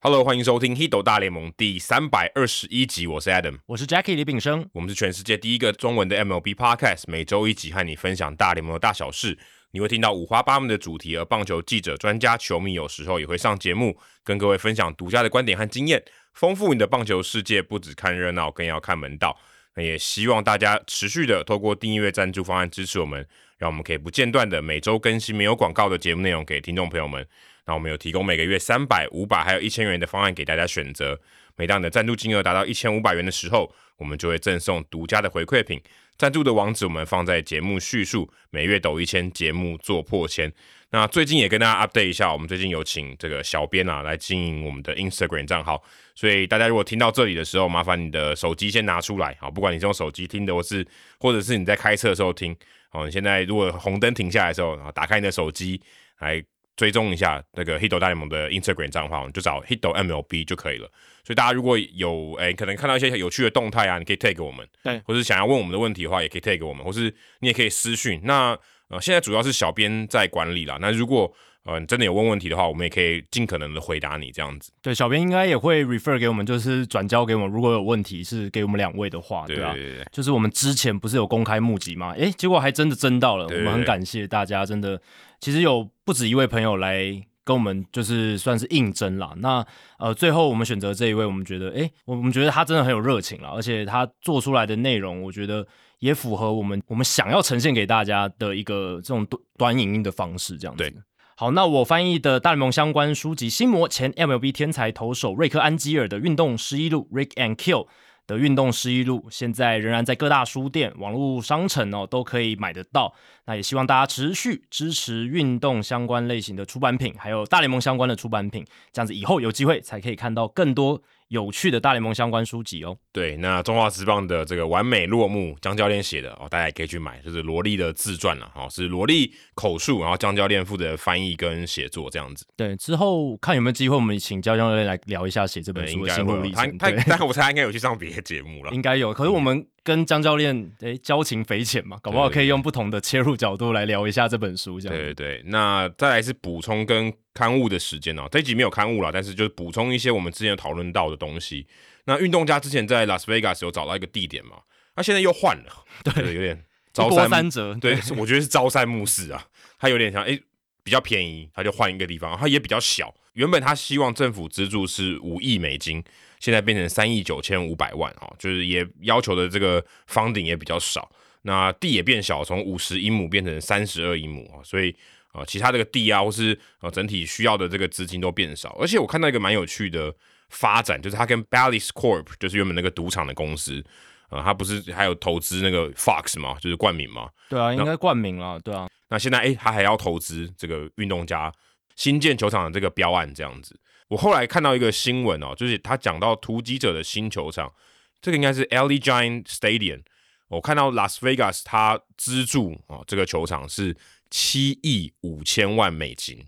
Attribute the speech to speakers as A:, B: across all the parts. A: Hello，欢迎收听《h i d o 大联盟》第三百二十一集，我是 Adam，
B: 我是 Jackie 李炳生。
A: 我们是全世界第一个中文的 MLB Podcast，每周一集和你分享大联盟的大小事。你会听到五花八门的主题，而棒球记者、专家、球迷有时候也会上节目，跟各位分享独家的观点和经验，丰富你的棒球世界。不只看热闹，更要看门道。那也希望大家持续的透过订阅赞助方案支持我们，让我们可以不间断的每周更新没有广告的节目内容给听众朋友们。那我们有提供每个月三百、五百还有一千元的方案给大家选择。每当你的赞助金额达到一千五百元的时候，我们就会赠送独家的回馈品。赞助的网址我们放在节目叙述，每月抖一千，节目做破千。那最近也跟大家 update 一下，我们最近有请这个小编啊来经营我们的 Instagram 账号，所以大家如果听到这里的时候，麻烦你的手机先拿出来啊，不管你是用手机听的，或是或者是你在开车的时候听哦。你现在如果红灯停下来的时候，然后打开你的手机来追踪一下那个 Hito 大联盟的 Instagram 账号，你就找 Hito MLB 就可以了。所以大家如果有诶、可能看到一些有趣的动态啊，你可以 tag 我们，
B: 对
A: 或是想要问我们的问题的话，也可以 tag 我们，或是你也可以私讯。那呃，现在主要是小编在管理啦。那如果呃你真的有问问题的话，我们也可以尽可能的回答你这样子。
B: 对，小编应该也会 refer 给我们，就是转交给我们。如果有问题是给我们两位的话，
A: 对
B: 对啊
A: 对，对对
B: 就是我们之前不是有公开募集吗？诶，结果还真的征到了，
A: 对
B: 我们很感谢大家，真的，其实有不止一位朋友来跟我们，就是算是应征啦。那呃，最后我们选择这一位，我们觉得，诶，我们觉得他真的很有热情啦，而且他做出来的内容，我觉得也符合我们我们想要呈现给大家的一个这种短短影音的方式，这样子。
A: 对
B: 好，那我翻译的大联盟相关书籍《心魔》前 MLB 天才投手瑞克·安吉尔的《运动十一路》（Rick and Kill） 的《运动十一路》，现在仍然在各大书店、网络商城哦都可以买得到。那也希望大家持续支持运动相关类型的出版品，还有大联盟相关的出版品，这样子以后有机会才可以看到更多有趣的大联盟相关书籍哦。
A: 对，那中华职棒的这个完美落幕，江教练写的哦，大家也可以去买，就是罗莉的自传了，哦，是罗莉口述，然后江教练负责翻译跟写作这样子。
B: 对，之后看有没有机会，我们请教教练来聊一下写这本
A: 对，应
B: 书的
A: 该
B: 心
A: 会
B: 路
A: 有
B: 历
A: 他
B: 程。
A: 他
B: 对，
A: 但我猜他应该有去上别的节 目了。
B: 应该有。可是我们跟江教练诶、交情匪浅嘛，搞不好
A: 对
B: 可以用不同的切入角度来聊一下这本书，这样
A: 对对
B: 子。
A: 对，那再来是补充跟刊物的时间哦、这一集没有刊物啦，但是就是补充一些我们之前有讨论到的东西。那运动家之前在拉斯维加斯有找到一个地点嘛，那、现在又换 了，对，有点
B: 一
A: 朝
B: 波
A: 三
B: 三折，
A: 对，是我觉得是朝三暮四啊。他有点像，诶，比较便宜，他就换一个地方，他也比较小。原本他希望政府资助是五亿美金，现在变成三亿九千五百万啊、哦，就是也要求的这个房顶也比较少，那地也变小，从五十英亩变成三十二英亩啊、哦，所以。啊，其他这个地啊，或是呃整体需要的这个资金都变少，而且我看到一个蛮有趣的发展，就是他跟 Bally's Corp，就是原本那个赌场的公司，啊，他不是还有投资那个 Fox 嘛，就是冠名嘛，
B: 对啊，应该冠名了，对啊，
A: 那现在诶，他还要投资这个运动家新建球场的这个标案这样子。我后来看到一个新闻哦，就是他讲到突击者的新球场，这个应该是 Ellie Giant Stadium。我看到 Las Vegas 他资助啊、哦、这个球场是七亿五千万美金，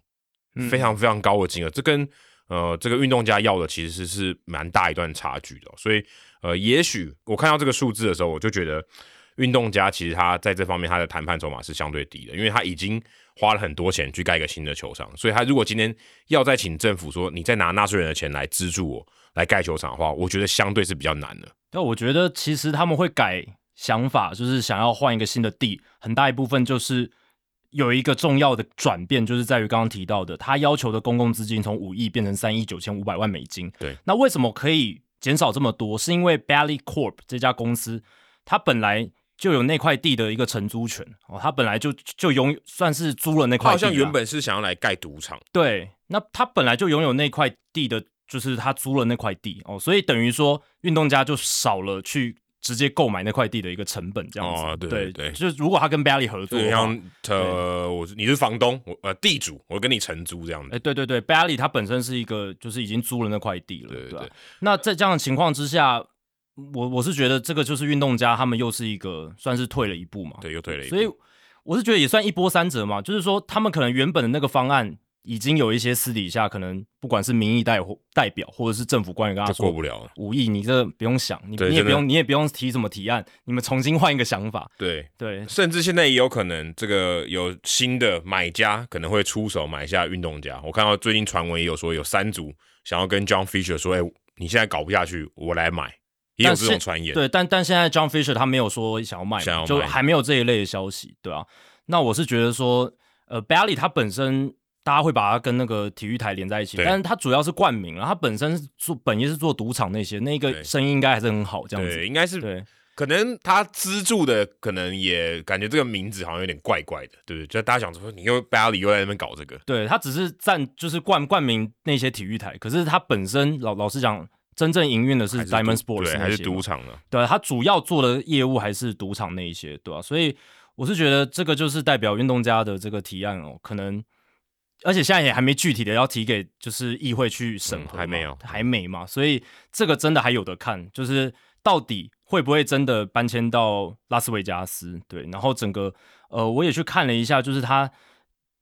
B: 嗯
A: 非常非常高的金额，这跟呃这个运动家要的其实是蛮大一段差距的哦、所以呃，也许我看到这个数字的时候，我就觉得运动家其实他在这方面他的谈判筹码是相对低的，因为他已经花了很多钱去盖一个新的球场，所以他如果今天要再请政府说你再拿纳税人的钱来资助我来盖球场的话，我觉得相对是比较难的。
B: 但我觉得其实他们会改想法，就是想要换一个新的地，很大一部分就是有一个重要的转变，就是在于刚刚提到的，他要求的公共资金从五亿变成三亿九千五百万美金。
A: 对，
B: 那为什么可以减少这么多？是因为 Bally Corp 这家公司，它本来就有那块地的一个承租权哦，它本来就就拥算是租了那
A: 他
B: 块地啊、
A: 好像原本是想要来盖赌场，
B: 对，那他本来就拥有那块地的，就是他租了那块地哦，所以等于说运动家就少了去直接购买那块地的一个成本，这样子。
A: 哦对对
B: 对
A: 对
B: 就是如果他跟 Bally 合
A: 就
B: 作
A: 是
B: 的话，
A: 像呃，我是你是房东，我呃地主，我跟你承租这样子。
B: 哎，对对对，Bally 他本身是一个就是已经租了那块地了，
A: 对对
B: 对吧
A: 对
B: 那在这样的情况之下，我我是觉得这个就是运动家他们又是一个算是退了一步嘛，
A: 对，又退了一步。
B: 所以我是觉得也算一波三折嘛，就是说他们可能原本的那个方案已经有一些私底下可能不管是民意代或代表或者是政府官员跟他
A: 就过
B: 说
A: 不了了。
B: 五亿，你这不用想，你
A: 对
B: 你也
A: 真
B: 不
A: 的
B: 用你也不用提什么提案，你们重新换一个想法，
A: 对，
B: 对
A: 甚至现在也有可能，这个有新的买家可能会出手买下运动家。我看到最近传闻也有说，有三组想要跟 John Fisher 说，哎、你现在搞不下去，我来买，也有
B: 但
A: 这
B: 是
A: 种传言。
B: 对，但但现在 John Fisher 他没有说想要卖嘛，
A: 想要
B: 就
A: 卖
B: 还没有这一类的消息，对啊。那我是觉得说，呃，Bally 他本身大家会把它跟那个体育台连在一起，
A: 对
B: 但是他主要是冠名了，他本身是做本业是做赌场那些，那
A: 对
B: 个生意应该还是很好这样
A: 对，
B: 子。
A: 应该是
B: 对
A: 可能他资助的，可能也感觉这个名字好像有点怪怪的，对不对？就大家想说，你又 Bally 又在那边搞这个，
B: 对，他只是占就是冠冠名那些体育台，可是他本身老老实讲，真正营运的是
A: 还是
B: Diamond
A: 赌
B: Sports
A: 对，
B: 那
A: 还是
B: 些嘛
A: 赌场啊？
B: 对啊，他主要做的业务还是赌场那一些，对吧、啊所以我是觉得这个就是代表运动家的这个提案哦，可能而且现在也还没具体的要提给就是议会去审核嘛、
A: 嗯还没有
B: 还没嘛，所以这个真的还有的看，就是到底会不会真的搬迁到拉斯维加斯？对，然后整个呃，我也去看了一下，就是它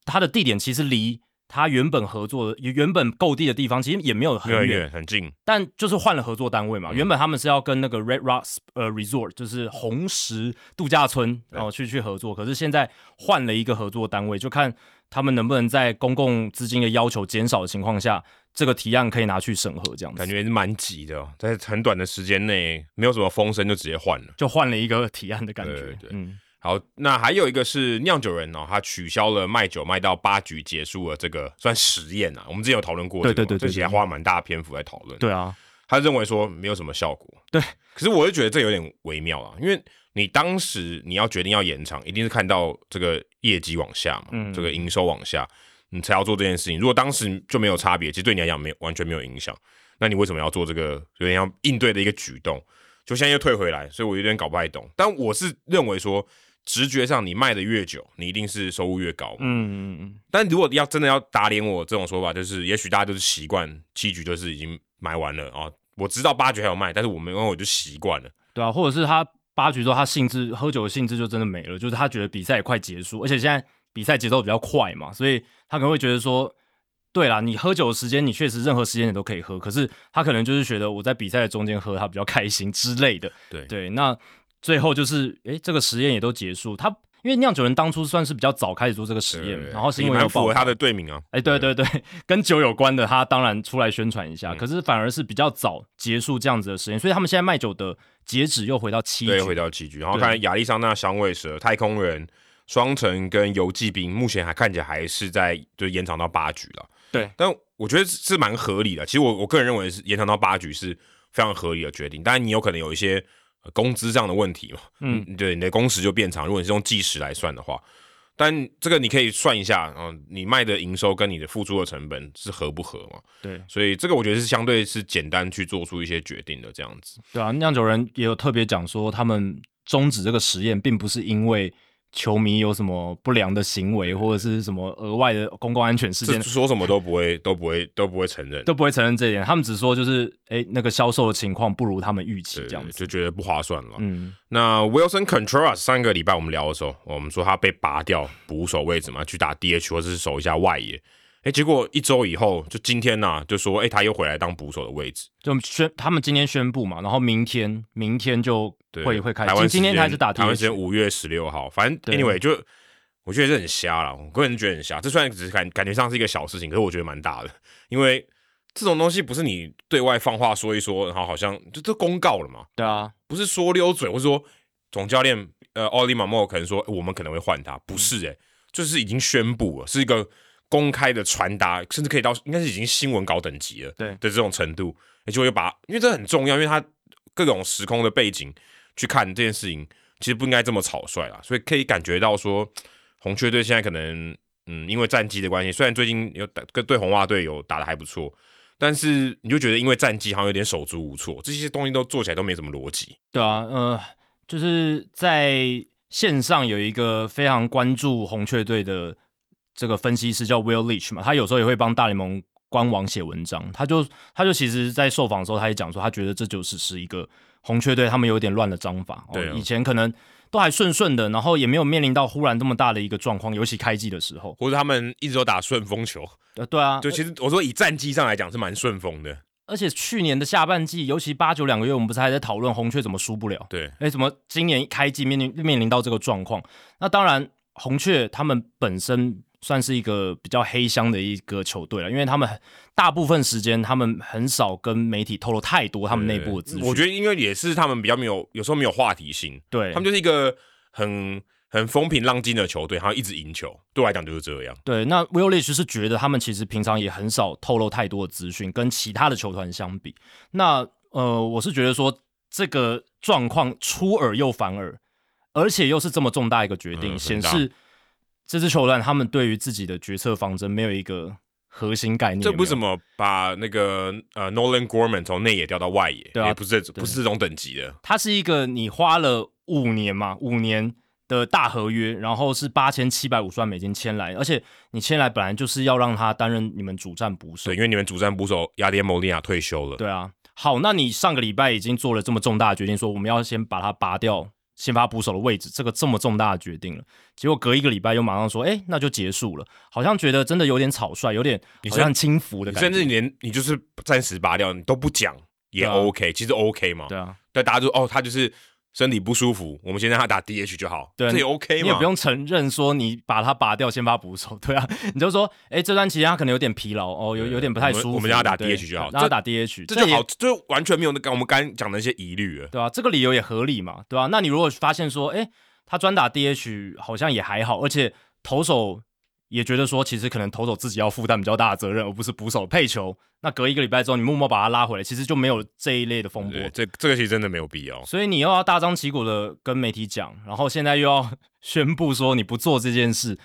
B: 它的地点其实离。它原本合作的原本购地的地方，其实也没有很
A: 越来
B: 远
A: 越，很近，
B: 但就是换了合作单位嘛。
A: 嗯
B: 原本他们是要跟那个 Red Rocks 呃 Resort，就是红石度假村，然、后去去合作，可是现在换了一个合作单位，就看他们能不能在公共资金的要求减少的情况下，这个提案可以拿去审核，这样子。
A: 感觉是蛮急的、哦，在很短的时间内没有什么风声就直接换了。
B: 就换了一个提案的感觉，
A: 对对
B: 嗯，
A: 好，那还有一个是酿酒人哦，他取消了卖酒卖到八局结束了这个算实验啊。我们之前有讨论过这个嘛，
B: 对对对对
A: 这期还花蛮大的篇幅来讨论。
B: 对啊，
A: 他认为说没有什么效果。
B: 对，
A: 可是我就觉得这有点微妙啊，因为你当时你要决定要延长，一定是看到这个业绩往下嘛，
B: 嗯
A: 这个营收往下，你才要做这件事情。如果当时就没有差别，其实对你来讲没有完全没有影响，那你为什么要做这个有点要应对的一个举动？就现在又退回来，所以我有点搞不太懂。但我是认为说，直觉上你卖的越久，你一定是收入越高嘛。
B: 嗯嗯嗯，
A: 但如果要真的要打脸我这种说法，就是也许大家就是习惯七局就是已经买完了啊、哦我知道八局还有卖，但是我没有，我就习惯了。
B: 对啊，或者是他八局之后，他兴致喝酒的兴致就真的没了，就是他觉得比赛也快结束，而且现在比赛节奏比较快嘛，所以他可能会觉得说，对啦，你喝酒的时间，你确实任何时间你都可以喝，可是他可能就是觉得我在比赛的中间喝，他比较开心之类的。
A: 对
B: 对，那最后就是，诶，这个实验也都结束，他。因为酿酒人当初算是比较早开始做这个实验，然后新
A: 也
B: 闻
A: 蛮
B: 有
A: 符
B: 报
A: 合
B: 道
A: 他的队名啊。
B: 哎，对对对， 跟酒有关的，他当然出来宣传一下，
A: 嗯
B: 可是反而是比较早结束这样子的实验，所以他们现在卖酒的截止又回到七
A: 对，
B: 局，
A: 回到七局，然后
B: 对
A: 看亚利桑那响尾蛇、太空人、双城跟游骑兵，目前还看起来还是在就延长到八局了。
B: 对
A: 但我觉得是蛮合理的。其实我我个人认为是延长到八局是非常合理的决定，当然你有可能有一些呃工资上的问题嘛，
B: 嗯，
A: 对，你的工时就变长。如果你是用计时来算的话，但这个你可以算一下，嗯、你卖的营收跟你的付出的成本是合不合嘛？
B: 对
A: 所以这个我觉得是相对是简单去做出一些决定的这样子。
B: 对啊，酿酒人也有特别讲说，他们终止这个实验，并不是因为球迷有什么不良的行为或者是什么额外的公共安全事
A: 这
B: 件，
A: 说什么都不会，都不会，都不会承认。
B: 都不会承认这一点，他们只说就是，哎，那个销售的情况不如他们预期
A: 对
B: 这样子，
A: 就觉得不划算了。
B: 嗯，
A: 那 Wilson Contreras 上个礼拜我们聊的时候，我们说他被拔掉捕手位置嘛，去打 DH 或者是守一下外野。哎、结果一周以后，就今天呐、就说哎、诶他又回来当捕手的位置。
B: 就宣他们今天宣布嘛，然后明天明天就
A: 对，
B: 会会开
A: 台
B: 始，
A: 湾
B: 今今天
A: 时间
B: 开始打
A: 台湾
B: DH
A: 时间五月十六号，反正
B: 对
A: anyway 就我觉得这很瞎啦，我个人觉得很瞎。这虽然只是感感觉上是一个小事情，可是我觉得蛮大的，因为这种东西不是你对外放话说一说，然后好像就这公告了嘛，
B: 对啊，
A: 不是说溜嘴，或者说总教练呃奥利马莫可能说、呃我们可能会换他，不是诶、欸就是已经宣布了，是一个公开的传达，甚至可以到应该是已经新闻稿等级了，
B: 对
A: 的这种程度，也就会把，因为这很重要，因为他各种时空的背景去看这件事情，其实不应该这么草率啦，所以可以感觉到说红雀队现在可能。嗯，因为战绩的关系，虽然最近有打跟对红袜队有打的还不错，但是你就觉得因为战绩好像有点手足无措，这些东西都做起来都没什么逻辑。
B: 对啊，呃，就是在线上有一个非常关注红雀队的这个分析师叫 Will Leach 嘛，他有时候也会帮大联盟官网写文章，他就他就其实，在受访的时候，他也讲说，他觉得这就是是一个红雀队他们有点乱了章法，哦
A: 对啊
B: 以前可能都还顺顺的，然后也没有面临到忽然这么大的一个状况，尤其开季的时候，
A: 或者他们一直都打顺风球，
B: 呃，对啊，
A: 就其实我说以战绩上来讲是蛮顺风的，
B: 而且去年的下半季，尤其八九两个月，我们不是还在讨论红雀怎么输不了。
A: 对，
B: 哎，怎么今年一开季面临面临到这个状况？那当然，红雀他们本身算是一个比较黑箱的一个球队了，因为他们很大部分时间他们很少跟媒体透露太多他们内部的资讯。
A: 我觉得因为也是他们比较没有，有时候没有话题性，
B: 对
A: 他们就是一个很很风平浪静的球队，然后一直赢球，对我来讲就是这样。
B: 对，那 Will Leach 是觉得他们其实平常也很少透露太多的资讯，跟其他的球团相比。那呃，我是觉得说这个状况出尔又反尔，而且又是这么重大一个决定，
A: 嗯
B: 显
A: 很大
B: 示这支球队他们对于自己的决策方针没有一个核心概念。
A: 这不是
B: 有
A: 什么把那个呃 Nolan Gorman 从内野调到外野，
B: 对啊
A: 也不是这不是这种等级的
B: 没有，，它是一个你花了五年嘛，五年。的大合约，然后是八千七百五十万美金签来，而且你签来本来就是要让他担任你们主战捕手
A: 对，，因为你们主战捕手雅典莫利亚退休了，
B: 对啊，好，那你上个礼拜已经做了这么重大的决定，说我们要先把他拔掉先发捕手的位置，这个这么重大的决定了，结果隔一个礼拜又马上说，哎、那就结束了，好像觉得真的有点草率，有点好像轻浮的
A: 你
B: 感觉，
A: 甚至连你就是暂时拔掉，你都不讲也
B: 对啊
A: OK，、其实 OK 嘛，
B: 对啊，
A: 对，大家就哦，他就是身体不舒服，我们先让他打 DH 就好，
B: 对啊
A: 这也 OK
B: 你
A: 嘛，
B: 也不用承认说你把他拔掉先发捕手，对啊， 你就说，哎、这段期间他可能有点疲劳，哦，有
A: 对
B: 有点不太
A: 我们
B: 舒服，
A: 我们让他打
B: 对
A: DH 就好
B: 让他
A: 这
B: 打 DH，
A: 这就
B: 也
A: 好，就完全没有那个我们刚刚讲的那些疑虑了。
B: 对啊，这个理由也合理嘛，对啊，那你如果发现说，哎，他专打 DH 好像也还好，而且投手也觉得说，其实可能投手自己要负担比较大的责任，而不是捕手配球。那隔一个礼拜之后，你默默把他拉回来，其实就没有这一类的风波。
A: 对，这这个其实真的没有必要。
B: 所以你又要大张旗鼓的跟媒体讲，然后现在又要 宣布说你不做这件事，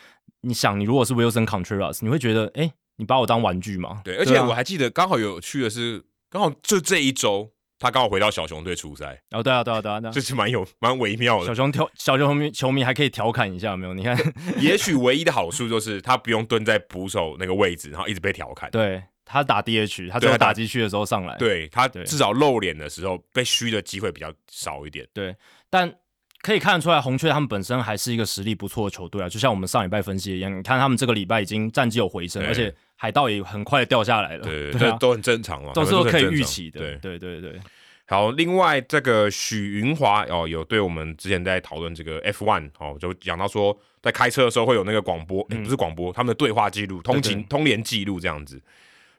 B: 你想，你如果是 Wilson Contreras，你会觉得，哎，你把我当玩具吗？
A: 对，而且
B: 啊
A: 我还记得刚好有去的是，刚好就这一周，他刚好回到小熊队出赛，
B: 哦，对啊，对啊，对啊，对啊
A: 这。是蛮有蛮微妙
B: 小
A: 的。
B: 熊挑小熊球迷球迷还可以调侃一下，有没有？你看，
A: 也许唯一的好处就是他不用蹲在捕手那个位置，然后一直被调侃。
B: 对他打 DH，他只
A: 对他打
B: 有打击区的时候上来。
A: 对他
B: 对
A: 至少露脸的时候被虚的机会比较少一点。
B: 但可以看得出来，红雀他们本身还是一个实力不错的球队啊，就像我们上礼拜分析的一样，你看他们这个礼拜已经战绩有回升，
A: 对
B: 而且海盗也很快掉下来了。
A: 对，
B: 对
A: 这
B: 啊，
A: 都很正常嘛，
B: 都
A: 他们
B: 是可以
A: 很正
B: 预
A: 常
B: 期的。
A: 对，
B: 对对对对
A: 好，另外这个许云华哦，有对我们之前在讨论这个 F1 哦，就讲到说，在开车的时候会有那个广播，诶
B: 嗯
A: 不是广播，他们的对话记录、通
B: 对
A: 勤
B: 对
A: 通联记录这样子。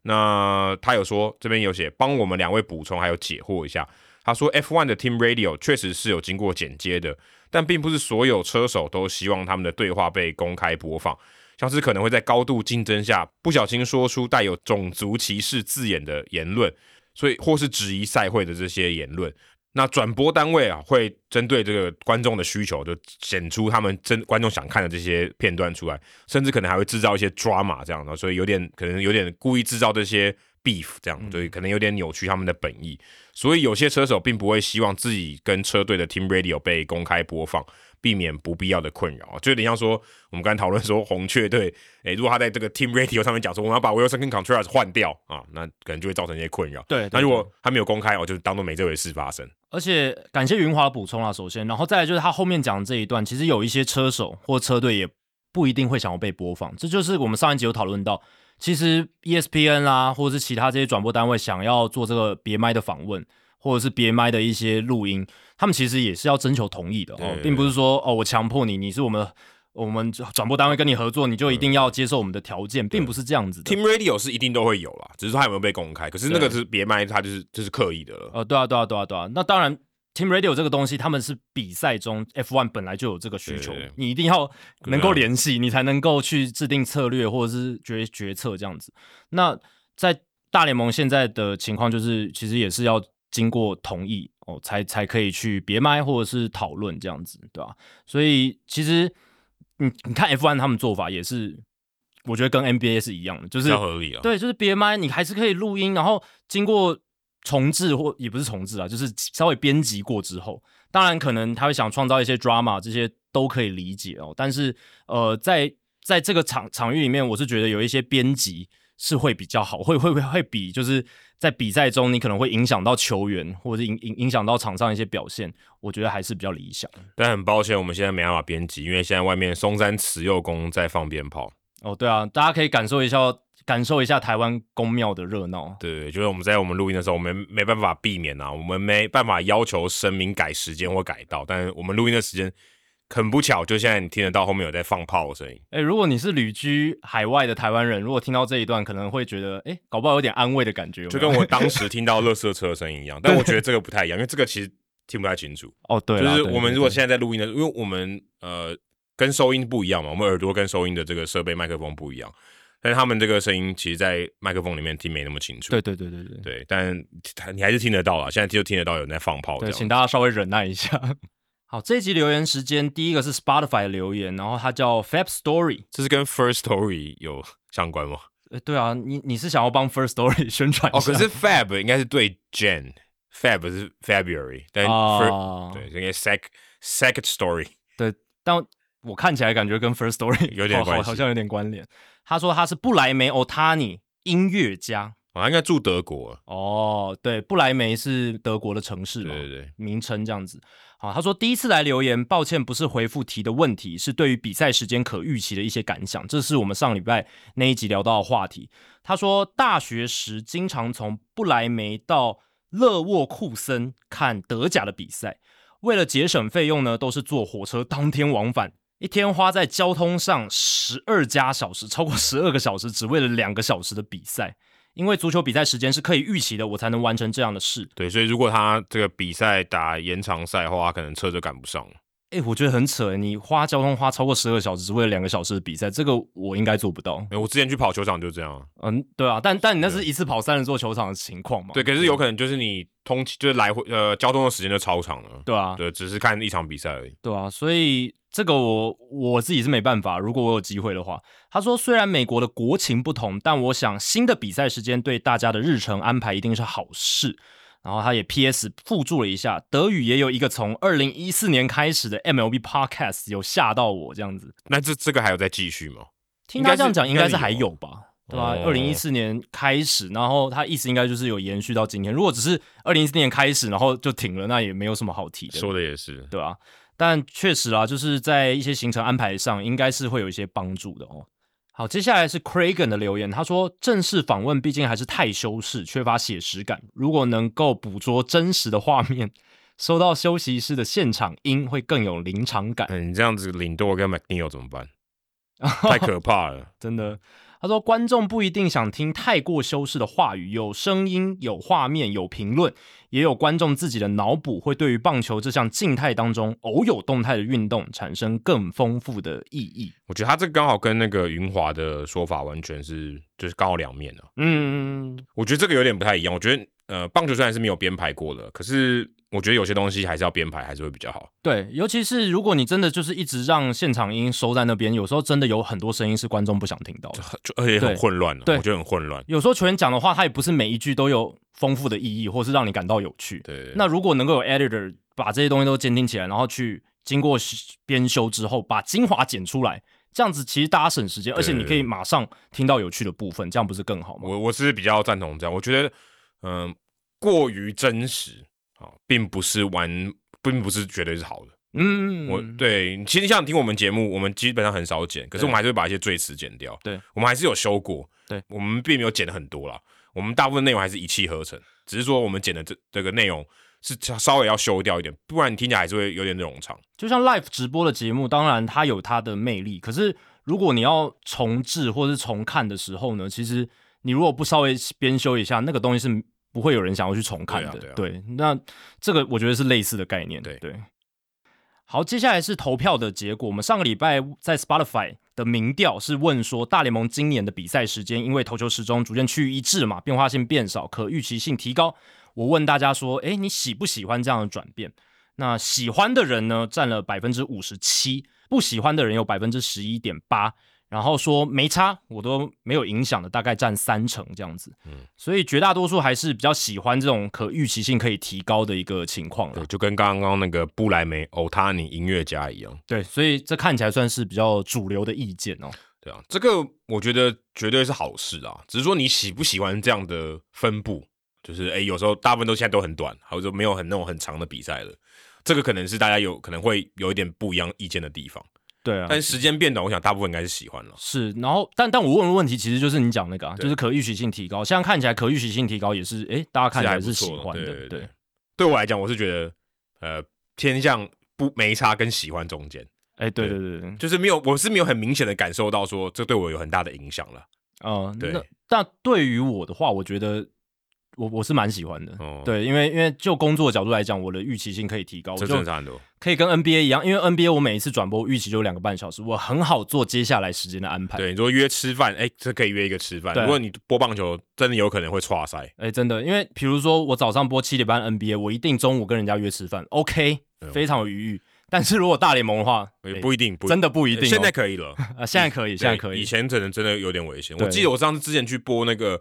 A: 那他有说，这边有写帮我们两位补充还有解惑一下。他说 F1 的 Team Radio 确实是有经过剪接的，但并不是所有车手都希望他们的对话被公开播放，像是可能会在高度竞争下不小心说出带有种族歧视字眼的言论，所以或是质疑赛会的这些言论。那转播单位啊，会针对这个观众的需求，就剪出他们真观众想看的这些片段出来，甚至可能还会制造一些 drama 这样的，所以有点可能有点故意制造这些 beef 这样，所以可能有点扭曲他们的本意。所以有些车手并不会希望自己跟车队的 team radio 被公开播放，避免不必要的困扰。啊就有点像说我们刚才讨论说红雀队，诶、如果他在这个 team radio 上面讲说我们要把 Wilson 跟 Contreras 换掉啊，那可能就会造成一些困扰。
B: 对。
A: 那如
B: 对
A: 果他没有公开，哦我就当做没这回事发生。
B: 而且感谢云华的补充啦，首先，然后再来就是他后面讲的这一段，其实有一些车手或车队也不一定会想要被播放，这就是我们上一集有讨论到，其实 E ESPN 啦、或者是其他这些转播单位想要做这个别麦的访问，或者是别麦的一些录音，他们其实也是要征求同意的
A: 对
B: 哦
A: 对，
B: 并不是说哦我强迫你，你是我们我们转播单位跟你合作，你就
A: 嗯
B: 一定要接受我们的条件，并不是这样子的。
A: Team Radio 是一定都会有啦，只是说他有没有被公开。可是那个
B: 对
A: 是别卖，他就是就是刻意的了。
B: 呃，对啊，对啊，对啊，对啊。那当然，Team Radio 这个东西，他们是比赛中 F1 本来就有这个需求
A: 对对对，
B: 你一定要能够
A: 对啊
B: 联系，你才能够去制定策略或者是决决策这样子。那在大联盟现在的情况，就是其实也是要经过同意哦，才才可以去别麦或者是讨论这样子，对吧、所以其实你你看 F1 他们做法也是，我觉得跟 NBA 是一样的，就
A: 比
B: 是
A: 较合理啊。
B: 对，就是别麦，你还是可以录音，然后经过重置或也不是重置啊，就是稍微编辑过之后，当然可能他会想创造一些 drama，这些都可以理解哦。但是呃，在在这个场场域里面，我是觉得有一些编辑是会比较好，会会会会比就是在比赛中你可能会影响到球员，或者是影影影响到场上一些表现，我觉得还是比较理想的。
A: 但很抱歉，我们现在没办法编辑，因为现在外面松山慈幼宫在放鞭炮。
B: 哦，对啊，大家可以感受一下感受一下台湾宫庙的热闹。
A: 对，就是我们在我们录音的时候，我们没办法避免啊，我们没办法要求声明改时间或改到，但我们录音的时间很不巧，就现在你听得到后面有在放炮的声音。
B: 哎、如果你是旅居海外的台湾人，如果听到这一段，可能会觉得，哎、搞不好有点安慰的感觉有没
A: 就
B: 有
A: 跟我当时听到垃圾车的声音一 样，但我觉得这个不太一样，因为这个其实听不太清楚。
B: 哦，对
A: 就
B: 啦，
A: 是
B: 对
A: 我们
B: 对
A: 如果
B: 对
A: 现在在录音的，因为我们呃跟收音不一样嘛，我们耳朵跟收音的这个设备麦克风不一样，但是他们这个声音其实，在麦克风里面听没那么清楚。
B: 对对对对对
A: 对，但你还是听得到啦，现在就听得到有人在放炮这
B: 对，
A: 样。
B: 请大家稍微忍耐一下。 好，这一集留言时间，第一个是 Spotify 的留言，然后它叫 Fab Story。
A: 这是跟 First Story 有相关吗？
B: 呃，对啊，你你是想要帮 First Story 宣传一
A: 哦，
B: 下
A: 可 是 Fab 应该是对 Jan，Fab 是 February，但 First、
B: 啊，
A: 对，应该 Sec Second Story
B: 但我看起来感觉跟 First Story
A: 有点
B: 好
A: 关
B: 好
A: 系
B: 好像有点关联。他说他是布莱梅 Otani 音乐家。
A: 哦，他应该住德国了。
B: 哦，对，布莱梅是德国的城市
A: 对
B: 嘛，
A: 对对，
B: 名称这样子。好，他说第一次来留言，抱歉不是回复提的问题，是对于比赛时间可预期的一些感想。这是我们上礼拜那一集聊到的话题。他说大学时经常从布莱梅到勒沃库森看德甲的比赛，为了节省费用呢，都是坐火车当天往返。一天花在交通上十二加小时，超过十二个小时，只为了两个小时的比赛。因为足球比赛时间是可以预期的，我才能完成这样的事。
A: 对，所以如果他这个比赛打延长赛的话，他可能车就赶不上了。
B: 哎、我觉得很扯欸，你花交通花超过十二小时，只为了两个小时的比赛，这个我应该做不到。
A: 欸我之前去跑球场就这样啊。
B: 嗯，对啊，但但你那
A: 对
B: 是一次跑三人座球场的情况嘛？
A: 对，可是有可能就是你通勤就是来回呃交通的时间就超长了。
B: 对啊，
A: 对，只是看一场比赛而已。
B: 对啊，所以这个我我自己是没办法。如果我有机会的话，他说虽然美国的国情不同，但我想新的比赛时间对大家的日程安排一定是好事。然后他也 P.S. 附注了一下，德语也有一个从二零一四年开始的 MLB Podcast 有吓到我这样子。
A: 那这这个还有再继续吗？
B: 听他这样
A: 应该
B: 讲，
A: 是
B: 应该
A: 应
B: 是
A: 该是
B: 还
A: 有
B: 有吧？对吧、啊？
A: 哦
B: 二零一四年开始，然后他意思应该就是有延续到今天。如果只是二零一四年开始，然后就停了，那也没有什么好提的，
A: 说的也是，
B: 对吧、但确实啊，就是在一些行程安排上，应该是会有一些帮助的哦。好，接下来是 Cragen 的留言，他说正式访问毕竟还是太修饰，缺乏写实感。如果能够捕捉真实的画面， 收到休息室的现场音，会更有临场感。
A: 嗯，你这样子领舵跟 McNeil 怎么 办？太可怕了。
B: 真的。他说，观众不一定想听太过修饰的话语，有声音、有画面、有评论，也有观众自己的脑补，会对于棒球这项静态当中偶有动态的运动产生更丰富的意义。
A: 我觉得他这个刚好跟那个云华的说法完全是，就是刚好两面啊。
B: 嗯，
A: 我觉得这个有点不太一样。我觉得呃，棒球虽然是没有编排过的，可是我觉得有些东西还是要编排，还是会比较好。
B: 对，尤其是如果你真的就是一直让现场音收在那边，有时候真的有很多声音是观众不想听到的。
A: 就而且很
B: 对
A: 混乱啊，
B: 对
A: 我觉得很混乱。
B: 有时候球员讲的话，他也不是每一句都有丰富的意义，或是让你感到有趣。
A: 对，
B: 那如果能够有 editor 把这些东西都鉴定起来，然后去经过修编修之后，把精华剪出来，这样子其实大家省时间，而且你可以马上听到有趣的部分，这样不是更好吗？
A: 我我是比较赞同这样，我觉得，嗯、过于真实啊、好并不是完，并不是绝对是好的。
B: 嗯，
A: 我对，其实像你听我们节目，我们基本上很少剪，可是
B: 对
A: 我们还是会把一些赘词剪掉。
B: 对，
A: 我们还是有修过。
B: 对，
A: 我们并没有剪的很多啦，我们大部分内容还是一气呵成，只是说我们剪的这这个内容是稍微要修掉一点，不然你听起来还是会有点冗长。
B: 就像 live 直播的节目，当然它有它的魅力，可是如果你要重置或是重看的时候呢，其实你如果不稍微编修一下，那个东西是不会有人想要去重看的。
A: 对啊
B: 那这个我觉得是类似的概念。
A: 对
B: 好，接下来是投票的结果。我们上个礼拜在 Spotify 的民调是问说，大联盟今年的比赛时间，因为投球时钟逐渐趋于一致嘛，变化性变少，可预期性提高。我问大家说，诶，你喜不喜欢这样的转变？那喜欢的人呢，占了百分之五十七，不喜欢的人有百分之十一点八，然后说没差，我都没有影响的，大概占三成这样子。嗯，所以绝大多数还是比较喜欢这种可预期性可以提高的一个情况了
A: 对，。就跟刚刚那个布莱梅欧塔尼音乐家一样，
B: 对，所以这看起来算是比较主流的意见哦。
A: 对啊，这个我觉得绝对是好事啊，只是说你喜不喜欢这样的分布，就是诶，有时候大部分都现在都很短，或者说没有很那种很长的比赛了。这个可能是大家有可能会有一点不一样意见的地方，
B: 对啊
A: 但时间变短，我想大部分应该是喜欢了。
B: 是，然后但但我问的问题其实就是你讲那个啊，
A: 对
B: 就是可预期性提高。现在看起来可预期性提高也是，诶，大家看起来
A: 还不
B: 是喜
A: 错
B: 欢的，
A: 对对对我来讲，我是觉得呃偏向不没差跟喜欢中间，
B: 哎，对对对对，
A: 就是没有，我是没有很明显的感受到说这对我有很大的影响了。
B: 呃，
A: 对
B: 那但对于我的话，我觉得我我是蛮喜欢的。
A: 哦，，
B: 对，因为因为就工作角度来讲，我的预期性可以提高，我
A: 这
B: 就
A: 真的差很多。
B: 可以跟 NBA 一样，因为 NBA 我每一次转播预期就两个半小时，我很好做接下来时间的安排。，
A: 对，你说约吃饭，哎，这可以约一个吃饭。
B: 对
A: 如果你播棒球，真的有可能会岔塞。
B: 哎，真的，因为比如说我早上播七点半 NBA，我一定中午跟人家约吃饭，OK，
A: 对哦
B: 非常有余裕。但是如果大联盟的话，
A: 也
B: 哎
A: 不一定，不
B: 真的不一定哦。
A: 现在可以了，
B: 啊，现在可以， 现在
A: 对
B: 可以
A: 以。前可能真的有点危险。
B: 对
A: 我记得我上次之前去播那个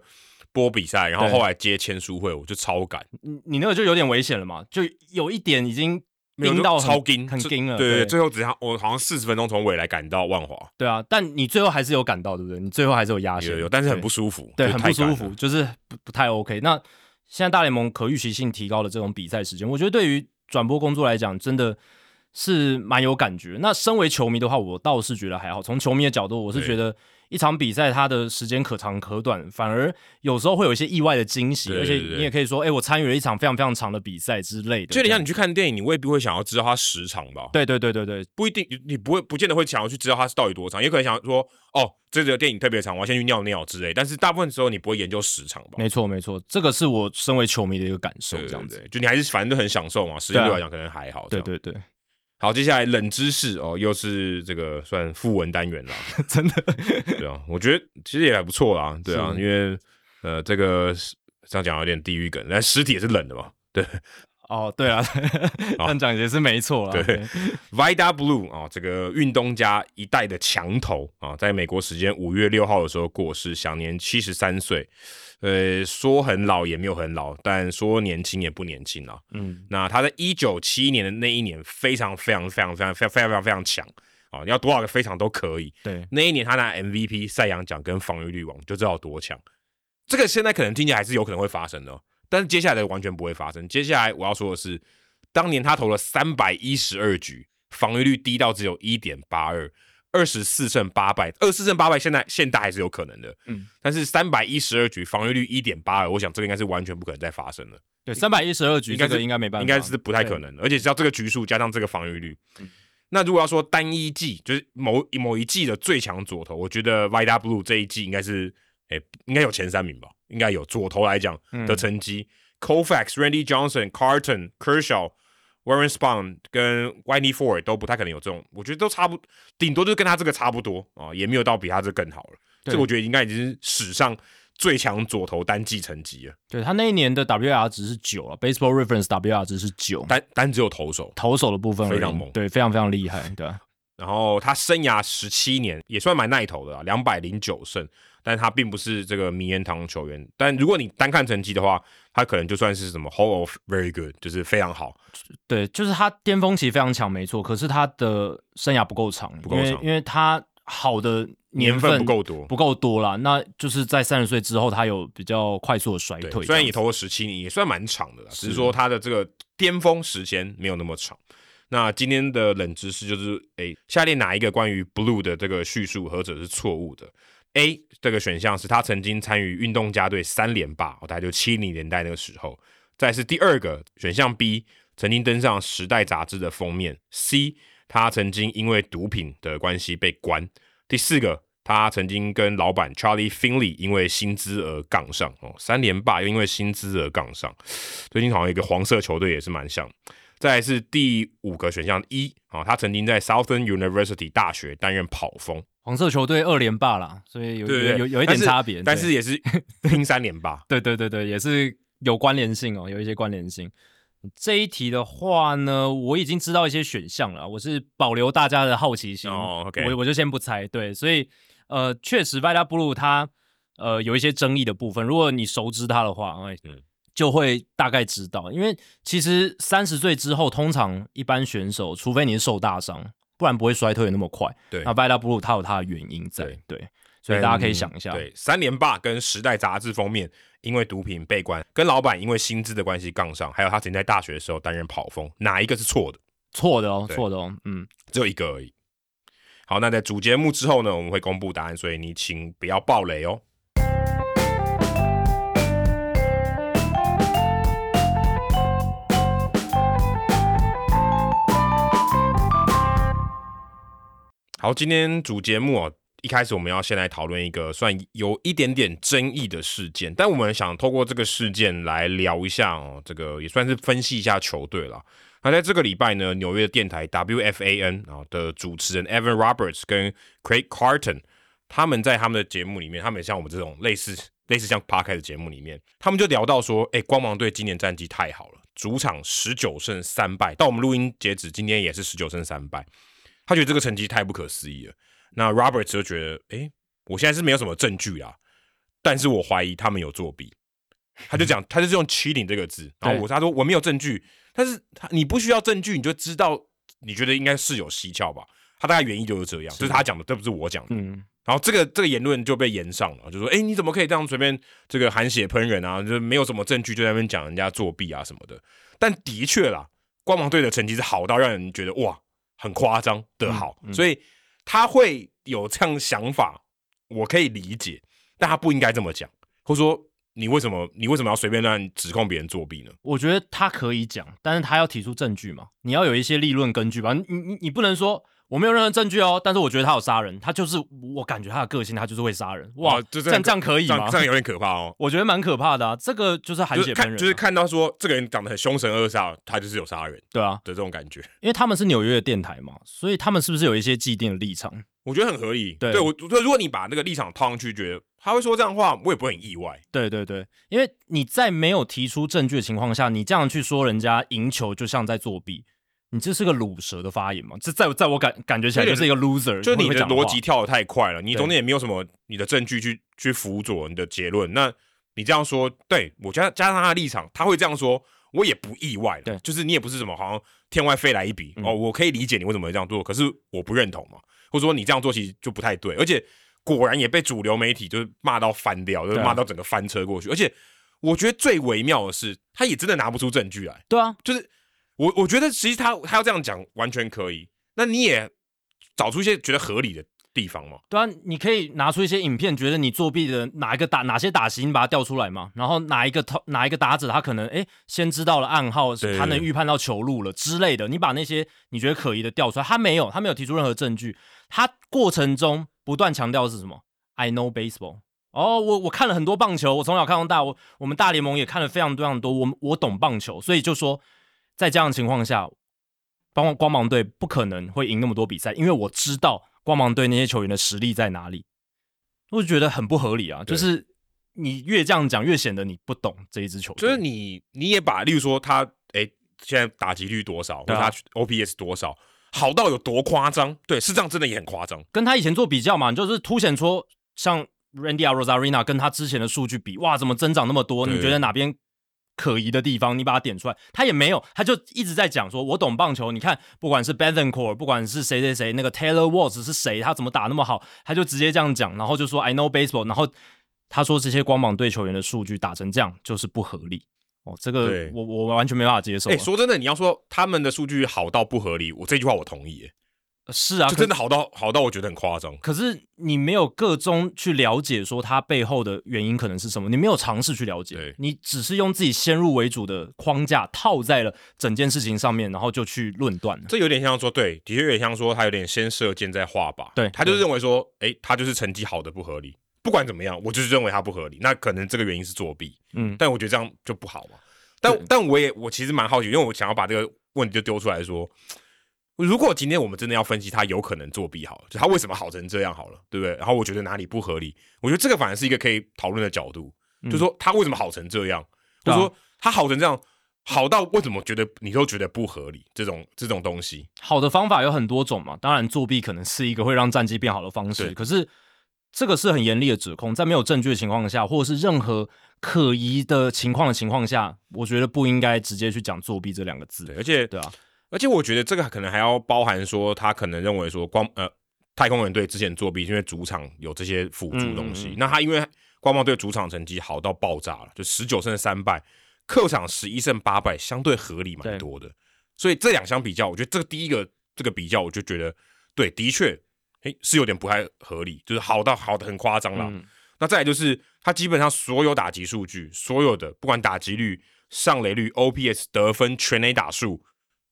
A: 播比赛，然后
B: 对
A: 后来接签书会，我就超赶，
B: 你你那个就有点危险了嘛，就有一点已经
A: 没有
B: 盯到
A: 就超
B: 紧，
A: 紧，
B: 很
A: 就
B: 盯了。
A: 对
B: 对
A: 对，最后只差我好像四十分钟从尾来赶到万华，
B: 对啊，但你最后还是有赶到，对不对？你最后还是有压线，
A: 有有，但是很
B: 对
A: 不舒服，
B: 对，
A: 就
B: 很
A: 太
B: 不舒
A: 赶
B: 服，
A: 了。
B: 就是不不太 OK。那现在大联盟可预期性提高的这种比赛时间，我觉得对于转播工作来讲，真的是蛮有感觉。那身为球迷的话，我倒是觉得还好。从球迷的角度，我是
A: 对
B: 觉得一场比赛它的时间可长可短，反而有时候会有一些意外的惊喜，
A: 对
B: 而且
A: 对对
B: 你也可以说，哎、我参与了一场非常非常长的比赛之类的。
A: 就有点像
B: 这样
A: 你去看电影，你未必会想要知道它时长吧？
B: 对对对对对
A: 不一定，你不会不见得会想要去知道它到底多长，也可能想要说哦，这个电影特别长，我要先去尿尿之类。但是大部分时候你不会研究时长吧？
B: 没错没错，这个是我身为球迷的一个感受，
A: 对
B: 这样，
A: 对
B: 子。
A: 对就你还是反正都很享受嘛，时间
B: 对啊
A: 对我来讲可能还好。
B: 对。对对，
A: 好，接下来冷知识哦，又是这个算副文单元啦。
B: 真的，
A: 对啊，我觉得其实也还不错啦。对啊，
B: 是
A: 因为呃，这个是这样讲有点地狱梗，但尸体也是冷的嘛。对
B: 哦，对啊， 这样讲也是没错啦。
A: 对 Vida Blue 啊、这个运动家一代的强头啊、在美国时间五月六号的时候过世，享年七十三岁。呃，说很老也没有很老，但说年轻也不年轻啦。
B: 嗯，
A: 那他在一九七一年的那一年非常非常非常非常非常非常非常非常强啊、要多少个非常都可以。
B: 对，
A: 那一年他拿 MVP、赛扬奖跟防御率王，就知道有多强。这个现在可能听起来还是有可能会发生的哦，但是接下来的完全不会发生。接下来我要说的是，当年他投了三百一十二局，防御率低到只有一点八二，二十四胜八败，二十四胜八败，现在现在还是有可能的。
B: 嗯，
A: 但是三百一十二局防御率一点八二，我想这个应该是完全不可能再发生了，
B: 对，三百一十二局
A: 应该
B: 这
A: 是
B: 个应该没办法，
A: 应该是不太可能的。而且只要这个局数加上这个防御率。
B: 嗯
A: 那如果要说单一季，就是某某一季的最强左投，我觉得 Vida Blue 这一季应该是，诶、应该有前三名吧，应该有左投来讲
B: 嗯
A: 的成绩、c o f a x Randy Johnson、Carton、Kershaw、Warren Spahn 跟 Whitney Ford 都不太可能有这种，我觉得都差不，顶多就是跟他这个差不多啊、也没有到比他这更好了。这
B: 对
A: 个我觉得应该已经是史上最强左投单季成绩了，
B: 对他那一年的 WR 值是九啊，Baseball Reference WR 值是九，
A: 单单只有投手。
B: 投手的部分而已
A: 非常猛
B: 对，非常非常厉害，对啊，
A: 然后他生涯十七年也算蛮耐投的啦，两百零九胜，但他并不是这个名人堂球员。但如果你单看成绩的话，他可能就算是什么 Hall of Very Good，就是非常好。
B: 对，就是他巅峰期非常强，没错，可是他的生涯不够长，
A: 不够
B: 因为
A: 长
B: 因为他好的
A: 年
B: 份
A: 份不够多
B: 不够多啦，那就是在三十岁之后，他有比较快速的衰
A: 对
B: 退，，
A: 虽然也
B: 这样子
A: 投了十七年，也算蛮长的啦，只
B: 是
A: 是说他的这个巅峰时间没有那么长。那今天的冷知识就是，诶、下列哪一个关于 Blue 的这个叙述何者是错误的？A 这个选项是他曾经参与运动家队三连霸，哦，大概就七零年代那个时候。再是第二个选项 B，曾经登上《时代》杂志的封面。C，他曾经因为毒品的关系被关。第四个，他曾经跟老板 Charlie Finley 因为薪资而杠上哦，三连霸又因为薪资而杠上。最近好像一个黄色球队也是蛮像。再来是第五个选项一啊、哦，他曾经在 Southern University 大学担任跑锋，
B: 黄色球队二连霸啦，所以有
A: 对对对
B: 有有有一
A: 但
B: 点
A: 是
B: 差别，
A: 但
B: 对
A: 是也是拼三连霸。
B: 对对对对，也是有关联性哦，有一些关联性。这一题的话呢，我已经知道一些选项了，我是保留大家的好奇心
A: 哦，OK
B: 我我就先不猜。对，所以呃，确实 Vida Blue 它呃有一些争议的部分，如果你熟知它的话，哎、
A: 嗯
B: 就会大概知道，因为其实三十岁之后，通常一般选手，除非你是受大伤，不然不会衰退得那么快。
A: 对
B: 那 Vida Blue 它有它的原因在，
A: 对
B: 对， 所以大家可以想一
A: 嗯
B: 下，
A: 对，三连霸跟《时代》杂志封面因为毒品被关，跟老板因为薪资的关系杠上，还有他曾经在大学的时候担任跑锋，哪一个是错的？
B: 错的哦，
A: 对
B: 错的哦，嗯。
A: 只有一个而已。好，那在主节目之后呢，我们会公布答案，所以你请不要爆雷哦。好，今天主节目哦，一开始我们要先来讨论一个算有一点点争议的事件，但我们想透过这个事件来聊一下哦，这个也算是分析一下球队了。那在这个礼拜呢，纽约电台 WFAN 啊的主持人 Evan Roberts 跟 Craig Carton，他们在他们的节目里面，他们也像我们这种类似类似像 p a r k 的节目里面，他们就聊到说，哎、光芒队今年战绩太好了，主场十九胜三败，到我们录音截止，今天也是十九胜三败。他觉得这个成绩太不可思议了。那 Robert 就觉得，诶，我现在是没有什么证据啊，但是我怀疑他们有作弊。他就讲，他就是用 cheating 这个字，然后我他说我没有证据，但是他你不需要证据，你就知道你觉得应该是有蹊跷吧？他大概原意就是这样，这是他讲的，这不是我讲的。
B: 嗯，
A: 然后这个这个言论就被延上了，就说，哎诶，你怎么可以这样随便这个含血喷人啊？就是没有什么证据就在那边讲人家作弊啊什么的。但的确啦，光芒队的成绩是好到让人觉得哇，很夸张的好，
B: 嗯嗯
A: 所以他会有这样想法，我可以理解，但他不应该这么讲，或者说你为什么你为什么要随便乱指控别人作弊呢？
B: 我觉得他可以讲，但是他要提出证据嘛，你要有一些立论根据吧。你你你不能说我没有任何证据哦，但是我觉得他有杀人，他就是我感觉他的个性，他就是会杀人。哇，
A: 啊就
B: 这样这样可以
A: 这
B: 吗
A: 样？这样有点可怕哦。
B: 我觉得蛮可怕的啊，这个就是含
A: 就是
B: 血喷人
A: 看，
B: 啊、
A: 就是看到说这个人长得很凶神恶煞，他就是有杀人
B: 对啊，
A: 的这种感觉。
B: 因为他们是纽约的电台嘛，所以他们是不是有一些既定的立场？
A: 我觉得很合理。
B: 对
A: 我就如果你把那个立场套上去，觉得他会说这样的话，我也不会很意外。
B: 对对对，因为你在没有提出证据的情况下，你这样去说人家赢球就像在作弊，你这是个卤蛇的发言嘛？这在在我感感觉起来就是一个 loser，
A: 就是你
B: 会
A: 的
B: 讲话
A: 逻辑跳得太快了，你
B: 对
A: 中间也没有什么你的证据去去辅佐你的结论。那你这样说，对我加加上他的立场，他会这样说，我也不意外了。
B: 对
A: 就是你也不是什么好像天外飞来一笔、
B: 嗯
A: 哦，我可以理解你为什么会这样做，可是我不认同嘛，或者说你这样做其实就不太对，而且果然也被主流媒体就是骂到翻掉，就是
B: 对啊
A: 骂到整个翻车过去。而且我觉得最微妙的是，他也真的拿不出证据来。
B: 对啊，
A: 就是我我觉得其实他他要这样讲完全可以，那你也找出一些觉得合理的地方嘛。
B: 对啊，你可以拿出一些影片，觉得你作弊的哪一个打哪些打席，你把它调出来嘛，然后哪一个投哪一个打者，他可能诶先知道了暗号，
A: 对对
B: 他能预判到球路了之类的，你把那些你觉得可疑的调出来，他没有，他没有提出任何证据，他过程中不断强调的是什么？I know baseball。哦，我我看了很多棒球，我从小看到大，我我们大联盟也看了非常非常多，我们我懂棒球，所以就说在这样的情况下，光光芒队不可能会赢那么多比赛，因为我知道光芒队那些球员的实力在哪里，我就觉得很不合理啊！
A: 对
B: 就是你越这样讲，越显得你不懂这一支球队。
A: 就是你你也把，例如说他哎、诶现在打击率多少，或
B: 对
A: 者
B: 啊
A: 他 OPS 多少，好到有多夸张？对，是这样，真的也很夸张。
B: 跟他以前做比较嘛，你就是凸显出像 Randy a r o z a r i n a 跟他之前的数据比，哇，怎么增长那么多？
A: 对
B: 你觉得哪边可疑的地方？你把它点出来，他也没有，他就一直在讲说，我懂棒球，你看，不管是 b e t h a n c o r 不管是谁谁谁，那个 Taylor Walls 是谁，他怎么打那么好，他就直接这样讲，然后就说 I know baseball，然后他说这些光芒队球员的数据打成这样就是不合理。哦，这个
A: 对
B: 我我完全没办法接受啊、
A: 哎、说真的，你要说他们的数据好到不合理，我这句话我同意、诶
B: 是啊，
A: 就
B: 可
A: 真的好到好到我觉得很夸张。
B: 可是你没有个中去了解说它背后的原因可能是什么，你没有尝试去了解
A: 对，
B: 你只是用自己先入为主的框架套在了整件事情上面，然后就去论断了。
A: 这有点像说，对，的确有点像说，他有点先射箭再画靶。
B: 对
A: 他就是认为说，诶，他就是成绩好的不合理，不管怎么样，我就是认为他不合理。那可能这个原因是作弊，
B: 嗯，
A: 但我觉得这样就不好嘛。但但我也我其实蛮好奇，因为我想要把这个问题就丢出来说，如果今天我们真的要分析他有可能作弊好了，就他为什么好成这样好了，对不对？然后我觉得哪里不合理，我觉得这个反而是一个可以讨论的角度，
B: 嗯
A: 就说他为什么好成这样，
B: 对
A: 或
B: 啊
A: 者说他好成这样。好到为什么觉得你都觉得不合理这种这种东西，
B: 好的方法有很多种嘛，当然作弊可能是一个会让战绩变好的方式，
A: 对
B: 可是这个是很严厉的指控，在没有证据的情况下，或者是任何可疑的情况的情况下，我觉得不应该直接去讲作弊这两个字
A: 对，。而且
B: 对啊，
A: 而且我觉得这个可能还要包含说，他可能认为说光呃太空人队之前作弊，因为主场有这些辅助东西。
B: 嗯嗯嗯
A: 那他因为光芒队主场成绩好到爆炸了，就十九胜三败，客场十一胜八败，相对合理蛮多的。所以这两相比较，我觉得这个第一个这个比较，我就觉得对，的确，诶是有点不太合理，就是好到好的很夸张啦。
B: 嗯
A: 那再来就是他基本上所有打击数据，所有的不管打击率、上垒率、OPS、得分、全垒打数，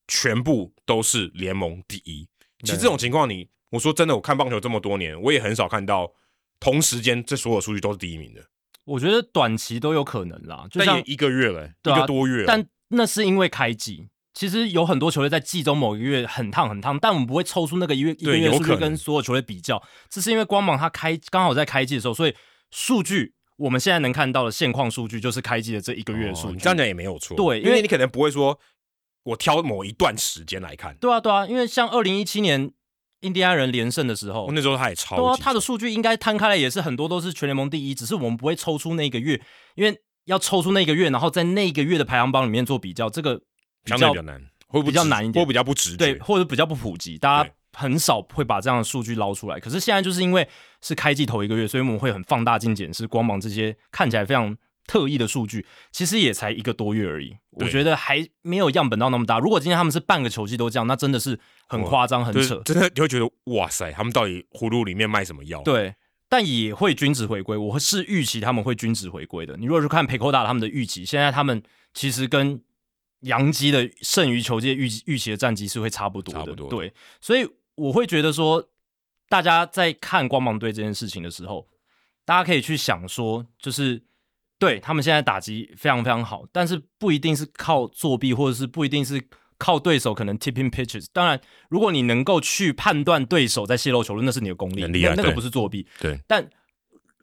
A: 全部都是联盟第一。其实这种情况你我说真的，我看棒球这么多年，我也很少看到同时间这所有数据都是第一名的，
B: 我觉得短期都有可能啦，就
A: 但
B: 像
A: 也一个月了、
B: 对啊
A: 一个多月了，
B: 但那是因为开季。其实有很多球队在季中某一个月很烫很烫，但我们不会抽出那个一月一个
A: 对
B: 月
A: 有
B: 数
A: 可
B: 据
A: 能
B: 跟所有球队比较，这是因为光芒它开刚好在开季的时候，所以数据我们现在能看到的现况数据就是开季的这一个月的数
A: 哦
B: 据。
A: 你这样讲也没有错，
B: 对因
A: 因
B: 为
A: 为你可能不会说我挑某一段时间来看，
B: 对啊对啊，因为像二零一七年印第安人连胜的时候
A: 我，那时候他也超级
B: 对啊，
A: 强
B: 他的数据应该摊开来也是很多都是全联盟第一，只是我们不会抽出那个月，因为要抽出那个月，然后在那个月的排行榜里面做比较，这个比
A: 相对
B: 较
A: 比较难，会不
B: 比较
A: 直
B: 难一点
A: 会比较不直觉
B: 对，，或者比较不普及，大家
A: 对
B: 很少会把这样的数据捞出来。可是现在就是因为是开季头一个月，所以我们会很放大镜检视光芒这些看起来非常特异的数据，其实也才一个多月而已。我
A: 对
B: 觉得还没有样本到那么大。如果今天他们是半个球季都这样，那真的是很
A: 哇
B: 夸张、很
A: 就是
B: 扯。
A: 真的你会觉得哇塞，他们到底葫芦里面卖什么药？，
B: 对，但也会均值回归，我会是预期他们会均值回归的。你如果去看 p e c o d a 他们的预期，现在他们其实跟洋基的剩余球界预期预期的战绩是会差不多的，
A: 差不多的
B: 对，所以我会觉得说，大家在看光芒队这件事情的时候，大家可以去想说，就是。对他们现在打击非常非常好，但是不一定是靠作弊，或者是不一定是靠对手可能 tipping pitches。当然，如果你能够去判断对手在泄露球路，那是你的功力，
A: 能力啊
B: 那那个
A: 对
B: 不是作弊。
A: 对，
B: 但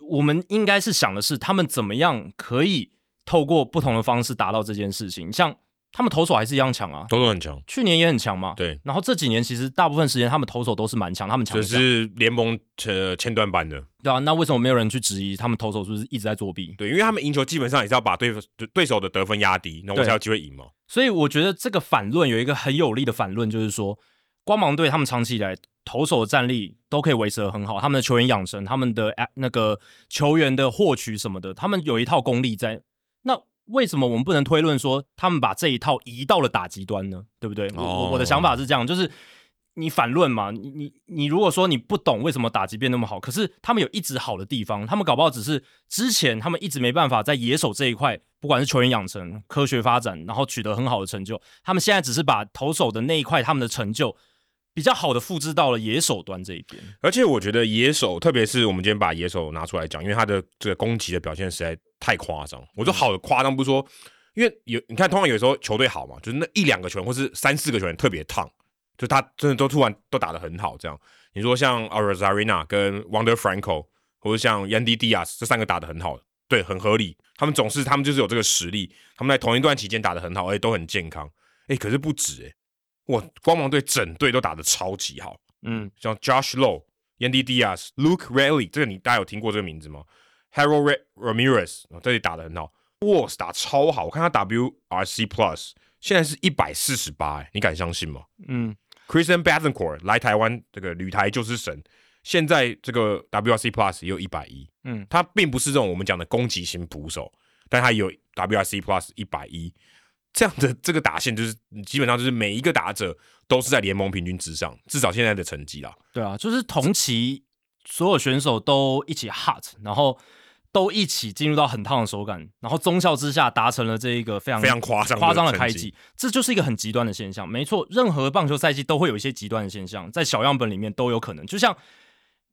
B: 我们应该是想的是，他们怎么样可以透过不同的方式达到这件事情。像他们投手还是一样强啊，
A: 都都很强，
B: 去年也很强嘛。
A: 对，
B: 然后这几年其实大部分时间他们投手都是蛮强，他们强
A: 这
B: 的强
A: 是联盟呃前段班的，
B: 对啊。那为什么没有人去质疑他们投手是不是一直在作弊？
A: 对，因为他们赢球基本上也是要把对对对手的得分压低，那我
B: 对
A: 才有机会赢嘛。
B: 所以我觉得这个反论有一个很有力的反论，就是说，光芒队他们长期以来投手的战力都可以维持得很好，他们的球员养成、他们的哎那个球员的获取什么的，他们有一套功力在。那为什么我们不能推论说他们把这一套移到了打击端呢？对不对？我我
A: 哦
B: 我的想法是这样，就是你反论嘛，你你你如果说你不懂为什么打击变那么好，可是他们有一直好的地方，他们搞不好只是之前他们一直没办法在野手这一块，不管是球员养成、科学发展，然后取得很好的成就，他们现在只是把投手的那一块他们的成就比较好的复制到了野手端这一边。
A: 而且我觉得野手，特别是我们今天把野手拿出来讲，因为他的这个攻击的表现实在太夸张。我说好的夸张，不是说，因为有你看，通常有时候球队好嘛，就是那一两个球员或是三四个球员特别烫，就他真的都突然都打得很好这样。你说像 a r a z a r e n a 跟 Wonder Franco，或者像 Yandy Diaz 这三个打得很好，对，很合理。他们总是他们就是有这个实力，他们在同一段期间打得很好，而且都很健康。哎，可是不止哎、哇，光芒队整队都打得超级好。
B: 嗯，
A: 像 Josh Low、Yandy Diaz、Luke Riley，这个你大家有听过这个名字吗？Harold Ra- Ramirez 哦这里打的很好，Walls 打超好，我看他 WRC Plus 现在是一百四十八，哎你敢相信吗
B: 嗯，
A: ？Christian Bethencourt 来台湾这个旅台就是神，现在这个 WRC Plus 也有一百一，
B: 嗯
A: 他并不是这种我们讲的攻击型捕手，但他有 WRC Plus 一百一。这样的这个打线就是基本上就是每一个打者都是在联盟平均之上，至少现在的成绩啦。
B: 对啊，就是同期所有选手都一起 hot，然后都一起进入到很烫的手感，然后综效之下达成了这一个非常
A: 非常夸张的
B: 夸张的
A: 成
B: 开
A: 绩
B: 季，这就是一个很极端的现象。没错，任何棒球赛季都会有一些极端的现象，在小样本里面都有可能。就像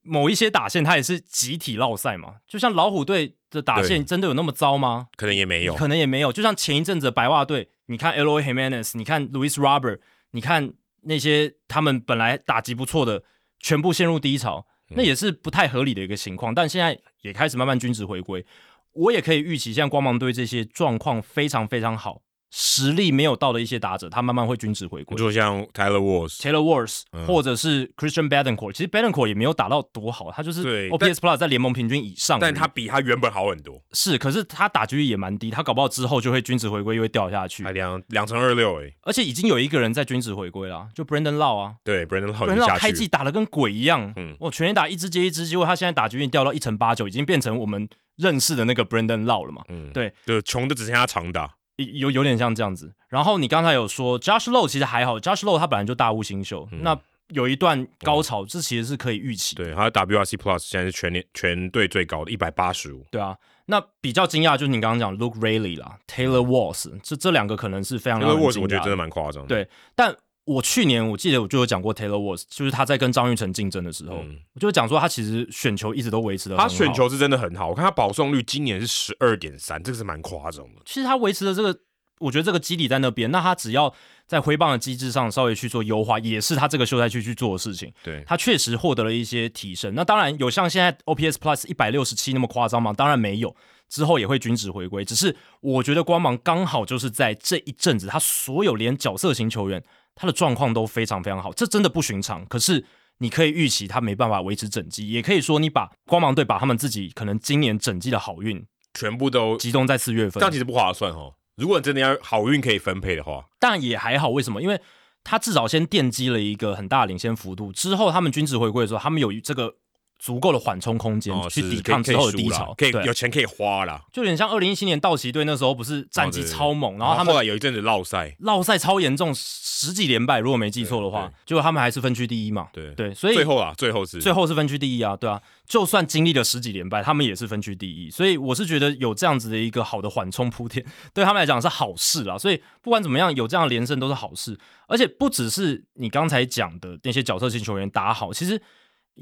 B: 某一些打线，它也是集体落赛嘛。就像老虎队的打线
A: 对
B: 真的有那么糟吗？
A: 可能也没有。
B: 可能也没有。就像前一阵子的白袜队，你看 L O Jimenez，你看 Luis Robert，你看那些他们本来打击不错的，全部陷入低潮，
A: 嗯
B: 那也是不太合理的一个情况。但现在也开始慢慢均值回归，我也可以预期，像光芒队这些状况非常非常好，实力没有到的一些打者，他慢慢会均值回
A: 你
B: 归。
A: 说像 Tyler Walls，
B: Taylor Wars、
A: 嗯
B: 或者是 Christian Betancourt，其实 Betancourt 也没有打到多好，他就是
A: 对
B: OPS Plus 在联盟平均以上而已，
A: 但他比他原本好很多，
B: 是，可是他打击率也蛮低，他搞不好之后就会均值回归，又会掉下去
A: 还。两两成二六哎，
B: 而且已经有一个人在均值回归了啊、就 Brandon Lau 啊
A: 对，Brandon Lau 已
B: ，Brandon
A: 经
B: Lau
A: 哦下
B: 开季
A: 去，
B: 打得跟鬼一样，
A: 嗯
B: 我全垒打一支接一支，结果他现在打局率掉到一成八九，已经变成我们认识的那个 Brandon Lau 了嘛，
A: 嗯，
B: 对，
A: 就穷的只剩下长打，
B: 有有点像这样子。然后你刚才有说 Josh Low 其实还好，Josh Low 他本来就大物新秀，
A: 嗯
B: 那有一段高潮，这其实是可以预期的，
A: 对，他的 WRC Plus 现在是全年全队最高的，一百八十五，
B: 对啊。那比较惊讶就是你刚刚讲 Luke Riley 啦，Taylor Walls，这这两个可能是非常
A: 那
B: 让人
A: 个
B: 惊
A: Walls
B: 讶
A: 我觉得真的蛮夸张的，
B: 啊对但我去年我记得我就有讲过 Taylor Woods，就是他在跟张玉成竞争的时候，
A: 嗯
B: 我就讲说他其实选球一直都维持的
A: 他选球是真的很好，我看他保送率今年是十二点三，这个是蛮夸张的。
B: 其实他维持的这个，我觉得这个基底在那边，那他只要在挥棒的机制上稍微去做优化，也是他这个休赛区去做的事情。
A: 对，
B: 他确实获得了一些提升。那当然有像现在 OPS Plus 一百六十七那么夸张吗？当然没有，之后也会均值回归。只是我觉得光芒刚好就是在这一阵子，他所有连角色型球员他的状况都非常非常好，这真的不寻常。可是。你可以预期他没办法维持整季，也可以说你把光芒队把他们自己可能今年整季的好运
A: 全部都
B: 集中在四月份
A: 这，样其实不划算哦。如果你真的要好运可以分配的话，
B: 但也还好，为什么？因为他至少先奠基了一个很大的领先幅度，之后他们均值回归的时候，他们有这个足够的缓冲空间
A: 哦，
B: 去
A: 是
B: 抵
A: 可以可
B: 抗之
A: 以
B: 后的
A: 输
B: 低
A: 啦
B: 潮，
A: 可以
B: 对
A: 有钱可以花啦。
B: 就有点像二零一七年道奇队那时候不是战
A: 哦
B: 绩
A: 对
B: 超猛，然后他
A: 后
B: 们
A: 来有一阵子落赛，
B: 落赛超严重，十几连败，如果没记错的话
A: 对对，
B: 结果他们还是分区第一嘛，
A: 对，
B: 对，所以
A: 最后啊，最后是
B: 最后是分区第一啊，对啊，就算经历了十几连败，他们也是分区第一，所以我是觉得有这样子的一个好的缓冲铺垫， 对他们来讲是好事啦。所以不管怎么样，有这样的连胜都是好事，而且不只是你刚才讲的那些角色型球员打好，其实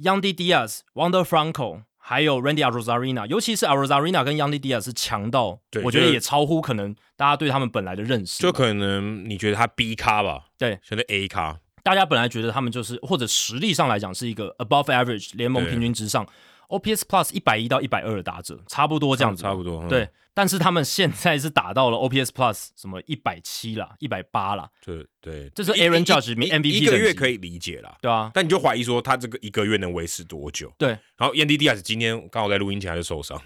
B: Yandy Diaz、Wonder Franco 还有 Randy Arozarena，尤其是 Arozarena 跟 Yandy Diaz 是强到
A: 对，
B: 我觉得
A: 就
B: 也超乎可能大家对他们本来的认识吧，
A: 就可能你觉得他 B 咖吧，
B: 对，
A: 现在 A 咖，
B: 大家本来觉得他们就是或者实力上来讲是一个 above average 联盟
A: 对
B: 平均之上，OPS Plus 一百一到一百二的打者，差不多这样子，
A: 差不多，嗯
B: 对，但是他们现在是打到了 OPS Plus 什么一百七啦，一百八啦，
A: 对对，
B: 这是
A: 一
B: Aaron
A: 一
B: Judge
A: 一
B: MVP
A: 一个
B: 等
A: 月
B: 级
A: 可以理解啦，
B: 对啊，
A: 但你就怀疑说他这个一个月能维持多久？
B: 对，
A: 然后 Yandy Diaz 今天刚好在录音前他就受伤，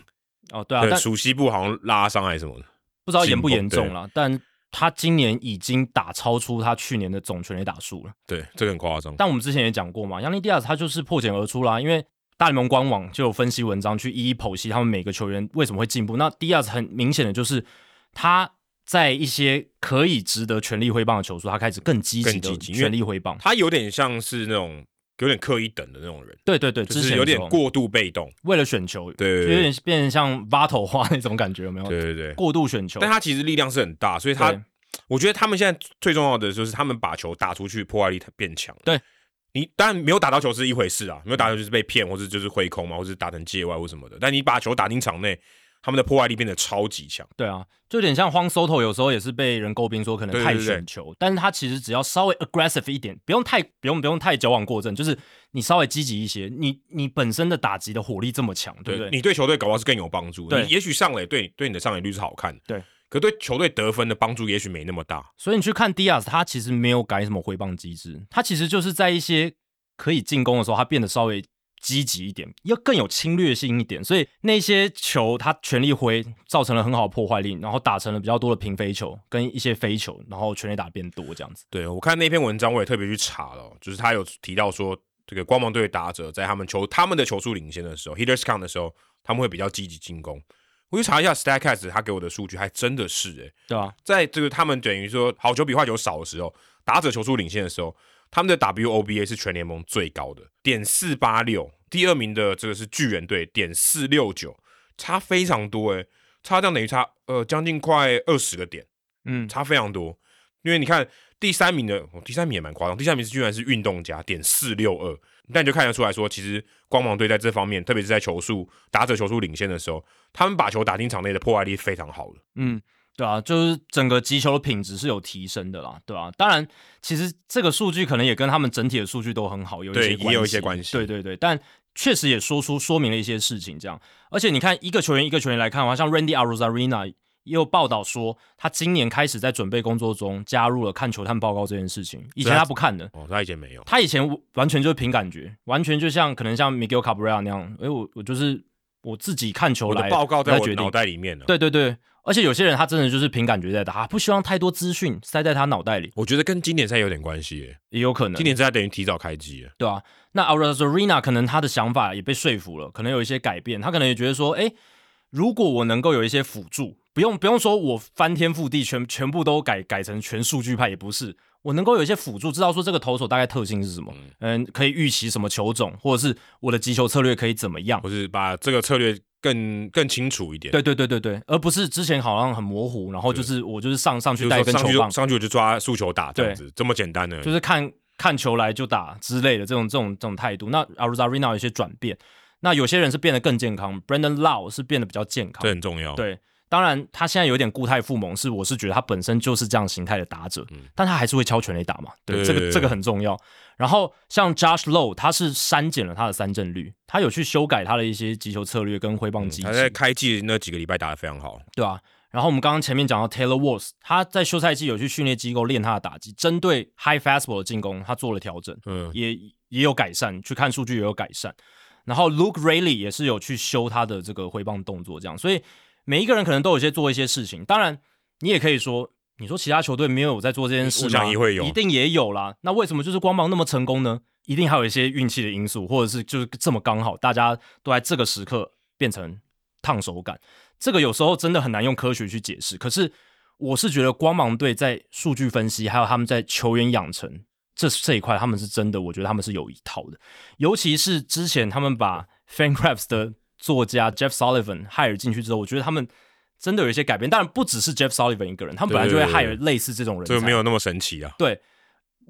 B: 哦对啊，但
A: 熟悉部好像拉伤还是什么的，
B: 不知道严不严重啦，但他今年已经打超出他去年的总全垒打数了。
A: 对，这个很夸张。
B: 但我们之前也讲过嘛，杨尼迪亚斯他就是破茧而出啦，因为大联盟官网就有分析文章去一一剖析他们每个球员为什么会进步。那迪亚斯很明显的就是他在一些可以值得全力挥棒的球速，他开始更积极
A: 更积
B: 的
A: 极因为
B: 全力挥棒。
A: 他有点像是那种有点刻意等的那种人，
B: 对对对，
A: 就
B: 之
A: 是
B: 前
A: 有点
B: 的时候
A: 过度被动。
B: 为了选球，
A: 对对
B: 就
A: 对
B: 有点变成像挖头花那种感觉，有没有？
A: 对对对，
B: 过度选球，
A: 但他其实力量是很大，所以他
B: 对
A: 我觉得他们现在最重要的就是他们把球打出去，破坏力变强。
B: 对，
A: 你当然没有打到球是一回事啊，没有打到球就是被骗，或者就是挥空嘛，或者打成界外或什么的。但你把球打进场内，他们的破坏力变得超级强。
B: 对啊，就有点像荒 Soto，有时候也是被人诟病说可能
A: 对
B: 太
A: 对对
B: 选球，但是他其实只要稍微 aggressive 一点，不用太不用不用太矫枉过正，就是你稍微积极一些，你你本身的打击的火力这么强，对不对？
A: 你对球队搞不好是更有帮助。
B: 对
A: 你也许上垒对对你的上垒率是好看的，
B: 对，
A: 可对球队得分的帮助也许没那么大。
B: 所以你去看 Diaz，他其实没有改什么回棒机制，他其实就是在一些可以进攻的时候，他变得稍微积极一点，要更有侵略性一点。所以那些球他全力挥，造成了很好的破坏力，然后打成了比较多的平飞球跟一些飞球，然后全垒打变多这样子。
A: 对我看那篇文章，我也特别去查了哦，就是他有提到说，这个光芒队的打者在他们球他们的球速领先的时候，hitters count 的时候，他们会比较积极进攻。我去查一下 Statcast，他给我的数据还真的是诶、
B: 对啊，
A: 在这个他们等于说好球比坏球少的时候，打者球速领先的时候，他们的 WOBA 是全联盟最高的，点四八六，第二名的这个是巨人队，点四六九，差非常多诶、欸差这样等于差呃将近快二十个点。
B: 嗯，
A: 差非常多。因为你看第三名的，哦第三名也蛮夸张，第三名是居然是运动家，点四六二，但你就看得出来说，其实光芒队在这方面，特别是在球速打者球速领先的时候，他们把球打进场内的破坏力非常好的。
B: 嗯，对啊，就是整个击球的品质是有提升的啦，对啊。当然，其实这个数据可能也跟他们整体的数据都很好有一
A: 对
B: 些
A: 也有一些关系
B: 对对对，但确实也说出说明了一些事情。这样，而且你看一个球员一个球员来看的话，像 Randy Arozarena 也有报道说，他今年开始在准备工作中加入了看球探报告这件事情，以前
A: 对啊
B: 他不看的。
A: 哦，他以前没有，
B: 他以前完全就是凭感觉，完全就像可能像 Miguel Cabrera 那样，哎，我我就是我自己看球
A: 我
B: 来
A: 的报告在我
B: 决定
A: 脑袋里面啊呢。，
B: 对对对，而且有些人他真的就是凭感觉在打，他不希望太多资讯塞在他脑袋里，
A: 我觉得跟经典赛有点关系耶。
B: 也有可能
A: 经。典赛等于提早开机了，
B: 对啊，那 a u r a z a r e n a 可能他的想法也被说服了，可能有一些改变，他可能也觉得说，哎，如果我能够有一些辅助，不用不用说我翻天覆地全全部都改改成全数据派也不是，我能够有一些辅助，知道说这个投手大概特性是什么，嗯嗯，可以预期什么球种，或者是我的击球策略可以怎么样。
A: 或是把这个策略更更清楚一点。，
B: 对对对对对，而不是之前好像很模糊，然后就是我就是上上去
A: 就
B: 带一
A: 是
B: 根
A: 说上去
B: 球棒
A: 就，上去我就抓速球打这样
B: 对
A: 子，这么简单的。
B: 就是看看球来就打之类的这种这种这种态度。那 Arozarena 有一些转变，那有些人是变得更健康，Brandon Lau 是变得比较健康
A: 这。很重要。，嗯
B: 对，当然他现在有点固态复萌，是我是觉得他本身就是这样形态的打者，但他还是会敲全垒打嘛，
A: 嗯
B: 对，
A: 对
B: 这
A: 对
B: 个
A: 对
B: 这个很重要。然后像 Josh Low，他是删减了他的三振率，他有去修改他的一些击球策略跟挥棒机制、
A: 嗯他在开季那几个礼拜打得非常好，
B: 对啊。然后我们刚刚前面讲到 Taylor Walls，他在休赛季有去训练机构练他的打击，针对 High Fastball 的进攻，他做了调整，
A: 嗯，
B: 也也有改善，去看数据也有改善。然后 Luke Rayleigh 也是有去修他的这个挥棒动作，这样，所以每一个人可能都有一些做一些事情。当然，你也可以说，你说其他球队没有在做这件事
A: 我
B: 吗？
A: 想也会有
B: 一定也有啦。那为什么就是光芒那么成功呢？一定还有一些运气的因素，或者是就是这么刚好，大家都在这个时刻变成烫手感。这个有时候真的很难用科学去解释。可是我是觉得光芒队在数据分析，还有他们在球员养成这这一块，他们是真的，我觉得他们是有一套的。尤其是之前他们把 FanCraps 的作家 Jeff Sullivan 害尔进去之后，我觉得他们真的有一些改变。当然不只是 Jeff Sullivan 一个人，他们本来就会
A: 对对对
B: 害尔类似这种人才。
A: 这个没有那么神奇啊。
B: 对，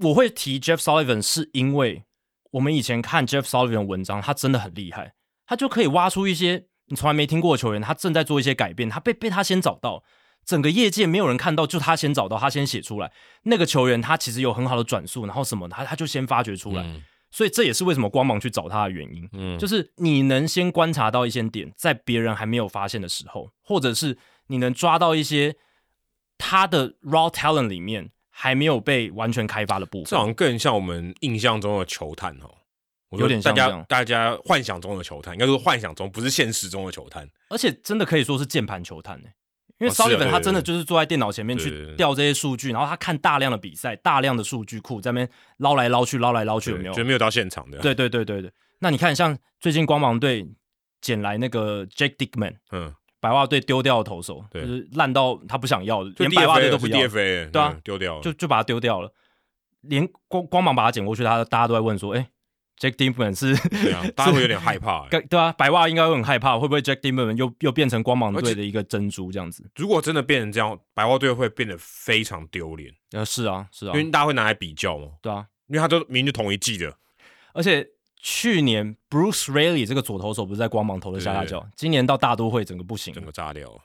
B: 我会提 Jeff Sullivan 是因为我们以前看 Jeff Sullivan 的文章，他真的很厉害，他就可以挖出一些你从来没听过的球员，他正在做一些改变，他被被他先找到，整个业界没有人看到，就他先找到，他先写出来。那个球员他其实有很好的转速，然后什么的，他他就先发掘出来，
A: 嗯
B: 所以这也是为什么光芒去找他的原因。
A: 嗯，
B: 就是你能先观察到一些点，在别人还没有发现的时候，或者是你能抓到一些他的 raw talent 里面还没有被完全开发的部
A: 这
B: 分
A: 好。像更像我们印象中的球探哦。我觉得
B: 有点
A: 大
B: 像这样
A: 家大家幻想中的球探，应该说幻想中，不是现实中的球探。
B: 而且真的可以说是键盘球探呢、因为
A: 哦是啊
B: Sullivan 他
A: 对对
B: 真的就是坐在电脑前面
A: 对对
B: 去
A: 对
B: 调这些数据，然后他看大量的比赛、大量的数据库，在那边捞来捞去、捞来捞去，有没有
A: 觉？得没有到现场的。，
B: 对对对对对。那你看，像最近光芒队捡来那个 Jake Dickman，
A: 嗯，
B: 白袜队丢掉的投手，就
A: 对
B: 是烂到他不想要，
A: 就
B: 连白袜
A: DFA
B: 队都不
A: 是
B: 要。
A: DFA，
B: 对啊
A: 嗯丢掉了。
B: 就就把它丢掉了。连光光芒把它捡过去，大家大家都在问说，哎、j a c k Dimon 是
A: 对 啊，大家会有点害怕欸。
B: 该对啊，白袜应该会很害怕，会不会 Jack Dimon 又又变成光芒
A: 而
B: 队
A: 且
B: 的一个珍珠这样子？
A: 如果真的变成这样，白袜队会变得非常丢脸，
B: 呃，是啊，是啊
A: 因，为大家会拿来比较嘛，
B: 对啊，
A: 因为他都明明就同一季的，
B: 而且。去年 Bruce Raley 这个左投手不是在光芒投的下下
A: 对
B: 脚，今年到大都会整个不行
A: 整
B: 了，
A: 个炸掉了。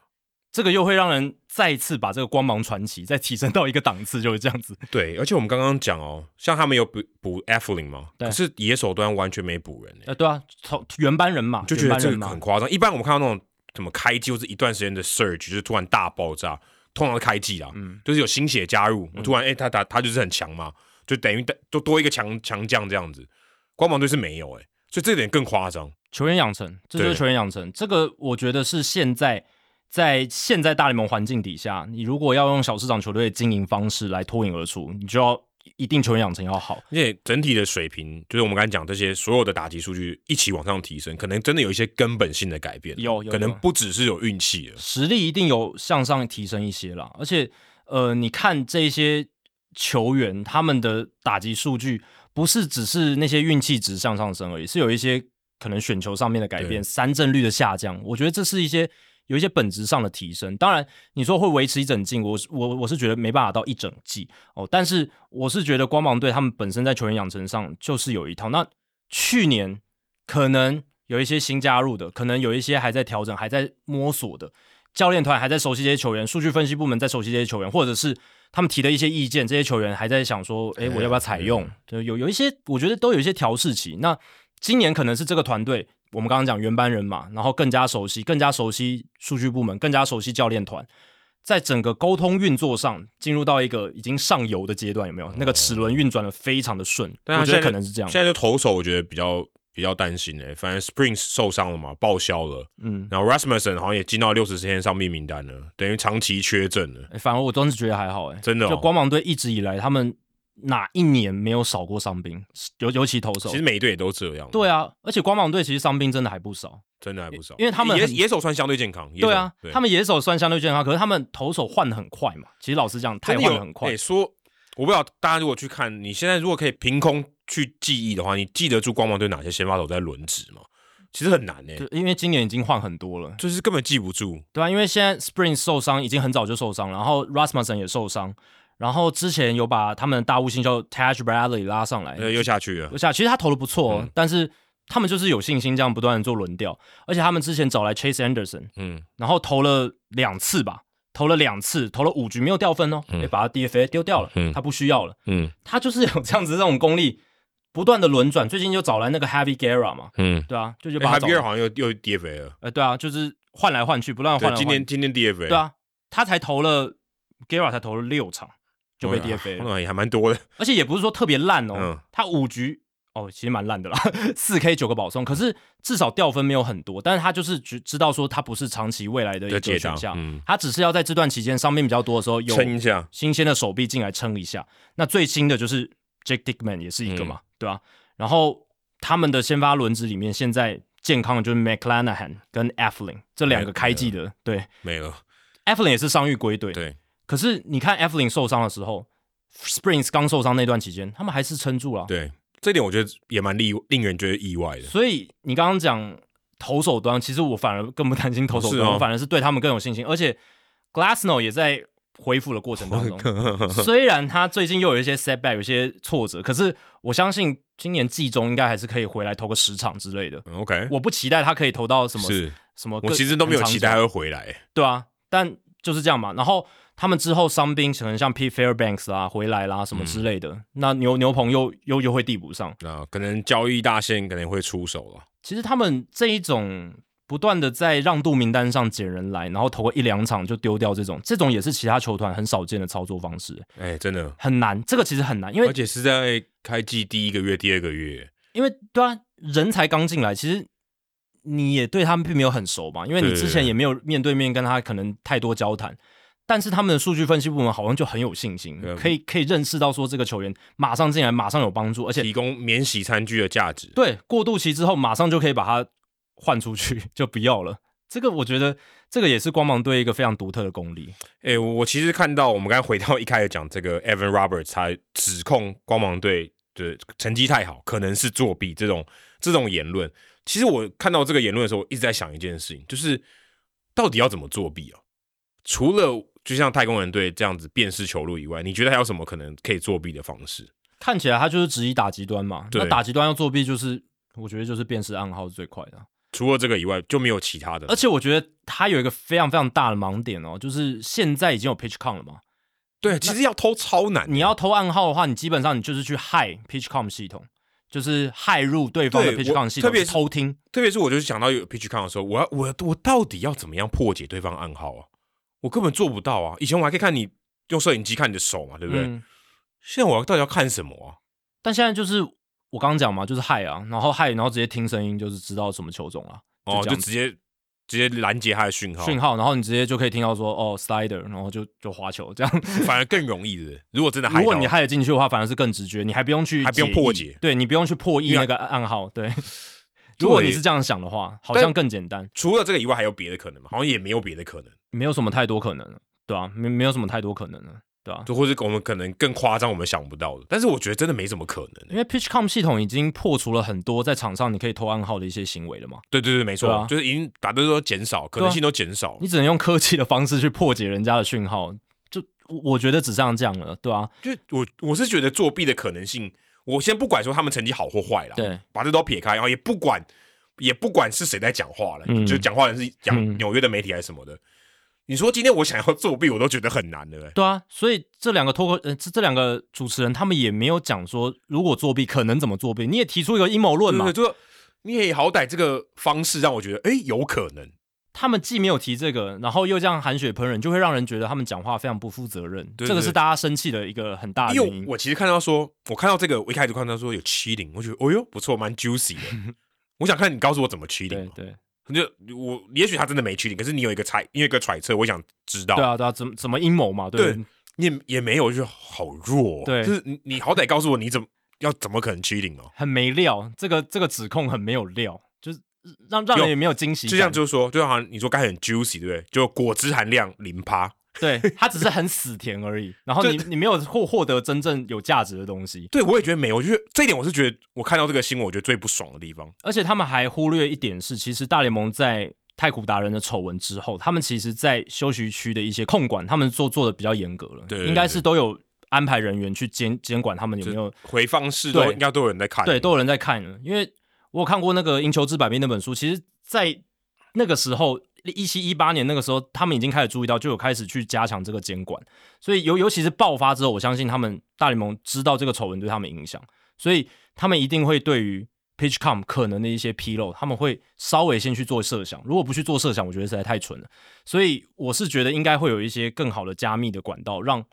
B: 这个又会让人再次把这个光芒传奇再提升到一个档次，就是这样子。
A: 对，而且我们刚刚讲哦，像他们有补补 f l i n 嘛，
B: 对
A: 可是野手端完全没补人欸
B: 呃，对啊，投原班人马，
A: 就觉
B: 原
A: 得
B: 班
A: 这
B: 人
A: 个
B: 马
A: 很夸张。一般我们看到那种什么开机或是一段时间的 surge，就是突然大爆炸，通常是开机啦，
B: 嗯
A: 就是有新血加入，突然哎、他打他就是很强嘛，就等于就多一个强强将这样子。光芒队是没有哎、所以这点更夸张。
B: 球员养成，这就是
A: 对
B: 球员养成。这个我觉得是现在在现在大联盟环境底下，你如果要用小市场球队的经营方式来脱颖而出，你就要一定球员养成要好。
A: 而且整体的水平，就是我们刚才讲这些所有的打击数据一起往上提升，可能真的有一些根本性的改变，
B: 有有
A: 可能
B: 有
A: 不只是有运气了。
B: 实力一定有向上提升一些啦。而且，呃，你看这些球员他们的打击数据，不是只是那些运气值向上升而已，是有一些可能选球上面的改变，
A: 对
B: 三振率的下降，我觉得这是一些。有一些本质上的提升，当然你说会维持一整季，我是我我是觉得没办法到一整季哦，但是我是觉得光芒队他们本身在球员养成上就是有一套。那去年可能有一些新加入的，可能有一些还在调整、还在摸索的，教练团还在熟悉这些球员，数据分析部门在熟悉这些球员，或者是他们提的一些意见，这些球员还在想说，诶，
A: 嗯
B: 我要不要采用？就有有一些，我觉得都有一些调试期。那今年可能是这个团队，我们刚刚讲原班人马，然后更加熟悉，更加熟悉数据部门，更加熟悉教练团。在整个沟通运作上，进入到一个已经上游的阶段，有没有？那个齿轮运转的非常的顺，
A: 但他
B: 我觉
A: 啊现
B: 得
A: 在
B: 啊可能是这样
A: 现。在就投手，我觉得比较比较担心哎、反正 Spring 受伤了嘛，报销了，
B: 嗯，
A: 然后 Rasmussen 好像也进到六十天上命名单了，等于长期缺阵了。
B: 诶反而我真是觉得还好、诶，
A: 真的哦
B: 就光芒队一直以来，他们哪一年没有少过伤兵？尤尤其投手
A: 其，实每一队也都这样，
B: 对，啊，而且光芒队其实伤兵真的还不少。
A: 真的还不少，
B: 因为他们
A: 野
B: 很
A: 野手算相对健康，野手
B: 对啊，
A: 对
B: 他们野手算相对健康，可是他们投手换的很快嘛。其实老实讲，太
A: 真的
B: 换的
A: 有
B: 很快
A: 哎、。说我不知道大家如果去看，你现在如果可以凭空去记忆的话，你记得住光芒队哪些先发手在轮值吗？其实很难呢、
B: 对，因为今年已经换很多了，
A: 就是根本记不住。
B: 对啊，因为现在 Spring 受伤已经很早就受伤，然后 Rasmussen 也受伤，然后之前有把他们的大物新秀 Taj Bradley 拉上来，
A: 呃，又下去了
B: 我。想，其实他投的不错、哦
A: 嗯
B: 但是他们就是有信心这样不断的做轮调，而且他们之前找来 Chase Anderson，
A: 嗯，
B: 然后投了两次吧，投了两次，投了五局没有掉分哦，也、把他 DFA 丢掉了，
A: 嗯
B: 他不需要了，
A: 嗯
B: 他就是有这样子这种功力，不断的轮转，最近就找来那个 Heavy Guerra 嘛，
A: 嗯，
B: 对啊，就就把
A: 哈
B: 他
A: 比
B: 找
A: 尔
B: 来，
A: 好像又又 DFA 了，
B: 呃，对啊，就是换来换去，不断地换
A: 对，
B: 来换去，
A: 今天今天 DFA，
B: 对，啊，他才投了 Guerra 才投了六场就被 DFA 了，
A: 哦那也还蛮多的。
B: 而且也不是说特别烂哦，
A: 嗯
B: 他五局哦其实蛮烂的啦， 四 K 九个
A: 嗯
B: 保送，可是至少掉分没有很多，但是他就是知知道说他不是长期未来的一
A: 的
B: 个
A: 解
B: 选
A: 答
B: 项，
A: 嗯
B: 他只是要在这段期间伤病比较多的时候有
A: 撑一下，
B: 新鲜的手臂进来撑一下。那最新的就是 Jake Dickman 也是
A: 嗯
B: 一个嘛，对吧、然后他们的先发轮值里面现在健康的就是 McClanahan 跟 Eflin 这两
A: 啊
B: 个开季的，对
A: 没了。
B: Eflin 也是伤愈归队，
A: 对，
B: 可是你看 Eflin 受伤的时候，Springs 刚受伤那段期间，他们还是撑住了。
A: 对，这点我觉得也蛮令令人觉得意外的。
B: 所以你刚刚讲投手端，其实我反而更不担心投手端，
A: 是哦
B: 我反而是对他们更有信心。而且 Glassno 也在恢复的过 程当中，虽然他最近又有一些 setback，有一些挫折，可是我相信今年季中应该还是可以回来投个十场之类的。
A: 嗯 OK，
B: 我不期待他可以投到什么
A: 是
B: 什么更，
A: 我其实都没有期待
B: 很
A: 他
B: 长久，
A: 会回来。
B: 对啊，但就是这样嘛。然后他们之后伤兵可能像 P. Fairbanks 啊回来啦什么之类的，那牛牛棚又又又会递补上。
A: 那可能交易大限可能会出手了。
B: 其实他们这一种不断的在让渡名单上捡人来，然后投个一两场就丢掉这种，这种也是其他球团很少见的操作方式，
A: 哎，真的，
B: 很难。这个其实很难，因
A: 而
B: 为
A: 且是在开季第一个月、第二个月，
B: 因为对啊，人才刚进来，其实你也对他们并没有很熟嘛，因为你
A: 对对
B: 之前也没有面对面跟他可能太多交谈。但是他们的数据分析部门好像就很有信心
A: 对，
B: 可以可以认识到说这个球员马上进来马上有帮助，而且
A: 提供免洗餐具的价值。
B: 对，过渡期之后马上就可以把它换出去，就不要了。这个我觉得，这个也是光芒队一个非常独特的功力。
A: 哎、我我其实看到我们刚才回到一开始讲这个 Evan Roberts，他指控光芒队的成绩太好，可能是作弊这种这种言论。其实我看到这个言论的时候，我一直在想一件事情，就是到底要怎么作弊啊？除了就像太空人队这样子辨识球路以外，你觉得还有什么可能可以作弊的方式？
B: 看起来他就是质疑打极端嘛，那
A: 对
B: 打极端要作弊，就是我觉得就是辨识暗号是最快的啊。
A: 除了这个以外，就没有其他的
B: 而。且我觉得他有一个非常非常大的盲点哦，就是现在已经有 PitchCom 了嘛，
A: 对，其实要偷超难的，
B: 你要偷暗号的话，你基本上你就是去害 PitchCom 系统，就是害入对方的
A: 对
B: PitchCom
A: 我
B: 系统，
A: 特别
B: 去
A: 是
B: 偷听。
A: 特别是我就是想到有 pitch con 的时候，我要我我到底要怎么样破解对方暗号啊？我根本做不到啊！以前我还可以看你用摄影机看你的手嘛，对不对？
B: 嗯
A: 现在我要到底要看什么啊？
B: 但现在就是我刚刚讲嘛，就是害啊，然后害，然后直接听声音就是知道什么球种了。
A: 哦，就
B: 这样子
A: 直接直接拦截他的讯号，
B: 讯号，然后你直接就可以听到说哦 slider，然后就就滑球 这样。
A: 反而更容易的。如果真的害到，
B: 如果你害得进去的话，反而是更直觉，你还不用去
A: 还不用
B: 解
A: 破
B: 译
A: 解
B: 对你不用去破译
A: 因为
B: 那个暗号。对，如果你是这样想的话，好像
A: 但
B: 更简单，
A: 除了这个以外，还有别的可能吗？好像也没有别的可能，
B: 没有什么太多可能了，对啊，没没有什么太多可能了，对啊。
A: 就或者我们可能更夸张，我们想不到的。但是我觉得真的没什么可能、欸
B: 因为 PitchCom 系统已经破除了很多在场上你可以偷暗号的一些行为了嘛，
A: 对对对，没错，
B: 对啊
A: 就是已经把这都减少，可能性都减少了。
B: 你只能用科技的方式去破解人家的讯号，就我我觉得只剩这样了，对啊，
A: 就我我是觉得作弊的可能性，我先不管说他们成绩好或坏啦，
B: 对，
A: 把这都撇开，然后也不管也不管是谁在讲话了，
B: 嗯
A: 就讲话人是
B: 嗯
A: 讲纽约的媒体还是什么的。你说今天我想要作弊，我都觉得很难的、欸。
B: 对啊，所以这两个脱口呃这这两个主持人他们也没有讲说如果作弊可能怎么作弊，你也提出一个阴谋论嘛
A: 对，就是你也好歹这个方式让我觉得，哎、有可能。
B: 他们既没有提这个，然后又这样含血喷人，就会让人觉得他们讲话非常不负责任，
A: 对
B: 这个是
A: 对
B: 大家生气的一个很大的
A: 因
B: 原
A: 为
B: 因。
A: 我其实看到说，我看到这个，我一开始看到说有 cheating，我觉得，哦哟，不错，蛮 juicy 的。我想看你告诉我怎么
B: 对
A: cheating 嘛。
B: 对
A: 就我，也许他真的没 cheating，可是你有一个猜，你有一个揣测，我想知道。
B: 对啊对啊，怎么怎么阴谋嘛？对
A: 对你也也没有，我就觉得好弱、哦。
B: 对
A: 就是你你好歹告诉我你怎么要怎么可能 cheating 哦？
B: 很没料，这个这个指控很没有料，就是让让人
A: 有
B: 也没有惊喜
A: 就
B: 感。
A: 像就是说，就好像你说刚才很 juicy，对不对？就果汁含量零趴，
B: 对他只是很死甜而已。然后你你没有获获得真正有价值的东西，
A: 对，我也觉得没有，我觉得这一点我是觉得我看到这个新闻，我觉得最不爽的地方。
B: 而且他们还忽略一点是，其实大联盟在太古达人的丑闻之后，他们其实在休息区的一些控管，他们做做的比较严格了，
A: 对对对
B: 应该是都有安排人员去监监管他们有没有
A: 回放式都
B: 对
A: 应该都有人在看，
B: 对，都有人在看了。因为我有看过那个《赢球治百病》那本书，其实，在那个时候，一七一八年那个时候，他们已经开始注意到，就有开始去加强这个监管。所以尤尤其是爆发之后，我相信他们大联盟知道这个丑闻对他们影响，所以他们一定会对于 PitchCom 可能的一些纰漏，他们会稍微先去做设想。如果不去做设想，我觉得实在太蠢了。所以我是觉得应该会有一些更好的加密的管道，让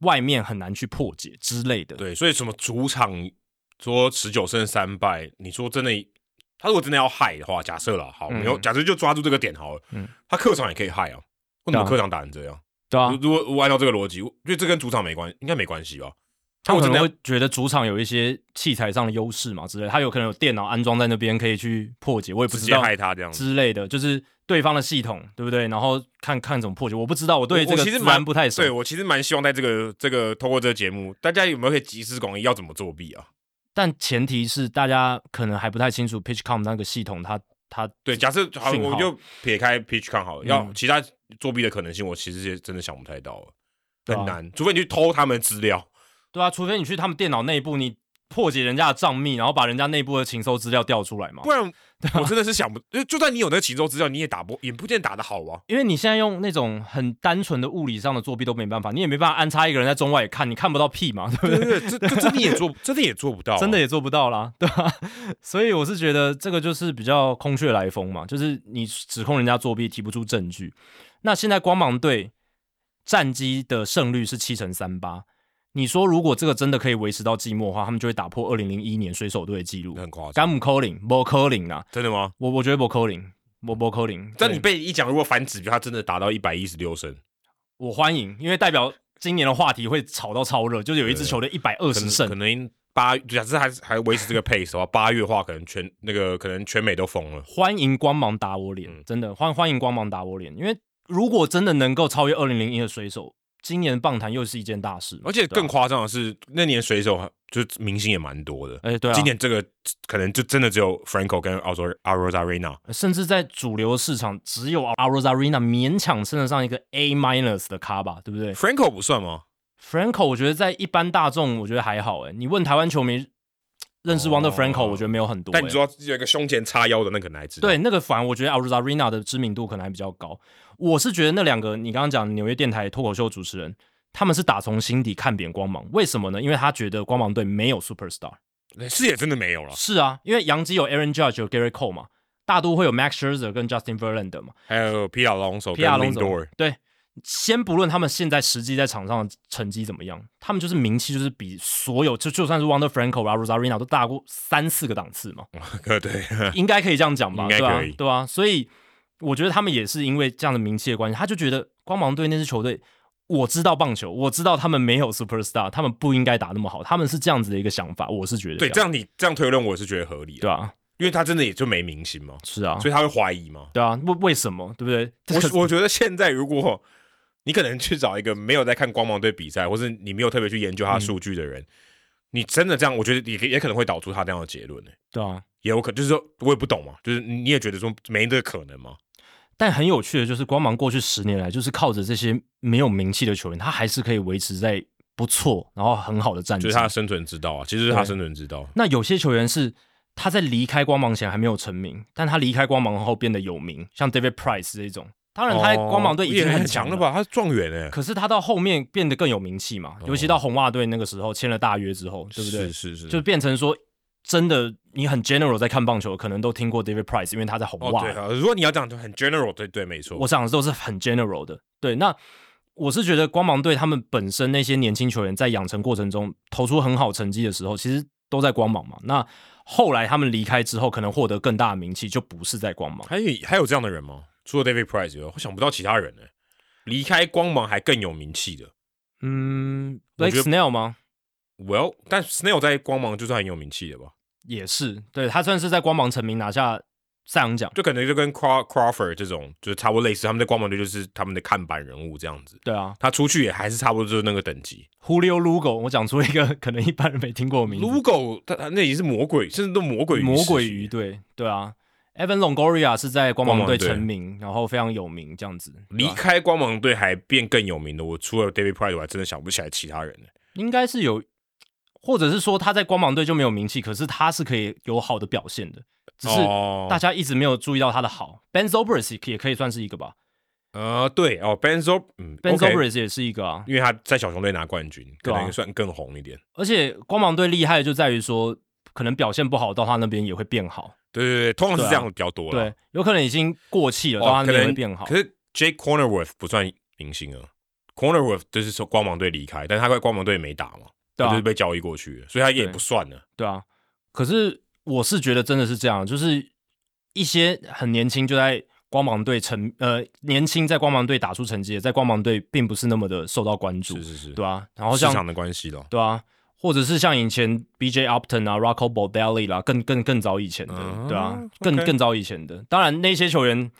B: 外面很难去破解之类的。
A: 对，所以什么主场说十九胜三败，你说真的，他如果真的要害的话，假设了，好，
B: 嗯
A: 没有，假设就抓住这个点好了，
B: 嗯
A: 他客场也可以害啊，为什
B: 对啊
A: 么客场打成这样？
B: 对啊
A: 如，如果如果按照这个逻辑，我觉得这跟主场没关，应该没关系吧？
B: 他
A: 我
B: 可
A: 真的
B: 能
A: 要
B: 会觉得主场有一些器材上的优势嘛之类的，他有可能有电脑安装在那边可以去破解，我也不
A: 直
B: 知
A: 接
B: 道
A: 害他这样子。
B: 之类的，就是对方的系统对不对？然后看看怎么破解，我不知道，我对
A: 我
B: 这
A: 我
B: 个
A: 其实
B: 自
A: 蛮
B: 然不太熟
A: 对。我其实蛮希望在这个这个透过这个节目，大家有没有可以集思广益，要怎么作弊啊？
B: 但前提是大家可能还不太清楚 PitchCom 那个系统它，它
A: 对，假设好，
B: 讯号
A: 我就撇开 pitch 看好了，要
B: 嗯
A: 其他作弊的可能性，我其实也真的想不太到了，
B: 对啊
A: 很难，除非你去偷他们的资 料。
B: 对啊，除非你去他们电脑内部，你破解人家的账密，然后把人家内部的情收资料调出来嘛
A: 不。然我真的是想不，就就算你有那个秦州资料，你也打不，也不见得打得好 啊。
B: 因为你现在用那种很单纯的物理上的作弊都没办法，你也没办法安插一个人在中外也看，你看不到屁嘛，对不
A: 对？对
B: 对
A: 对，这这真的也做，真的也做不到啊、
B: 真的也做不到啦，对吧、 所以我是觉得这个就是比较空穴来风嘛，就是你指控人家作弊，提不出证据。那现在光芒队战绩的胜率是七成三八，你说如果这个真的可以维持到季末的话，他们就会打破二零零一年水手队的记录。
A: 很夸张，
B: 甘姆扣零，波扣零啦，
A: 真的吗？
B: 啊我我觉得波扣零，我波扣零，
A: 但你
B: 对
A: 被一讲，如果反指标，他真的达到一百一十六胜，
B: 我欢迎，因为代表今年的话题会炒到超热，就是有一支
A: 对
B: 球队一百二
A: 可
B: 十
A: 能
B: 胜
A: 可，能八，假设还还维持这个 pace 的话，八月的话可能全那个可能全美都疯了。
B: 欢迎光芒打我脸，
A: 嗯
B: 真的欢欢迎光芒打我脸，因为如果真的能够超越二零零一的水手，今年棒坛又是一件大事嘛，
A: 而且
B: 对啊
A: 更夸张的是，那年水手还就是明星也蛮多的。
B: 哎、对啊，
A: 今年这个可能就真的只有 Franco 跟 a r o a r o z a r e n a
B: 甚至在主流市场只有 a r o z a r e n a 勉强称得上一个 A minus 的咖吧，对不对
A: Franco 不算吗？
B: ？Franco 我觉得在一般大众我觉得还好哎、你问台湾球迷认识 Wonder Franco，、
A: 哦
B: 我觉得没有很多、哎
A: 但你说有一个胸前叉腰的那个男子，
B: 对，那个反而我觉得 a r a r e n a 的知名度可能还比较高。我是觉得那两个你刚刚讲纽约电台脱口秀主持人，他们是打从心底看扁光芒，为什么呢？因为他觉得光芒队没有 superstar。
A: 对，是也真的没有了。
B: 是啊，因为洋基有 Aaron Judge 有 Gary Cole 嘛，大都会有 Max Scherzer 跟 Justin Verlander 嘛，
A: 还有皮亚龙手
B: 皮
A: 跟
B: 亚
A: l
B: 龙
A: i
B: 怎
A: d o
B: 么
A: r
B: 对。先不论他们现在实际在场上的成绩怎么样，他们就是名气就是比所有就就算是 Wonder Franco 啊 Rosarina 都大过三四个档次嘛。
A: 对，
B: 应该可以这样讲吧？
A: 应该
B: 对吧
A: 可以？
B: 对吧？所以我觉得他们也是因为这样的名气的关系，他就觉得光芒队那支球队，我知道棒球，我知道他们没有 superstar，他们不应该打那么好，他们是这样子的一个想法，我是觉得
A: 对，这
B: 样
A: 样你这样推论我是觉得合理的，
B: 对啊，
A: 因为他真的也就没明星嘛，
B: 是啊
A: 所，以他会怀疑嘛。
B: 对啊，为为什么对不对？这个
A: 我我觉得现在如果你可能去找一个没有在看光芒队比赛，或是你没有特别去研究
B: 嗯
A: 他数据的人，你真的这样，我觉得也也可能会导出他这样的结论呢、
B: 对啊。
A: 也有可就是说我也不懂嘛，就是你也觉得说没这个可能嘛，
B: 但很有趣的就是，光芒过去十年来，就是靠着这些没有名气的球员，他还是可以维持在不错，然后很好的战绩。
A: 就是他的生存之道啊，其实是
B: 对
A: 他生存之道。
B: 那有些球员是他在离开光芒前还没有成名，但他离开光芒后变得有名，像 David Price 这种。当然，他在光芒队已
A: 哦也
B: 经
A: 很
B: 强
A: 强了？吧？他是状元哎、
B: 可是他到后面变得更有名气嘛，尤其到红袜队那个时候签了大约之后，对不对？
A: 是是是，
B: 就变成说，真的你很 general 在看棒球，可能都听过 David Price，因为他在红
A: 哦
B: 袜。
A: 对啊，如果你要讲就很 general，对对，没错。
B: 我讲的都是很 general 的。对，那我是觉得光芒队他们本身那些年轻球员在养成过程中投出很好成绩的时候，其实都在光芒嘛。那后来他们离开之后，可能获得更大的名气，就不是在光芒。
A: 还有还有这样的人吗？除了 David Price 以外，我想不到其他人呢、欸离开光芒还更有名气的。
B: 嗯
A: 我
B: ，Blake
A: 觉得
B: Snell 吗？
A: Well，但 Snail 在光芒就是很有名气的吧？
B: 也是，对他算是在光芒成名拿下赛扬奖。
A: 就可能就跟 Craw Crawford 这种，就是差不多类似，他们在光芒队就是他们的看板人物这样子。
B: 对啊
A: 他出去也还是差不多就是那个等级。
B: ，Julio Lugo，我讲出一个 可能一般人没听过的名字
A: Lugo 他他那也是魔鬼，甚至都魔鬼鱼
B: 魔
A: 时
B: 鬼
A: 期
B: 鱼队，对啊。Evan Longoria 是在光
A: 光芒
B: 芒队
A: 队
B: 成名，然后非常有名，这样子。对啊
A: 离
B: 吧
A: 开光芒队还变更有名的，我除了 David Price 我还真的想不起来其他人了。
B: 应该是有，或者是说他在光芒队就没有名气，可是他是可以有好的表现的，只是
A: 哦
B: 大家一直没有注意到他的好。Ben Zobrist 也可以算是一个吧
A: 呃对哦 Ben z o 嗯
B: ，Ben
A: OK
B: Zobrist 也是一个啊。
A: 因为他在小熊队拿冠军，可
B: 对啊
A: 能算更红一点。
B: 而且光芒队厉害的就在于说，可能表现不好到他那边也会变好，
A: 对对对，通常是
B: 对啊
A: 这样比较多了。
B: 对，有可能已经过气了，到他
A: 哦，
B: 那
A: 可
B: 边也会
A: 能
B: 变好。
A: 可是 Jake Cornerworth 不算明星啊，Cornerworth 就是说光芒队离开，但他在光芒队也没打嘛，
B: 对
A: 他
B: 啊
A: 就是被交易过去的，所以他也
B: 对
A: 不算了。
B: 对啊，可是我是觉得真的是这样，就是一些很年轻就在光芒队成呃年轻在光芒队打出成绩的，在光芒队并不是那么的受到关注，
A: 是是是，
B: 对
A: 啊，
B: 啊，然后
A: 市场
B: 像
A: 的关系咯。
B: 对啊，或者是像以前 B.J. Upton 啊、Rocco Baldelli 啦，更更更早以前的，
A: 嗯
B: 对啊，更
A: OK
B: 更早以前的。当然那些球员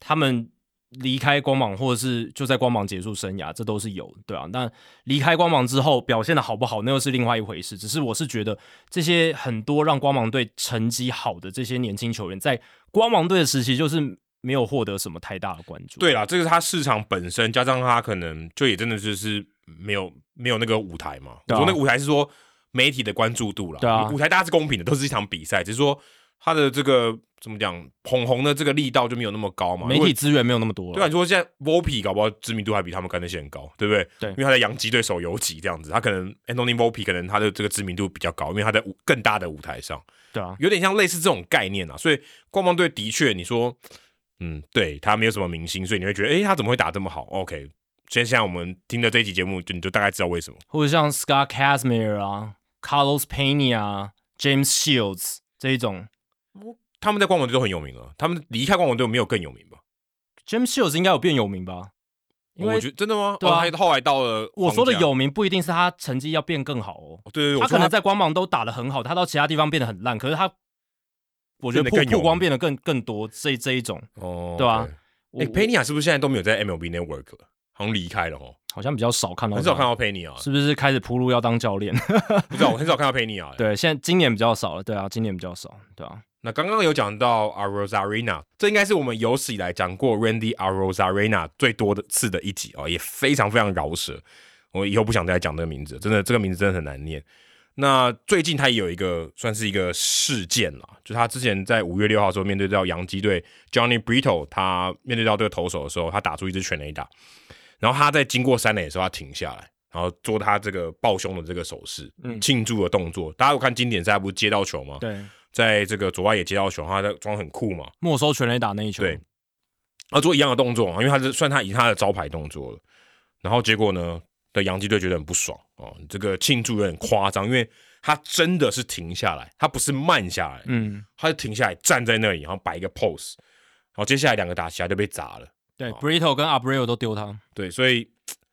B: 他们离开光芒，或者是就在光芒结束生涯，这都是有的，对啊。那离开光芒之后表现的好不好，那又是另外一回事。只是我是觉得这些很多让光芒队成绩好的这些年轻球员，在光芒队的时期就是没有获得什么太大的关注。
A: 对啦，这个是他市场本身，加上他可能就也真的就是没有没有那个舞台嘛。
B: 对啊
A: 我说那个舞台是说媒体的关注度啦，
B: 对啊
A: 舞台大家是公平的，都是一场比赛，只是说他的这个怎么讲，捧红的这个力道就没有那么高嘛。
B: 媒
A: 如果
B: 体资源没有那么多了，
A: 啊对啊，你说现在 Volpe 搞不好知名度还比他们干那些人高，对不对？
B: 对
A: 因为他在洋基队手游级这样子，他可能 Anthony Volpe 可能他的这个知名度比较高，因为他在舞更大的舞台上，
B: 对啊，
A: 有点像类似这种概念啊。所以光芒队的确，你说，嗯，对他没有什么明星，所以你会觉得，诶，他怎么会打这么好？OK，所以现在我们听的这一期节目，就你就大概知道为什么。
B: 或者像 Scott Casimir 啊、Carlos Pena 啊、James Shields 这一种
A: 他们在光芒队都很有名了，他们离开光芒队没有更有名吧？
B: ，James Shields 应该有变有名吧？因为
A: 我觉得真的吗？
B: 对啊
A: 哦他后来到了
B: 我说的
A: 皇家，
B: 有名不一定是他成绩要变更好哦，
A: 对对对，
B: 他
A: 我说
B: 可能在光芒都打得很好，他到其他地方变得很烂，可是他我觉
A: 变
B: 得
A: 得
B: 曝
A: 更有
B: 曝光
A: 名
B: 变得更更多这这一种，
A: 哦，
B: 对啊
A: OK
B: 我
A: 哎、佩尼亚是不是现在都没有在 MLB Network 了？好像离开了哦，
B: 好像比较少看到，
A: 很少看，到佩尼亚，
B: 啊是不是开始铺路要当教练？
A: 不知道我很少看到啊佩尼亚。，
B: 对，现在今年比较少了，对啊，今年比较少，对啊，
A: 那刚刚有讲到 a r o z a r e n a 这应该是我们有史以来讲过 Randy a r o z a r e n a 最多的次的一集哦，也非常非常饶舌。我以后不想再讲这个名字，真的这个名字真的很难念。那最近他也有一个算是一个事件啦，就他之前在五月六号的时候面对到洋基队 Johnny Brito，他面对到这个投手的时候，他打出一支全垒打，然后他在经过三垒的时候，他停下来，然后做他这个抱胸的这个手势，
B: 嗯
A: 庆祝的动作。大家有看经典赛他不是接到球吗？
B: 对，
A: 在这个左外野接到球，他在装很酷嘛，
B: 没收全垒打那一球，
A: 对他做一样的动作，因为他是算他以他的招牌动作了。然后结果呢，的洋基队觉得很不爽哦，这个庆祝有点夸张，因为他真的是停下来，他不是慢下来，
B: 嗯，
A: 他就停下来站在那里，然后摆一个 pose，然后接下来两个打起来就被砸了。
B: 对
A: 好
B: ，Brito 跟 Abreu 都丢他，
A: 对，所以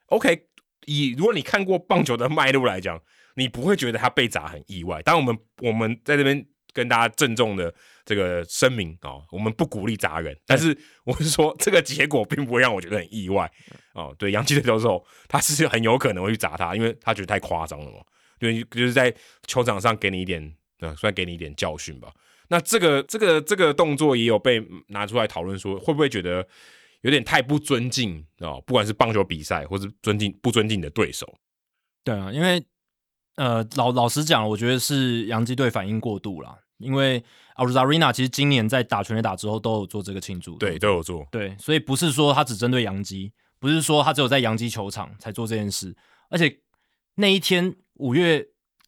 A: OK，以如果你看过棒球的脉络来讲，你不会觉得他被砸很意外。当然，我们我们在这边跟大家郑重的这个声明哦，我们不鼓励砸人，但是我是说这个结果并不会让我觉得很意外哦。对，洋基的教授他是很有可能会去砸他，因为他觉得太夸张了嘛，对，就是在球场上给你一点，呃，算给你一点教训吧。那这个这个这个动作也有被拿出来讨论，说会不会觉得有点太不尊敬哦？不管是棒球比赛，或是尊敬不尊敬你的对手，
B: 对啊，因为呃，老老实讲，我觉得是洋基队反应过度啦。因为 a r z a r e n a 其实今年在打全垒打之后都有做这个庆祝，
A: 对，都有做。
B: 对，所以不是说他只针对洋基，不是说他只有在洋基球场才做这件事，而且那一天五月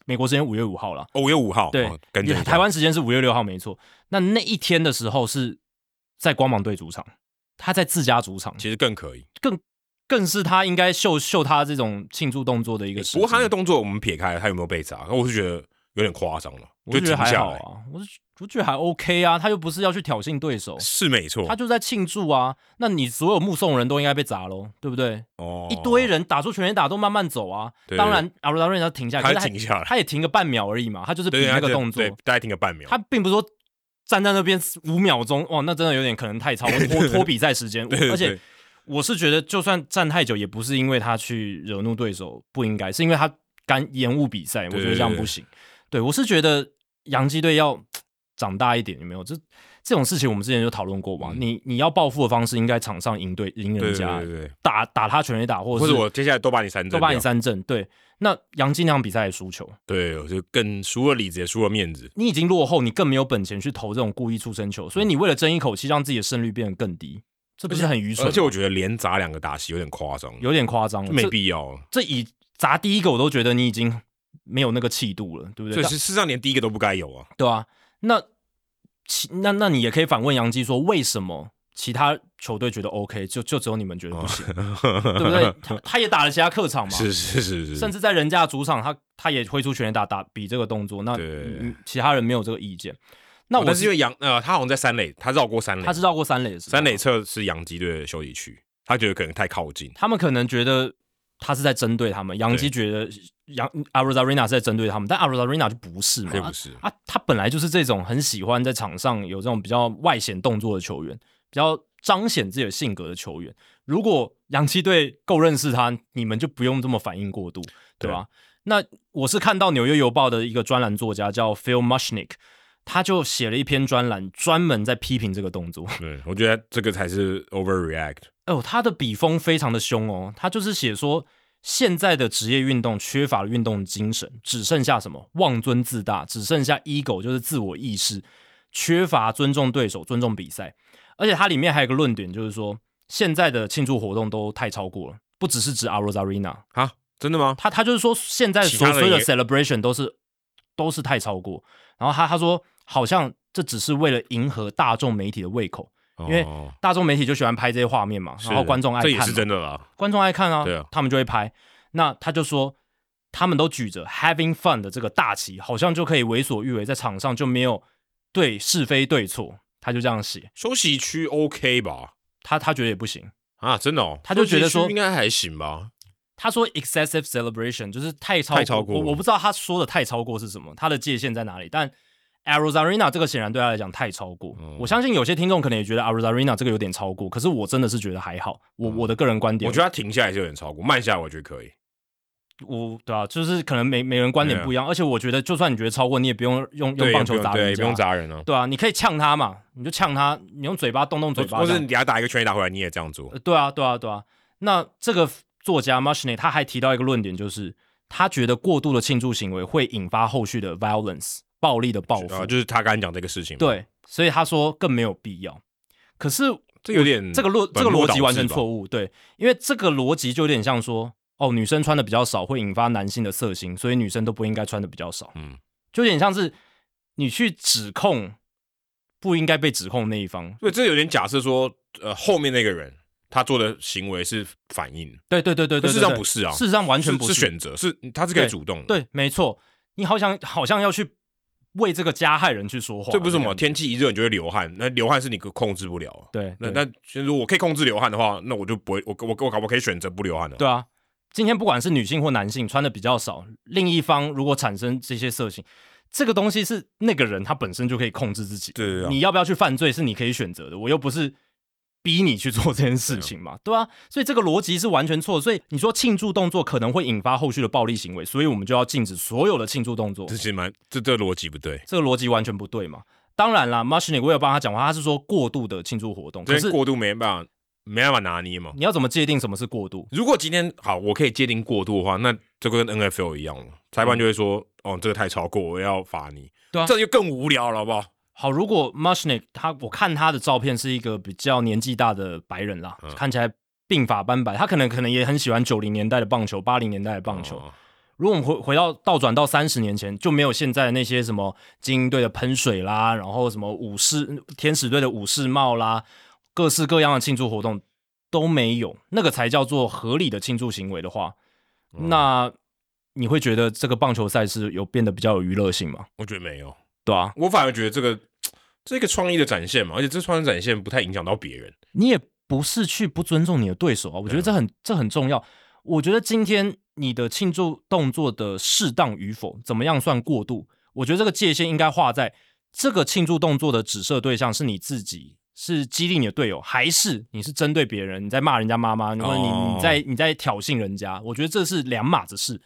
B: 美国时间五月五号啦，
A: 哦，五月五号，
B: 对
A: 哦、跟着
B: 台湾时间是五月六号没错。那那一天的时候是在光芒队主场，他在自家主场，
A: 其实更可以。
B: 更是他应该秀秀他这种庆祝动作的一个时机。
A: 不过他那个动作我们撇开，他有没有被砸？我是觉得有点夸张了，
B: 我
A: 就
B: 觉
A: 停
B: 得还
A: 下
B: 好
A: 来、
B: 啊，我是我觉得还 OK 啊，他又不是要去挑衅对手，
A: 是没错。
B: 他就在庆祝啊。那你所有目送人都应该被砸喽，对不对？
A: 哦，
B: 一堆人打出全垒打都慢慢走啊。
A: 对
B: 当然，阿罗达瑞要停下来，
A: 他
B: 可是
A: 停下来
B: 他也停个半秒而已嘛，他就是比
A: 对
B: 那个
A: 就
B: 动作
A: 对，，大概停个半秒
B: 他。并不是说站在那边五秒钟，哇，那真的有点可能太超， 拖拖比赛时间。
A: 对对
B: 而且我是觉得，就算站太久，也不是因为他去惹怒对手，不应该，是因为他干延误比赛。我觉得这样不行。对我是觉得洋基队要长大一点，有没有？这这种事情我们之前就讨论过嘛。
A: 嗯
B: 你你要报复的方式，应该场上赢对赢
A: 对对
B: 人家，
A: 对对，
B: 打打他全垒打，或
A: 或
B: 者
A: 者
B: 是
A: 我接下来都把你三振
B: 都
A: 掉，
B: 把你三振。对，那杨基那场比赛也输球，
A: 对，我就更输了里子也输了面子，
B: 你已经落后，你更没有本钱去投这种故意出生球，所以你为了争一口气，让自己的胜率变得更低，这不是很愚蠢吗？哦
A: 而且我觉得连砸两个打席有点夸张，
B: 有点夸张了，
A: 没
B: 这
A: 必要。
B: 这以砸第一个我都觉得你已经没有那个气度了，对不
A: 所
B: 对
A: 以？事实上连第一个都不该有啊。
B: 对啊，那其那那你也可以反问杨基说，为什么其他球队觉得 OK，就就只有你们觉得不行， 对 不对？他他也打了其他客场嘛，
A: 哦是是是是，
B: 甚至在人家的主场，他他也挥出全垒打打比这个动作，那
A: 对
B: 嗯其他人没有这个意见。那
A: 那
B: 我
A: 但是因为杨呃，他好像在三垒，他绕过三垒，
B: 他是绕过三垒的时候，
A: 三垒侧是洋基队的休息区，他觉得可能太靠近。
B: 他们可能觉得他是在针对他们，杨基觉得杨阿 r o z a r e n a 是在针对他们，但阿 r o z a r e n a 就不是嘛，
A: 他就不是
B: 啊，他本来就是这种很喜欢在场上有这种比较外显动作的球员，比较彰显自己的性格的球员。如果洋基队够认识他，你们就不用这么反应过度，对吧？那我是看到《纽约邮报》的一个专栏作家叫 Phil Mushnick，他就写了一篇专栏，专门在批评这个动作。
A: 对，我觉得这个才是 overreact。
B: 哦，他的笔锋非常的凶哦，他就是写说现在的职业运动缺乏了运动精神，只剩下什么妄尊自大，只剩下 ego，就是自我意识，缺乏尊重对手、尊重比赛。而且它里面还有一个论点，就是说现在的庆祝活动都太超过了，不只是指 a r o z a r e n a
A: 啊，真的吗？
B: 他他就是说现在
A: 其他人
B: 所所有的
A: 也
B: celebration 都是都是太超过，然后他他说好像这只是为了迎合大众媒体的胃口，因为
A: 哦
B: 大众媒体就喜欢拍这些画面嘛，然后
A: 是
B: 观众爱
A: 这
B: 看
A: 也
B: 嘛，
A: 是真的啦。
B: 观众爱看啊，
A: 对啊
B: 他们就会拍。那他就说，他们都举着 having fun 的这个大旗，好像就可以为所欲为，在场上就没有对是非对错。他就这样写，
A: 休息区 OK 吧？
B: 他他觉得也不行。
A: 啊，真的哦，
B: 他就觉得说
A: 休息区应该还行吧。
B: 他说 excessive celebration 就是太超
A: 太超过
B: 我我不知道他说的太超过是什么，他的界限在哪里？但 a r o z a r e n a 这个显然对他来讲太超过。
A: 嗯
B: 我相信有些听众可能也觉得 a r o z a r e n a 这个有点超过，可是我真的是觉得还好。我、
A: 嗯
B: 我的个人观点，
A: 我觉得他停下来是有点超过，慢下来我觉得可以。
B: 我对啊，就是可能每每人观点
A: 对啊
B: 不一样，而且我觉得就算你觉得超过，你也不用用用
A: 对，
B: 棒
A: 也不
B: 球
A: 用
B: 砸
A: 对，
B: 人
A: 也不
B: 家，
A: 用砸人哦。
B: 对啊，你可以呛他嘛，你就呛他，你用嘴巴动动嘴巴
A: 或
B: 这
A: 是
B: 样，
A: 你给他打一个圈，打回来你也这样做
B: 呃。对啊，对啊，对啊。那这个作家 m a s h n e 他还提到一个论点，就是他觉得过度的庆祝行为会引发后续的 violence 暴力的报复，
A: 啊，就是他刚才讲这个事情嘛，
B: 对，所以他说更没有必要。可是
A: 这有点
B: 这个逻这个逻辑完全错
A: 误。
B: 误，对，因为这个逻辑就有点像说，哦，女生穿的比较少会引发男性的色心，所以女生都不应该穿的比较少，
A: 嗯，
B: 就有点像是你去指控不应该被指控的那一方，
A: 对，这有点假设说，呃，后面那个人他做的行为是反应，
B: 对对对对
A: 可
B: 对，
A: 事实上
B: 对
A: 不是啊
B: 事实上完全
A: 是
B: 不
A: 是选择，是他是可以主动的。，
B: 对，没错，你好像好像要去为这个加害人去说话，
A: 这不是什么
B: 感觉
A: 天气一热你就会流汗，那流汗是你可控制不了啊。
B: 对
A: 那
B: 对
A: 那其实如果我可以控制流汗的话，那我就不会，我我我我可以选择不流汗的。
B: 对啊，今天不管是女性或男性穿的比较少，另一方如果产生这些色情，这个东西是那个人他本身就可以控制自己，
A: 对对对啊
B: 你要不要去犯罪是你可以选择的，我又不是。逼你去做这件事情嘛，对啊，所以这个逻辑是完全错的。所以你说庆祝动作可能会引发后续的暴力行为，所以我们就要禁止所有的庆祝动作。
A: 这其实蛮这这逻辑不对，
B: 这个逻辑完全不对嘛。当然啦 m a s h n i 我有帮他讲话，他是说过度的庆祝活动，
A: 这
B: 可
A: 边
B: 是
A: 过度没办法没办法拿捏嘛。
B: 你要怎么界定什么是过度？
A: 如果今天好，我可以界定过度的话，那这个跟 NFL 一样了，裁判就会说，哦，这个太超过，我要罚你。
B: 对啊
A: 这就更无聊了，好不好？
B: 好，如果 m a s h n i 他，我看他的照片是一个比较年纪大的白人啦，
A: 嗯
B: 看起来鬓发斑白，他可能可能也很喜欢九零年代的棒球、八零年代的棒球。
A: 哦
B: 如果我们回回到倒转到三十年前，就没有现在那些什么精英队的喷水啦，然后什么武士天使队的武士帽啦，各式各样的庆祝活动都没有，那个才叫做合理的庆祝行为的话，
A: 嗯
B: 那你会觉得这个棒球赛事有变得比较有娱乐性吗？
A: 我觉得没有，
B: 对啊，
A: 我反而觉得这个这个创意的展现嘛，而且这创意展现不太影响到别人。
B: 你也不是去不尊重你的对手啊，我觉得这很这很重要。我觉得今天你的庆祝动作的适当与否，怎么样算过度？我觉得这个界限应该画在这个庆祝动作的指涉对象是你自己，是激励你的队友，还是你是针对别人，你在骂人家妈妈，或者你
A: 哦
B: 你在你在挑衅人家？我觉得这是两码子事。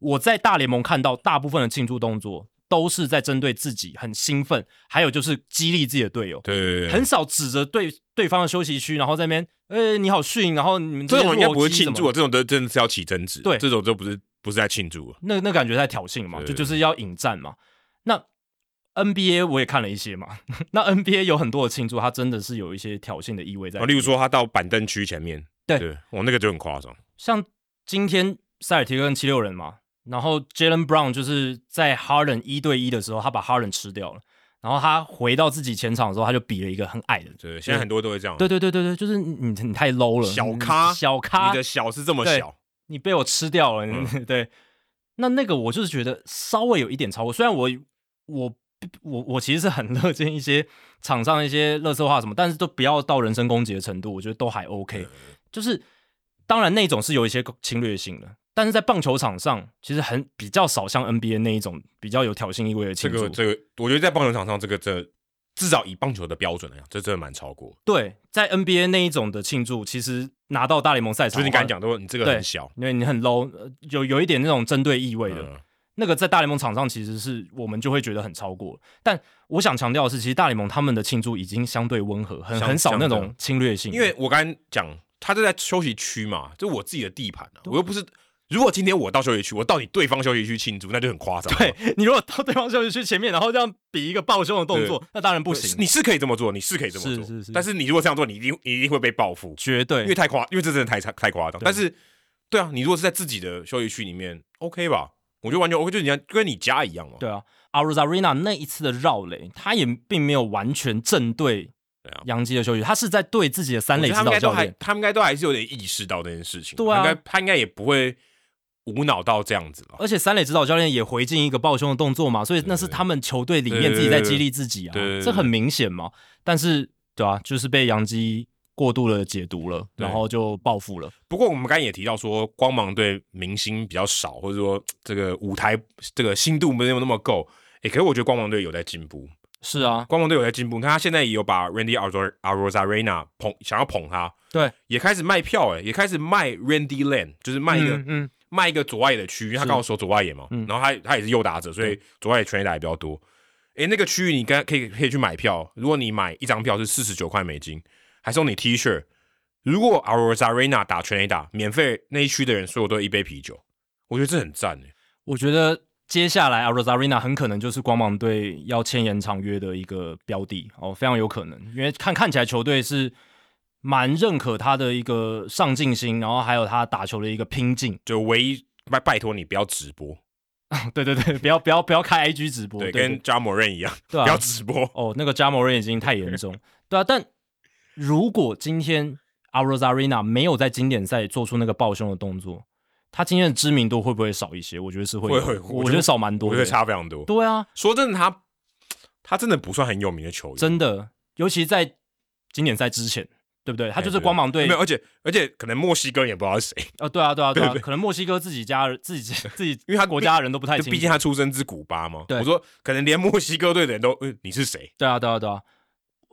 B: 我在大联盟看到大部分的庆祝动作都是在针对自己，很兴奋，还有就是激励自己的队友，
A: 对对对，
B: 很少指着对对方的休息区，然后在那边，呃、你好逊，然后你们
A: 这种应该
B: 弱
A: 不会
B: 鸡
A: 庆
B: 什么
A: 祝啊，这种都真的是要起争执，
B: 对
A: 这种就不是不是在庆祝了，
B: 那那感觉在挑衅嘛，
A: 对
B: 就就是要引战嘛。那 NBA 我也看了一些嘛， 那 NBA 有很多的庆祝，它真的是有一些挑衅的意味在
A: 啊
B: 里面。
A: 例如说他到板凳区前面，
B: 对
A: 对，我那个就很夸张，
B: 像今天塞尔提克跟七六人嘛，然后 Jalen Brown 就是在 Harden 一对一的时候，他把 Harden 吃掉了，然后他回到自己前场的时候，他就比了一个很矮的人。
A: 对，现在很多都会这样，
B: 对对对对对，就是你你太 low 了，
A: 小
B: 你
A: 咖
B: 小咖，
A: 你的小是这么
B: 对
A: 小，
B: 你被我吃掉了，
A: 嗯
B: 你 对。那那个我就是觉得稍微有一点超过，虽然我我我我其实是很乐见一些场上一些乐色话什么，但是都不要到人身攻击的程度，我觉得都还 OK。就是
A: 嗯
B: 当然那种是有一些侵略性的，但是在棒球场上其实很比较少像 NBA 那一种比较有挑衅意味的
A: 这
B: 庆祝。
A: 个这个，我觉得在棒球场上，这个这至少以棒球的标准来讲，这真的蛮超过，
B: 对，在 NBA 那一种的庆祝，其实拿到大联盟赛
A: 就
B: 场，
A: 是你刚才，讲说你这个
B: 对
A: 很小，
B: 因为你很 low，呃有有一点那种针对意味的。
A: 嗯，
B: 那个在大联盟场上其实是我们就会觉得很超过，但我想强调的是，其实大联盟他们的庆祝已经相对温和，很
A: 相
B: 很少那
A: 相
B: 种
A: 对
B: 侵略性。
A: 因为我刚才讲，他就在休息区嘛，这我自己的地盘啊，我又不是。如果今天我到休息区，我到你对方休息区庆祝，那就很夸张。
B: 对你如果到对方休息区前面，然后这样比一个抱胸的动作，那当然不
A: 对
B: 行，
A: 你是可以这么做，你是可以这么做，
B: 是是是
A: 但是你如果这样做，你一定你一定会被报复，
B: 绝
A: 因为
B: 对
A: 太夸，因为这真的太太夸张。但是，对啊，你如果是在自己的休息区里面，OK 吧？我觉得完全 OK，就是你家跟你家一样嘛。
B: 对啊。阿鲁扎瑞娜那一次的绕垒，他也并没有完全正对
A: 对啊
B: 杨基的休息，他是在对自己的三
A: 我
B: 垒
A: 觉得他
B: 指
A: 们应该都
B: 导教
A: 还
B: 练，。
A: 他们应该都还是有点意识到这件事情。
B: 对啊
A: 他应该他应该也不会无脑到这样子了。
B: 而且三垒指导教练也回敬一个抱胸的动作嘛，所以那是他们球队里面自己在激励自己啊，
A: 对对对对
B: 这很明显嘛。但是对啊，就是被杨基过度的解读了，
A: 对
B: 然后就报复了。
A: 不过我们刚才也提到说，光芒队明星比较少，或者说这个舞台这个新度没有那么够。诶，可是我觉得光芒队有在进步，
B: 是啊，
A: 光芒队有在进步。你看他现在也有把 Randy Arro- Arozarena 捧，想要捧他，
B: 对，
A: 也开始卖票、诶，也开始卖 Randy Land，就是卖一个、
B: 嗯嗯，
A: 卖一个左外野的区域，因为他
B: 是
A: 刚好守左外野嘛，
B: 嗯
A: 然后他他也是右打者，所以左外野全垒打也比较多。诶，那个区域你刚可以可以去买票，如果你买一张票是四十九块美金，还送你 T 恤。如果 Arozarena 打全垒打，免费那一区的人所有都有一杯啤酒，我觉得这很赞诶。
B: 我觉得接下来 a r o z a r e n a 很可能就是光芒队要签延长约的一个标的哦，非常有可能，因为看看起来球队是蛮认可他的一个上进心，然后还有他打球的一个拼劲。
A: 就唯一拜拜托你不要直播，
B: 对对对，不要不要不要开 IG 直播，
A: 对，
B: 哦对
A: 跟加莫任一样，
B: 对啊
A: 不要直播。
B: 哦，那个加莫瑞已经太 严重，对啊。但如果今天 a r o z a r e n a 没有在经典赛做出那个抱胸的动作，他今天的知名度会不会少一些？我觉得是会有
A: 会会我
B: 我
A: 觉
B: 觉得
A: 得
B: 少蛮多
A: 我
B: 的。
A: 觉得差非常多。
B: 对啊，
A: 说真的，他他真的不算很有名的球员，
B: 真的，尤其在经典赛之前，对不对？他
A: 哎
B: 就是
A: 对
B: 光芒队
A: 没，有，而且而且可能墨西哥人也不知道是谁，
B: 呃，对啊，对啊，对
A: 对
B: 啊，
A: 对
B: 可能墨西哥自己家人、自己 自己，
A: 因为他
B: 国家的人都不太
A: 就
B: 清楚，
A: 毕竟他出生自古巴嘛。
B: 对
A: 我说可能连墨西哥队的人都，呃你是谁？
B: 对啊，对啊，对啊，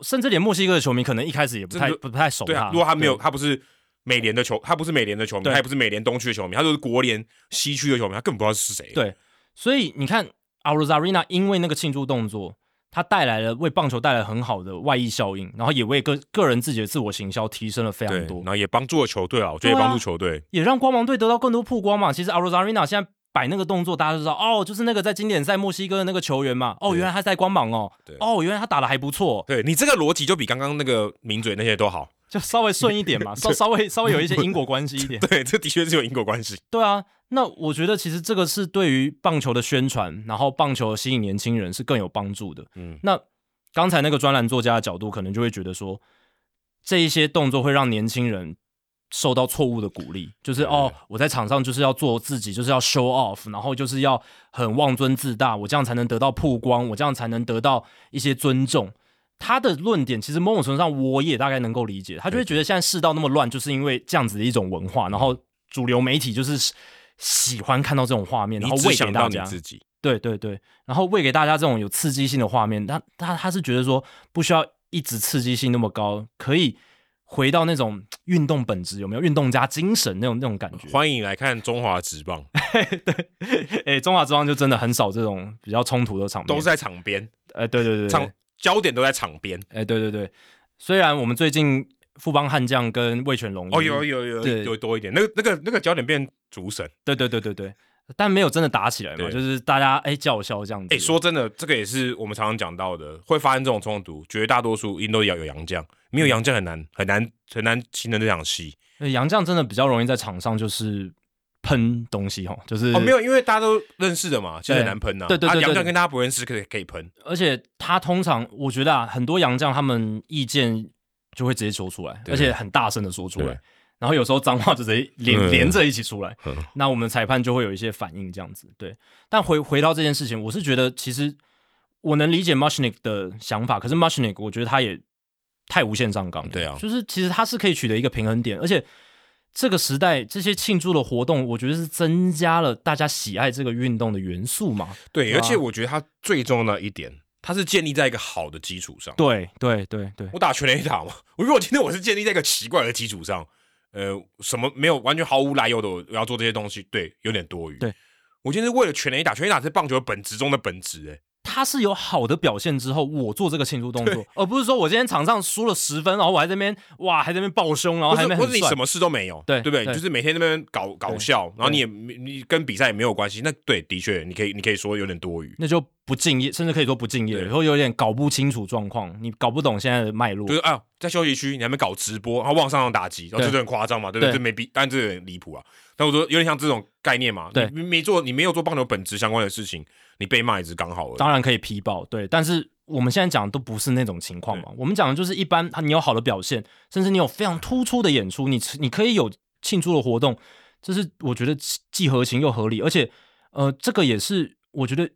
B: 甚至连墨西哥的球迷可能一开始也不
A: 这
B: 太
A: 就
B: 不太熟
A: 对啊
B: 他，，
A: 如果他没有，
B: 对
A: 他不是美联的球，他不是美联的球迷，
B: 对
A: 他也不是美联东区的球迷，他就是国联西区的球迷，他根本不知道是谁。
B: 对所以你看 a r o z a r e n a 因为那个庆祝动作，他带来了为棒球带来很好的外溢效应，然后也为个个人自己的自我行销提升了非
A: 对
B: 常多
A: 然，后也帮助了球队啊，我觉得也
B: 对啊
A: 帮助球队。
B: 也让光芒队得到更多曝光嘛。其实 a r o z a r e n a 现在摆那个动作，大家就知道哦，就是那个在经典赛墨西哥的那个球员嘛。哦，
A: 对
B: 原来他在光芒哦
A: 对，
B: 哦，原来他打的还不错，
A: 对你这个逻辑就比刚刚那个名嘴那些都好。
B: 就稍微顺一点 嘛，稍稍微稍微有一些因果关系一点。
A: 对，这的确是有因果关系。
B: 对啊，那我觉得其实这个是对于棒球的宣传，然后棒球吸引年轻人是更有帮助的。
A: 嗯，
B: 那刚才那个专栏作家的角度，可能就会觉得说，这一些动作会让年轻人受到错误的鼓励，就是
A: 对
B: 哦，我在场上就是要做自己，就是要 show off，然后就是要很妄尊自大，我这样才能得到曝光，我这样才能得到一些尊重。他的论点其实某种程度上我也大概能够理解，他就会觉得现在世道那么乱，就是因为这样子的一种文化，然后主流媒体就是喜欢看到这种画面，然
A: 你
B: 后
A: 只
B: 喂给
A: 想到
B: 大
A: 你
B: 家。
A: 自己，
B: 对对对，然后喂给大家这种有刺激性的画面，他他他是觉得说不需要一直刺激性那么高，可以回到那种运动本质，有没有运动加精神那种那种感 觉？
A: 欢迎来看中华职 棒，
B: 哎、中华之邦就真的很少这种比较冲突的场面，
A: 都是在场边，
B: 哎、对对对对，
A: 场焦点都在场边。
B: 哎、对对对，虽然我们最近富邦悍将跟魏全龙
A: 哦，有有有
B: 对
A: 有有多一点，那个那个那个焦点变主审。
B: 对对对对对，但没有真的打起来嘛，
A: 对
B: 就是大家哎、叫嚣这样子。
A: 哎、说真的，这个也是我们常常讲到的，会发生这种冲突，绝大多数一定都要有洋将，
B: 嗯
A: 没有洋将很难很难很难形成这场戏。
B: 呃杨绛真的比较容易在场上就是喷东西吼，就是
A: 哦，没有，因为大家都认识的嘛，其实很难喷呐、啊。
B: 对对对对
A: 洋
B: 对
A: 将跟大家不认识，可以可以喷。
B: 而且他通常我觉得啊，很多洋将他们意见就会直接说出来，
A: 对
B: 而且很大声的说出
A: 对
B: 来，然后有时候脏话就直接连、
A: 嗯
B: 连着一起出来，
A: 嗯
B: 那我们裁判就会有一些反应这样子。对，但回回到这件事情，我是觉得其实我能理解 Mushnik 的想法，可是 Mushnik 我觉得他也太无限上纲了，
A: 对啊
B: 就是其实他是可以取得一个平衡点，而且。这个时代，这些庆祝的活动，我觉得是增加了大家喜爱这个运动的元素嘛。
A: 对，
B: 哇
A: 而且我觉得他最重要的一点，他是建立在一个好的基础上。
B: 对对对对，
A: 我打全垒打嘛，我如果今天我是建立在一个奇怪的基础上，呃，什么没有完全毫无来由的我要做这些东西，对，有点多余。
B: 对，
A: 我今天是为了全垒打，全垒打是棒球的本质中的本质、欸，
B: 他是有好的表现之后，我做这个庆祝动作，而不是说我今天场上输了十分，然后我还在那边哇，还在那边抱胸，然
A: 或
B: 后哦还在
A: 是
B: 那边
A: 或
B: 很
A: 是你
B: 帅
A: 什么事都没有，
B: 对
A: 对不对？
B: 对
A: 就是每天那边搞搞
B: 对
A: 笑，然后你也没你跟比赛也没有关系，那对，的确，你可以你可以说有点多余，
B: 那就不敬业，甚至可以说不敬业，
A: 对
B: 然后有点搞不清楚状况，你搞不懂现在的脉络
A: 就。是啊，在休息区你还没搞直播，然后往上上打击，然后
B: 对
A: 这就很夸张嘛，对不对？
B: 对
A: 这没必，但这有点离谱啊。但我说有点像这种概念嘛，
B: 对
A: 你你没做你没有做棒球本质相关的事情，你被骂也是刚好而已。
B: 当然可以批爆，对，但是我们现在讲的都不是那种情况嘛，我们讲的就是一般你有好的表现，甚至你有非常突出的演出，你你可以有庆祝的活动，这是我觉得既合情又合理，而且呃，这个也是我觉得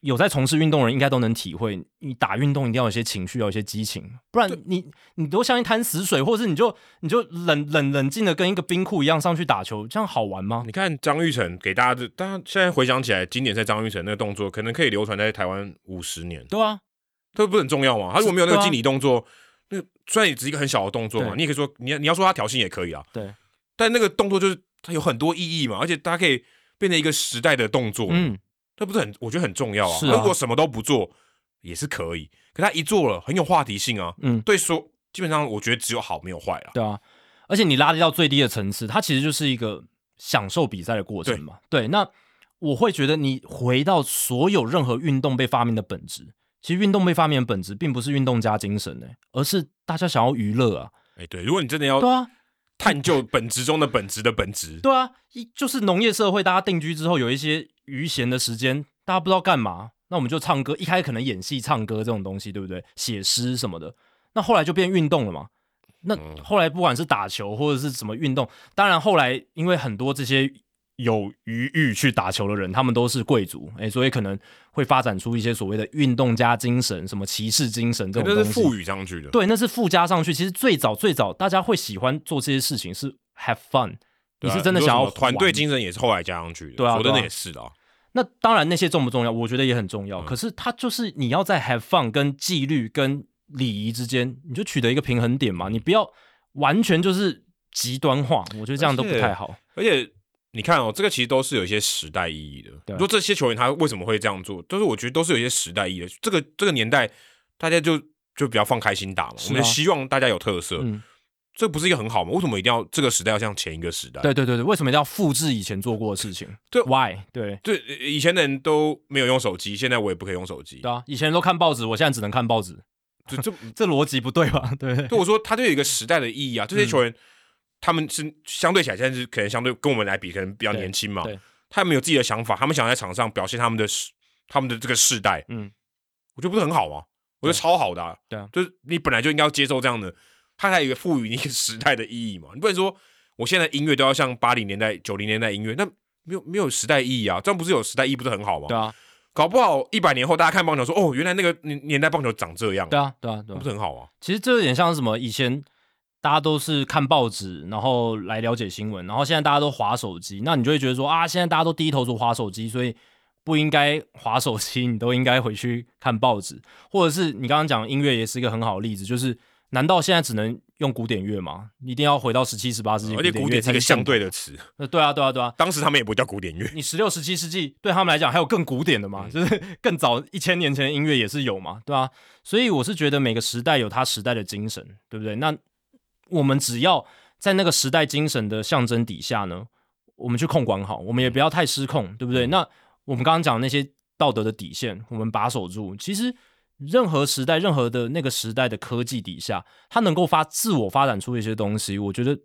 B: 有在从事运动的人应该都能体会，你打运动一定要有一些情绪，要有一些激情，不然你你都像一滩死水，或者是你就你就冷冷冷静的跟一个冰库一样上去打球，这样好玩吗？
A: 你看张玉成给大家的，大家现在回想起来，经典赛张玉成那个动作，可能可以流传在台湾五十年，
B: 对啊，
A: 这不是很重要吗？他如果没有那
B: 对
A: 个
B: 啊
A: 敬礼动作，那个虽然也只是一个很小的动作嘛，
B: 对
A: 你也可以说你要你要说他挑衅也可以啊，
B: 对，
A: 但那个动作就是它有很多意义嘛，而且它可以变成一个时代的动作，
B: 嗯，
A: 那不是很我觉得很重要啊。
B: 是啊
A: 如果什么都不做也是可以，可他一做了很有话题性啊，
B: 嗯
A: 对说基本上我觉得只有好没有坏啦。
B: 对啊，而且你拉低到最低的层次，它其实就是一个享受比赛的过程嘛。对，那我会觉得你回到所有任何运动被发明的本质，其实运动被发明的本质并不是运动加精神呢、欸而是大家想要娱乐啊。
A: 哎、对，如果你真的要
B: 对啊，
A: 探究本质中的本质的本质，
B: 对啊，一就是农业社会，大家定居之后有一些余闲的时间，大家不知道干嘛，那我们就唱歌。一开始可能演戏、唱歌这种东西，对不对？写诗什么的，那后来就变运动了嘛。那
A: 嗯
B: 后来不管是打球或者是什么运动，当然后来因为很多这些有余欲去打球的人，他们都是贵族，诶，所以可能会发展出一些所谓的运动家精神、什么骑士精神啊这
A: 那
B: 种东
A: 是
B: 西。
A: 赋予上去的。
B: 对，那是附加上去。其实最早最早，大家会喜欢做这些事情是 have fun，
A: 对
B: 你
A: 啊
B: 是真的想要
A: 你说什么团队
B: 玩
A: 精神也是后来加上去的。
B: 对啊
A: 说真
B: 对
A: 的
B: 啊
A: 也是的啊。
B: 那当然，那些重不重要，我觉得也很重要。
A: 嗯
B: 可是它就是你要在 have fun 跟纪律跟礼仪之间，你就取得一个平衡点嘛。你不要完全就是极端化，我觉得这样都不太好。
A: 而且你看哦，这个其实都是有一些时代意义的。
B: 对啊
A: 你说这些球员他为什么会这样做，就是我觉得都是有一些时代意义的。这个这个年代，大家就就比较放开心打嘛，
B: 是啊
A: 我们希望大家有特色，
B: 嗯，
A: 这不是一个很好吗？为什么一定要这个时代要像前一个时代？
B: 对对对对，为什么一定要复制以前做过的事情？
A: 对
B: ，why？对
A: 对，以前的人都没有用手机，现在我也不可以用手机
B: 对。啊，以前都看报纸，我现在只能看报纸，
A: 就这，
B: 这逻辑不对吧？ 对不对？
A: 对我说，他就有一个时代的意义啊。
B: 嗯
A: 这些球员，他们是相对起来，现在是可能相对跟我们来比，可能比较
B: 对
A: 年轻嘛
B: 对，
A: 他们有自己的想法，他们想在场上表现他们的世他们的这个世代，
B: 嗯，
A: 我觉得不是很好吗？我觉得超好的、啊，
B: 对啊
A: 就是你本来就应该要接受这样的，它才有一个赋予你一个时代的意义嘛。你不能说我现在音乐都要像八零年代、九零年代音乐，那没有没有时代意义啊，这样不是有时代意义不是很好吗？
B: 对啊，
A: 搞不好一百年后大家看棒球说，哦，原来那个年年代棒球长这样，
B: 对啊，对啊，
A: 那
B: 对啊
A: 不。是很好吗？
B: 其实这有点像是什么？以前大家都是看报纸，然后来了解新闻，然后现在大家都划手机，那你就会觉得说啊，现在大家都低头族划手机，所以不应该划手机，你都应该回去看报纸，或者是你刚刚讲音乐也是一个很好的例子，就是难道现在只能用古典乐吗？一定要回到十七、十八世纪，
A: 哦而且古典是一个相对的词，
B: 呃，对啊，对啊，对啊。
A: 当时他们也不叫古典 乐，
B: 你十六、十七世纪对他们来讲还有更古典的嘛，就是更早一千年前的音乐也是有嘛，对啊，所以我是觉得每个时代有它时代的精神，对不对？那我们只要在那个时代精神的象征底下呢，我们去控管好，我们也不要太失控，对不对？那我们刚刚讲的那些道德的底线，我们把守住，其实。任何时代，任何的那个时代的科技底下，它能够发自我发展出一些东西，我觉得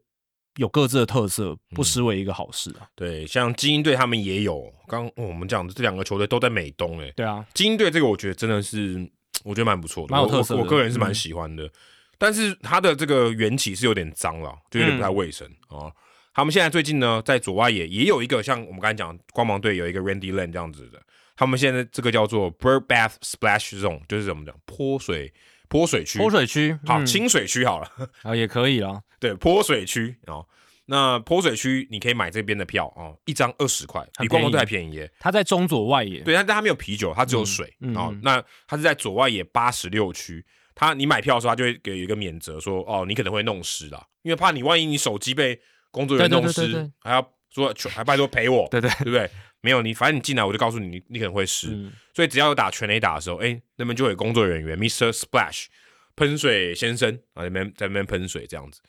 B: 有各自的特色，不失为一个好事啊。
A: 对，像精英队他们也有。刚、哦我们讲的这两个球队都在美东、欸，哎，
B: 对啊，
A: 精英队这个我觉得真的是，我觉得蛮不错的，
B: 蛮有特色的嗯
A: 我我。我个人是蛮喜欢的，但是它的这个缘起是有点脏了，就有点不太卫生啊、
B: 嗯
A: 哦他们现在最近呢，在左外野也有一个像我们刚才讲光芒队有一个 Randy Lane 这样子的，他们现在这个叫做 Bird Bath Splash Zone，就是怎么讲泼水泼水区，
B: 泼水区
A: 好
B: 嗯
A: 清水区好了。
B: 啊，也可以啦。
A: 对，泼水区哦。那泼水区你可以买这边的票哦，一张二十块，比观光队还便宜耶。
B: 他在中左外野，
A: 对，但但它没有啤酒，它只有水。
B: 嗯嗯
A: 哦
B: 嗯，
A: 那它是在左外野八十六区，它你买票的时候，它就会给一个免责说，哦，你可能会弄湿啦，因为怕你万一你手机被工作人员
B: 对对
A: 弄
B: 对对
A: 湿
B: 对，
A: 还要说求还拜托赔我，
B: 对对
A: 对不对？没有你，反正你进来我就告诉你，你你可能会湿。
B: 嗯
A: 所以只要有打全垒打的时候，哎、那边就有工作人员 Mr. Splash 喷水先生啊，那边在那边喷水这样子，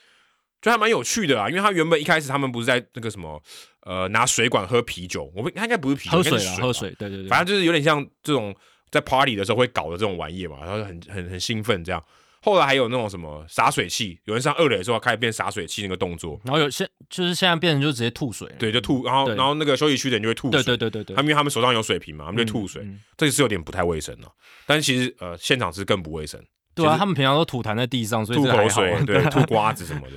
A: 就还蛮有趣的啦。啊因为他原本一开始他们不是在那个什么呃拿水管喝啤酒，我不他应该不是啤酒，
B: 喝
A: 应该
B: 水
A: 是
B: 啦，
A: 吧
B: 喝，水，对对对，
A: 反正就是有点像这种在 party 的时候会搞的这种玩意嘛，然后就很很很兴奋这样。后来还有那种什么洒水器，有人上二垒的时候开始变洒水器那个动作，
B: 然后有些就是现在变成就直接吐水了，
A: 对，就吐，然后
B: 对
A: 然后那个休息区的人就会吐水，
B: 对对对对对
A: 他，们因为他们手上有水瓶嘛，他们就吐水，
B: 嗯嗯
A: 这个是有点不太卫生了、但其实呃，现场是更不卫生，
B: 对啊，
A: 其实
B: 他们平常都吐痰在地上，所以
A: 吐
B: 这还
A: 口
B: 好
A: 水
B: 啊，
A: 对，吐瓜子什么的。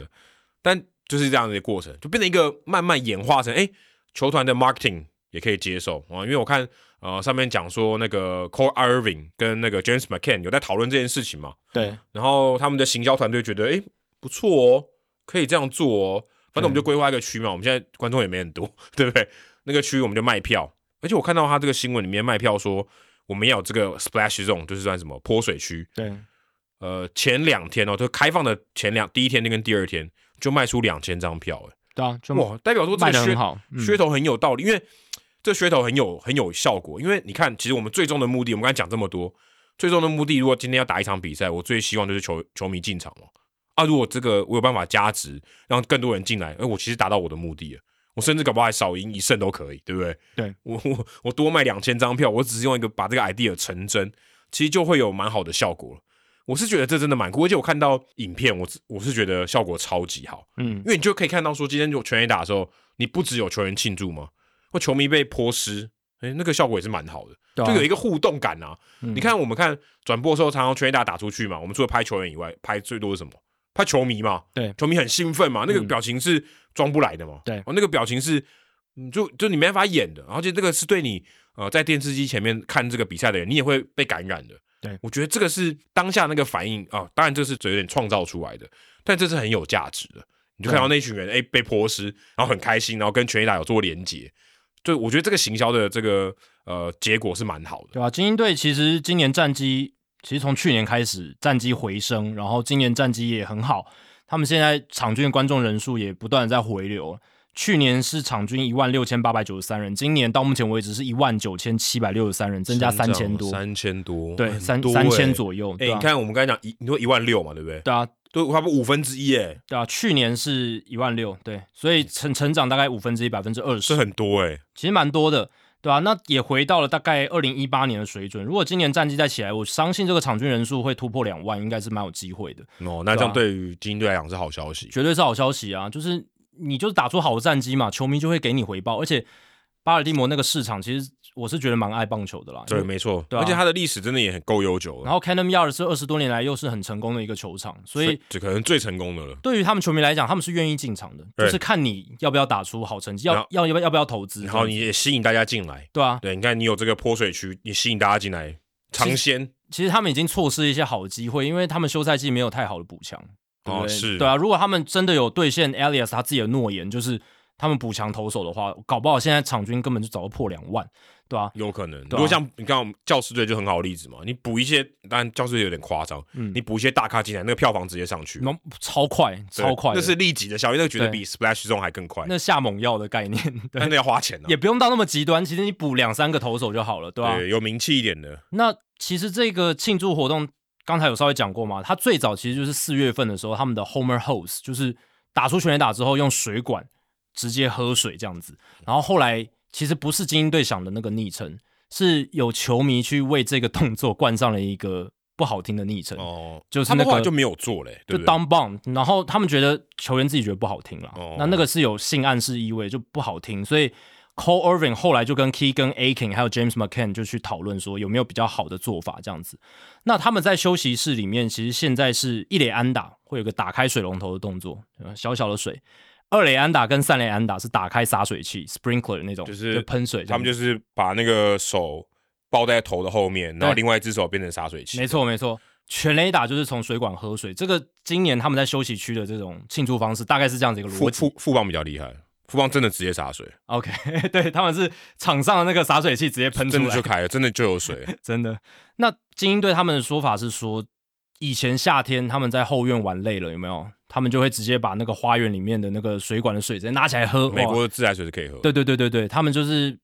A: 但就是这样的一个过程，就变成一个慢慢演化成，哎，球团的 marketing 也可以接受啊、因为我看呃上面讲说那个 Core Irving 跟那个 James McCann 有在讨论这件事情嘛，
B: 对，
A: 然后他们的行销团队觉得，哎，不错哦，可以这样做哦。反正我们就
B: 嗯
A: 规划一个区嘛，我们现在观众也没很多， 对不对？那个区我们就卖票，而且我看到他这个新闻里面卖票说，我们要有这个 splash zone，就是算什么泼水区。
B: 对，
A: 呃，前两天哦，就开放的前两第一天跟第二天就卖出两千张票，哎，
B: 对啊，就
A: 哇，代表说这
B: 卖
A: 个
B: 的
A: 噱
B: 很好，嗯
A: 噱头很有道理，因为这噱头很有很有效果。因为你看，其实我们最终的目的，我们刚才讲这么多，最终的目的，如果今天要打一场比赛，我最希望就是球球迷进场嘛。啊，如果这个我有办法加值，让更多人进来，哎、我其实达到我的目的了。我甚至搞不好还少赢一胜都可以，对不对？
B: 对
A: 我我我多卖两千张票，我只是用一个把这个 idea 成真，其实就会有蛮好的效果了。我是觉得这真的蛮酷，而且我看到影片，我是我是觉得效果超级好。
B: 嗯
A: 因为你就可以看到说，今天有全垒打的时候，你不只有球员庆祝嘛，或球迷被泼湿，哎、那个效果也是蛮好的，
B: 对啊
A: 就有一个互动感啊。
B: 嗯
A: 你看我们看转播的时候，常常全垒打打出去嘛，我们除了拍球员以外，拍最多是什么？拍球迷嘛，
B: 对
A: 球迷很兴奋嘛，那个
B: 嗯
A: 表情是装不来的嘛，
B: 对
A: 哦，那个表情是，嗯就就你没办法演的，而且这个是对你呃在电视机前面看这个比赛的人，你也会被感染的。
B: 对
A: 我觉得这个是当下那个反应啊，当然这是有点创造出来的，但这是很有价值的。你就看到那群人哎、诶被泼湿，然后很开心，然后跟全垒打有做连结，就我觉得这个行销的这个呃结果是蛮好的。
B: 对啊，精英队其实今年战绩，其实从去年开始战绩回升，然后今年战绩也很好，他们现在场均观众人数也不断的在回流。去年是场均一万六千八百九十三人，今年到目前为止是一万九千七百六十三人，增加三千多，
A: 三千多，
B: 对，
A: 很
B: 三
A: 多
B: 三
A: 欸
B: 千。左右，
A: 哎、
B: 对啊
A: 你，看我们刚才讲一，你说一万六嘛，对不对？
B: 对啊，
A: 都差不多五分之一，哎，
B: 对啊，去年是一万六，对，所以成成长大概五分之一，百分之二
A: 是
B: 十，
A: 很多哎、
B: 其实蛮多的，对啊，那也回到了大概二零一八年的水准。如果今年战绩再起来，我相信这个场均人数会突破两万，应该是蛮有机会的，
A: 哦，那这
B: 对
A: 样
B: 啊
A: 对于精英队来讲是好消息。
B: 绝对是好消息啊！就是你就是打出好战绩嘛，球迷就会给你回报，而且巴尔的摩那个市场，其实我是觉得蛮爱棒球的啦。
A: 对，
B: 因为
A: 没错，
B: 对啊
A: 而且它的历史真的也很够悠久了，
B: 然后 Cannon Yard 是二十多年来又是很成功的一个球场，所以
A: 这可能最成功的了。
B: 对于他们球迷来讲，他们是愿意进场的，
A: 对
B: 就是看你要不要打出好成绩，
A: 然
B: 要
A: 后
B: 要要不要要不要投资这
A: 然
B: 样子。
A: 后你也吸引大家进来，
B: 对啊，
A: 对，你看你有这个泼水区，你吸引大家进来尝鲜，
B: 其实他们已经错失一些好机会，因为他们休赛季没有太好的补强。对不
A: 哦
B: 对啊
A: 是
B: 对啊，如果他们真的有兑现 Elias 他自己的诺言，就是他们补强投手的话，搞不好现在场均根本就早就破两万，对啊，
A: 有可能。如
B: 对啊
A: 果像你看我们教师队就很好的例子嘛，你补一些，当然教师队有点夸张，
B: 嗯
A: 你补一些大咖进来，那个票房直接上去，
B: 那超快，
A: 对
B: 超快的，
A: 那是立即的效应，那个绝对
B: 对
A: 比 Splash Zone 还更快，
B: 那下猛药的概念， 对，
A: 但那要花钱啊
B: 也啊不用到那么极端，其实你补两三个投手就好了，对吧、
A: 对，有名气一点的，
B: 那其实这个庆祝活动，刚才有稍微讲过嘛，它最早其实就是四月份的时候，他们的 Homer Hose 就是打出全垒打之后，用水管直接喝水这样子。然后后来其实不是精英队想的那个昵称，是有球迷去为这个动作冠上了一个不好听的昵称，
A: 哦，
B: 就是
A: 他
B: 那
A: 们后来
B: 个
A: 就没有做嘞，对不
B: 就
A: 对？
B: dumb bomb，然后他们觉得球员自己觉得不好听了，
A: 哦
B: 那那个是有性暗示意味，就不好听，所以 Cole Irving 后来就跟 Key 跟 Akin 还有 James McCann 就去讨论说有没有比较好的做法这样子。那他们在休息室里面，其实现在是一垒安打会有个打开水龙头的动作，呃小小的水。二垒安打跟三垒安打是打开洒水器 （sprinkler） 那种，
A: 就是
B: 喷水这样子。
A: 他们就是把那个手抱在头的后面，然后
B: 对
A: 另外一只手变成洒水器，
B: 没错没错，全垒打就是从水管喝水。这个今年他们在休息区的这种庆祝方式，大概是这样子一个逻
A: 富
B: 辑。
A: 富富邦比较厉害，富邦真的直接洒水，
B: OK，对， 他们是场上的那个洒水器直接喷出
A: 真
B: 来，
A: 的就开了，真的就有 水。
B: 真的。那精英队他们的说法是说，以前夏天他们在后院玩累了，有没有？他们就会直接把那个花园里面的那个水管的水直接拿起来喝。哇
A: 美国的自来水是可以喝，
B: 对对对对对，他们就是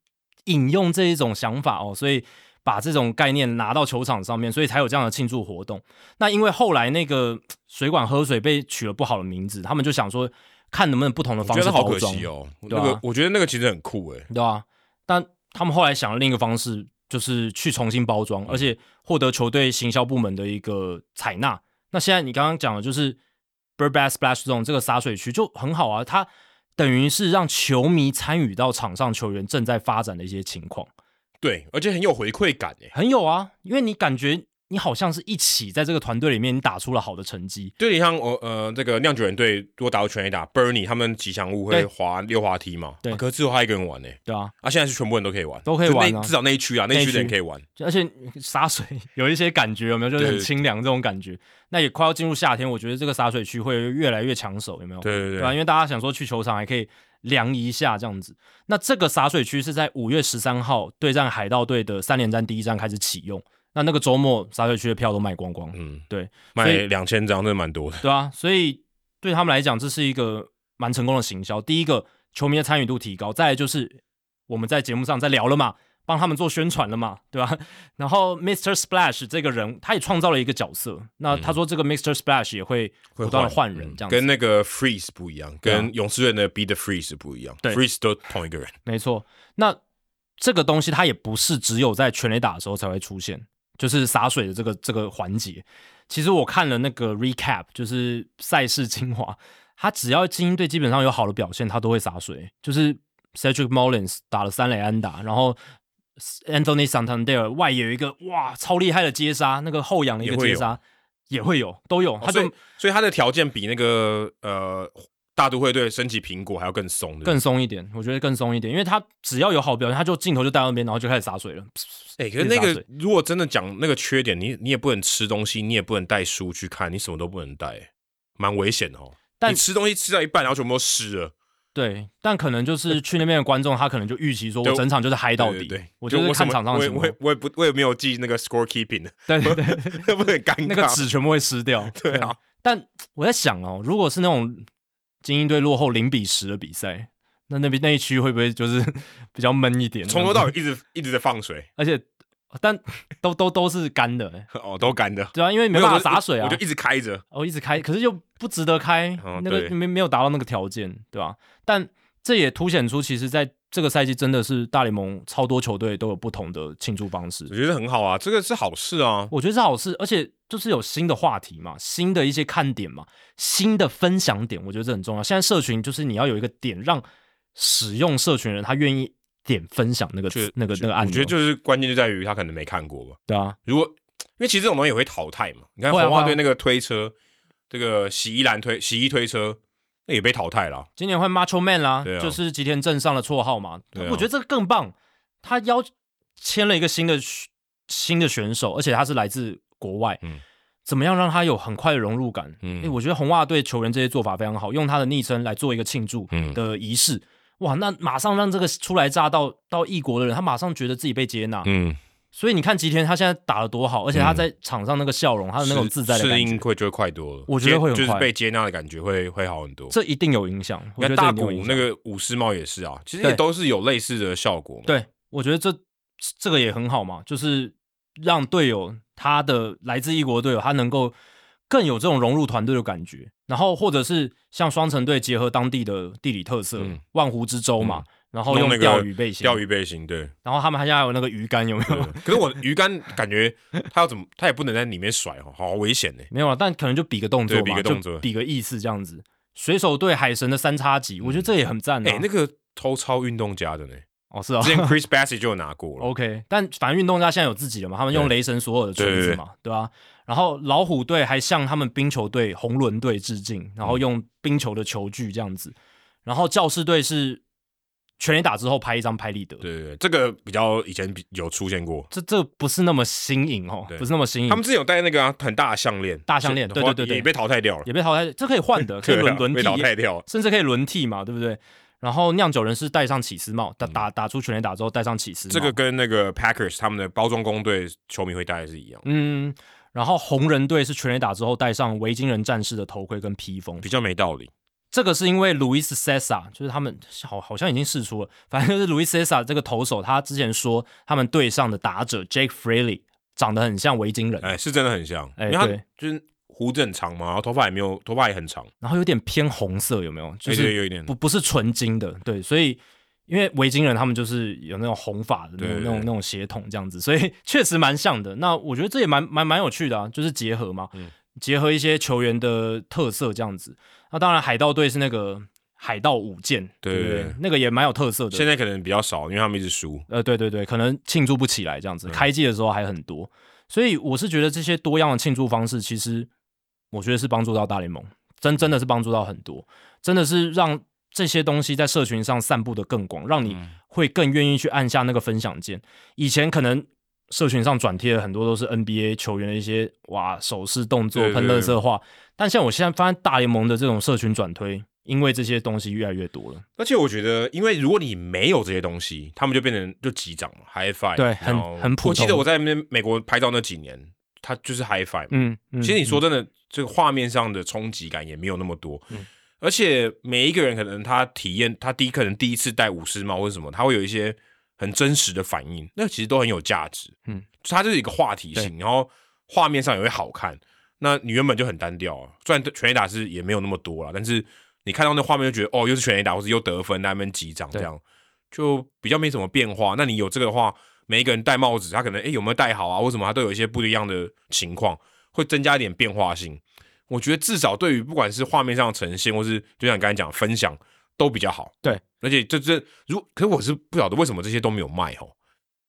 B: 引用这一种想法哦，所以把这种概念拿到球场上面，所以才有这样的庆祝活动。那因为后来那个嘖水管喝水被取了不好的名字，他们就想说看能不能不同的
A: 我
B: 方
A: 觉
B: 式
A: 得好
B: 包
A: 可
B: 装，
A: 惜哦。
B: 对
A: 那
B: 啊
A: 个我觉得那个其实很酷欸诶，
B: 对啊，但他们后来想了另一个方式，就是去重新包装，而且获得球队行销部门的一个采纳。那现在你刚刚讲的就是 Birdbath Splash Zone 这个洒水区就很好啊，它等于是让球迷参与到场上球员正在发展的一些情况，
A: 对，而且很有回馈感欸诶。
B: 很有啊，因为你感觉你好像是一起在这个团队里面，你打出了好的成绩，
A: 就你像我呃，这个酿酒人队如果打到全垒打，Bernie 他们吉祥物会
B: 对
A: 滑溜滑梯嘛？
B: 对
A: 啊可是只有他一个人玩诶。
B: 对啊，
A: 啊，现在是全部人都可以玩，
B: 都可以玩啊
A: 就那至少那一区啊，那一区的
B: 那一
A: 人
B: 区
A: 可以玩。
B: 而且洒水 有一些感觉，有没有？就是
A: 对
B: 很
A: 对
B: 清凉这种感觉。那也快要进入夏天，我觉得这个洒水区会越来越抢手，有没有？
A: 对对
B: 对啊，因为大家想说去球场还可以量一下这样子。那这个洒水区是在五月十三号对战海盗队的三连战第一站开始启用，那那个周末洒水区的票都卖光光，
A: 嗯，
B: 对，所
A: 卖
B: 以
A: 两千张真的蛮多的。
B: 对啊，所以对他们来讲这是一个蛮成功的行销。第一个，球迷的参与度提高；再来就是我们在节目上在聊了嘛。帮他们做宣传了嘛，对吧、 然后 Mr. Splash 这个人，他也创造了一个角色。那他说这个 Mr. Splash 也会不断的换人，这样
A: 嗯
B: 子
A: 跟那个 Freeze 不一样，
B: 对啊
A: 跟勇士队的 Be the Freeze 不一样。
B: 对
A: Freeze 都同一个人。
B: 没错，那这个东西它也不是只有在全垒打的时候才会出现，就是洒水的这个这个环节。其实我看了那个 recap，就是赛事精华，他只要精英队基本上有好的表现，他都会洒水。就是 Cedric Mullins 打了三垒安打，然后 Anthony Santander 外野有一个哇超厉害的接杀，那个后仰的一个
A: 也会有哦
B: 接杀也会有，都有，他
A: 所
B: 就
A: 以所以他的条件比那个呃大都会队升级苹果还要更松的。
B: 更松一点，我觉得更松一点，因为他只要有好表现，他就镜头就带到那边，然后就开始洒水了。
A: 哎、可是
B: 更
A: 那
B: 洒
A: 个
B: 水
A: 如果真的讲那个缺点，你你也不能吃东西，你也不能带书去看，你什么都不能带，蛮危险的哦。
B: 但
A: 你吃东西吃到一半，然后全部都湿了，
B: 对，但可能就是去那边的观众，他可能就预期说
A: 对
B: 我整场就是嗨到底，
A: 对对对，
B: 我就是
A: 什
B: 看
A: 么
B: 场上
A: 我
B: 的
A: 也
B: 情
A: 我
B: 况
A: 也，我也不我也没有记那个 score keeping，
B: 对对对，
A: 那 不很尴尬。
B: 那个纸全部会湿掉。
A: 对啊，
B: 但我在想哦，如果是那种精英队落后零比十的比赛，那那边那一区会不会就是 比较闷一点？
A: 从头到
B: 尾，
A: 尾一直一直在放水，
B: 而且但都都都是干的、欸，
A: 哦，都干的，
B: 对啊，因为没办
A: 有
B: 法
A: 我
B: 洒水啊
A: 我，就一直开着。
B: 哦，一直开，可是又不值得开，
A: 哦
B: 那
A: 对
B: 个没没有达到那个条件，对吧、但这也凸显出，其实在这个赛季真的是大联盟超多球队都有不同的庆祝方
A: 我
B: 式，
A: 觉得很好啊，这个是好事啊。
B: 我觉得是好事，而且就是有新的话题嘛，新的一些看点嘛，新的分享点，我觉得这很重要。现在社群就是你要有一个点，让使用社群人他愿意点分享那个
A: 就
B: 那个
A: 就
B: 那个
A: 我
B: 按钮，
A: 觉得就是关键就在于他可能没看过吧。
B: 对啊，
A: 如果因为其实这种东西也会淘汰嘛，你看
B: 会啊
A: 红袜
B: 会啊
A: 队那个推车，这个洗衣篮推洗衣推车，那也被淘汰了啊。
B: 今年换 Macho Man 啦，
A: 对啊
B: 就是吉田镇上的绰号嘛。
A: 对啊
B: 我觉得这个更棒，他邀签了一个新的新的选手，而且他是来自国外。
A: 嗯
B: 怎么样让他有很快的融入感？
A: 嗯
B: 嗯，我觉得红袜队球员这些做法非常好，用他的昵称来做一个庆祝
A: 嗯
B: 的仪式，哇，那马上让这个初来乍到到异国的人，他马上觉得自己被接纳。
A: 嗯，
B: 所以你看吉田他现在打的多好，而且他在场上那个笑容，他的那种
A: 适
B: 自在的
A: 适
B: 感
A: 应
B: 觉，
A: 会就会快多了，
B: 我觉得会很
A: 接就是
B: 快
A: 被接纳的感觉会会好很多。
B: 这一定有影响。我
A: 你看
B: 觉得
A: 大
B: 这一定有
A: 谷
B: 影响
A: 那个武士帽也是啊，其实
B: 对
A: 也都是有类似的效果嘛。
B: 对，我觉得这这个也很好嘛，就是让队友他的来自异国的队友，他能够更有这种融入团队的感觉，然后或者是像双城队结合当地的地理特色，
A: 嗯
B: 万湖之洲嘛，然后
A: 弄
B: 用
A: 那个
B: 钓鱼背心，
A: 钓鱼背心， 对。
B: 然后他们好像还有那个鱼竿，有没有？
A: 可是我的鱼竿感觉他要怎么，他也不能在里面甩哦，好危险呢。
B: 没有啊，但可能就比个动作
A: 对
B: 嘛，
A: 比个动作
B: 就比个意思这样子。水手队海神的三叉戟，我觉得这也很赞啊。
A: 哎，那个偷抄运动家的 呢，
B: 哦是啊、
A: 之前 Chris Bassey 就有拿过了。
B: OK，但反正运动家现在有自己的嘛，他们用
A: 对
B: 雷神索尔的锤子嘛，对吧、然后老虎队还向他们冰球队红轮队致敬，然后
A: 嗯
B: 用冰球的球具这样子。然后教士队是全垒打之后拍一张拍立得，
A: 对对对，这个比较以前比有出现过，
B: 这这不是那么新颖哦
A: 对，
B: 不是那么新颖。
A: 他们之前有戴那个啊很大的项链，
B: 大项链对对对对
A: 也被淘汰掉了，
B: 也被淘汰，这可以 换的，可以
A: 对啊
B: 轮轮
A: 被淘
B: 替，
A: 汰掉了。
B: 甚至可以轮替嘛，对不对？然后酿酒人是戴上起司帽，打打打出全垒打之后戴上起司
A: 嗯
B: 帽，
A: 这个跟那个 Packers 他们的包装工队球迷会戴的是一样，
B: 嗯。然后红人队是全垒打之后戴上维京人战士的头盔跟披风，
A: 比较没道理。
B: 这个是因为 Luis Cesar，就是他们好好像已经试出了，反正就是 Luis Cesar 这个投手，他之前说他们队上的打者 Jake Fraley 长得很像维京人，
A: 哎，是真的很像，
B: 哎
A: 因为他
B: 对
A: 就是胡子很长嘛，然后头发也没有，头发也很长，
B: 然后有点偏红色，有没有？
A: 而
B: 就
A: 哎且有
B: 是
A: 一点
B: 不不是纯金的，对，所以因为维京人他们就是有那种红发的那
A: 对
B: 种
A: 对
B: 那种
A: 对
B: 那种血统这样子，所以确实蛮像的。那我觉得这也蛮蛮蛮有趣的啊，就是结合嘛，
A: 嗯
B: 结合一些球员的特色这样子。那当然，海盗队是那个海盗舞剑，
A: 对
B: 不
A: 对对
B: 那个也蛮有特色的。
A: 现在可能比较少，因为他们一直输。
B: 呃，对对对，可能庆祝不起来这样子，
A: 嗯
B: 开季的时候还很多，所以我是觉得这些多样的庆祝方式，其实我觉得是帮助到大联盟，真真的是帮助到很多，真的是让这些东西在社群上散布的更广，让你
A: 嗯
B: 会更愿意去按下那个分享键。以前可能社群上转贴的很多都是 NBA 球员的一些哇手势动作、
A: 对对
B: 喷
A: 对
B: 乐色话，但像我现在发现大联盟的这种社群转推，因为这些东西越来越多了，
A: 而且我觉得，因为如果你没有这些东西，他们就变成就击掌嘛，high five，
B: 对
A: 然后
B: 很很普通
A: 我记得我在那边美国拍照那几年，他就是 high five 嘛。
B: 嗯，嗯嗯
A: 其实你说真的，这个画面上的冲击感也没有那么多。而且每一个人可能他体验，他第一可能第一次戴武士帽或者什么，他会有一些很真实的反应，那其实都很有价值。
B: 嗯，
A: 它就是一个话题性，然后画面上也会好看。那你原本就很单调啊，虽然全垒打是也没有那么多啦，但是你看到那画面就觉得哦，又是全垒打，或是又得分，那边几张这
B: 对
A: 样，就比较没什么变化。那你有这个的话，每一个人戴帽子，他可能诶、有没有戴好啊，或什么，他都有一些不一样的情况，会增加一点变化性。我觉得至少对于不管是画面上的呈现，或是就像你刚才讲分享，都比较好。
B: 对，
A: 而且这这如可是我是不晓得为什么这些都没有卖哦。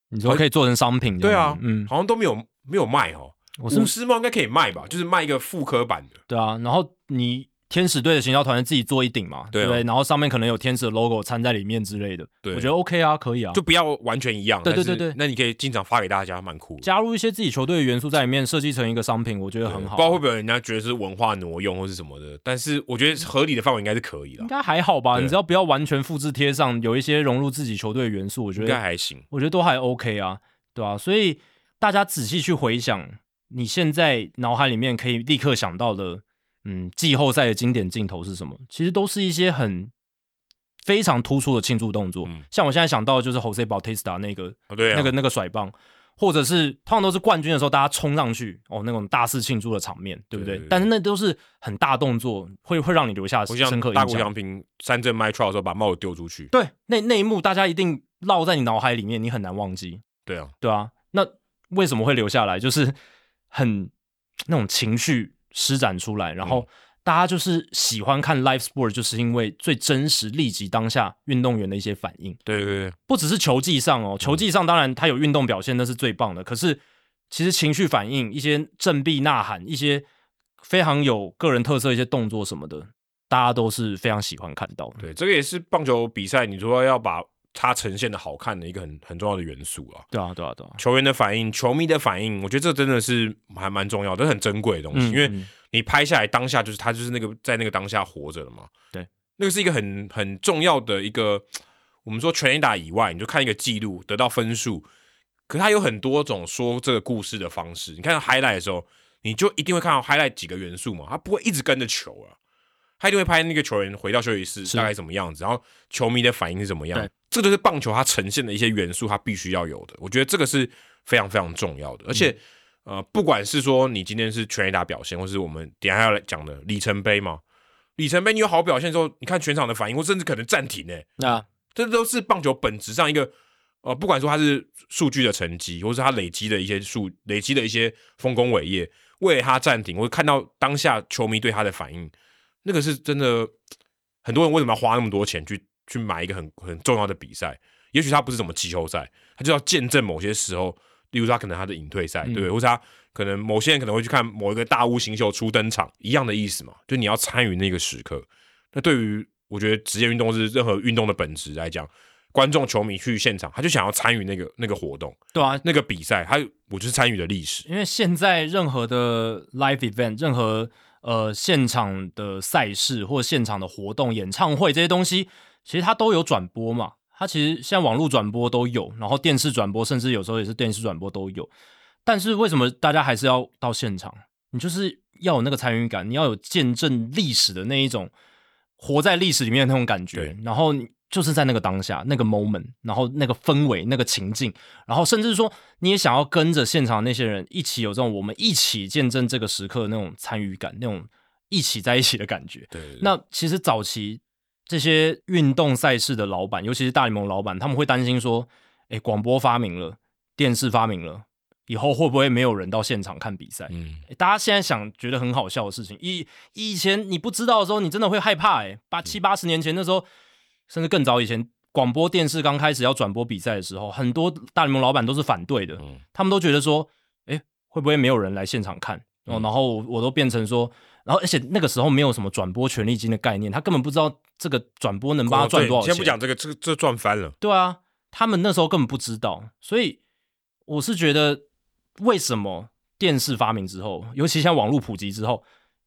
B: 你说可以做成商品这
A: 对
B: 样
A: 啊
B: 子，，嗯，
A: 好像都没有没有卖哦。
B: 我是
A: 舞狮帽应该可以卖吧？就是卖一个复刻版的，
B: 对啊，然后你天使队的行销团队自己做一顶嘛，
A: 对啊
B: 对不对？然后上面可能有天使的 logo 掺在里面之类的，
A: 对
B: 我觉得 OK 啊，可以啊，
A: 就不要完全一样。
B: 对对
A: 但是
B: 对对
A: 那你可以经常发给大家，蛮酷的。
B: 加入一些自己球队的元素在里面，设计成一个商品，我觉得
A: 对
B: 很好啊
A: 不知。道会不会有人家觉得是文化挪用或是什么的，但是我觉得合理的范围应该是可以的
B: 应，该还好吧，
A: 对
B: 你只要不要完全复制贴上，有一些融入自己球队的元素，我觉
A: 应该
B: 得
A: 还行。
B: 我觉得都还 OK 啊，对啊，所以大家仔细去回想，你现在脑海里面可以立刻想到的，嗯，季后赛的经典镜头是什么？其实都是一些很非常突出的庆祝动作，
A: 嗯
B: 像我现在想到的就是 Jose Bautista 那个
A: 哦，对啊，
B: 那个那个甩棒，或者是通常都是冠军的时候，大家冲上去哦，那种大肆庆祝的场面，对不对？
A: 对对对
B: 但是那都是很大动作，会会让你留下
A: 我像
B: 深刻
A: 大
B: 印
A: 谷
B: 象。
A: 翔平三振麦 t r o 的时候把帽子丢出去。
B: 对，那那一幕大家一定烙在你脑海里面，你很难忘记，
A: 对啊，
B: 对啊。那为什么会留下来？就是很那种情绪施展出来，然后大家就是喜欢看 live sport，就是因为最真实、立即当下运动员的一些反应。
A: 对对对，
B: 不只是球技上哦，球技上当然他有运动表现那是最棒的，可是其实情绪反应、一些振臂呐喊、一些非常有个人特色、一些动作什么的，大家都是非常喜欢看到的，
A: 对，这个也是棒球比赛，你说要把它呈现的好看的一个很很重要的元素啊。
B: 对啊，对啊，对啊，
A: 球员的反应、球迷的反应，我觉得这真的是还蛮重要的，这很珍贵的东西，
B: 嗯
A: 因为
B: 嗯
A: 你拍下来当下就是他就是那个在那个当下活着了嘛。
B: 对，
A: 那个是一个很很重要的一个，我们说全垒打以外，你就看一个记录得到分数，可它有很多种说这个故事的方式。你看到 highlight 的时候，你就一定会看到 highlight 几个元素嘛，它不会一直跟着球啊，它一定会拍那个球员回到休息室
B: 是
A: 大概什么样子，然后球迷的反应是怎么样
B: 对，
A: 这就是棒球它呈现的一些元素，它必须要有的。我觉得这个是非常非常重要的，而且。呃，不管是说你今天是全垒打表现，或是我们等一下要来讲的里程碑嘛，里程碑你有好表现之后，你看全场的反应，或甚至可能暂停诶、
B: 那
A: 这都是棒球本质上一个呃，不管说它是数据的成绩，或是它累积的一些数累积的一些丰功伟业，为了它暂停，或者看到当下球迷对他的反应，那个是真的。很多人为什么要花那么多钱去去买一个很很重要的比赛？也许他不是什么季后赛，他就要见证某些时候，例如他可能他的隐退赛，对不对？或者他可能某些人可能会去看某一个大屋新秀初登场，一样的意思嘛，就你要参与那个时刻。那对于我觉得职业运动是任何运动的本质来讲，观众、球迷去现场，他就想要参与那个那个活动、
B: 对啊，
A: 那个比赛，他我就是参与的历史。
B: 因为现在任何的 live event，任何呃现场的赛事或现场的活动、演唱会这些东西，其实它都有转播嘛。它其实现在网络转播都有，然后电视转播，甚至有时候也是电视转播都有。但是为什么大家还是要到现场？你就是要有那个参与感，你要有见证历史的那一种，活在历史里面的那种感觉
A: 对。
B: 然后你就是在那个当下、那个 moment，然后那个氛围、那个情境，然后甚至说你也想要跟着现场那些人一起有这种我们一起见证这个时刻的那种参与感，那种一起在一起的感觉。
A: 对对对
B: 那其实早期这些运动赛事的老板，尤其是大联盟老板，他们会担心说，诶，广播发明了，电视发明了，以后会不会没有人到现场看比赛？
A: 嗯，
B: 诶大家现在想觉得很好笑的事情，以以前你不知道的时候，你真的会害怕、诶，
A: 嗯
B: 八七八十年前那时候，甚至更早以前，广播电视刚开始要转播比赛的时候，很多大联盟老板都是反对的，
A: 嗯
B: 他们都觉得说，诶，会不会没有人来现场看？哦，
A: 嗯
B: 然后我我都变成说，然后而且那个时候没有什么转播权利金的概念，他根本不知道这个转播能帮他赚多
A: 哦对
B: 少
A: 先
B: 钱。
A: 不讲这个，这个这赚翻了。
B: 对啊，他们那时候根本不知道，所以我是觉得，为什么电视发明之后，尤其像网络普及之后，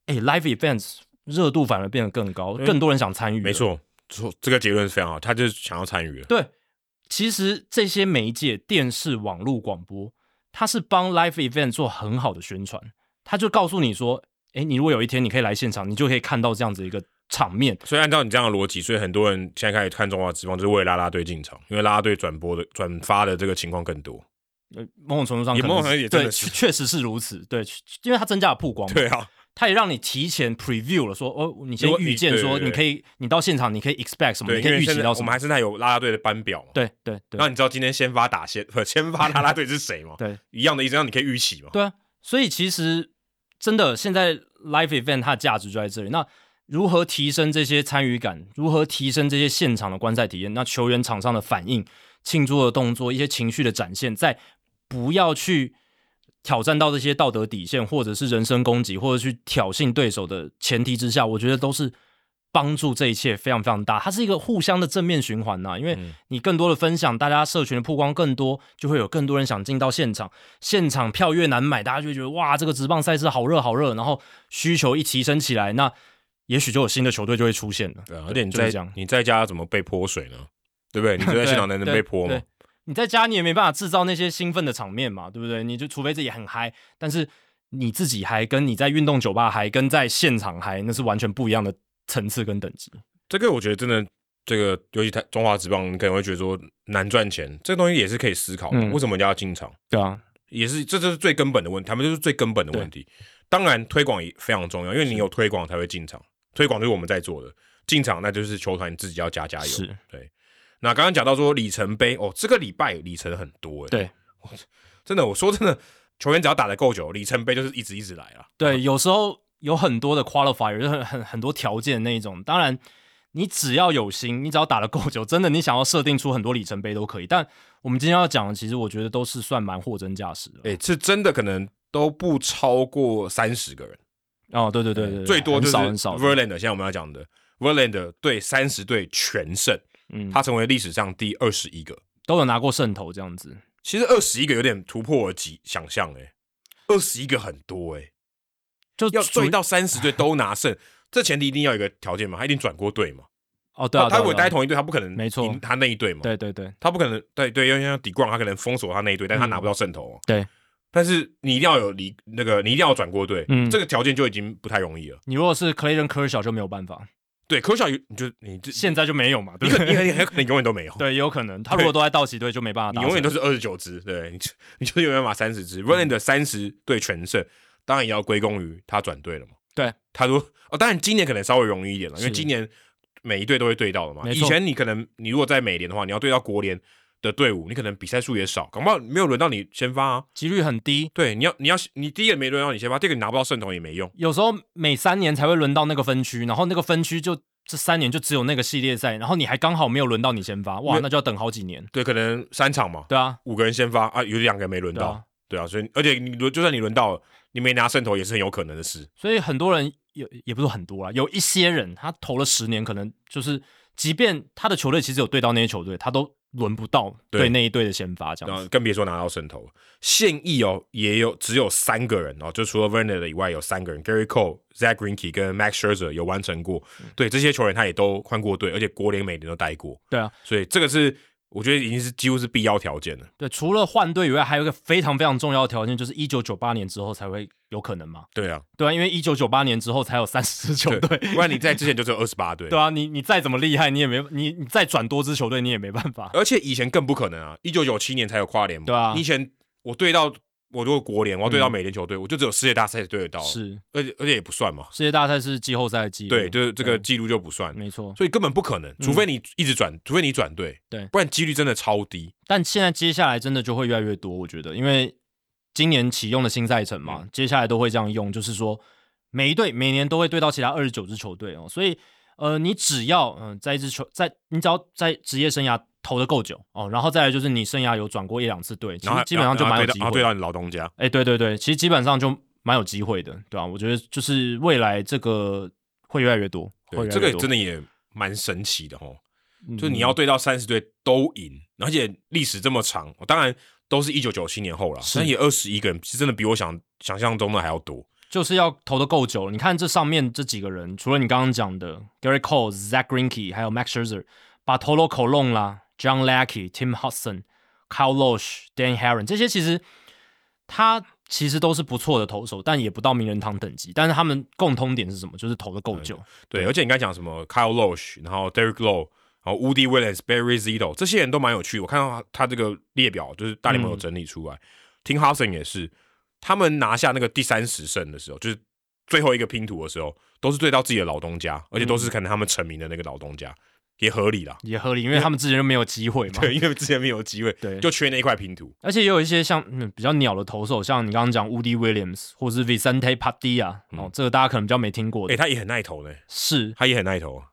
B: 哎、l i v e events 热度反而变得更高，
A: 嗯
B: 更多人想参与。
A: 没，错，错，这个结论是非常好，他就是想要参与了。
B: 对，其实这些媒介，电视、网络、广播，它是帮 live event 做很好的宣传，它就告诉你说，哎、你如果有一天你可以来现场，你就可以看到这样子一个场面。
A: 所以按照你这样的逻辑，所以很多人现在开始看中华职棒，就是为了拉拉队进场，因为拉拉队转播的转发的这个情况更多。
B: 呃某种程度上
A: 也
B: 可能
A: 某种程度也真
B: 对
A: 的是
B: 确实是如此。对，因为它增加了曝光嘛。
A: 对啊，
B: 他也让你提前 preview 了说，哦，你先
A: 如果
B: 预见
A: 对对
B: 说
A: 对
B: 你可以，你到现场你可以 expect 什么，
A: 对，
B: 你
A: 因
B: 可以
A: 为
B: 预
A: 现
B: 期
A: 在
B: 到
A: 我
B: 什
A: 们
B: 么。
A: 还是在有拉拉队的班表嘛。
B: 对对
A: 然后
B: 对
A: 你知道今天先发打线，不， 先发拉拉队是谁吗？
B: 对
A: 一样的意思，让你可以预期嘛。
B: 对啊！所以其实真的，现在 live event 它的价值就在这里。那如何提升这些参与感？如何提升这些现场的观赛体验？那球员场上的反应、庆祝的动作、一些情绪的展现，在不要去挑战到这些道德底线，或者是人身攻击，或者去挑衅对手的前提之下，我觉得都是帮助这一切非常非常大。它是一个互相的正面循环呐、因为你更多的分享，大家社群的曝光更多，就会有更多人想进到现场。现场票越难买，大家就会觉得哇，这个职棒赛事好热好热，然后需求一提升起来，那也许就有新的球队就会出现了。
A: 对啊，而且你
B: 就是
A: 在
B: 这样
A: 你在家怎么被泼水呢？对不对？你就在
B: 对
A: 现场才能被泼
B: 对
A: 嘛
B: 对。你在家你也没办法制造那些兴奋的场面嘛，对不对？你就除非自己很嗨，但是你自己嗨，跟你在运动酒吧嗨，跟在现场嗨，那是完全不一样的层次跟等级。
A: 这个我觉得真的，这个尤其台中华职棒，你可能会觉得说难赚钱，这个东西也是可以思考的。
B: 嗯
A: 为什么人家要进场？
B: 对啊，
A: 也是，这就是最根本的问题，他们就是最根本的问题。当然，推广也非常重要，因为你有推广才会进场，推广就是我们在做的，进场那就是球团自己要加加油。
B: 是
A: 对。那刚刚讲到说里程碑哦，这个礼拜里程很多哎、
B: 对
A: 真的，我说真的，球员只要打得够久，里程碑就是一直一直来啊。
B: 对，有时候有很多的 qualifier，就是很很很多条件那一种。当然，你只要有心，你只要打得够久，真的你想要设定出很多里程碑都可以。但我们今天要讲的，其实我觉得都是算蛮货真价实的。
A: 哎、是真的可能都不超过三十个人，
B: 哦，对对对对，对
A: 最多就
B: 很
A: 是
B: 少很少。
A: Verlander，现在我们要讲的 Verlander 对三十队全胜，
B: 嗯，
A: 他成为历史上第二十一个。
B: 都有拿过胜投这样子。
A: 其实二十一个有点突破我极想象哎、二十一个很多哎、
B: 就
A: 要
B: 属于
A: 追到三十队都拿胜，这前提一定要有一个条件嘛，他一定转过队嘛，
B: 哦，对啊，
A: 他
B: 对啊
A: 如果
B: 对啊
A: 待同一队，他不可能
B: 没错
A: 赢他那一队嘛，
B: 对对对，
A: 他不可能对对，因为像底冠，他可能封锁他那一队，但他
B: 嗯
A: 拿不到胜投、哦
B: 对，
A: 但是你一定要有离那个，你一定要转过队，
B: 嗯
A: 这个条件就已经不太容易了。
B: 你如果是 Clayton Kershaw 就没有办法，
A: 对，科小你就你这
B: 现在就没有嘛，
A: 你
B: 对不
A: 可
B: 对？
A: 你很你很有可能永远都没有，
B: 对，也有可能，他如果都在道奇队就没办法
A: 你
B: 打，
A: 永远都是二十九支，对你就你就是永远把三十支 r
B: 嗯
A: o l a n 的三十对全胜，当然也要归功于他转队了嘛。
B: 对，
A: 他说哦，当然今年可能稍微容易一点了，因为
B: 是
A: 今年每一队都会对到的嘛。
B: 没
A: 以
B: 错
A: 前你可能你如果在美联的话，你要对到国联的队伍，你可能比赛数也少，搞不好没有轮到你先发啊。
B: 几率很低。
A: 对，你要你要你第一个没轮到你先发，第二个你拿不到胜投也没用。
B: 有时候每三年才会轮到那个分区，然后那个分区就这三年就只有那个系列赛，然后你还刚好没有轮到你先发，哇，
A: 没
B: 那就要等好几年。
A: 对，可能三场嘛，
B: 对啊，
A: 五个人先发啊，有两个没轮
B: 对啊
A: 到。，对啊，所以而且你轮就算你轮到了，你没拿胜投也是很有可能的事。
B: 所以很多人有也不是很多啊，有一些人他投了十年，可能就是即便他的球队其实有对到那些球队，他都轮不到
A: 对
B: 对那一队的先发这
A: 然
B: 样
A: 后
B: 子。
A: 更别说拿到胜投了。现役哦，也有只有三个人哦，就除了 Verner 以外，有三个人，Gary Cole、Zach Greinke 跟 Max Scherzer 有完成过。
B: 嗯
A: 对这些球员，他也都换过队，而且国联每年都待过。
B: 对啊，
A: 所以这个是我觉得已经是几乎是必要条件了。
B: 对，除了换队以外，还有一个非常非常重要的条件，就是一九九八年之后才会有可能嘛。
A: 对啊，
B: 对啊，因为一九九八年之后才有三十支球队，
A: 不然你在之前就只有二十八队。
B: 对啊，你你再怎么厉害，你也没你你再转多支球队，你也没办 法。
A: 而且以前更不可能啊！一九九七年才有跨联盟，
B: 对啊嗯
A: 你以前我对到我如果国联，我要对到美联球队，我就只有世界大赛才对得到，，
B: 是
A: 而且而且也不算嘛，
B: 世界大赛是季后赛的季，
A: 对，就是这个记录就不算，
B: 没错。
A: 所以根本不可能，除非你一直转，除非你转队，
B: 嗯对
A: 不然几率真的超低。
B: 但现在接下来真的就会越来越多，我觉得，因为今年启用的新赛程
A: 嗯
B: 嘛，接下来都会这样用，就是说每一队每年都会对到其他二十九支球队哦，所以呃，你只要嗯、呃在一支球在你只要在职业生涯投的够久哦，然后再来就是你生涯有转过一两次队，其
A: 然
B: 实
A: 后
B: 基本上就
A: 然后
B: 蛮有
A: 对到
B: 机
A: 然后
B: 会
A: 对
B: 的。
A: 到你老东家，
B: 哎、对对对，其实基本上就蛮有机会的，对吧、啊我觉得就是未来这个会越来越多，
A: 对，
B: 会越来
A: 这个
B: 越多
A: 真的也蛮神奇的哦，
B: 嗯
A: 就是你要对到三十队都赢，而且历史这么长，当然都是一九九七年后了，
B: 是
A: 但也二十一个人，其实真的比我想想象中的还要多。
B: 就是要投的够久。你看这上面这几个人，除了你刚刚讲的 Gary Cole、Zach Greinke，还有 Max Scherzer，把 Tolo Colon 啦、John Lackey、Tim Hudson、Kyle Loesch、Dan Heron 这些，其实他其实都是不错的投手，但也不到名人堂等级。但是他们共通点是什么？就是投的够久。
A: 对，而且你刚才讲什么 Kyle Loesch，然后 Derek Lowe，然后 Woody Williams、Barry Zito 这些人都蛮有趣。我看到他他这个列表，就是大联盟有整理出来。Tim Hudson 也是，他们拿下那个第三十胜的时候，就是最后一个拼图的时候，都是对到自己的老东家，而且
B: 嗯
A: 都是可能他们成名的那个老东家，也合理啦。
B: 也合理，因为他们之前就没有机会嘛。
A: 对，因为之前没有机会，
B: 嗯对
A: 就缺那一块拼图。
B: 而且也有一些像、嗯、比较鸟的投手，像你刚刚讲 Woody Williams 或是 Vicente Padilla，、哦，
A: 嗯
B: 这个大家可能比较没听过
A: 哎、
B: 的。
A: 他也很耐投呢，
B: 是
A: 他也很耐投啊。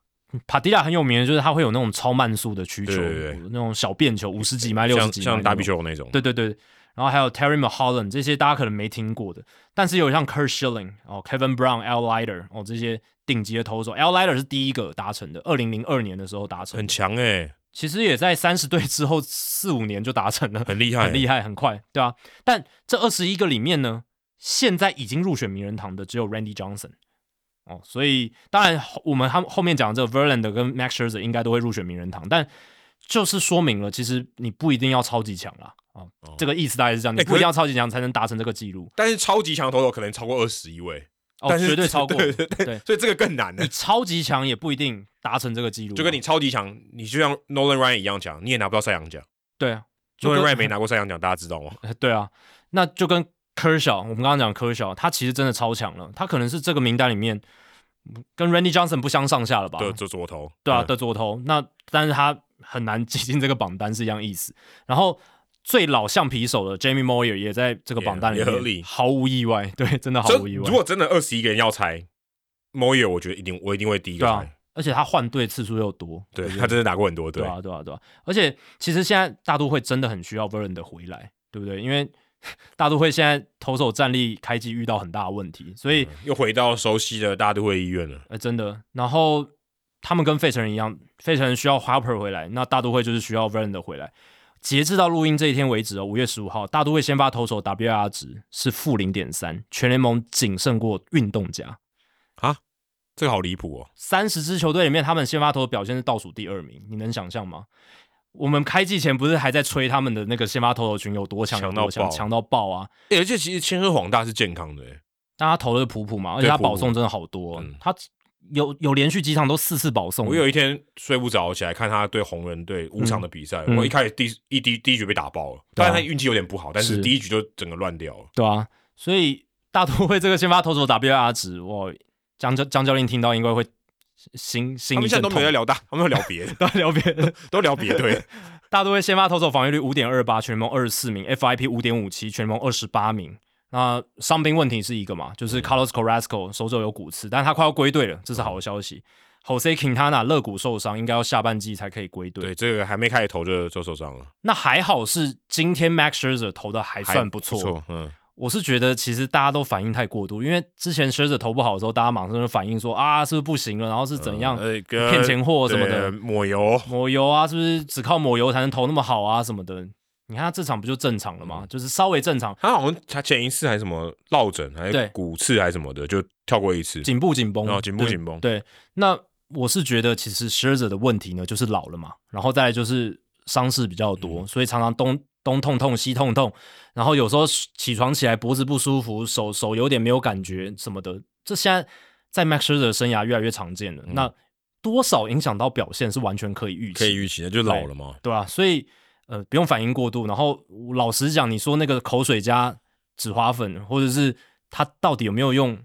B: 帕蒂拉很有名的就是他会有那种超慢速的曲球，
A: 对对对
B: 那种小变球，五十几迈、六十
A: 像
B: 几迈，
A: 像打比，球那种，
B: 对对对。然后还有 Terry McHolland 这些大家可能没听过的，但是有像 Kurt Schilling 哦、Kevin Brown、Al Lighter 哦这些顶级的投手，Al Lighter 是第一个达成的，二零零二年的时候达成
A: 很，强哎、
B: 其实也在三十队之后四五年就达成了，
A: 很厉害、
B: 很厉害，很快，对啊。但这二十一个里面呢，现在已经入选名人堂的只有 Randy Johnson 哦，所以当然后我们他后面讲的这个 Verlander 跟 Max Scherzer 应该都会入选名人堂，但就是说明了，其实你不一定要超级强啦。哦，这个意思大概是这样，你
A: 哎
B: 不一定
A: 可是
B: 要超级强才能达成这个记录，
A: 但是超级强投手可能超过二十一位，
B: 哦，
A: 但是
B: 绝对超 过，
A: 对对对
B: 对
A: 所以这个更难呢
B: 你。超级强也不一定达成这个记录啊，
A: 就跟你超级强，你就像 Nolan Ryan 一样强，你也拿不到赛扬奖。
B: 对啊，就跟
A: Nolan Ryan 没拿过赛扬奖，大家知道吗？
B: 对啊，那就跟科小，我们刚刚讲科小，他其实真的超强了，他可能是这个名单里面嗯跟 Randy Johnson 不相上下了吧？
A: 就就左投，
B: 啊对啊
A: 嗯，
B: 的左投。那但是他很难挤进这个榜单是一样意思。然后最老橡皮手的 Jamie Moyer 也在这个榜单里面，
A: 也也合理
B: 毫无意外，对，真的啊毫
A: 真
B: 无意
A: 如
B: 外。
A: 果真的二十一个人要猜 Moyer，我觉得一定我一定会第一个
B: 对啊
A: 猜。，
B: 而且他换队次数又多，
A: 对他真的拿过很多队
B: 对，啊，对啊，对啊。而且其实现在大都会真的很需要 Verlander 回来，对不对？因为 大都会现在投手战力开机遇到很大的问题，所以。
A: 又回到熟悉的大都会医院了。
B: 呃，真的。然后他们跟费城人一样，费城人需要 Harper 回来，那大都会就是需要 Verlander 回来。截至到录音这一天为止哦，五月十五号，大都会先发投手 WR 值是负零点三，全联盟仅胜过运动家
A: 啊，这个好离谱哦。
B: 三十支球队里面，他们先发投的表现是倒数第二名，你能想象吗？我们开季前不是还在吹他们的那个先发投手群有多强，有
A: 强到
B: 多强，
A: 爆
B: 强到爆啊！
A: 欸而且其实千鹤黄大是健康的欸，
B: 但他投的普普嘛，而且
A: 对
B: 他
A: 普普
B: 保送真的好多，哦
A: 嗯
B: 他有有连续几场都四次保送。
A: 我有一天睡不着，起来看他对红人队五场的比赛，
B: 嗯
A: 我一开始第一第第一局被打爆了，
B: 对
A: 当
B: 啊
A: 然他运气有点不好，但
B: 是
A: 是第一局就整个乱掉了。
B: 对啊，所以大都会这个先发投手 WR 值，哇，江教江教练听到应该会心心
A: 他
B: 一
A: 们现在
B: 阵
A: 都
B: 痛。，
A: 没有在聊大，他们在聊别的
B: 都在聊别的，
A: 都聊别队。
B: 大都会先发投手防御率五点二八，全联盟二十四名；FIP 五点五七，全联盟二十八名。那伤病问题是一个嘛，就是
A: 嗯
B: Carlos Carrasco 手肘有骨刺，但是他快要归队了，这是好的消息。Jose Quintana 肋骨受伤，应该要下半季才可以归队。
A: 对，这个还没开始投就就受伤了，
B: 那还好是今天 Max Scherzer 投的还算不错，
A: 还不错，嗯，
B: 我是觉得其实大家都反应太过度，因为之前 Scherzer 投不好的时候，大家马上就反应说啊是不是不行了，然后是怎样
A: 呃，跟
B: 骗钱货什么
A: 对
B: 的，
A: 抹油。
B: 抹油啊，是不是只靠抹油才能投那么好啊什么的？你看他这场不就正常了
A: 嗯
B: 吗？就是稍微正常，
A: 他好像他前一次还什么落枕，还
B: 对
A: 是骨刺还是什么的，就跳过一次。
B: 紧不紧绷？
A: 哦紧不
B: 对
A: 紧绷
B: 对，那我是觉得其实 Scherzer 的问题呢，就是老了嘛，然后再来就是伤势比较
A: 嗯
B: 多，所以常常东东痛痛西痛痛，然后有时候起床起来脖子不舒服，手手有点没有感觉什么的，这现在在 Max Scherzer 的生涯越来越常见了。那多少影响到表现是完全可以预
A: 嗯
B: 期的，
A: 可以预期的，就老了嘛。
B: 对吧、所以呃，不用反应过度。然后老实讲，你说那个口水加止滑粉，或者是它到底有没有用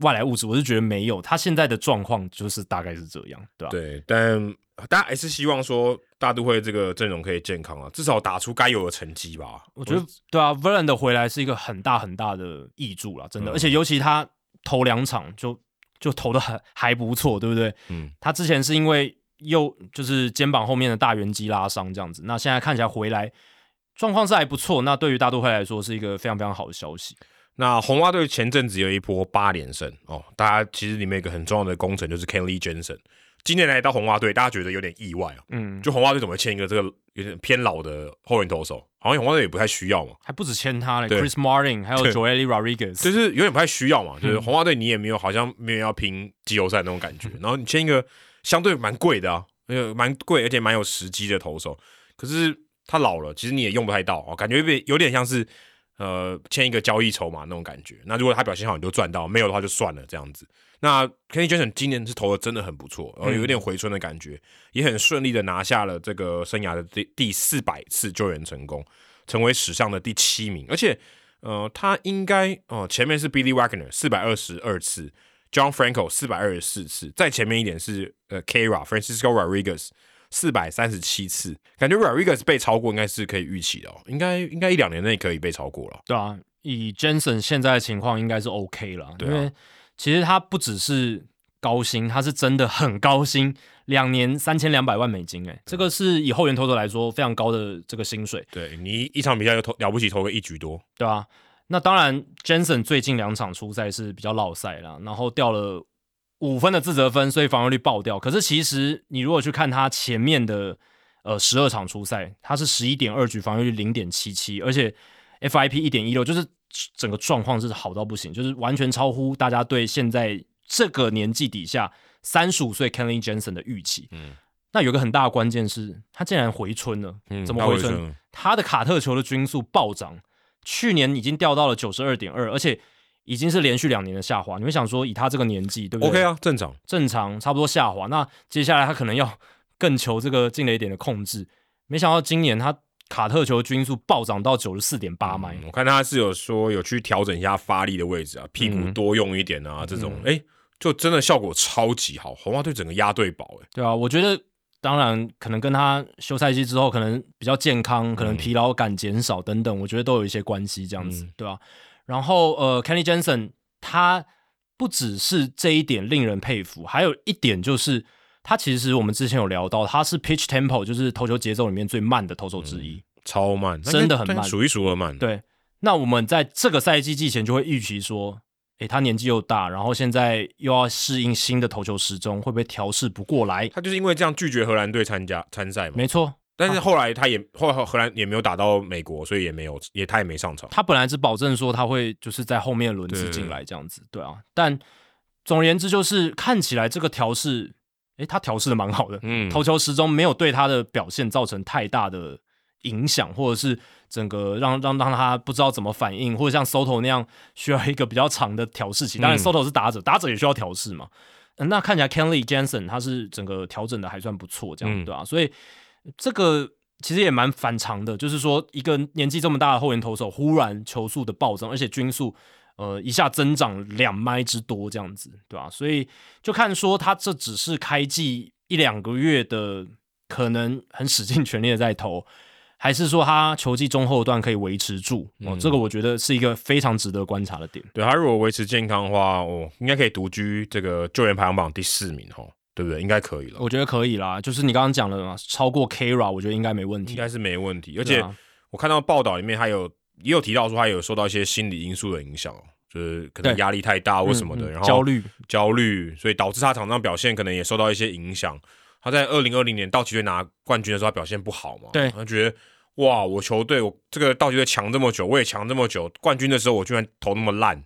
B: 外来物质，我是觉得没有。它现在的状况就是大概是这样，对吧、啊
A: 对，但大家还是希望说大都会这个阵容可以健康啊，至少打出该有的成绩吧。嗯
B: 我觉得对啊，Verland 的回来是一个很大很大的益助啦，真的。
A: 嗯
B: 而且尤其他头两场就就投的很还不错，对不对？
A: 嗯，
B: 他之前是因为右就是肩膀后面的大圆肌拉伤这样子，那现在看起来回来状况是还不错，那对于大都会来说是一个非常非常好的消息。
A: 那红袜队前阵子有一波八连胜哦，大家其实里面有一个很重要的功臣就是 Kenley Jensen，今年来到红袜队，大家觉得有点意外啊。
B: 嗯，
A: 就红袜队怎么签一个这个有点偏老的后援投手？好像红袜队也不太需要嘛，
B: 还不止签他嘞
A: 对
B: ，Chris Martin 还有
A: 对
B: Joely Rodriguez，
A: 就是有点不太需要嘛。就是
B: 嗯
A: 红袜队你也没有好像没有要拼季后赛那种感觉，然后你签一个相对蛮贵的啊，呃，蛮贵而且蛮有时机的投手，可是他老了，其实你也用不太到哦，感觉有点有点像是呃签一个交易筹码那种感觉。那如果他表现好，你就赚到；没有的话就算了这样子。那 Kenny Jensen 今年是投的真的很不错，然后
B: 嗯
A: 有点回春的感觉，也很顺利的拿下了这个生涯的第第四百次救援成功，成为史上的第七名。而且，呃，他应该哦、呃前面是 Billy Wagner 四百二十二次，John Franco 四百二十四次，再前面一点是呃 Kira Francisco Rodriguez 四百三十七次，感觉 Rodriguez 被超过应该是可以预期的哦，应该应该一两年内可以被超过了。
B: 对啊，以 Jensen 现在的情况应该是 OK 了，
A: 对啊
B: 因为其实他不只是高薪，他是真的很高薪，两年三千两百万美金、欸，这
A: 啊
B: 个是以后援投手来说非常高的这个薪水，
A: 对你一场比赛就投了不起投个一局多，
B: 对啊，那当然，Jensen 最近两场出赛是比较落赛啦，然后掉了五分的自责分，所以防御率爆掉。可是其实你如果去看他前面的呃十二场出赛，他是十一点二局，防御率零点七七，而且 FIP 一点一六，就是整个状况是好到不行，就是完全超乎大家对现在这个年纪底下三十五岁 Kenley Jensen 的预期。
A: 嗯
B: 那有一个很大的关键是，他竟然回春了。
A: 嗯
B: 怎么
A: 那
B: 回
A: 我也
B: 春？
A: 觉得
B: 他的卡特球的均速暴涨，去年已经掉到了九十二点二，而且已经是连续两年的下滑。你会想说，以他这个年纪，对不对
A: ？OK 啊，正常。
B: 正常差不多下滑。那接下来他可能要更求这个进垒点的控制。没想到今年他卡特球均速暴涨到九十四点八迈
A: 嗯，我看他是有说有去调整一下发力的位置啊，屁股
B: 嗯
A: 多用一点啊，这种哎、诶就真的效果超级好，红袜队整个压队宝哎、
B: 对啊，我觉得当然可能跟他休赛季之后可能比较健康，可能疲劳感减少等等，我觉得都有一些关系这样子，
A: 嗯
B: 对啊？然后呃，Kenny Jensen 他不只是这一点令人佩服，还有一点就是他其实我们之前有聊到，他是 pitch tempo 就是投球节奏里面最慢的投手之一。
A: 超慢，
B: 真的很慢
A: 但数一数二慢。，
B: 对，那我们在这个赛季季前就会预期说。诶，他年纪又大，然后现在又要适应新的投球时钟，会不会调试不过来？
A: 他就是因为这样拒绝荷兰队参加参赛嘛。
B: 没错，
A: 但是后来他也后来荷兰也没有打到美国，所以也没有也他也没上场。
B: 他本来是保证说他会就是在后面轮次进来这样子，对啊，但总而言之，就是看起来这个调试，诶，他调试的蛮好的，
A: 嗯，
B: 投球时钟没有对他的表现造成太大的影响，或者是整个让让让他不知道怎么反应，或者像 Soto 那样需要一个比较长的调试期。当
A: 嗯
B: 然，Soto 是打者，打者也需要调试嘛。嗯那看起来 Kenley Jensen 他是整个调整的还算不错，这样、
A: 嗯
B: 对吧、啊所以这个其实也蛮反常的，就是说一个年纪这么大的后援投手，忽然球速的暴增，而且均速呃一下增长两麦之多这样子，对吧、所以就看说他这只是开季一两个月的，可能很使尽全力的在投，还是说他球季中后段可以维持住？哦，
A: 嗯
B: 这个我觉得是一个非常值得观察的点。
A: 对他如果维持健康的话，哦，应该可以独居这个救援排行榜第四名哦，对不对？应该可以了，
B: 我觉得可以啦，就是你刚刚讲的嘛，超过 Kira，我觉得应该没问
A: 应
B: 题。
A: 该是没问题。而
B: 对
A: 且
B: 啊
A: 我看到报道里面，他有也有提到说，他有受到一些心理因素的影响哦，就是可能
B: 对
A: 压力太大或啊什么的，
B: 嗯嗯
A: 然后
B: 焦虑，
A: 焦虑，所以导致他场上表现可能也受到一些影响。他在二零二零年道奇队拿冠军的时候，他表现不好嘛？
B: 对
A: 他觉得哇，我球队我这个道奇队强这么久，我也强这么久，冠军的时候我居然投那么烂，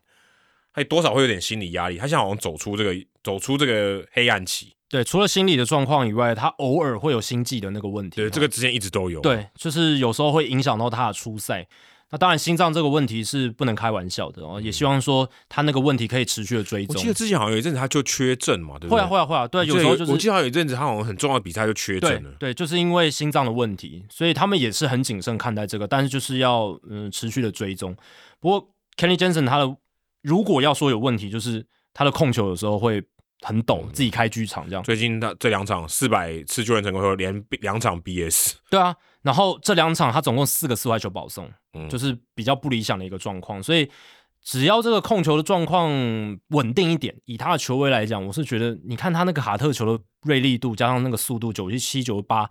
A: 他多少会有点心理压力。他现在好像走出这个走出这个黑暗期，
B: 对，除了心理的状况以外，他偶尔会有心悸的那个问题。
A: 对，
B: 哦
A: 这个之前一直都有。，
B: 对，就是有时候会影响到他的出赛。那当然，心脏这个问题是不能开玩笑的哦，也希望说他那个问题可以持续的追
A: 嗯我
B: 踪
A: 记。得之前好像有一阵子他就缺阵嘛，对不
B: 会
A: 对？
B: 啊会啊会啊，对，
A: 我记
B: 有
A: 得
B: 时候就
A: 我记
B: 是
A: 得好像有一阵子他好像很重要的比赛就缺
B: 对
A: 阵了。
B: 对，就是因为心脏的问题，所以他们也是很谨慎看待这个，但是就是要嗯、持续的追踪。不过 Kenny Jensen 他的如果要说有问题，就是他的控球有时候会很抖，自己开剧场这样。
A: 最近他这两场四百次救援成功后，连两场 BS，
B: 对啊，然后这两场他总共四个四坏球保送，
A: 嗯
B: 就是比较不理想的一个状况。所以只要这个控球的状况稳定一点，以他的球威来讲，我是觉得，你看他那个卡特球的锐利度，加上那个速度九七九八，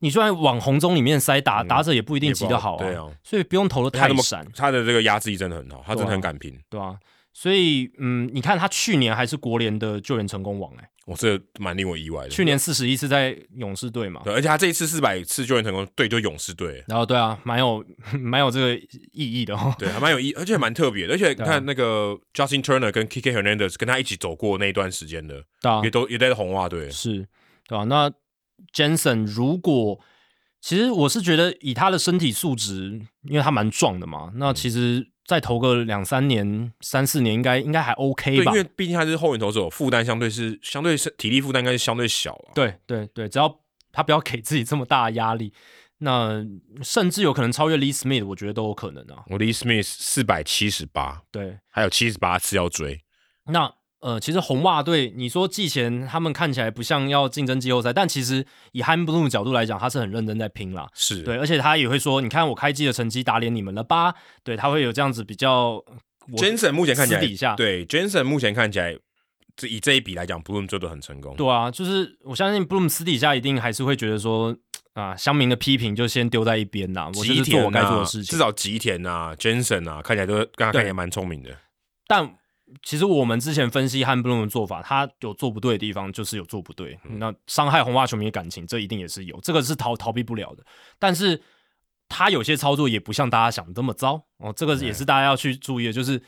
B: 你就算往红中里面塞打，
A: 嗯
B: 打者也不一定
A: 也不
B: 急得
A: 好
B: 好啊。
A: 对啊
B: 所以不用投的
A: 他
B: 太
A: 那么
B: 闪，
A: 他的这个压制力真的很好，他真的
B: 对啊
A: 很敢拼。
B: 对吧、所以，嗯，你看他去年还是国联的救援成功王、哎，
A: 我这个蛮令我意外的。
B: 去年四十一次在勇士队嘛，
A: 对，而且他这一次四百次救援成功，对，就勇士队，
B: 然后对啊，蛮有 蛮有这个意义的哦。
A: 对，还蛮有意，而且蛮特别的。而且你
B: 对啊
A: 看那个 Justin Turner 跟 K K Hernandez 跟他一起走过那一段时间的，
B: 对啊，
A: 也都也在红袜队。
B: 是，对吧、那 Jensen 如果其实我是觉得以他的身体素质，因为他蛮壮的嘛，
A: 嗯
B: 那其实再投个两三年、三四年应该应该还
A: 对，
B: OK 吧
A: 因？为毕竟他是后援投手，负担相对是相对是体力负担应该是相对小啊。
B: 对对对，只要他不要给自己这么大的压力，那甚至有可能超越 Lee Smith，我觉得都有可能啊。
A: 我的 Smith 四百七十八，
B: 对，
A: 还有七十八次要追，
B: 那呃，其实红袜队，你说季前他们看起来不像要竞争季后赛，但其实以 h a m b l u 角度来讲，他是很认真在拼啦。
A: 是
B: 对，而且他也会说，你看我开机的成绩打脸你们了吧？对，他会有这样子比较。我
A: Jensen 目前看起来
B: 私底下
A: 对 Jensen 目前看起来，这以这一笔来讲，Bloom 做的很成功。
B: 对啊，就是我相信 Bloom 私底下一定还是会觉得说，啊，乡民的批评就先丢在一边啦，我就
A: 吉
B: 是做
A: 田
B: 我该做
A: 啊
B: 的事情。
A: 至少吉田啊，Jensen 啊，看起来都刚刚看起来蛮聪明的。
B: 但其实我们之前分析汉布隆的做法，他有做不对的地方，就是有做不对。那伤害红袜球迷的感情，这一定也是有，这个是逃逃避不了的。但是他有些操作也不像大家想的这么糟哦，这个也是大家要去注意的，就是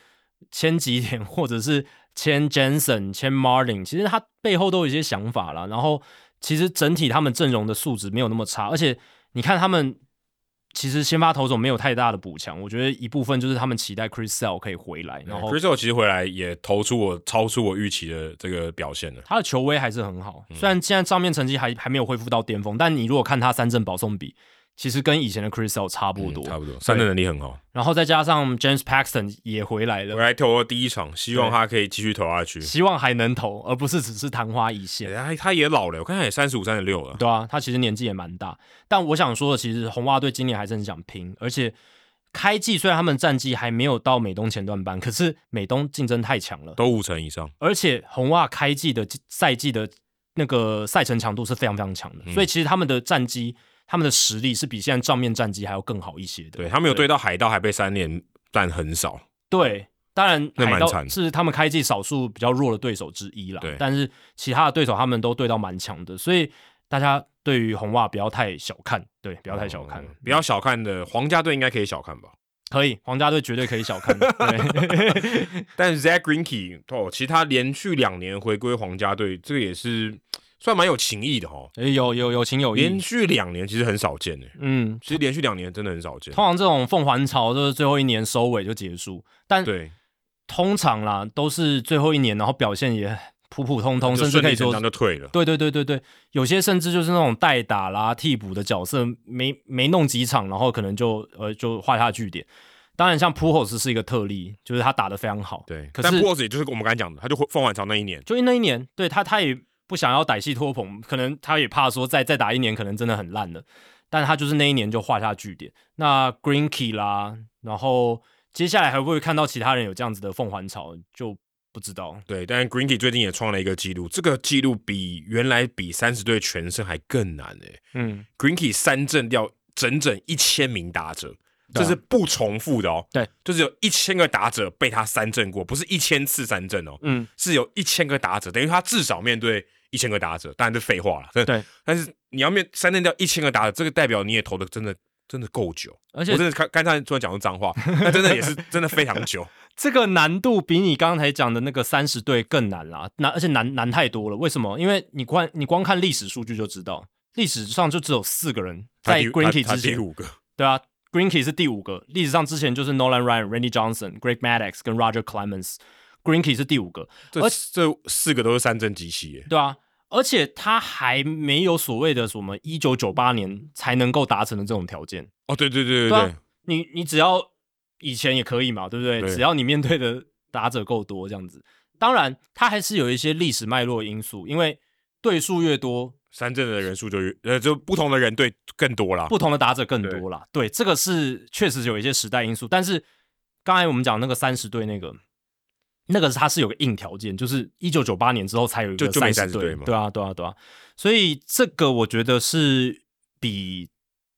B: 签几点或者是签 Jensen、签 Martin，其实他背后都有一些想法啦。然后其实整体他们阵容的素质没有那么差，而且你看他们。其实先发投手没有太大的补强，我觉得一部分就是他们期待 Chris Sale 可以回来，然后
A: c r i s t a l 其实回来也投出我超出我预期的这个表现了。
B: 他的球威还是很好，
A: 嗯
B: 虽然现在账面成绩还还没有恢复到巅峰，但你如果看他三振保送比，其实跟以前的 Chris Sale 差不多。
A: 嗯差不多，三振能力很好。
B: 然后再加上 James Paxton 也回来
A: 回
B: 了，
A: 来投了第一场，希望他可以继续投下去。
B: 希望还能投，而不是只是昙花一现。
A: 欸他他也老了，我看他也三十五、三十六了。
B: 对啊，他其实年纪也蛮大，但我想说的，其实红袜队今年还是很想拼，而且开季虽然他们战绩还没有到美东前段班，可是美东竞争太强了，
A: 都五成以上，
B: 而且红袜开季的季赛季的那个赛程强度是非常非常强的，所以其实他们的战绩、他们的实力是比现在账面战绩还要更好一些的。
A: 对他们有对到海盗，还被三连，但很少。
B: 对，当然
A: 那
B: 海
A: 蛮
B: 盗
A: 惨
B: 是他们开季少数比较弱的对手之一啦
A: 对。
B: 但是其他的对手他们都对到蛮强的，所以大家对于红袜不要太小看，对，不
A: 嗯不
B: 要太小看，
A: 不要小看的皇家队应该可以小看吧？
B: 可以，皇家队绝对可以小看。对
A: 但 Zach Greinke 哦，其实他连续两年回归皇家队，这个也是算蛮有情义的哦。
B: 诶有有有情有
A: 连
B: 义，
A: 续两年其实很少见诶，欸
B: 嗯，
A: 其实连续两年真的很少见。
B: 通常这种凤凰潮就是最后一年收尾就结束，但
A: 对，
B: 通常啦都是最后一年，然后表现也普普通通，
A: 就
B: 甚至
A: 顺
B: 可以
A: 理成
B: 说
A: 章就退了。
B: 对对对对对，有些甚至就是那种代打啦、替补的角色，没没弄几场，然后可能就呃就画下句点。当然，像 p u h o s 是一个特例，就是他打得非常好，
A: 对，
B: 可
A: 但
B: 是
A: Boss 也就是我们刚才讲的，他就凤凰潮那一年，
B: 就因那一年，对他他也不想要歹戏拖棚，可能他也怕说再再打一年可能真的很烂了，但他就是那一年就画下句点。那 Greenkey 啦，然后接下来还会不会看到其他人有这样子的凤凰潮，就不知道。
A: 对，但 Greenkey 最近也创了一个记录，这个记录比原来比三十队全胜还更难诶。
B: 嗯，
A: Greenkey 三振掉整整一千名打者，
B: 对
A: 这
B: 啊
A: 是不重复的哦。
B: 对，
A: 就是有一千个打者被他三振过，不是一千次三振哦，
B: 嗯，
A: 是有一千个打者，等于他至少面对一千个打者，当然是废话 了。
B: 对，
A: 但是你要面三振掉一千个打者，这个代表你也投的真的真的够久。
B: 而
A: 我
B: 且
A: 真的刚刚才突然讲出脏话， 那真的也是真的非常久。
B: 这个难度比你刚才讲的那个三十队更难啦，难而且难难太多了。为什么？因为你光你光看历史数据就知道，历史上就只有四个人
A: 他
B: 在
A: 第
B: Greenkey
A: 他他
B: 之
A: 第
B: 前，
A: 五个，
B: 对啊，Greenkey 是第五个，历史上之前就是 Nolan Ryan、Randy Johnson、Greg Maddux 跟 Roger Clemens，Greenkey 是第五个，
A: 这
B: 而
A: 这四个都是三振机器耶。
B: 对啊。而且他还没有所谓的什么一九九八年才能够达成的这种条件，
A: 哦，对对对
B: 对啊
A: 对，
B: 你你只要以前也可以嘛，对不对？
A: 对
B: 只要你面对的打者够多，这样子。当然，它还是有一些历史脉络因素，因为对数越多，
A: 三振的人数就越呃就不同的人队更多啦。
B: 不同的打者更多啦。对，这个是确实有一些时代因素，但是刚才我们讲那个三十队那个。那个是它是有个硬条件，就是一九九八年之后才有一
A: 就
B: 个
A: 就没
B: 30
A: 30队
B: 队
A: 嘛
B: 对啊，对啊，对啊。所以这个我觉得是比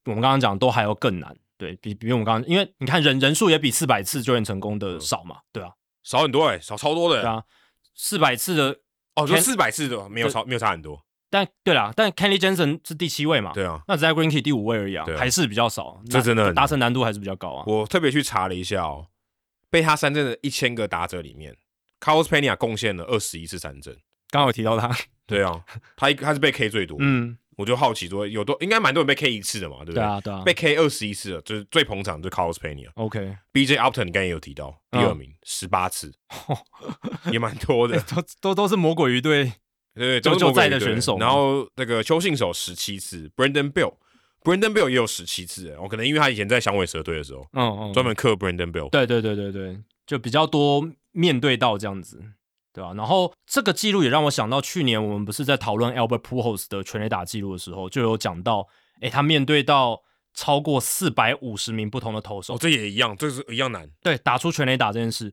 B: 我们刚刚讲都还要更难，对比比我们刚刚，因为你看人人数也比四百次救援成功
A: 嗯
B: 的少嘛，对啊，
A: 少很多哎、少超多的、
B: 对啊，四百次的，
A: 哦，就
B: Ken-
A: 四百次的没有差，没有差很多。
B: 但对啦，但 Kenny Jensen 是第七位嘛，
A: 对啊，
B: 那只在 Green Key 第五位而已啊，
A: 对啊
B: 还是比较少，
A: 这
B: 那
A: 真的很难
B: 达成难度还是比较高啊。
A: 我特别去查了一下哦，被他三振的一千个打者里面，Carlos Pena 贡献了二十一次三振。
B: 刚好有提到他，
A: 对啊，他一他是被 K 最多，
B: 嗯，
A: 我就好奇说，有多应该蛮多人被 K 一次的嘛，对不
B: 对
A: 对？
B: 啊，对啊
A: 被 K 二十一次了，就是最捧场就是 Carlos Pena。
B: ，OK，
A: B.J. 啊 Upton 你刚才也有提到，第
B: 嗯
A: 二名十八、次，也蛮多 的。
B: 都都都是魔鬼鱼队，
A: 对，
B: 久
A: 都是
B: 久
A: 魔鬼
B: 在的
A: 队
B: 选手
A: 然后那个邱信手十七次，Brandon Bill，Brandon Bill 也有十七次。我、哦、可能因为他以前在响尾蛇队的时候，
B: 嗯嗯，
A: 专门克 Brandon Bill。
B: 对对对对对，就比较多面对到这样子，对啊吧、然后这个记录也让我想到去年我们不是在讨论 Albert Pujols 的全垒打记录的时候，就有讲到，诶，他面对到超过四百五十名不同的投手
A: 哦，，这也一样，这是一样难。
B: 对，打出全垒打这件事，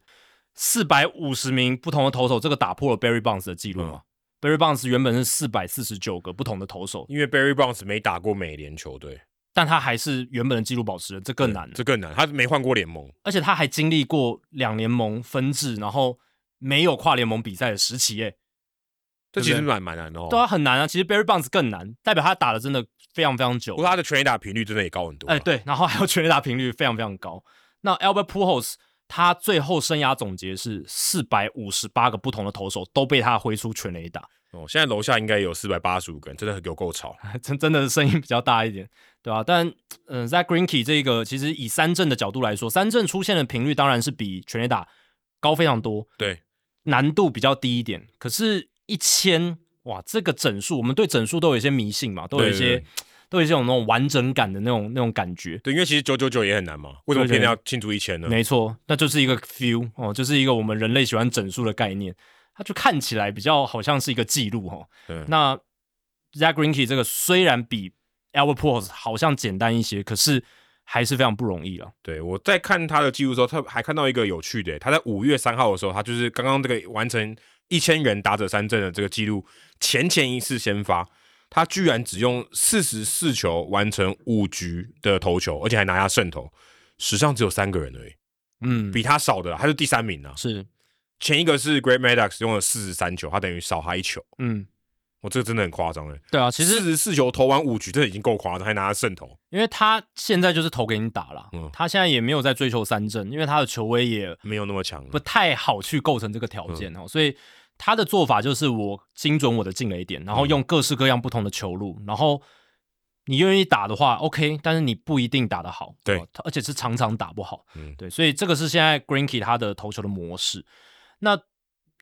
B: 四百五十名不同的投手，这个打破了 Barry Bonds 的记录嘛。Barry Bonds 原本是四百四十九个不同的投手，
A: 因为 Barry Bonds 没打过美联球队，
B: 但他还是原本的记录保持人，这更难了。
A: 这更难。他没换过联盟，
B: 而且他还经历过两联盟分治，然后没有跨联盟比赛的时期，哎，
A: 这
B: 对不
A: 其
B: 对
A: 实蛮蛮难的哦。
B: 对啊，很难啊。其实 Barry Bonds 更难，代表他打的真的非常非常久
A: 不。过他的全垒打频率真的也高很多。啊
B: 哎，，对，然后还有 全垒打频率非常非常高。那 Albert Pujols 他最后生涯总结是四百五十八个不同的投手都被他挥出全垒打，
A: 哦，现在楼下应该有四百八十五个人，真的很有够吵。
B: 真真的声音比较大一点，对吧、但嗯、呃、，Zach Greinke 这个其实以三振的角度来说，三振出现的频率当然是比全垒打高非常多，
A: 对，
B: 难度比较低一点。可是，一千哇，这个整数，我们对整数都有一些迷信嘛，都有一些
A: 对对对
B: 都有一些有那种完整感的那种那种感觉。
A: 对，因为其实九九九也很难嘛，为什么
B: 对对
A: 偏偏要庆祝一千呢？
B: 没错，那就是一个 feel 哦，就是一个我们人类喜欢整数的概念，它就看起来比较好像是一个记录哦。
A: 对
B: 那 Zach Greinke 这个虽然比 Albert Pujols 好像简单一些，可是还是非常不容易了。
A: 对，我在看他的记录的时候，他还看到一个有趣的，他在五月三号的时候，他就是刚刚这个完成一千人打者三振的这个记录，前前一次先发，他居然只用四十四球完成五局的投球，而且还拿下胜投，史上只有三个人而已，
B: 嗯，
A: 比他少的，他是第三名啊。
B: 是
A: 前一个是 Great Maddox 用了四十三球，他等于少他一球。
B: 嗯
A: 我这个真的很夸张哎，
B: 对啊，其
A: 四
B: 实
A: 十四球投完五局，这已经够夸张，还拿了胜投，
B: 因为他现在就是投给你打了，
A: 嗯
B: 他现在也没有在追求三振，因为他的球威也
A: 没有那么强。
B: 不太好去构成这个条件哦，
A: 嗯
B: 所以他的做法就是我精准我的进垒点，
A: 嗯
B: 然后用各式各样不同的球路，然后你愿意打的话，OK，但是你不一定打得好，
A: 对
B: 哦而且是常常打不好，
A: 嗯
B: 对，所以这个是现在 Greenkey 他的投球的模式，那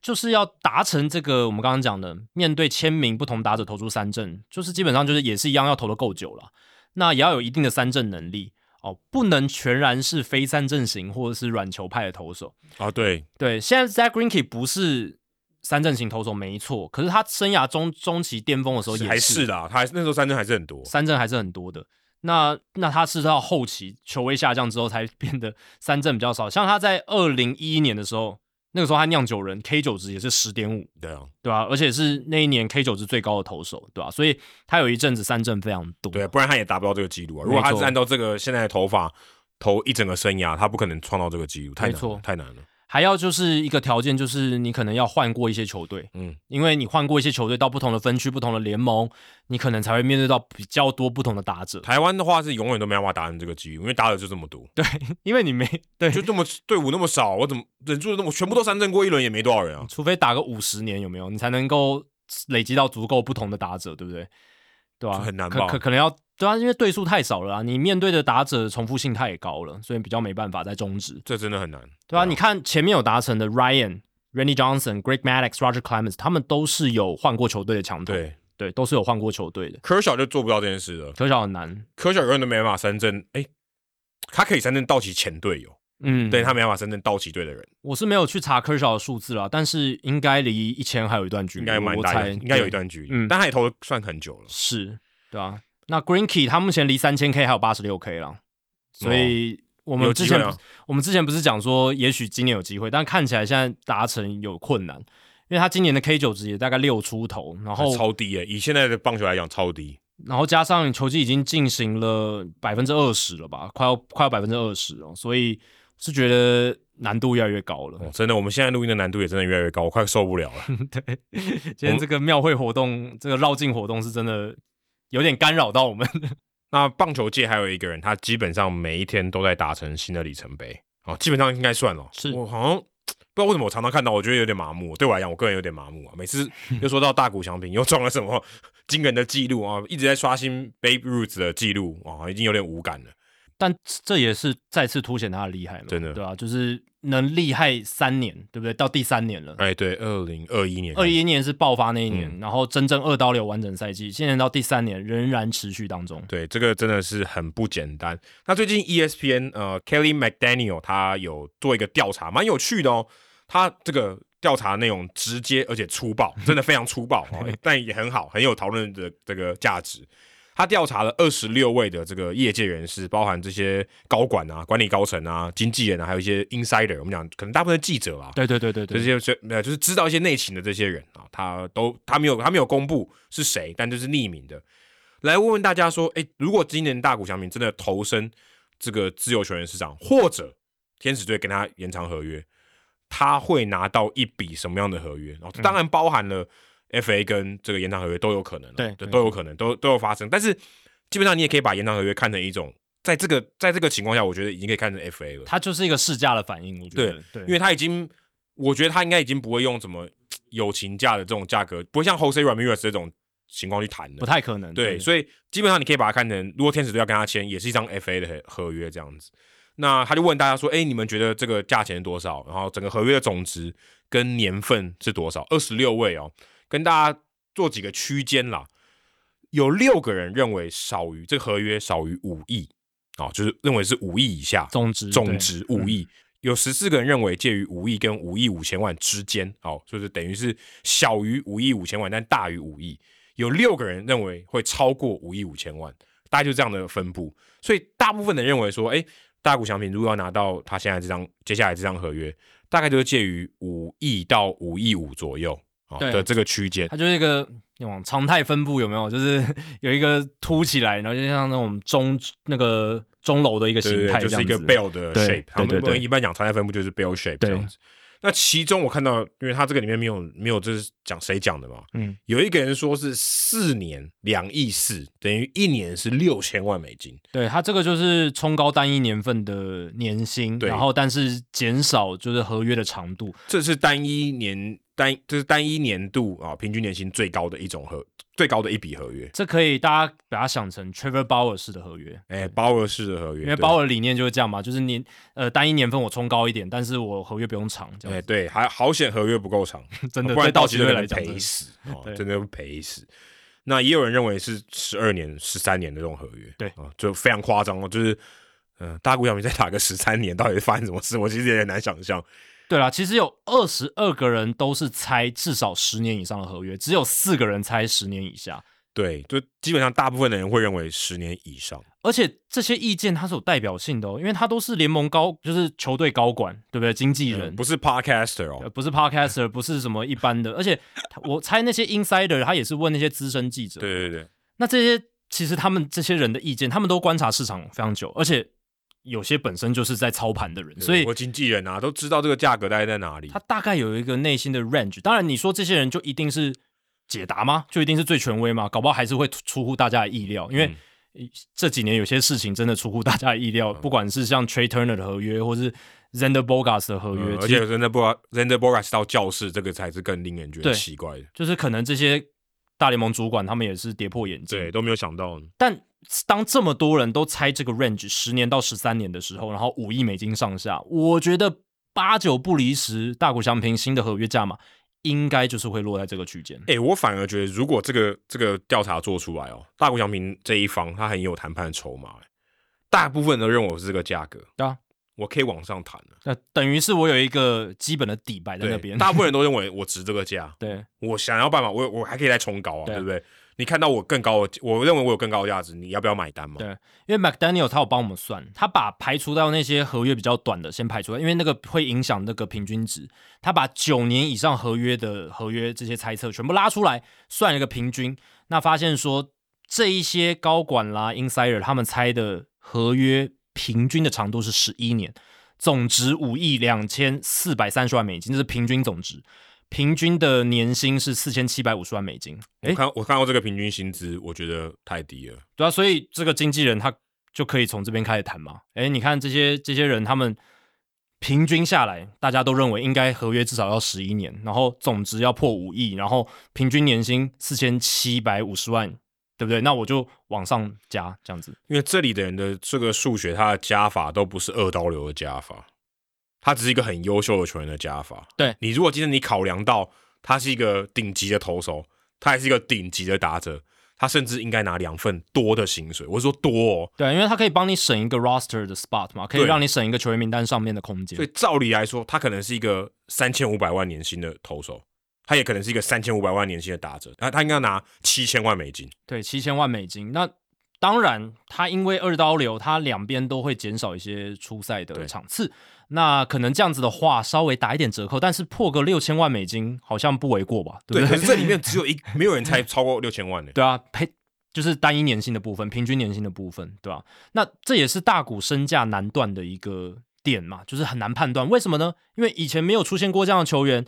B: 就是要达成这个我们刚刚讲的，面对千名不同打者投出三振，就是基本上就是也是一样要投的够久了，那也要有一定的三振能力。哦，不能全然是非三振型或者是软球派的投手，
A: 啊，对，
B: 对，现在 Zach Greinke 不是三阵型投手，没错，可是他生涯中中期巅峰的时候也
A: 还
B: 是
A: 是啦，他还是那时候三振还是很多。
B: 三振还是很多的。那那他是到后期球威下降之后才变得三振比较少，像他在二零一一年的时候，那个时候他酿酒人 K 九值也是十点五，
A: 对啊，
B: 对吧、而且是那一年 K 九值最高的投手，对吧、所以他有一阵子三振非常多，啊
A: 对，不然他也达不到这个记录啊。如果
B: 没错
A: 他是按照这个现在的头发投一整个生涯，他不可能创造这个记录，太
B: 没
A: 难
B: 错
A: 了，太难了。
B: 还要就是一个条件，就是你可能要换过一些球队，
A: 嗯，
B: 因为你换过一些球队到不同的分区、不同的联盟，你可能才会面对到比较多不同的打者，
A: 台湾的话是永远都没办法达成这个记录，因为打的就这么 多，对，
B: 因为你没 对，
A: 就这么队伍那么少，我怎么人数那么全部都三振过一轮也没多少人啊？
B: 除非打个五十年有没有，你才能够累积到足够不同的打者，对不对？对吧、
A: 这很难
B: 可
A: 吧
B: 可可能要对啊，因为对数太少了啊，你面对的打者重复性太高了，所以比较没办法再终止，
A: 这真的很难，
B: 对啊吧、你看前面有达成的 Ryan、Randy Johnson、Greg Maddox、Roger Clemens，他们都是有换过球队的强投，
A: 对啊
B: 对，都是有换过球队的。
A: 科小就做不到这件事了。
B: 可小很难，
A: 科小永远都没办法三振，哎、他可以三振到其前队友，
B: 嗯，
A: 但他没办法三振到其队的人，
B: 我是没有去查科小的数字啦，但是应该离一千还有一段距
A: 应
B: 离，
A: 该蛮
B: 我
A: 大
B: 猜
A: 的，应该有一
B: 对
A: 段距离，
B: 嗯
A: 但他也投得算很久了。
B: 是，对啊。那 Greenkey 他目前离三千 K 还有八十六 K 了，所以我们
A: 有
B: 之
A: 机
B: 前、
A: 会啊
B: 我们之前不是讲说，也许今年有机会，但看起来现在达成有困难，因为他今年的 K 九值也大概六出头，然后
A: 超低耶、以现在的棒球来讲超低，
B: 然后加上球季已经进行了百分之二十了吧，快要快要百分之二十哦，所以是觉得难度越来越高了。
A: 哦，真的，我们现在录音的难度也真的越来越高，我快受不了了。
B: 对，今天这个庙会活动，这个绕境活动是真的有点干扰到我们。
A: 那棒球界还有一个人，他基本上每一天都在达成新的里程碑，哦，基本上应该算了。
B: 是
A: 我好像不知道为什么我常常看到，我觉得有点麻木。对我来讲，我个人有点麻木啊。每次又说到大谷翔平又创了什么 惊人的记录啊，一直在刷新 Babe Ruth 的记录啊，已经有点无感了。
B: 但这也是再次凸显他的厉害嘛，
A: 真的
B: 对啊，就是能厉害三年，对不对？到第三年了，
A: 哎，嗯对，二零二一年，
B: 二一年是爆发那一年，然后真正二刀流完整赛季，现在到第三年仍然持续当中。
A: 对，这个真的是很不简单。那最近 ESPN 呃 Kelly McDaniel 他有做一个调查，蛮有趣的哦。他这个调查内容直接而且粗暴，真的非常粗暴、哦但也很好，很有讨论的这个价值。他调查了二十六位的这个业界人士，包含这些高管啊、管理高层啊、经纪人啊，还有一些 insider，我们讲可能大部分是记者啊，
B: 对对对对对，
A: 这些这呃就是知道一些内情的这些人啊，他都他没有他没有公布是谁，但就是匿名的，来问问大家说，哎，如果今年大谷翔平真的投身这个自由球员市场，或者天使队跟他延长合约，他会拿到一笔什么样的合约？然后
B: 嗯
A: 当然包含了 FA 跟这个延长合约都有可能啊，
B: 对没错
A: 都有可能，都都有发生。但是基本上你也可以把延长合约看成一种，在这个在这个情况下，我觉得已经可以看成 FA 了。
B: 它就是一个试驾的反应，我觉得对，
A: 因为他已经，我觉得他应该已经不会用什么友情价的这种价格，不会像 Jose Ramirez 这种情况去谈
B: 不
A: 的。
B: 太可能。
A: 对，所以基本上你可以把它看成，如果天使队要跟他签，也是一张 FA 的合合约这样子。那他就问大家说：“哎、你们觉得这个价钱是多少？然后整个合约的总值跟年份是多少？”二十六位哦，跟大家做几个区间啦。有六个人认为少于这个合约少于五亿哦，就是认为是五亿以下。
B: 总值
A: 总
B: 对嗯
A: 值五亿，有十四个人认为介于五亿跟五亿五千万之间，哦，就是等于是小于五亿五千万，但大于五亿。有六个人认为会超过五亿五千万，大概就这样的分布。所以大部分的人认为说，哎、大谷翔平如果要拿到他现在这张接下来这张合约，大概就是介于五亿到五亿五左右哦
B: 对
A: 的这个区间。
B: 它就是一个那种常态分布，有没有？就是 有一个凸起来，然后就像那种中那个钟楼的一个
A: 对
B: 形态
A: 对，就
B: 这
A: 是
B: 样
A: 一
B: 子
A: 个 bell 的
B: 对
A: shape。他
B: 对对
A: 们
B: 对
A: 一般讲常态分布就是 bell shape
B: 对
A: 这样子。那其中我看到，因为他这个里面没有没有这是讲谁讲的嘛，
B: 嗯，
A: 有一个人说是四年两亿四，等于一年是六千万美金，
B: 对他这个就是冲高单一年份的年薪，
A: 对
B: 然后但是减少就是合约的长度，
A: 这是单一年单这是单一年度啊平均年薪最高的一种合最高的一笔合约，
B: 这可以大家把它想成 Trevor Bauer 式的合约，
A: 哎、包尔式的合约，
B: 因
A: 对
B: 为鲍尔理念就是这样嘛，就是年呃单一年份我冲高一点，但是我合约不用长，这
A: 哎、
B: 样、
A: 对，还好险合约不够长，
B: 真的
A: 不
B: 对
A: 然
B: 道
A: 道
B: 奇
A: 奇
B: 队
A: 队
B: 来
A: 来
B: 讲真
A: 赔
B: 的是，
A: 死，哦
B: 对，
A: 真的会赔死。那也有人认为是十二年、十三年的这种合约，
B: 对
A: 啊、就非常夸张哦，就是。嗯，大谷翔平再打个十三年，到底是发生什么事？我其实有点难想象。
B: 对啦，其实有二十二个人都是猜至少十年以上的合约，只有四个人猜十年以下，
A: 对，就基本上大部分的人会认为十年以上。
B: 而且这些意见它是有代表性的、哦，因为它都是联盟高，就是球队高管，对不对？经纪人、
A: 嗯不是 podcaster 哦
B: 呃，，不是 podcaster，不是什么一般的，而且他我猜那些 insider 他也是问那些资深记者，
A: 对对对，
B: 那这些其实他们这些人的意见，他们都观察市场非常久，而且有些本身就是在操盘的人，
A: 对
B: 所以
A: 我经纪人啊都知道这个价格大概在哪里
B: 他。大概有一个内心的 range。当然，你说这些人就一定是解答吗？就一定是最权威吗？搞不好还是会出出乎大家的意料，因为。
A: 嗯
B: 这几年有些事情真的出乎大家的意料，不管是像 Trey Turner 的合约，或是 Zander Bogas 的合约，
A: 嗯而
B: 其
A: 且
B: 实
A: Zander Bogas Zander Bogas 到教室，这个才是更令人觉得
B: 对
A: 奇怪的。
B: 就是可能这些大联盟主管他们也是跌破眼镜，
A: 对，都没有想到，
B: 但当这么多人都猜这个 range 十年到十三年的时候，然后五亿美金上下，我觉得八九不离十，大股相平新的合约价码应该就是会落在这个区间。
A: 哎、我反而觉得，如果这个这个调查做出来哦，大谷翔平这一方他很有谈判筹码、欸，大部分都认为我是这个价格，
B: 对啊，
A: 我可以往上谈了。
B: 那等于是我有一个基本的底摆在那边。
A: 大部分人都认为我值这个价，
B: 对
A: 我想要办法，我我还可以再冲高啊，
B: 对
A: 对不对？你看到我更高的，我认为我有更高的价值，你要不要买单嘛？
B: 对啊因为 McDaniel 他有帮我们算，他把排除掉那些合约比较短的先排除掉，因为那个会影响那个平均值。他把九年以上合约的合约这些猜测全部拉出来，算一个平均，那发现说这一些高管啦、insider 他们猜的合约平均的长度是十一年，总值五亿两千四百三十万美金，这是平均总值。平均的年薪是四千七百五十万美金，诶
A: 我看我看到这个平均薪资，我觉得太低了。
B: 对啊，所以这个经纪人他就可以从这边开始谈嘛。哎，你看这些这些人，他们平均下来，大家都认为应该合约至少要十一年，然后总值要破五亿，然后平均年薪四千七百五十万，对不对？那我就往上加这样子。
A: 因为这里的人的这个数学，他的加法都不是二刀流的加法，他只是一个很优秀的球员的加法。
B: 对
A: 你，如果今天你考量到他是一个顶级的投手，他还是一个顶级的打者，他甚至应该拿两份多的薪水。我是说多、哦，
B: 对，因为他可以帮你省一个 roster 的 spot 嘛，可以
A: 对
B: 让你省一个球员名单上面的空间
A: 所。以照理来说，他可能是一个三千五百万年薪的投手，他也可能是一个三千五百万年薪的打者，他他应该拿七千万美金。
B: 对，七千万美金。那当然，他因为二刀流，他两边都会减少一些出赛的
A: 对
B: 场次。那可能这样子的话，稍微打一点折扣，但是破个六千万美金好像不为过吧？对不
A: 可
B: 对？
A: 是这里面只有一没有人 才超过六千万呢。
B: 对啊，配就是单一年薪的部分，平均年薪的部分，对吧、啊那这也是大股身价难断的一个点嘛，就是很难判断。为什么呢？因为以前没有出现过这样的球员，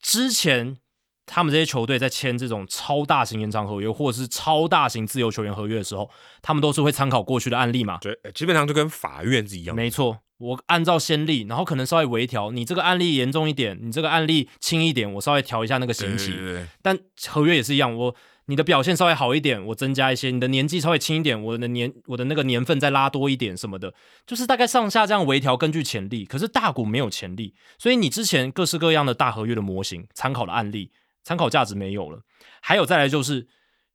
B: 之前。他们这些球队在签这种超大型延长合约或者是超大型自由球员合约的时候，他们都是会参考过去的案例嘛？
A: 所以呃基本上就跟法院是一样的。
B: 没错，我按照先例，然后可能稍微微调，你这个案例严重一点，你这个案例轻一点，我稍微调一下那个
A: 对
B: 刑期。
A: 对对对
B: 但合约也是一样，我你的表现稍微好一点，我增加一些；你的年纪稍微轻一点，我的年我的那个年份再拉多一点什么的，就是大概上下这样微调，根据潜力。可是大股没有潜力，所以你之前各式各样的大合约的模型、参考的案例、参考价值没有了。还有再来就是，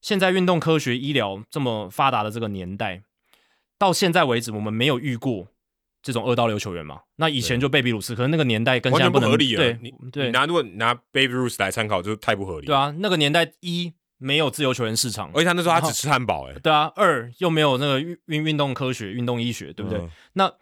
B: 现在运动科学、医疗这么发达的这个年代，到现在为止，我们没有遇过。这种二刀流球员嘛，那以前就贝比鲁斯，可是那个年代跟
A: 完
B: 现在
A: 全不
B: 能
A: 合理啊！
B: 对
A: 你
B: 对
A: 你，拿如果你拿 Baby Ruth 来参考，就太不合理。
B: 对，啊，那个年代一没有自由球员市场，
A: 而且他那时候他
B: 然后
A: 只吃汉堡、欸，哎，
B: 对啊，二又没有那个运运运动科学、运动医学，对不对？
A: 嗯
B: 那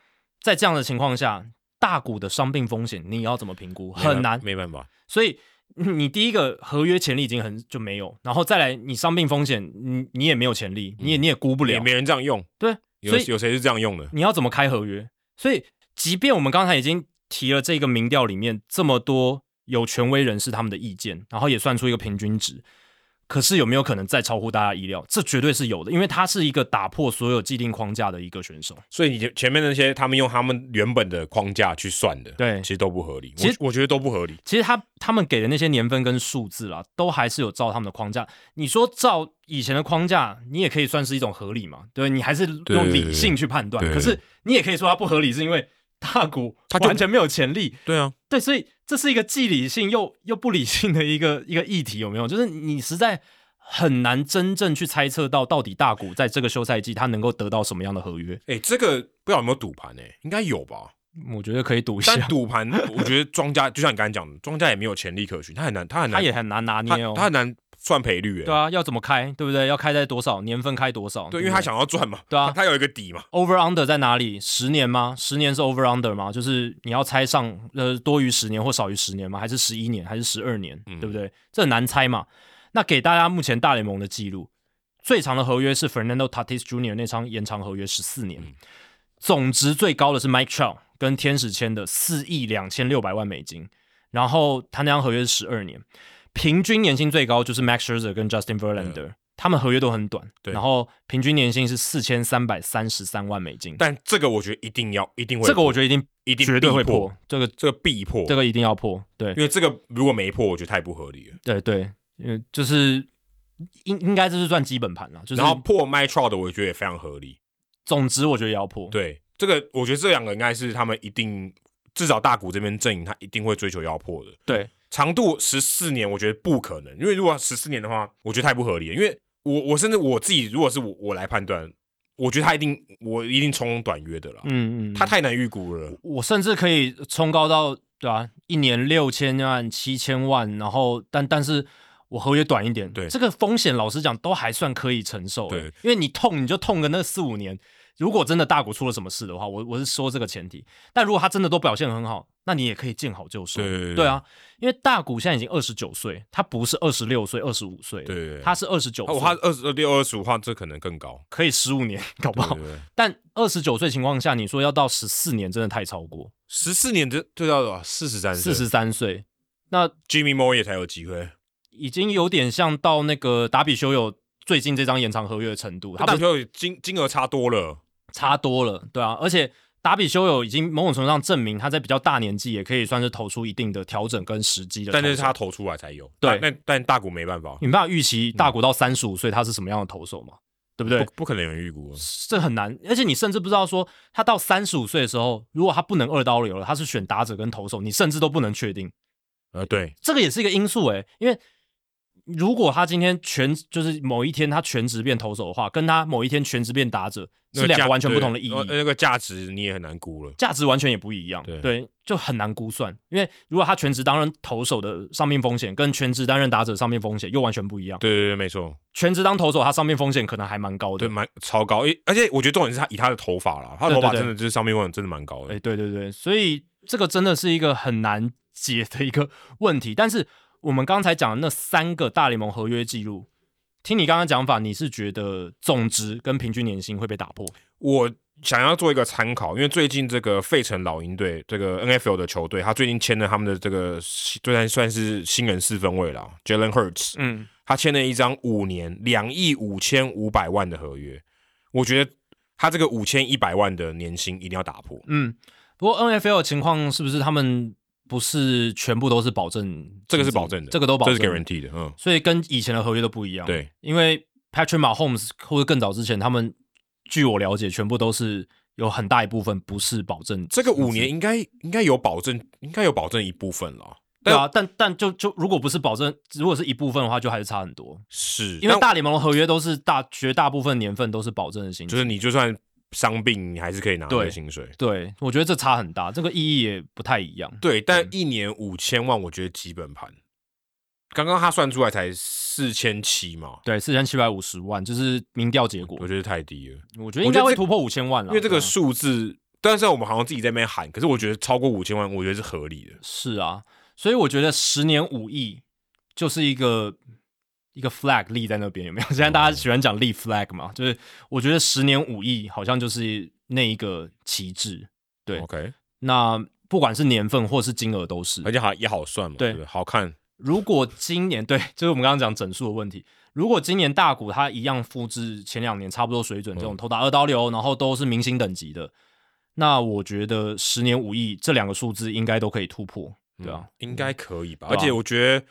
B: 在这样的情况下，大股的伤病风险你要怎么评估？
A: 没办
B: 很难。
A: 没办法。
B: 所以嗯你第一个合约潜力已经很就没有，然后再来你伤病风险，你你也没有潜力，你也你也估不
A: 也
B: 了，
A: 没人这样用，
B: 对，
A: 有
B: 所以
A: 有谁是这样用的？
B: 你要怎么开合约？所以即便我们刚才已经提了这个民调里面这么多有权威人士他们的意见，然后也算出一个平均值。可是有没有可能再超乎大家意料？这绝对是有的，因为他是一个打破所有既定框架的一个选手。
A: 所以你前前面那些他们用他们原本的框架去算的，
B: 对
A: 其实都不合理。
B: 其实
A: 我我觉得都不合理。
B: 其实他他们给的那些年份跟数字啦，都还是有照他们的框架。你说照以前的框架，你也可以算是一种合理嘛？对，你还是用理性去判断。
A: 对对
B: 可
A: 对
B: 是你也可以说它不合理，是因为大股
A: 它就
B: 完全没有潜力。
A: 对啊，
B: 对，所以这是一个既理性又又不理性的一个一个议题，有没有？就是你实在很难真正去猜测到到底大股在这个休赛季他能够得到什么样的合约。
A: 哎、这个不知道有没有赌盘呢？应该有 吧。
B: 我觉得可以赌一
A: 但
B: 下，
A: 赌盘，我觉得庄家就像你刚才讲的，庄家也没有潜力可循，他很难，他很难，
B: 他也很难拿
A: 他
B: 捏哦。
A: 他很难算赔率。
B: 对
A: 啊，
B: 啊，要怎么开，对不对？要开在多少年份开多少？
A: 对，因
B: 不
A: 为他想要赚嘛，
B: 对啊
A: 他他有一个底嘛。
B: over under 在哪里？十年吗？十年是 over under 吗？就是你要猜上呃多于十年或少于十年吗？还是十一年还是十二年？
A: 嗯
B: 对不对？这很难猜嘛。那给大家目前大联盟的记录，最长的合约是 Fernando Tatis Jr. 那张延长合约十四年，
A: 嗯
B: 总值最高的是 Mike Trout 跟天使签的四亿两千六百万美金，然后他那张合约是十二年，平均年薪最高就是 Max Scherzer 跟 Justin Verlander，、他们合约都很短，
A: 嗯对
B: 然后平均年薪是四千三百三十三万美金，
A: 但这个我觉得一定要，一定会破，
B: 这个我觉得一定
A: 一定
B: 绝对
A: 必
B: 会
A: 破，，
B: 这个
A: 这个必破，
B: 这个一定要破，对
A: 因为这个如果没破，我觉得太不合理了。
B: 对对，嗯，就是应应该这是算基本盘了，就是
A: 然后破 My Trout 的，我觉得也非常合理。
B: 总值我觉得也要破，
A: 对，这个我觉得这两个应该是他们一定，至少大谷这边阵营他一定会追求要破的。
B: 对
A: 长度十四年，我觉得不可能，因为如果十四年的话，我觉得太不合理了。因为我我甚至我自己，如果是我我来判断，我觉得他一定我一定冲短约的啦，
B: 嗯嗯，
A: 他太难预估了。
B: 我甚至可以冲高到对吧、一年六千万、七千万，然后但但是我合约短一点，
A: 对
B: 这个风险，老实讲都还算可以承受。
A: 对
B: 欸，因为你痛你就痛个那四五年，如果真的大股出了什么事的话，我我是说这个前提。但如果他真的都表现很好，那你也可以见好就收。
A: 对对对
B: 啊，因为大股现在已经二十九岁，他不是二十六岁、二十五岁，
A: 对对对
B: 他是二十九
A: 哦，
B: 岁，
A: 他二十六、二十五话，这可能更高。
B: 可以十五年，搞不好。
A: 对，
B: 但二十九岁情况下，你说要到十四年，真的太超过
A: 十四年这对到四十三岁，
B: 四十三岁。那
A: Jimmy Moore 也才有机会。
B: 已经有点像到那个达比修有最近这张延长合约的程度，他
A: 他大
B: 不是
A: 朋友金金额差多了，
B: 差多了，对啊，而且达比修有已经某种程度上证明他在比较大年纪也可以算是投出一定的调整跟时机的投
A: 但
B: 手，
A: 是他投出来才有。
B: 对
A: 但但但大谷没办法，
B: 你没办法预期大谷到三十五岁他是什么样的投手嘛，对不对？
A: 不不可能有人预估。啊
B: 这很难，而且你甚至不知道说他到三十五岁的时候，如果他不能二刀流了，他是选打者跟投手，你甚至都不能确定。
A: 呃，对，
B: 这个也是一个因素诶、欸因为如果他今天全就是某一天他全职变投手的话，跟他某一天全职变打者
A: 那个
B: 是两
A: 价
B: 个完全不同的意
A: 对呃
B: 义，
A: 那个价值你也很难估了。
B: 价值完全也不一样，
A: 对
B: 就很难估算。因为如果他全职担任投手的上面风险，跟全职担任打者上面风险又完全不一样。
A: 对对对，没错，
B: 全职当投手，他上面风险可能还蛮高
A: 对，
B: 的。
A: 蛮超高。诶而且我觉得重点是他以他的头发啦，他的
B: 对
A: 头
B: 对
A: 发
B: 对
A: 真的就是上面问真的蛮高
B: 哎、
A: 的。
B: 对对对，所以这个真的是一个很难解的一个 问题。但是我们刚才讲的那三个大联盟合约记录，听你刚刚讲法，你是觉得总值跟平均年薪会被打破？
A: 我想要做一个参考，因为最近这个费城老鹰队这个 NFL 的球队，他最近签了他们的这个虽然算是新人四分卫啦 j a l e n Hurts，
B: 嗯，
A: 他签了一张五年两亿五千五百万的合约，我觉得他这个五千一百万的年薪一定要打破。
B: 嗯，不过 N F L 的情况是不是他们不是全部都是保证？
A: 这个是保证的，
B: 这个都保
A: 这
B: 证
A: 是 guarantee 的，嗯，
B: 所以跟以前的合约都不一样。，
A: 对，
B: 因为 Patrick Mahomes 或者更早之前，他们据我了解，全部都是有很大一部分不是保证。
A: 这个五年应该应该有保证，应该有保证一部分了。
B: 对啊，但但就就如果不是保证，如果是一部分的话，就还是差很多。
A: 是，
B: 因为
A: 但
B: 大联盟的合约都是大绝大部分年份都是保证的薪
A: 就
B: 水，
A: 是你就算伤病，你还是可以拿到
B: 对
A: 薪水。
B: 对我觉得这差很大，这个意义也不太一样。
A: 对，但一年五千万，我觉得基本盘。刚刚他算出来才四千七嘛，
B: 对，四千七百五十万，就是民调结果
A: 我，觉得太低了，
B: 我觉得应该
A: 我觉
B: 会
A: 得这
B: 突破五千万了，
A: 因为这个
B: 对啊
A: 数字，但是我们好像自己在那边喊，可是我觉得超过五千万，我觉得是合理的。
B: 是啊，所以我觉得十年五亿就是一个一个 flag 立在那边，有没有？ 现在大家喜欢讲立 flag 嘛，就是我觉得十年五亿好像就是那一个旗帜，对
A: OK，
B: 那不管是年份或是金额都是
A: 而。且好也好算嘛，
B: 对
A: 对不对，好看，
B: 如果今年对，就是我们刚刚讲整数的问题。如果今年大股它一样复制前两年差不多水准，这种
A: 嗯
B: 头打二刀流，然后都是明星等级的，那我觉得十年五亿这两个数字应该都可以突破，对啊，
A: 嗯应该可以吧？
B: 对
A: 而
B: 啊
A: 且我觉得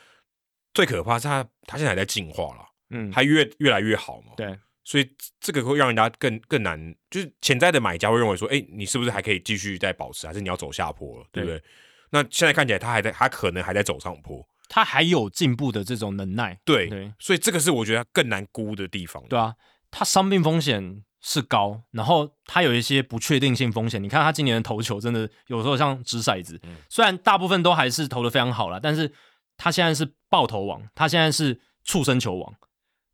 A: 最可怕是他，他现在还在进化了，
B: 嗯，
A: 他越越来越好嘛，
B: 对，
A: 所以这个会让人家更更难，就是潜在的买家会认为说，哎、你是不是还可以继续再保持，还是你要走下坡了，对不对？那现在看起来他还在，他可能还在走上坡，
B: 他还有进步的这种能耐，
A: 对，
B: 对
A: 所以这个是我觉得更难估的地方，
B: 对啊，他伤病风险是高，然后他有一些不确定性风险。你看他今年的投球真的有时候像掷骰子，
A: 嗯
B: 虽然大部分都还是投的非常好了，但是他现在是爆头王，他现在是畜生球王，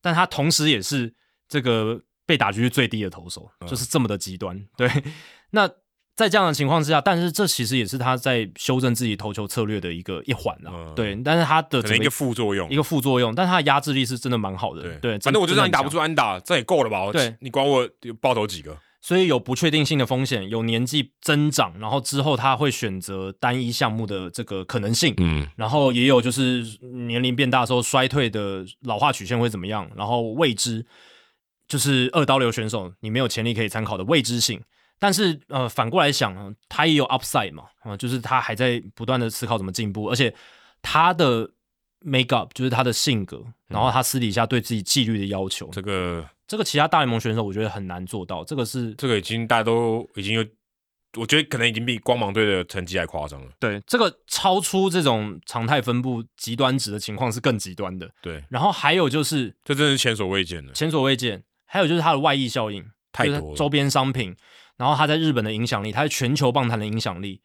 B: 但他同时也是这个被打局率最低的投手，
A: 嗯
B: 就是这么的极端。对， 那。在这样的情况之下，但是这其实也是他在修正自己投球策略的一个一环啦。
A: 嗯
B: 对，但是他的
A: 可
B: 整
A: 能一个
B: 个
A: 副作用
B: 啊一。个副作用，但他的压制力是真的蛮好的。
A: 对
B: 对，
A: 反正我就
B: 真的
A: 让你打
B: 很
A: 不
B: 强
A: 出安打，这也够了吧？我
B: 对
A: 你管我爆头几个？
B: 所以有不确定性的风险，有年纪增长，然后之后他会选择单一项目的这个可能性，
A: 嗯，
B: 然后也有就是年龄变大的时候衰退的老化曲线会怎么样，然后未知就是二刀流选手你没有潜力可以参考的未知性。但是呃，反过来想呢，他也有 upside 嘛，啊、就是他还在不断的思考怎么进步，而且他的 make up 就是他的性格，然后他私底下对自己纪律的要求，
A: 嗯这个
B: 这个其他大联盟选手我觉得很难做到，这个是
A: 这个已经大家都已经有，我觉得可能已经比光芒队的成绩还夸张了。
B: 对，这个超出这种常态分布极端值的情况是更极端的。
A: 对，
B: 然后还有就是
A: 这真的是前所未见的，
B: 前所未见，还有就是它的外溢效应，
A: 太
B: 就是
A: 多
B: 它
A: 了
B: 周边商品，然后它在日本的影响力，它在全球棒坛的影响力。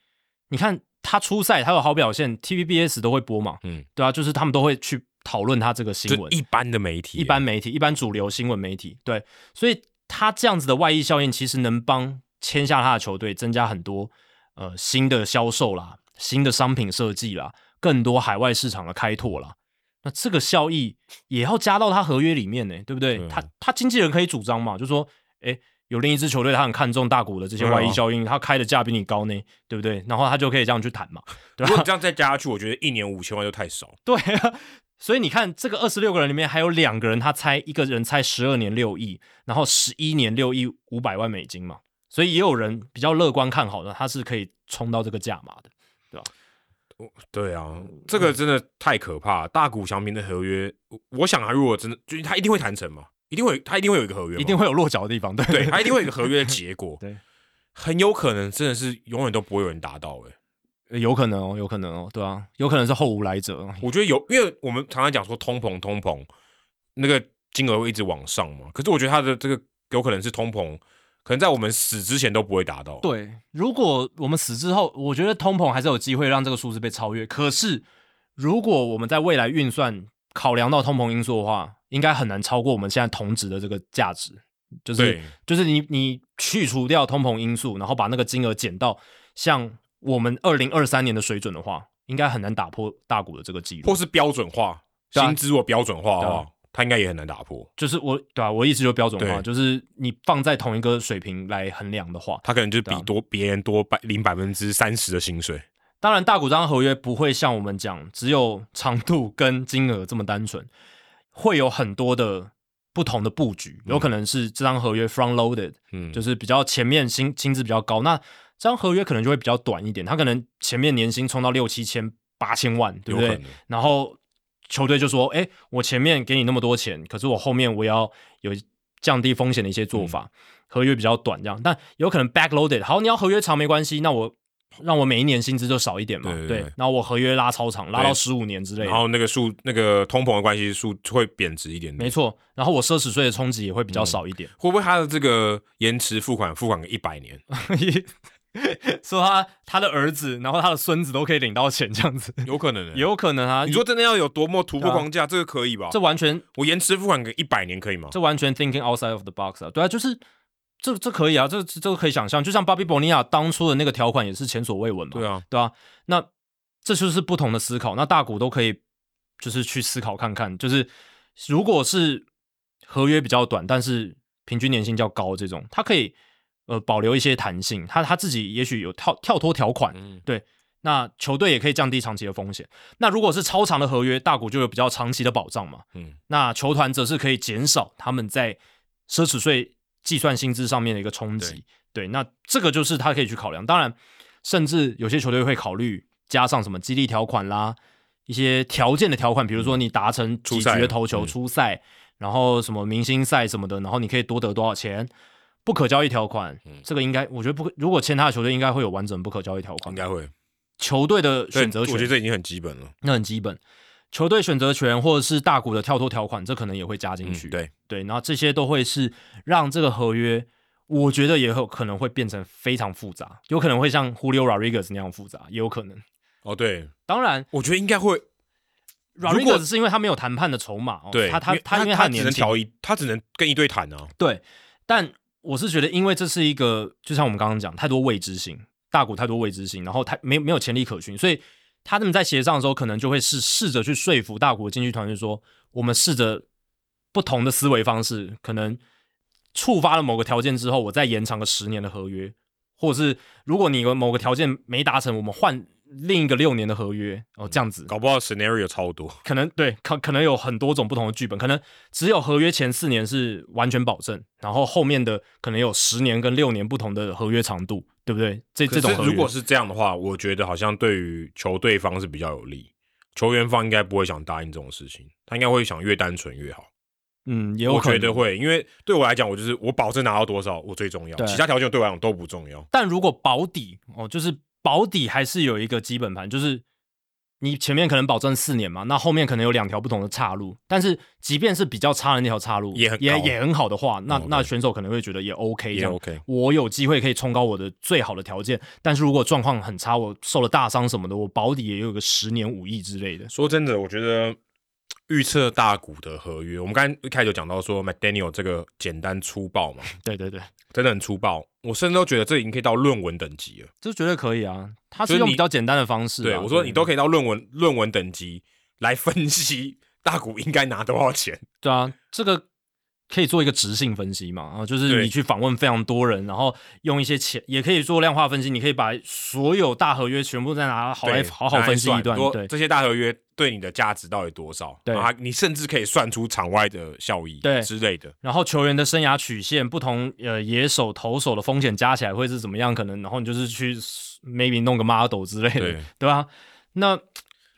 B: 你看他出赛，他有好表现，TVBS 都会播嘛，
A: 嗯，
B: 对啊，就是他们都会去讨论他这个新
A: 就
B: 闻，
A: 一般的媒体，欸
B: 一般媒体、一般主流新闻媒体，对，所以他这样子的外溢效应，其实能帮签下他的球队增加很多呃新的销售啦、新的商品设计啦、更多海外市场的开拓啦。那这个效益也要加到他合约里面呢、对不对？
A: 对啊
B: 他他经纪人可以主张嘛，就说，诶，有另一支球队他很看重大股的这些外溢效应，他开的价比你高呢，对不对？然后他就可以这样去谈嘛，对
A: 如
B: 吧、
A: 果你这样再加下去，我觉得一年五千万就太少。
B: 对啊，所以你看，这个二十六个人里面还有两个人，他猜一个人猜十二年六亿，然后十一年六亿五百万美金嘛，所以也有人比较乐观看好的，他是可以冲到这个价码的。
A: 对啊，
B: 嗯
A: 这个真的太可怕了。大谷翔平的合约，我我想啊他如果真的，就是他一定会谈成嘛，一定会，他一定会有一个合约嘛，
B: 一定会有落脚的地方，对
A: 对，他一定会有一个合约的结果。
B: 对，
A: 很有可能真的是永远都不会有人达到、欸。
B: 有可能哦，有可能哦，对啊，有可能是后无来者，
A: 我觉得有，因为我们常常讲说通膨，通膨那个金额会一直往上嘛。可是我觉得它的这个有可能是通膨，可能在我们死之前都不会达到。，
B: 对，如果我们死之后，我觉得通膨还是有机会让这个数字被超越。可是，如果我们在未来运算考量到通膨因素的话，应该很难超过我们现在同值的这个价值。就是
A: 对
B: 就是你你去除掉通膨因素，然后把那个金额减到像我们二零二三年的水准的话，应该很难打破大股的这个记录。
A: 或是标准化，
B: 对啊
A: 薪资如果标准化的
B: 对
A: 话，
B: 啊
A: 它应该也很难打破。
B: 就是我对啊，我一直就标准化，
A: 对
B: 就是你放在同一个水平来衡量的话，
A: 它可能就是比
B: 对啊
A: 多别人多百领百分之三十的薪水。
B: 当然，大股章合约不会像我们讲只有长度跟金额这么单纯，会有很多的不同的布局，有可能是这张合约 front loaded，、
A: 嗯，
B: 就是比较前面薪薪资比较高，那这张合约可能就会比较短一点，他可能前面年薪冲到六七千、八千万，对
A: 有
B: 不
A: 可
B: 对
A: 能？。
B: 然后球队就说：“哎，我前面给你那么多钱，可是我后面我也要有降低风险的一些
A: 嗯
B: 做法，合约比较短这样。但有可能 backloaded，好，你要合约长没关系，那我让我每一年薪资就少一点嘛，
A: 对对对
B: 然后我合约拉超长，拉
A: 对
B: 到十五年之类
A: 然
B: 的。
A: 后那个数，那个通膨的关系数会贬值一点点。
B: 没错，然后我奢侈税的冲击也会
A: 嗯
B: 比较少一点。
A: 会不会它的这个延迟付款付款个一百年？
B: 说他他的儿子，然后他的孙子都可以领到钱，这样子
A: 有可能、欸。
B: 也有可能啊。
A: 你说真的要有多么突破
B: 对啊
A: 框架，这个可以吧？
B: 这完全
A: 我延迟付款个一百年可以吗？
B: 这完全 thinking outside of the box 啊，对啊，就是这这可以啊，这这这个可以想象，就像 Bobby Bonilla 当初的那个条款也是前所未闻嘛，
A: 对啊，
B: 对啊，那这就是不同的思考，那大股都可以就是去思考看看，就是如果是合约比较短，但是平均年薪较高这种，它可以呃保留一些弹性，他他自己也许有跳跳脱条款，
A: 嗯
B: 对，那球队也可以降低长期的风险。那如果是超长的合约，大股就有比较长期的保障嘛，
A: 嗯，
B: 那球团则是可以减少他们在奢侈税计算薪资上面的一个冲击。对，那这个就是他可以去考量。当然，甚至有些球队会考虑加上什么激励条款啦，一些条件的条款，比如说你达成
A: 出
B: 几局
A: 赛
B: 的投球
A: 嗯
B: 嗯出赛，然后什么明星赛什么的，然后你可以多得多少钱。不可交易条款，
A: 嗯
B: 这个应该，我觉得不可，如果签他的球队，应该会有完整不可交易条
A: 应。
B: 款
A: 该会
B: 球队的
A: 对
B: 选择权
A: 我觉得，这已经很基本了。
B: 那很基本。球队选择权或者是大股的跳脱条款，这可能也会加进去。
A: 嗯，对，
B: 对，然后这些都会是让这个合约，我觉得也有可能会变成非常复杂，有可能会像 Julio Rodriguez 那样复杂，也有可能。
A: 哦对，
B: 当然
A: 我觉得应该会，如果
B: ，Rodriguez 是因为他没有谈判的筹码，哦、
A: 对，
B: 他他
A: 因为他他
B: 因为的
A: 只
B: 年
A: 能
B: 轻，
A: 调一，他只能跟一队谈啊。
B: 对，但我是觉得，因为这是一个，就像我们刚刚讲，太多未知性，大股太多未知性，然后太没没有潜力可循，所以他们在协商的时候，可能就会试试着去说服大股的进去团队说，我们试着不同的思维方式，可能触发了某个条件之后，我再延长个十年的合约，或者是如果你有某个条件没达成，我们换另一个六年的合约，哦，这样子。
A: 搞不好 scenario 超多，
B: 可能对可可能有很多种不同的剧本，可能只有合约前四年是完全保证，然后后面的可能有十年跟六年不同的合约长度，对不对？这这种
A: 可
B: 合
A: 是
B: 约
A: 如果是这样的话，我觉得好像对于球队方是比较有利，球员方应该不会想答应这种事情，他应该会想越单纯越好。
B: 嗯，也有
A: 我
B: 可
A: 觉
B: 能
A: 得。会，因为对我来讲，我就是我保证拿到多少，我最重要，
B: 对
A: 其他条件对我来讲都不重要。
B: 但如果保底哦，就是保底还是有一个基本盘，就是你前面可能保证四年嘛，那后面可能有两条不同的岔路，但是即便是比较差的那条岔路，
A: 也很
B: 也
A: 高
B: 也很好的话，那、
A: 嗯
B: 那
A: 对
B: 选手可能会觉得也 OK
A: 也
B: 这样
A: OK
B: 我有机会可以冲高我的最好的条件，但是如果状况很差，我受了大伤什么的，我保底也有个十年五亿之类的，
A: 说真的，我觉得预测大股的合约，我们刚才一开始有讲到说 McDaniel 这个简单粗暴嘛，
B: 对对对，
A: 真的很粗暴，我甚至都觉得这已经可以到论文等级了。
B: 这绝对可以啊，他
A: 就是是
B: 用
A: 你
B: 比较简单的方式啊、
A: 对，我说你都可
B: 以，
A: 以到论文论文等级来分析大股应该拿多少钱。
B: 对啊，这个。可以做一个直性分析嘛？啊，就是
A: 对
B: 你去访问非常多人，然后用一些钱，也可以做量化分析。你可以把所有大合约全部再拿好来
A: 对
B: 好好
A: 拿来
B: 分析一
A: 算
B: 段，
A: 多
B: 对
A: 这些大合约对你的价值到底多少？
B: 对
A: 然后你甚至可以算出场外的效益，
B: 对
A: 之类的。
B: 然后球员的生涯曲线，不同呃野手、投手的风险加起来会是怎么样？可能，然后你就是去 maybe 弄个 model 之类的，
A: 对
B: 对吧？那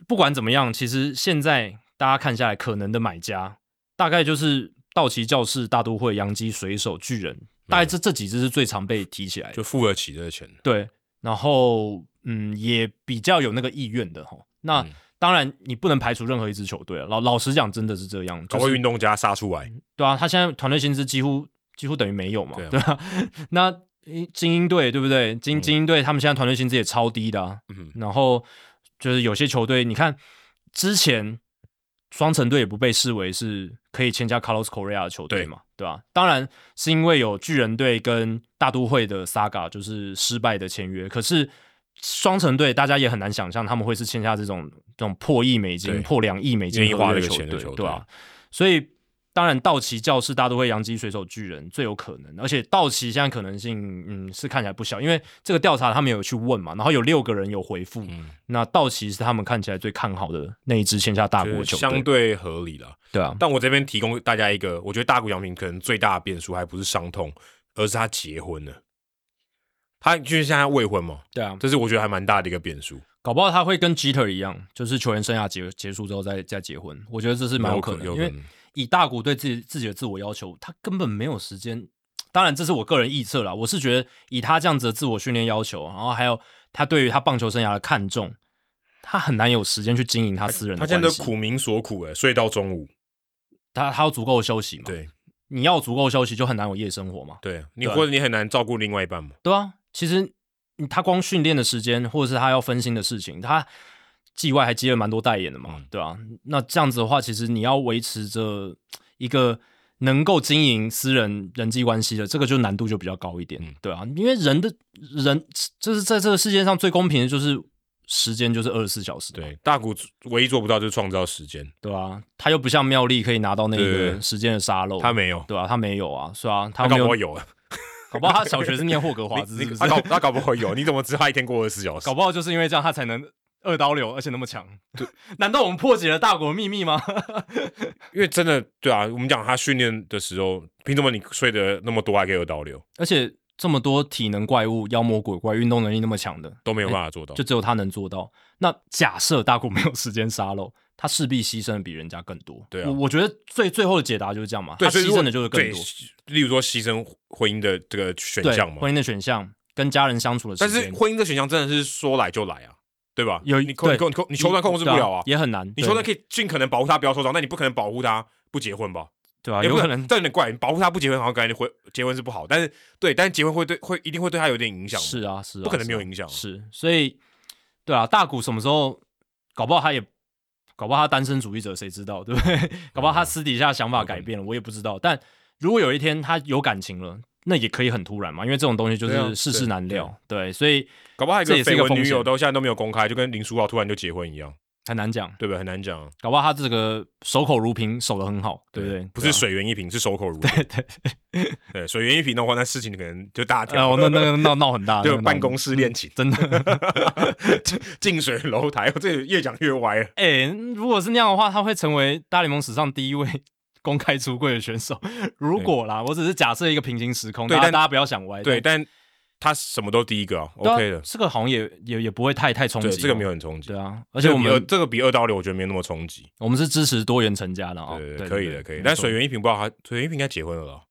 B: 不管怎么样，其实现在大家看下来，可能的买家大概就是道奇、教士、大都会、洋基、水手、巨人，大
A: 嗯
B: 概这这几支是最常被提起来的。
A: 就付得起这个钱。
B: 对，然后嗯，也比较有那个意愿的吼。那、
A: 嗯
B: 当然，你不能排除任何一支球队啊。老老实讲，真的是这样，
A: 搞
B: 就是
A: 位运动家杀出来，
B: 对啊，他现在团队薪资几乎几乎等于没有嘛，
A: 对啊
B: 对吧、 那诶精英队对不对？精
A: 嗯
B: 精英队他们现在团队薪资也超低的啊。
A: 嗯
B: 然后就是有些球队，你看之前双城队也不被视为是可以签下 Carlos Correa 的球队
A: 对
B: 嘛，对吧、当然是因为有巨人队跟大都会的 Saga 就是失败的签约，可是。双城队大家也很难想象他们会是签下这种这种破亿美金、
A: 对
B: 破两亿美
A: 愿
B: 金
A: 意
B: 合
A: 花
B: 约
A: 这个
B: 球
A: 钱的
B: 队
A: 球
B: 对啊
A: 队，
B: 所以当然，道奇、教士、大都会、洋基、水手、巨人最有可能，而且道奇现在可能性，嗯，是看起来不小，因为这个调查他们有去问嘛，然后有六个人有回复，
A: 嗯，
B: 那道奇是他们看起来最看好的那一支签下大国
A: 就是
B: 球
A: 相
B: 队，
A: 对合理了。
B: 对啊，
A: 但我这边提供大家一个，我觉得大谷翔平可能最大的变数还不是伤痛，而是他结婚了。他就是现在未婚嘛，
B: 对啊，
A: 这是我觉得还蛮大的一个变数，
B: 搞不好他会跟 Jeter 一样，就是球员生涯结结束之后再再结婚，我觉得这是蛮有可能，
A: 有
B: 因为以大谷对自己自己的自我要求，他根本没有时间。当然，这是我个人臆测啦。我是觉得以他这样子的自我训练要求，然后还有他对于他棒球生涯的看重，他很难有时间去经营他私人
A: 他
B: 的
A: 现
B: 关
A: 在
B: 系。
A: 都苦民所苦哎、睡到中午。
B: 他他要足够的休息嘛？，
A: 对
B: 你要有足够的休息，就很难有夜生活嘛？
A: 对，你
B: 对啊
A: 或者你很难照顾另外一半嘛。
B: 对啊，其实嗯他光训练的时间，或者是他要分心的事情，他季外还接了蛮多代言的嘛，
A: 嗯
B: 对啊，那这样子的话，其实你要维持着一个能够经营私人人际关系的，这个就难度就比较高一点，
A: 嗯
B: 对啊，因为人的人就是在这个世界上最公平的就是时间就是二十四小时，
A: 对，，大谷唯一做不到就是创造时间，
B: 对啊，他又不像妙丽可以拿到那
A: 对对
B: 个
A: 对
B: 时间的沙漏，
A: 他没有，
B: 对啊，他没有啊，是啊，
A: 哦他
B: 他没
A: 搞不
B: 有
A: 好有啊。
B: 搞不好他小学是念霍格华 兹，
A: 你
B: 是不
A: 你
B: 是
A: 他搞他搞不会有，你怎么知道他一天过二十四小时
B: 搞？不好就是因为这样，他才能二刀流，而且那么强。 难道我们破解了大国秘密吗？
A: 因为真的对啊，我们讲他训练的时候，凭什么你睡得那么多还可以有导流，
B: 而且这么多体能怪物、妖魔鬼怪、运动能力那么强的，
A: 都没有办法做到？
B: 就只有他能做到。那假设大国没有时间沙漏，他势必牺牲的比人家更多。
A: 对啊
B: 我我觉得最最后的解答就是这样嘛，
A: 对，
B: 他
A: 所以
B: 牺
A: 如果
B: 牲的就是更多。
A: 对例如说牺牲婚姻的这个选
B: 对
A: 项嘛，
B: 婚姻的选项跟家人相处的时
A: 但
B: 间，
A: 是婚姻的选项真的是说来就来啊，对吧？
B: 有
A: 你控你
B: 对
A: 控你控你球团控制不了啊
B: 对，也很难。
A: 你球团
B: 对
A: 可以尽可能保护他不要受伤，但你不可能保护他不结婚吧？
B: 对啊，
A: 也
B: 有
A: 不
B: 可能
A: 这有点怪，你保护他不结婚好像感觉会结婚是不好，但是对，但是结婚会对会一定会对他有点影响嘛，
B: 是啊，是啊，
A: 不可能
B: 是
A: 没有
B: 啊
A: 影响
B: 是，所以对啊，大谷什么时候搞不好他也搞不好他单身主义者，谁知道对不对？ 搞不好
A: 嗯
B: 他私底下想法改变了，我也不知道。但如果有一天他有感情了，那也可以很突然嘛，因为这种东西就
A: 对啊
B: 是世事
A: 对
B: 难
A: 对
B: 料，对，所以
A: 搞不好还有
B: 这
A: 一
B: 也
A: 个
B: 是一
A: 绯
B: 个
A: 闻
B: 风
A: 女友
B: 险
A: 都现在都没有公开，就跟林书豪突然就结婚一样，
B: 很难讲。
A: 对不对？很难讲啊，
B: 搞不好他这个守口如瓶，守得很好，对不对？
A: 不
B: 对
A: 是
B: 啊
A: 水源一瓶，是守口如瓶。对对水源一瓶的话，那事情可能就大条。
B: 哦，那那个闹闹很大，那
A: 就
B: 个闹嗯
A: 办公室恋情，
B: 真的。
A: 近水楼台，我这越讲越歪了。
B: 哎、如果是那样的话，他会成为大联盟史上第一位 公开出柜的选手。如果啦，我只是假设一个平行时空，
A: 对
B: 大家
A: 但
B: 大家不要想歪。
A: 对，但他什么都第一个啊
B: 对啊
A: ，OK 的。
B: 这个好像也也也不会太太冲击
A: 对，
B: 哦。
A: 这个没有很冲击
B: 对。啊，而
A: 而
B: 且我们
A: 这个比二刀流，我觉得没那么冲击。
B: 我们是支持多元成家的啊、
A: 对
B: 对，
A: 可以
B: 对
A: 的，可以
B: 没
A: 的。但
B: 错
A: 水源一平不知道他，水源一平应该结婚了啦，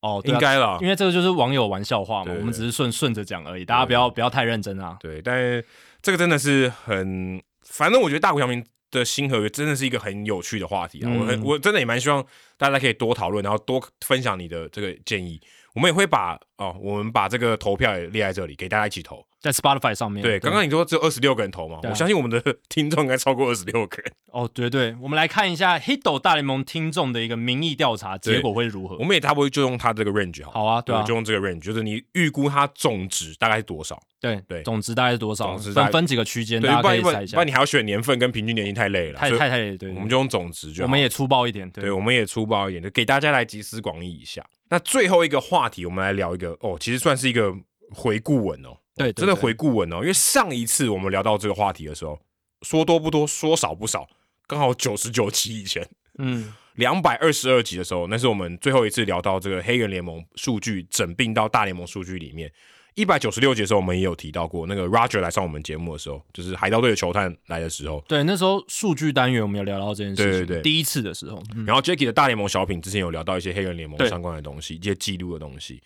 B: 哦，对啊
A: 应、该啦
B: 因。为这个就是网友玩笑话嘛，
A: 对对
B: 我们只是顺顺着讲而已，大家不要不要太认真啊。
A: 对，但这个真的是很，反正我觉得大谷翔平的新合约真的是一个很有趣的话题啊。
B: 嗯
A: 我很我真的也蛮希望大家可以多讨论，然后多分享你的这个建议。我们也会把哦，我们把这个投票也列在这里，给大家一起投。
B: 在 Spotify 上面，
A: 对，刚刚你说只有二十六个人投嘛，
B: 对啊
A: 我相信我们的听众应该超过二十六个人。
B: 哦，对对，我们来看一下 Hito 大联盟听众的一个民意调查结
A: 对
B: 果会如何
A: 我。们也差不多就用他这个 range 好了，
B: 好啊，对啊，
A: 就用这个 range，就是你预估它总值大概是多少？
B: 对
A: 对
B: 总值大概是多少？
A: 总值大概
B: 分分几个区间，
A: 对
B: 大，家
A: 不
B: 可
A: 然
B: 以
A: 不
B: 猜
A: 然
B: 一
A: 不
B: 下
A: 然。你还要选年份跟平均年薪太累了，
B: 太
A: 所以
B: 太太对，对
A: 我们就用总值就好
B: 我们也粗暴一点，对
A: 对，我们也粗暴一点，就给大家来集思广益一下。那最后一个话题，我们来聊一个哦，其实算是一个回顾文哦，
B: 对对
A: 真的
B: 对
A: 回顾文哦，因为上一次我们聊到这个话题的时候，说多不多，说少不少，刚好九十九期以前。
B: 嗯，
A: 两百二十二集的时候，那是我们最后一次聊到这个黑人联盟数据整并到大联盟数据里面。一百九十六集的时候，我们也有提到过，那个 Roger 来上我们节目的时候，就是海盗队的球探来的时候，
B: 对，那时候数据单元我们有聊到这件事情，
A: 对对对
B: 第一次的时候，嗯，
A: 然后 Jackie 的大联盟小品之前有聊到一些黑人联盟
B: 对
A: 相关的东西，一些记录的东西。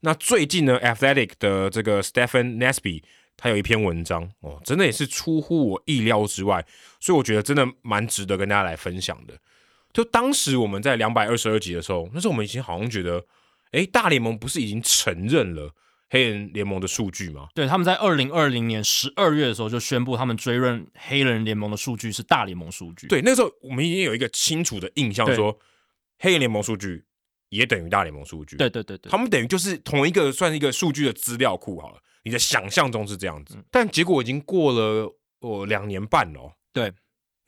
A: 那最近呢，Athletic 的这个 Stephen Nesby 他有一篇文章哦，真的也是出乎我意料之外，所以我觉得真的蛮值得跟大家来分享的。就当时我们在两百二十二集的时候，那时候我们已经好像觉得，诶，大联盟不是已经承认了黑人联盟的数据吗？
B: 对，他们在二零二零年十二月的时候就宣布，他们追认黑人联盟的数据是大联盟数据，
A: 对，那时候我们已经有一个清楚的印象
B: 对
A: 说黑人联盟数据也等于大联盟数据。
B: 对对对对，
A: 他们等于就是同一个算是一个数据的资料库好了，你的想象中是这样
B: 嗯
A: 子，但结果已经过了哦两年半了、哦，
B: 对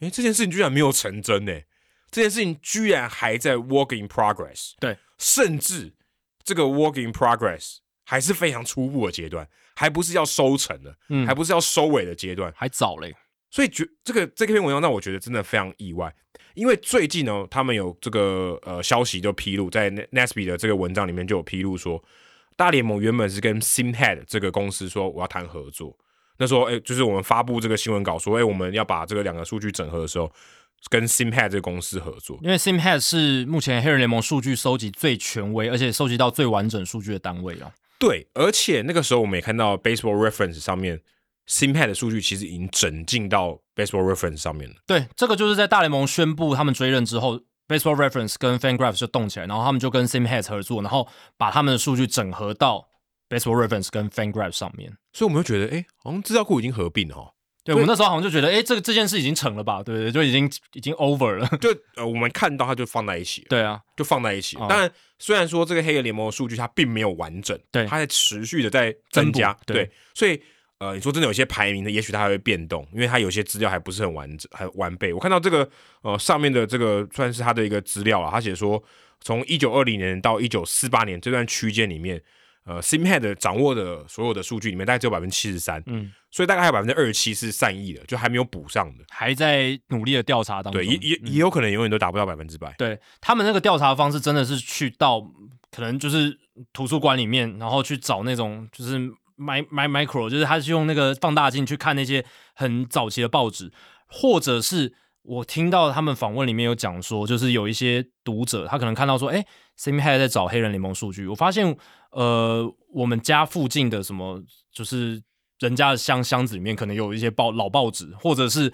A: 诶、这件事情居然没有成真呢、这件事情居然还在 work in progress，
B: 对，
A: 甚至这个 work in progress 还是非常初步的阶段，还不是要收成的，
B: 嗯
A: 还不是要收尾的阶段，
B: 还早嘞，
A: 所以觉这个这篇文章让我觉得真的非常意外，因为最近呢，他们有这个呃消息就披露，在 Nasby 的这个文章里面就有披露说，大联盟原本是跟 Simhead 这个公司说我要谈合作，那时候哎、就是我们发布这个新闻稿说，哎、我们要把这个两个数据整合的时候，跟 Simhead 这个公司合作。
B: 因为 Simhead 是目前黑人联盟数据收集最权威，而且收集到最完整数据的单位啊了，
A: 对，而且那个时候我们也看到 Baseball Reference 上面 Simhead 的数据其实已经整进到 Baseball Reference 上面了。
B: 对，这个就是在大联盟宣布他们追认之后，Baseball Reference 跟 FanGraphs 就动起来，然后他们就跟 Simhead 合作，然后把他们的数据整合到 Baseball Reference 跟 FanGraphs 上面。
A: 所以我们就觉得，哎、好像资料库已经合并了哦，
B: 对，我们那时候好像就觉得，哎，这个这件事已经成了吧？对不对？就已经已经 over 了。
A: 就呃，我们看到它就放在一起了。
B: 对啊，
A: 就放在一起
B: 哦。
A: 当然，虽然说这个黑人联盟的数据它并没有完整，
B: 对
A: 它在持续的在增加
B: 增，补对
A: 对，所以呃，你说真的有些排名的，也许它还会变动，因为它有些资料还不是很完整、很完备。我看到这个呃上面的这个算是它的一个资料啊，它写说从一九二零年到一九四八年这段区间里面。呃 Simhead 掌握的所有的数据里面，大概只有百分之七十三，
B: 嗯，
A: 所以大概还有百分之二十七是善意的，就还没有补上的。
B: 还在努力的调查当中。嗯
A: 对，也也也有可能永远都达不到百分之百。
B: 对他们那个调查方式真的是去到可能就是图书馆里面，然后去找那种就是 my my micro，就是他是用那个放大镜去看那些很早期的报纸，或者是我听到他们访问里面有讲说，就是有一些读者他可能看到说，哎，Sammy h a 在找黑人联盟数据，我发现呃我们家附近的什么就是人家的箱箱子里面可能有一些报老报纸，或者是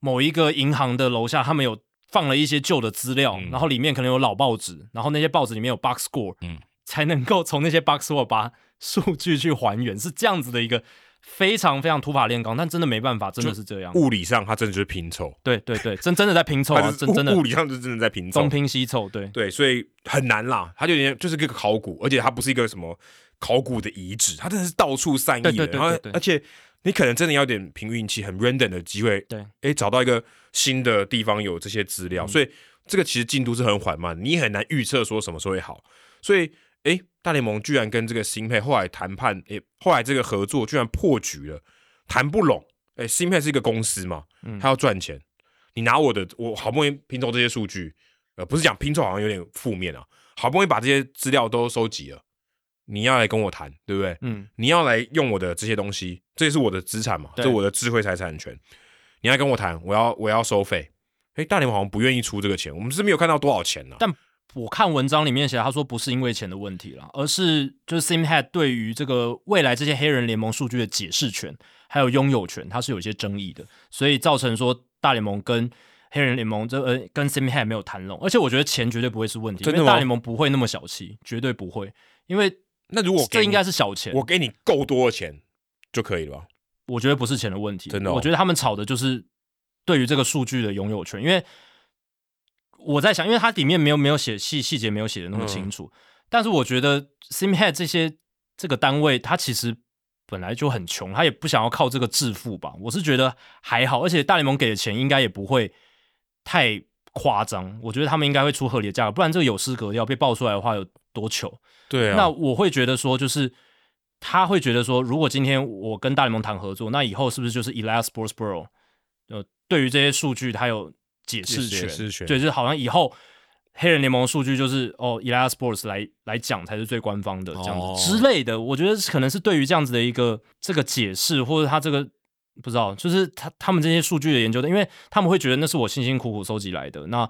B: 某一个银行的楼下他们有放了一些旧的资料，
A: 嗯
B: 然后里面可能有老报纸，然后那些报纸里面有 box score，
A: 嗯
B: 才能够从那些 box score 把数据去还原，是这样子的一个非常非常土法炼钢，但真的没办法，真的是这样。
A: 物理上，它真的就是拼凑，
B: 对对对，真真的在拼凑
A: 它
B: 啊，
A: 是
B: 真真的
A: 物物理上就真的在拼凑
B: 东。拼西凑，对
A: 对，所以很难啦，它就有点就是个考古，而且它不是一个什么考古的遗址，它真的是到处散逸的。
B: 对对对
A: 然后
B: 对对
A: 而且你可能真的要点凭运气，很 random 的机会，
B: 对，嗯
A: 哎，找到一个新的地方有这些资料，所以这个其实进度是很缓慢，你也很难预测说什么时候会好。所以，哎，大联盟居然跟这个新配后来谈判，哎，后来这个合作居然破局了，谈不拢。哎，新配是一个公司嘛，
B: 嗯
A: 他要赚钱，你拿我的，我好不容易拼凑这些数据，呃，不是讲拼凑好像有点负面啊，好不容易把这些资料都收集了，你要来跟我谈，对不对？
B: 嗯，
A: 你要来用我的这些东西，这也是我的资产嘛，这
B: 对
A: 是我的智慧财产权。你要跟我谈，我要我要收费。哎，大联盟好像不愿意出这个钱，我们是没有看到多少钱呢、
B: 但我看文章里面写，他说不是因为钱的问题啦，而是就是 Simhead 对于这个未来这些黑人联盟数据的解释权还有拥有权，它是有一些争议的，所以造成说大联盟跟黑人联盟这呃跟 Simhead 没有谈拢，而且我觉得钱绝对不会是问题，
A: 真的
B: 因为
A: 吗
B: 大联盟不会那么小气，绝对不会，因为
A: 那如果我给
B: 这
A: 你
B: 应该是小钱，
A: 我给你够多的钱就可以了啊吧？
B: 我觉得不是钱的问题，
A: 真的哦
B: 我觉得他们吵的就是对于这个数据的拥有权，因为我在想，因为它里面没有没有写细细节，没有写的那么
A: 嗯
B: 清楚，但是我觉得 Simhead 这些这个单位，它其实本来就很穷，他也不想要靠这个致富吧，我是觉得还好，而且大联盟给的钱应该也不会太夸张，我觉得他们应该会出合理的价格，不然这个有失格调被爆出来的话有多糗。
A: 对啊，
B: 那我会觉得说，就是他会觉得说，如果今天我跟大联盟谈合作，那以后是不是就是 Elias Sportsboro？呃，对于这些数据，他有解释权，
A: 解释权
B: 对，就是好像以后黑人联盟数据就是哦，Elias Sports 来来讲才是最官方的这样子、
A: 哦
B: 之类的。我觉得可能是对于这样子的一个这个解释，或者他这个。不知道，就是他他们这些数据的研究的，因为他们会觉得那是我辛辛苦苦收集来的。那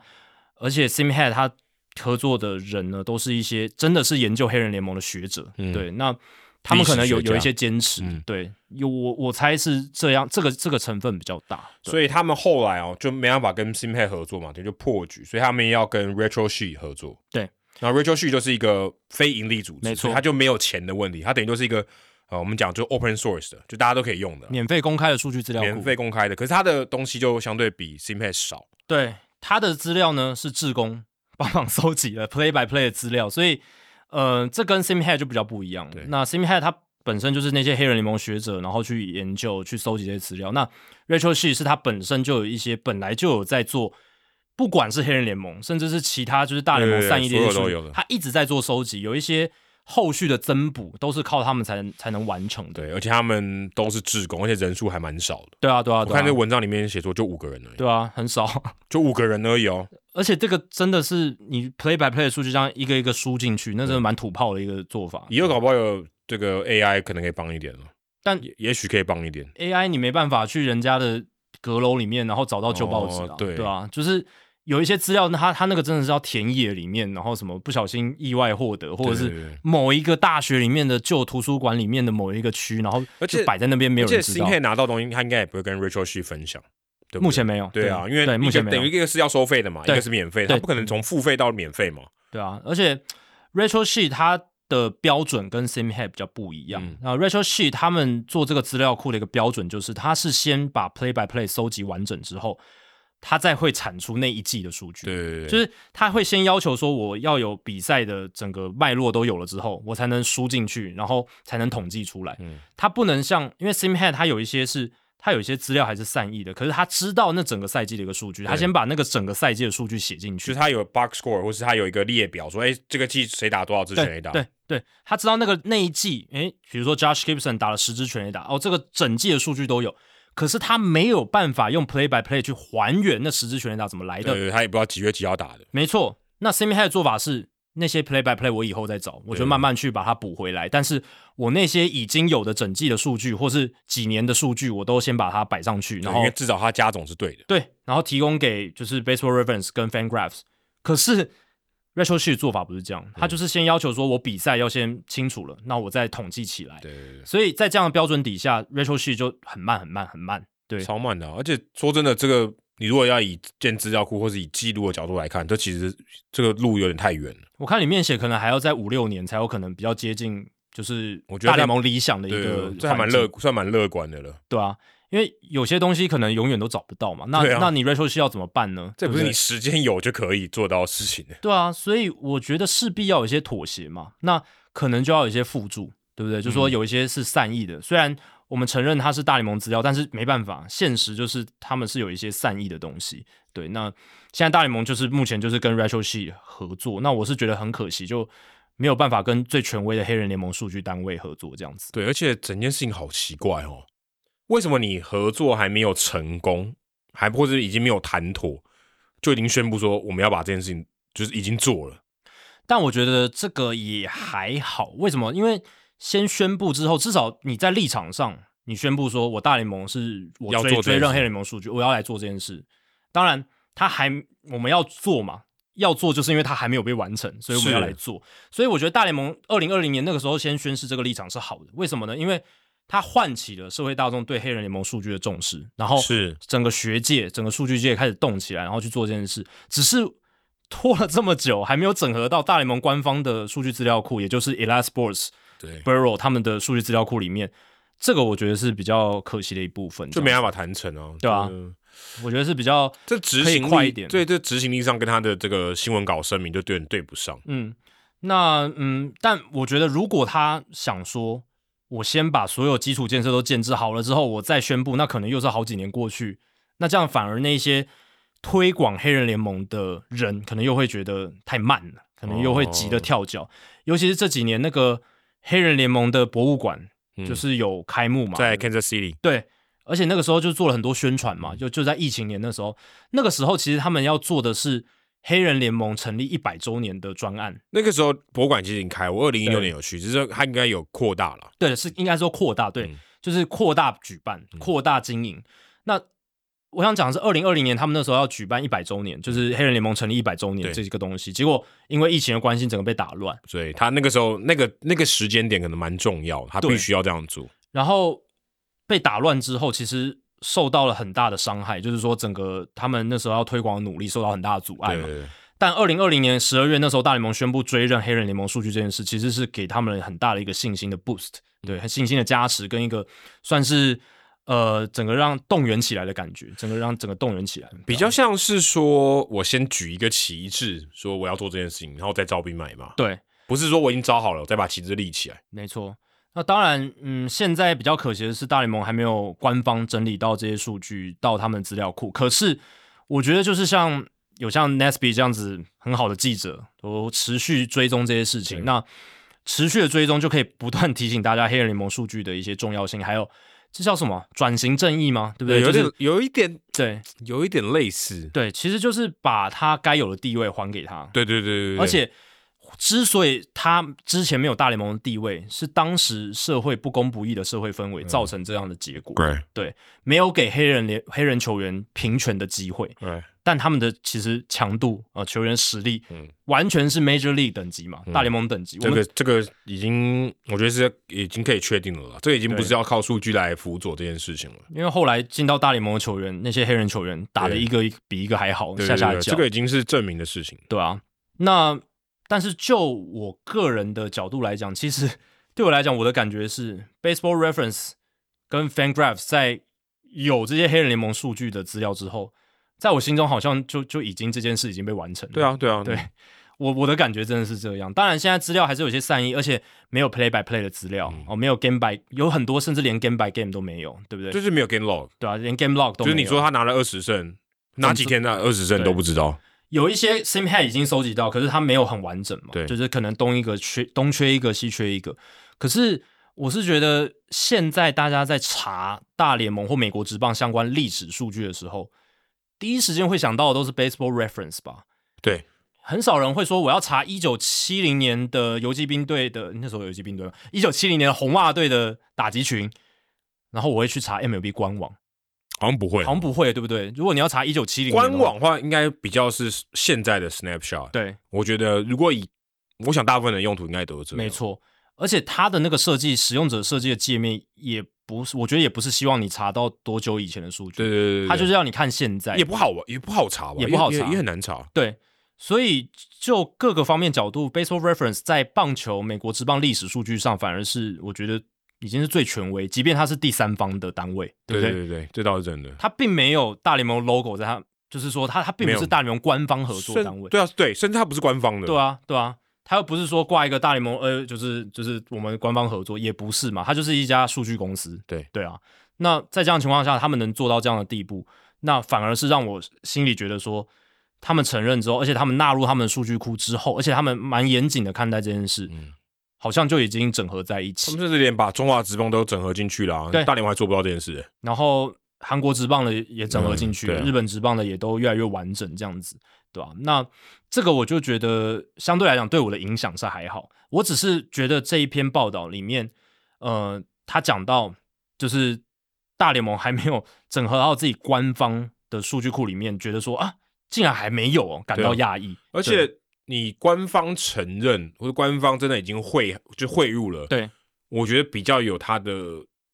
B: 而且 Simhead 他合作的人呢，都是一些真的是研究黑人联盟的学者，
A: 嗯
B: 对，那他们可能有
A: 历史学家
B: 有一些坚持，
A: 嗯
B: 对，有我我猜是这样，这个这个成分比较大，
A: 所以他们后来哦就没办法跟 Simhead 合作嘛，就就破局，所以他们要跟 Retro She 合作。
B: 对，
A: 然后 Retro She 就是一个非盈利组织，
B: 没错
A: 所以它就没有钱的问题，它等于就是一个呃我们讲就 open source 的，就大家都可以用的，
B: 免费公开的数据资料
A: 免
B: 库，
A: 费公开的。可是它的东西就相对比 Simhead 少。
B: 对，他的资料呢是志工帮忙收集了 play by play 的资料，所以呃，这跟 Simhead 就比较不一样了
A: 对。
B: 那 Simhead 他本身就是那些黑人联盟学者，然后去研究、去收集这些资料。那 Rachel She 是他本身就有一些本来就有在做。不管是黑人联盟，甚至是其他就是大联盟
A: 对对对
B: 善意的一些
A: 所有都
B: 数据
A: 有的
B: 他一直在做收集，有一些后续的增补都是靠他们才能才能完成的。
A: 对，而且他们都是志工，而且人数还蛮少的。
B: 对啊，对啊，
A: 我
B: 对啊
A: 看这文章里面写说就五个人而已，
B: 对啊，很少。
A: 就五个人而已哦。
B: 而且这个真的是你 play by play 的数据，这样一个一个输进去，那真的蛮土炮的一个做法。
A: 以后搞不好有这个 AI 可能可以帮一点了，
B: 但
A: 也也许可以帮一点。
B: AI 你没办法去人家的阁楼里面，然后找到旧报纸啊，
A: 哦对
B: 对啊，就是有一些资料，它它那个真的是要田野里面，然后什么不小心意外获得，或
A: 对
B: 者
A: 对
B: 是
A: 对
B: 某一个大学里面的旧图书馆里面的某一个区，然后
A: 而且
B: 就摆在那边
A: 而
B: 没有
A: 且
B: 人知
A: 新
B: 道。
A: K 拿到东西，他应该也不会跟 Rachel She 分享，对不对
B: 目前没有，
A: 对啊，因为
B: 对目
A: 一个
B: 前没有
A: 等于一个是要收费的嘛，一
B: 对
A: 个是免费，
B: 对
A: 他不可能从付费到免费嘛。
B: 对啊，而且 Rachel She 她的标准跟 Simhead 比较不一样。
A: 嗯
B: 那 Rachel She 他们做这个资料库的一个标准就是，他是先把 play by play 收集完整之后，他再会产出那一季的数据。
A: 对对对，
B: 就是是他会先要求说，我要有比赛的整个脉络都有了之后，我才能输进去，然后才能统计出来。
A: 嗯
B: 他不能像，因为 Simhead 他有一些是他有一些资料还是善意的，可是他知道那整个赛季的一个数据，他
A: 对
B: 先把那个整个赛季的数据写进
A: 就
B: 去
A: 是。他有 box score，或是他有一个列表，说，哎、这个季谁打多少支全垒打，
B: 对对，他知道那个那一季，诶，比如说 Josh Gibson 打了十支全垒打，哦，这个整季的数据都有，可是他没有办法用 play by play 去还原那十支全垒打怎么来
A: 对
B: 的。
A: 对，他也不知道几月几号打的，
B: 没错，那 Sammy h a 的做法是那些 play by play 我以后再找，我就慢慢去把它补回来。但是我那些已经有的整季的数据或是几年的数据，我都先把它摆上去，
A: 对
B: 然后
A: 因为至少他加总是对的，
B: 对，然后提供给就是 Baseball Reference 跟 FanGraphs。可是 Rachel s h 做法不是这样，他就是先要求说我比赛要先清楚了，那我再统计起来。
A: 对对对
B: 所以在这样的标准底下，Rachel s h 就很慢很慢很慢。对
A: 对，超慢的啊、而且说真的，这个你如果要以建资料库或是以记录的角度来看，这其实这个路有点太远了。
B: 我看里面写可能还要在五六年才有可能比较接近，就是
A: 我觉得
B: 大
A: 这
B: 联盟理想的一
A: 对
B: 个，
A: 这还蛮
B: 环境
A: 乐，算蛮乐观的了。
B: 对啊，因为有些东西可能永远都找不到嘛。那、
A: 对啊
B: 那你 Rachel s h 要怎么办呢？
A: 这
B: 对
A: 不
B: 不
A: 是
B: 对
A: 你时间有就可以做到的事情的。
B: 对啊，所以我觉得势必要有一些妥协嘛，那可能就要有一些辅助，对不对？就说有一些是善意的，虽然我们承认它是大联盟资料，但是没办法，现实就是他们是有一些善意的东西。对，那现在大联盟就是目前就是跟 Rachel s h 合作，那我是觉得很可惜，就没有办法跟最权威的黑人联盟数据单位合作这样子。
A: 对，而且整件事情好奇怪哦，为什么你合作还没有成功，还或者已经没有谈妥，就已经宣布说我们要把这件事情就是已经做了？
B: 但我觉得这个也还好，为什么？因为先宣布之后，至少你在立场上，你宣布说我大联盟是我
A: 要
B: 追
A: 做这件
B: 追认
A: 事
B: 黑联盟数据，我要来做这件事。当然，他还我们要做嘛，要做就是因为他还没有被完成，所以我们
A: 是
B: 要来做。所以我觉得大联盟二零二零年那个时候先宣示这个立场是好的，为什么呢？因为它唤起了社会大众对黑人联盟数据的重视，然后
A: 是
B: 整个学界、整个数据界开始动起来，然后去做这件事。只是拖了这么久，还没有整合到大联盟官方的数据资料库，也就是 Elasports、
A: 对，
B: Burrow 他们的数据资料库里面。这个我觉得是比较可惜的一部分，
A: 就没办法谈成哦。
B: 对啊
A: 这个
B: 我觉得是比较
A: 这执
B: 可以
A: 行力
B: 快一点
A: 对，这执行力上跟他的这个新闻稿声明就对对不上。
B: 嗯，那嗯，但我觉得如果他想说，我先把所有基础建设都建制好了之后，我再宣布，那可能又是好几年过去，那这样反而那些推广黑人联盟的人，可能又会觉得太慢了，可能又会急
A: 哦
B: 得跳脚，尤其是这几年那个黑人联盟的博物馆。
A: 嗯
B: 就是有开幕嘛，
A: 在 Kansas City，
B: 对，而且那个时候就做了很多宣传
A: 嗯
B: 嘛，就就在疫情年那时候，那个时候其实他们要做的是黑人联盟成立一百周年的专案，
A: 那个时候博物馆其实已经开，我二零一六
B: 对
A: 年有去，只是它应该有扩大了。
B: 对，是应该说扩大，对，
A: 嗯
B: 就是扩大举办、扩大经营。那我想讲的是，二零二零年他们那时候要举办一百周年，就是黑人联盟成立一百周年
A: 嗯对
B: 这个东西，结果因为疫情的关系，整个被打乱。
A: 所以他那个时候那个那个时间点可能蛮重要，他
B: 对
A: 必须要这样做。
B: 然后被打乱之后，其实受到了很大的伤害，就是说整个他们那时候要推广的努力受到很大的阻碍
A: 对
B: 嘛
A: 对。对，
B: 但二零二零年十二月那时候，大联盟宣布追认黑人联盟数据这件事，其实是给他们很大的一个信心的 boost，对，信心的加持跟一个算是呃整个让动员起来的感觉，整个让整个动员起来，
A: 比较像是说我先举一个旗帜，说我要做这件事情，然后再招兵买马，
B: 对，
A: 不是说我已经招好了，我再把旗帜立起来。
B: 没错。那当然，嗯，现在比较可惜的是，大联盟还没有官方整理到这些数据到他们资料库。可是，我觉得就是像有像 Nesby 这样子很好的记者，都持续追踪这些事情。那持续的追踪就可以不断提醒大家黑人联盟数据的一些重要性，还有这叫什么转型正义吗？对不对？
A: 有
B: 就是
A: 点有一点
B: 对
A: 有一点类似。
B: 对，其实就是把他该有的地位还给他。
A: 对对对对对，
B: 而且之所以他之前没有大联盟的地位，是当时社会不公不义的社会氛围造成这样的结果，
A: 嗯对
B: 没有给黑人联黑人球员平权的机会，
A: 对
B: 但他们的其实强度啊、呃球员实力，
A: 嗯
B: 完全是 Major League 等级嘛，大联盟等级，
A: 这
B: 我
A: 个
B: 们
A: 这个已经，我觉得是已经可以确定了啦，这个已经不是要靠数据来辅佐这件事情了。
B: 因为后来进到大联盟的球员，那些黑人球员打的
A: 对
B: 一个比一个还好，
A: 对
B: 下
A: 对
B: 下
A: 对，
B: 叫，
A: 这个已经是证明的事情。
B: 对啊，那但是就我个人的角度来讲，其实对我来讲，我的感觉是 Baseball Reference 跟 FanGraphs 在有这些黑人联盟数据的资料之后，在我心中好像就就已经这件事已经被完成了。
A: 对，啊，对啊，
B: 对我我的感觉真的是这样。当然，现在资料还是有些善意，而且没有 play by play 的资料、
A: 嗯
B: 哦，没有 game by，有很多甚至连 game by game 都没有，对不对？
A: 就是没有 game log，
B: 对啊，连 game log 都
A: 就
B: 没
A: 是
B: 有。
A: 你说他拿了二十胜，哪几天拿二十胜
B: 对
A: 都不知道。
B: 有一些 sim head 已经收集到，可是它没有很完整嘛，
A: 对
B: 就是可能东一个缺东缺一个，西缺一个。可是我是觉得现在大家在查大联盟或美国职棒相关历史数据的时候，第一时间会想到的都是 baseball reference 吧。
A: 对，
B: 很少人会说我要查一九七零年的游击兵队的那时候有游击兵队吗？一九七零年的红袜队的打击群，然后我会去查 MLB 官网，
A: 好像不会
B: 好。像不会，对不对？如果你要查一哦九七零
A: 官网的话，应该比较是现在的 snapshot。
B: 对，
A: 我觉得如果以我想大部分的用途应该都是这样。
B: 没，错，而且它的那个设计，使用者设计的界面也不是，我觉得也不是希望你查到多久以前的数据，
A: 对对对对，
B: 它就是要你看现在，
A: 也不好玩，也不好查吧，
B: 也不好查
A: 也很难查。
B: 对。所以就各个方面角度，Baseball Reference 在棒球美国职棒历史数据上，反而是我觉得已经是最权威，即便它是第三方的单位，对
A: 对
B: 不
A: 对对对，这倒是真的。
B: 它并没有大联盟 logo 在它，就是说它它并
A: 没
B: 不
A: 有
B: 是大联盟官方合作
A: 甚
B: 单位，
A: 对啊，对，甚至它不是官方的。
B: 对啊，对啊，他又不是说挂一个大联盟，呃，就是就是我们官方合作，也不是嘛，他就是一家数据公司。
A: 对
B: 对啊，那在这样的情况下，他们能做到这样的地步，那反而是让我心里觉得说，他们承认之后，而且他们纳入他们的数据库之后，而且他们蛮严谨的看待这件事，
A: 嗯
B: 好像就已经整合在一
A: 他
B: 起
A: 们。甚至连把中华职棒都整合进去了、啊，
B: 对
A: 大连还做不到这件事。
B: 然后韩国职棒的也整合进去了，
A: 嗯对啊
B: 日本职棒的也都越来越完整，这样子，对吧、那这个我就觉得相对来讲对我的影响是还好，我只是觉得这一篇报道里面，呃，他讲到就是大联盟还没有整合到自己官方的数据库里面，觉得说啊，竟然还没有哦，感到
A: 对啊
B: 讶异，
A: 而
B: 对
A: 且你官方承认或者官方真的已经汇就汇入了，
B: 对，
A: 我觉得比较有它的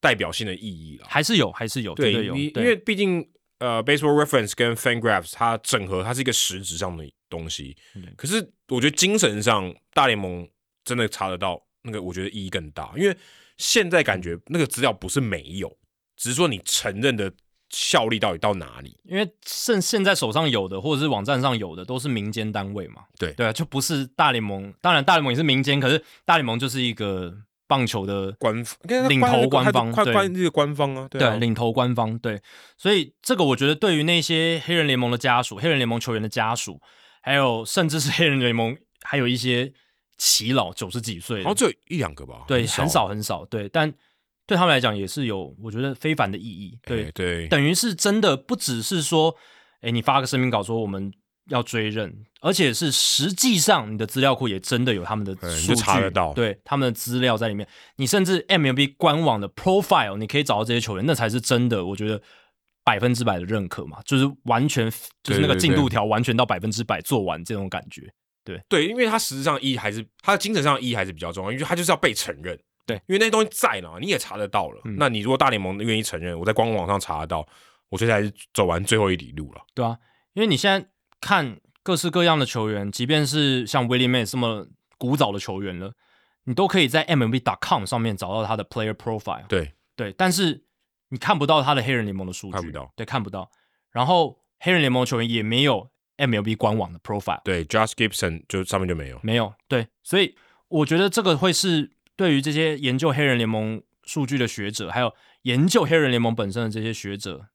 A: 代表性的意义了。
B: 还是有，还是有，绝对有，
A: 你
B: 对
A: 因为毕竟呃，Baseball Reference 跟 FanGraphs 它整合，它是一个实质上的东西
B: 对。
A: 可是我觉得精神上，大联盟真的查得到那个，我觉得意义更大，因为现在
B: 嗯
A: 感觉那个资料不是没有，只是说你承认的效力到底到哪里。
B: 因为现现在手上有的，或者是网站上有的，都是民间单位嘛。
A: 对
B: 对啊，就不是大联盟。当然，大联盟也是民间，可是大联盟就是一个棒球的
A: 官方应该是
B: 领头官方，
A: 快
B: 对
A: 关这个官方啊，对
B: 对
A: 啊，
B: 领头官方对，所以这个我觉得对于那些黑人联盟的家属、黑人联盟球员的家属，还有甚至是黑人联盟，还有一些耆老九十几岁
A: 好
B: 的
A: 像只有一两个吧，欸
B: 对，很少很少，对，但对他们来讲也是有我觉得非凡的意义。对，
A: 哎对，
B: 等于是真的不只是说，哎，你发个声明稿说我们要追认，而且是实际上你的资料库也真的有他们的
A: 嗯
B: 数据，
A: 就查得到
B: 对他们的资料在里面。你甚至 MLB 官网的 profile，你可以找到这些球员，那才是真的，我觉得。百分之百的认可嘛，就是完全就是那个
A: 对对
B: 进度条完全到百分之百做完这种感觉。
A: 对，因为它实质上意义还是它的精神上的意义还是比较重要，因为它就是要被承认。
B: 对
A: 因为那些东西在呢，你也查得到了。
B: 嗯
A: 那你如果大联盟愿意承认，我在官网上查得到，我觉得还是走完最后一里路了。
B: 对啊，因为你现在看各式各样的球员，即便是像 Willie Mays 这么古早的球员了，你都可以在 MLB.com 上面找到他的 player profile。
A: 对
B: 对，但是你看不到他的黑人联盟的数据，
A: 看不到，
B: 对，看不到。然后黑人联盟球员也没有 MLB 官网的 profile，
A: 对，Josh Gibson 就上面就没有。
B: 没有。对，所以我觉得这个会是对于这些研究黑人联盟数据的学者，还有研究黑人联盟本身的这些学者，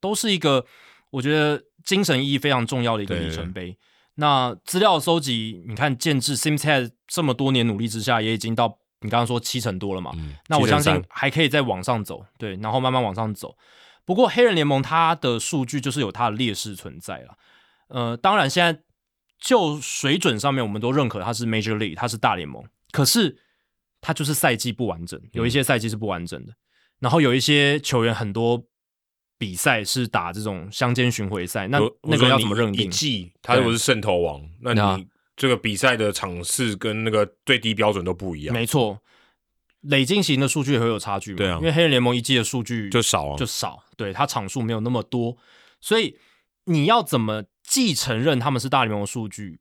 B: 都是一个我觉得精神意义非常重要的一个
A: 对
B: 里程碑。那资料收集，你看建制 Simshead 这么多年努力之下，也已经到你刚刚说七成多了嘛？
A: 嗯，
B: 那我相
A: 七乘
B: 信
A: 三
B: 还可以再往上走，对，然后慢慢往上走。不过黑人联盟它的数据就是有它的劣势存在了。呃，当然现在就水准上面，我们都认可它是 Major League，它是大联盟，可是它就是赛季不完整，有一
A: 嗯
B: 些赛季是不完整的，然后有一些球员很多比赛是打这种乡间巡回赛，那
A: 我我
B: 那个
A: 说
B: 要
A: 你
B: 怎么认
A: 一
B: 定？
A: 季他
B: 对啊
A: 如果是渗透王，那
B: 那
A: 你这个比赛的场次跟那个最低标准都不一样，
B: 啊没错，累进型的数据也会有差距嘛，
A: 对啊
B: 因为黑人联盟一季的数据
A: 就少啊。
B: 就少，对它场数没有那么多，所以你要怎么既承认他们是大联盟的数据，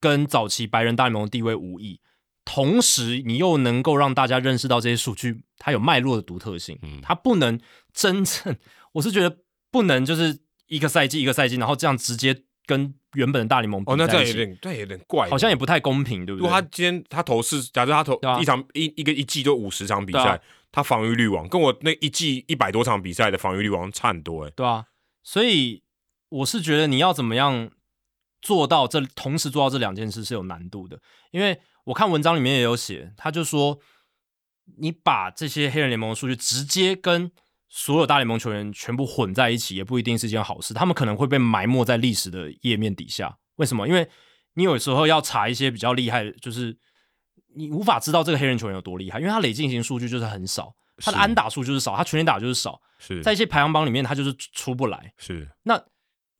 B: 跟早期白人大联盟的地位无异，同时你又能够让大家认识到这些数据它有脉络的独特性，
A: 嗯
B: 它不能真正，我是觉得不能就是一个赛季一个赛季，然后这样直接跟原本的大联盟比
A: 哦，那这
B: 在
A: 样
B: 一
A: 有
B: 起，
A: 点，这样有点怪，
B: 好像也不太公平，对不
A: 如果
B: 对？
A: 他今天他投四，假设他投
B: 对啊
A: 一场、一一个一季就五十场比
B: 对
A: 赛，
B: 啊
A: 他防御率王跟我那一季一百多场比赛的防御率王差很多哎、
B: 对啊，所以我是觉得你要怎么样做到这，同时做到这两件事是有难度的，因为我看文章里面也有写，他就说你把这些黑人联盟的数据直接跟所有大联盟球员全部混在一起，也不一定是件好事，他们可能会被埋没在历史的页面底下。为什么？因为你有时候要查一些比较厉害的，就是你无法知道这个黑人球员有多厉害，因为他累进型数据就是很少，他的
A: 是
B: 安打数就是少，他全垒打就是少。
A: 是
B: 在一些排行榜里面，他就是出不来。
A: 是
B: 那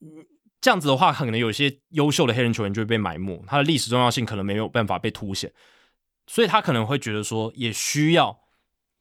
B: 嗯这样子的话，可能有一些优秀的黑人球员就会被埋没，他的历史重要性可能没有办法被凸显，所以他可能会觉得说，也需要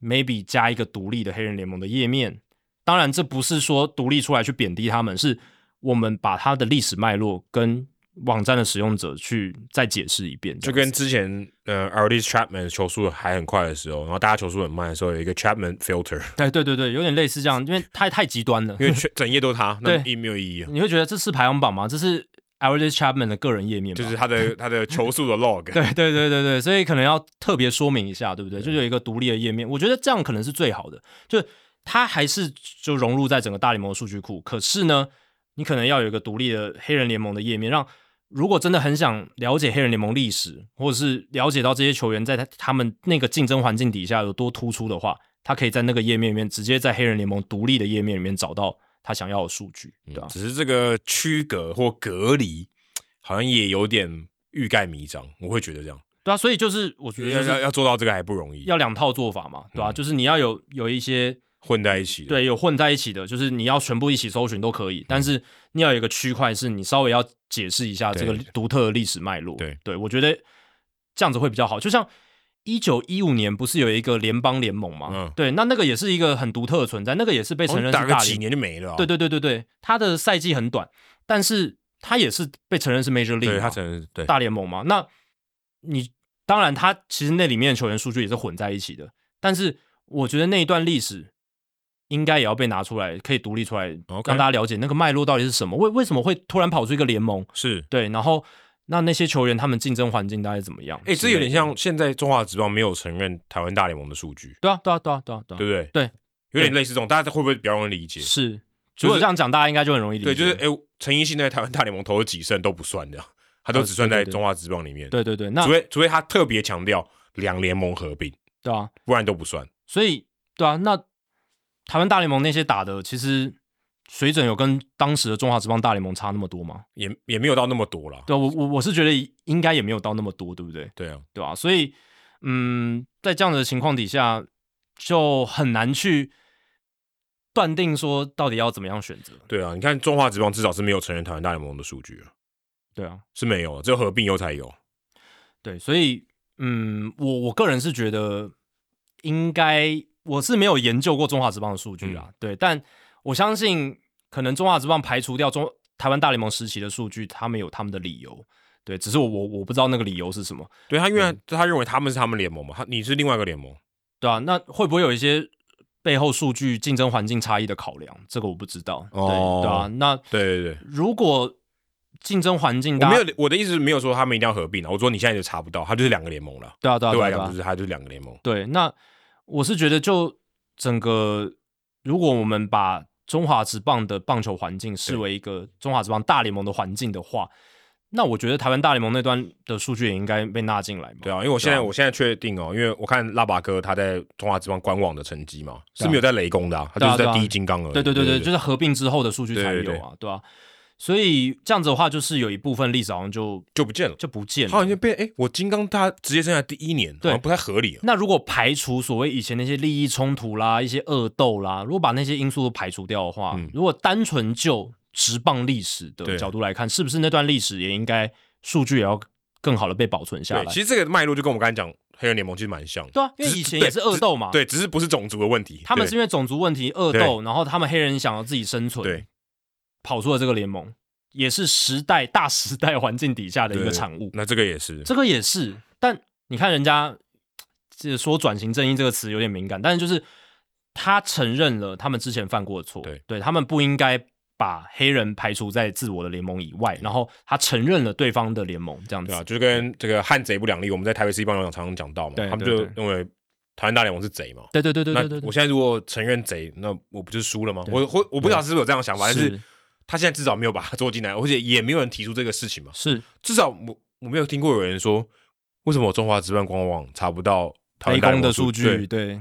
B: maybe 加一个独立的黑人联盟的页面。当然，这不是说独立出来去贬低他们，是我们把他的历史脉络跟网站的使用者去再解释一遍，
A: 就
B: 这样
A: 跟
B: 子
A: 之前呃 a r d i s Chapman 球速还很快的时候，然后大家球速很慢的时候，有一个 Chapman filter，
B: 哎对对对对，有点类似这样，因为太太极端了，
A: 因为全整页都是他，那
B: 对嗯
A: 意没有意义啊，
B: 你会觉得这是排行榜吗？这是 a l e x Chapman 的个人页面吧，
A: 就是他的他的球速的 log，
B: 对对对对对，所以可能要特别说明一下，对不对？就有一个独立的页面，我觉得这样可能是最好的。就它还是就融入在整个大联盟的数据库，可是呢，你可能要有一个独立的黑人联盟的页面，让如果真的很想了解黑人联盟历史，或者是了解到这些球员在他他们那个竞争环境底下有多突出的话，他可以在那个页面里面直接在黑人联盟独立的页面里面找到他想要的数据，对啊吧、
A: 只是这个区隔或隔离好像也有点欲盖弥彰，我会觉得这样，
B: 对啊，所以就是我觉得
A: 要
B: 就是
A: 要要做到这个还不容易，
B: 要两套做法嘛，对吧、
A: 嗯
B: 就是你要有有一些。
A: 混在一起的，
B: 对，有混在一起的，就是你要全部一起搜寻都可以，
A: 嗯
B: 但是你要有一个区块是你稍微要解释一下这个
A: 对
B: 独特的历史脉络。
A: 对，
B: 对我觉得这样子会比较好。就像一九一五年不是有一个联邦联盟嘛？
A: 嗯
B: 对，那那个也是一个很独特的存在，那个也是被
A: 好
B: 承
A: 像
B: 认是大
A: 哦打个
B: 联
A: 几年就没了啊、
B: 对对对对对，它的赛季很短，但是它也是被承认是 Major League，
A: 对，他
B: 嘛
A: 承认对。
B: 大联盟嘛。那你当然，他其实那里面的球员数据也是混在一起的，但是我觉得那一段历史应该也要被拿出来，可以独立出来
A: OK
B: 让大家了解那个脉络到底是什么。为为什么会突然跑出一个联盟？
A: 是，
B: 对，然后那那些球员他们竞争环境大概怎么样？
A: 哎、这有点
B: 之类的
A: 像现在中华职棒没有承认台湾大联盟的数据，
B: 对啊，对啊，对啊，对啊，对啊，
A: 对不对？
B: 对，
A: 有点类似这种，大家会不会比较容易理解？
B: 是。
A: 就是
B: 如果这样讲，大家应该就很容易理解。
A: 对，就是哎，诶陈奕迅在台湾大联盟投了几胜都不算的，他都
B: 呃
A: 只算
B: 对
A: 在
B: 对对
A: 中华职棒里面。
B: 对对对，那
A: 除非除非他特别强调两联盟合并，
B: 对啊，
A: 不然都不算。
B: 所以对啊，那台湾大联盟那些打的，其实水准有跟当时的中华职棒大联盟差那么多吗？
A: 也也没有到那么多啦。
B: 对啊、我我我是觉得应该也没有到那么多，对不对？
A: 对啊，
B: 对吧、所以嗯，在这样的情况底下，就很难去断定说到底要怎么样选择。
A: 对啊，你看中华职棒至少是没有承认台湾大联盟的数据啊，
B: 对啊，
A: 是没有的，只有合并以后才有。
B: 对，所以嗯，我我个人是觉得应该我是没有研究过中华职棒的数据啊，对，但我相信可能中华职棒排除掉中台湾大联盟时期的数据，他们有他们的理由，对，只是我我我不知道那个理由是什么，
A: 对他，因为他认为他们是他们联盟嘛，他你是另外一个联盟，
B: 对啊，那会不会有一些背后数据竞争环境差异的考量？这个我不知道，
A: 哦
B: 对对啊，那
A: 对对对。
B: 如果竞争环境
A: 我
B: 大
A: 没，有，我的意思是没有说他们一定要合并啊，我说你现在就查不到，他就是两个联盟了。
B: 对啊对啊
A: 对我
B: 对
A: 来
B: 啊对啊
A: 讲，就，是他就是两个联盟。
B: 对，那我是觉得，就整个，如果我们把中华职棒的棒球环境视
A: 对
B: 为一个中华职棒大联盟的环境的话，那我觉得台湾大联盟那端的数据也应该被纳进来嘛。
A: 对啊，因为我现在、
B: 对啊
A: 我现在确定哦，因为我看拉巴哥他在中华职棒官网的成绩嘛，
B: 对啊
A: 是没有在雷公的、啊，他就
B: 对啊
A: 是在
B: 对啊
A: 第一金刚而已。
B: 对对对对，就是是合并之后的数据才
A: 对
B: 有
A: 对
B: 啊，对吧、所以这样子的话，就是有一部分历史好像就
A: 就不见了，
B: 就不见
A: 他好
B: 了。
A: 像变哎、我金刚他职业生涯第一年，好
B: 对
A: 像不太合理、啊。
B: 那如果排除所谓以前那些利益冲突啦、一些恶斗啦，如果把那些因素都排除掉的话，
A: 嗯
B: 如果单纯就职棒历史的
A: 对
B: 角度来看，是不是那段历史也应该数据也要更好的被保存下
A: 对，
B: 来？
A: 其实这个脉络就跟我们刚才讲黑人联盟其实蛮像的，
B: 对啊，因为
A: 只
B: 以前
A: 对
B: 也是恶斗嘛，
A: 对，只是不是种族的问题，
B: 他们是
A: 对
B: 因为种族问题恶斗，然后他们黑人想要自己生存，
A: 对，
B: 跑出了这个联盟，也是时代大时代环境底下的一个
A: 对
B: 产物。
A: 那这个也是
B: 这个也是，但你看人家这说转型正义这个词有点敏感，但是就是他承认了他们之前犯过的错，
A: 对
B: 他们不应该把黑人排除在自我的联盟以外，然后他承认了对方的联盟，这样子
A: 对啊，就是跟这个汉贼不两立，我们在台北市一棒球场常常讲到嘛，
B: 对
A: 他们
B: 对
A: 就
B: 对
A: 认为台湾大联盟是贼嘛。
B: 对对对对对对
A: 那
B: 对
A: 我现在如果承认贼，那我不就是输了吗？
B: 对
A: 我我我不知道是不是有这样的想法，但是
B: 是
A: 他现在至少没有把他做进来， 而且也没有人提出这个事情嘛。
B: 是
A: 至少我我没有听过有人说，为什么我中华职棒官网查不到台
B: 黑
A: 湾大
B: 工
A: 联盟
B: 的数据，
A: 对
B: 对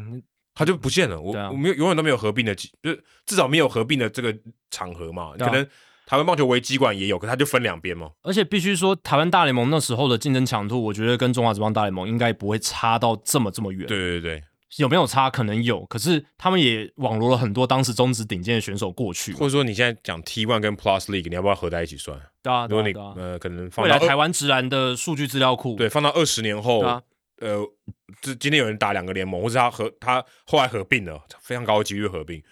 A: 它就不见了。我、
B: 对啊
A: 我没有永远都没有合并的机，就是至少没有合并的这个场合嘛。
B: 对啊
A: 可能台湾棒球围击馆也有，可它就分两边嘛。
B: 而且必须说，台湾大联盟那时候的竞争强度，我觉得跟中华职棒大联盟应该不会差到这么这么远。
A: 对，对对
B: 有没有差？可能有，可是他们也网罗了很多当时中职顶尖的选手过去
A: 对，或
B: 嘛。
A: 者说你现在讲 T One 跟 Plus League，你要不要合在一起算？
B: 对啊，
A: 如
B: 对
A: 果
B: 啊，
A: 你
B: 对啊。
A: 呃可能放
B: 未
A: 到
B: 来
A: 二
B: 台湾职篮的数据资料库，
A: 对放到二十年后，
B: 对啊
A: 呃，这今天有人打两个联盟，或者他合他后来合并了，非常高的几率合并。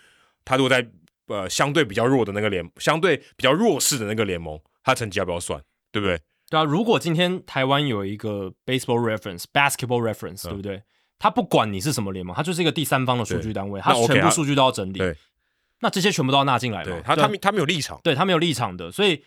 A: 他如果在呃相对比较弱的那个联，相对比较弱势的那个联盟，他成绩要不要算？对不对？
B: 对啊，如果今天台湾有一个 baseball reference、basketball reference，、
A: 嗯
B: 对不对？它不管你是什么联盟，它就是一个第三方的数据单位，它
A: 那 OK，
B: 全部
A: 它
B: 数据都要整理。
A: 对
B: 那这些全部都要纳进来嘛
A: 对？他
B: 对啊
A: 他们他们有立场，
B: 对他没有立场的，所以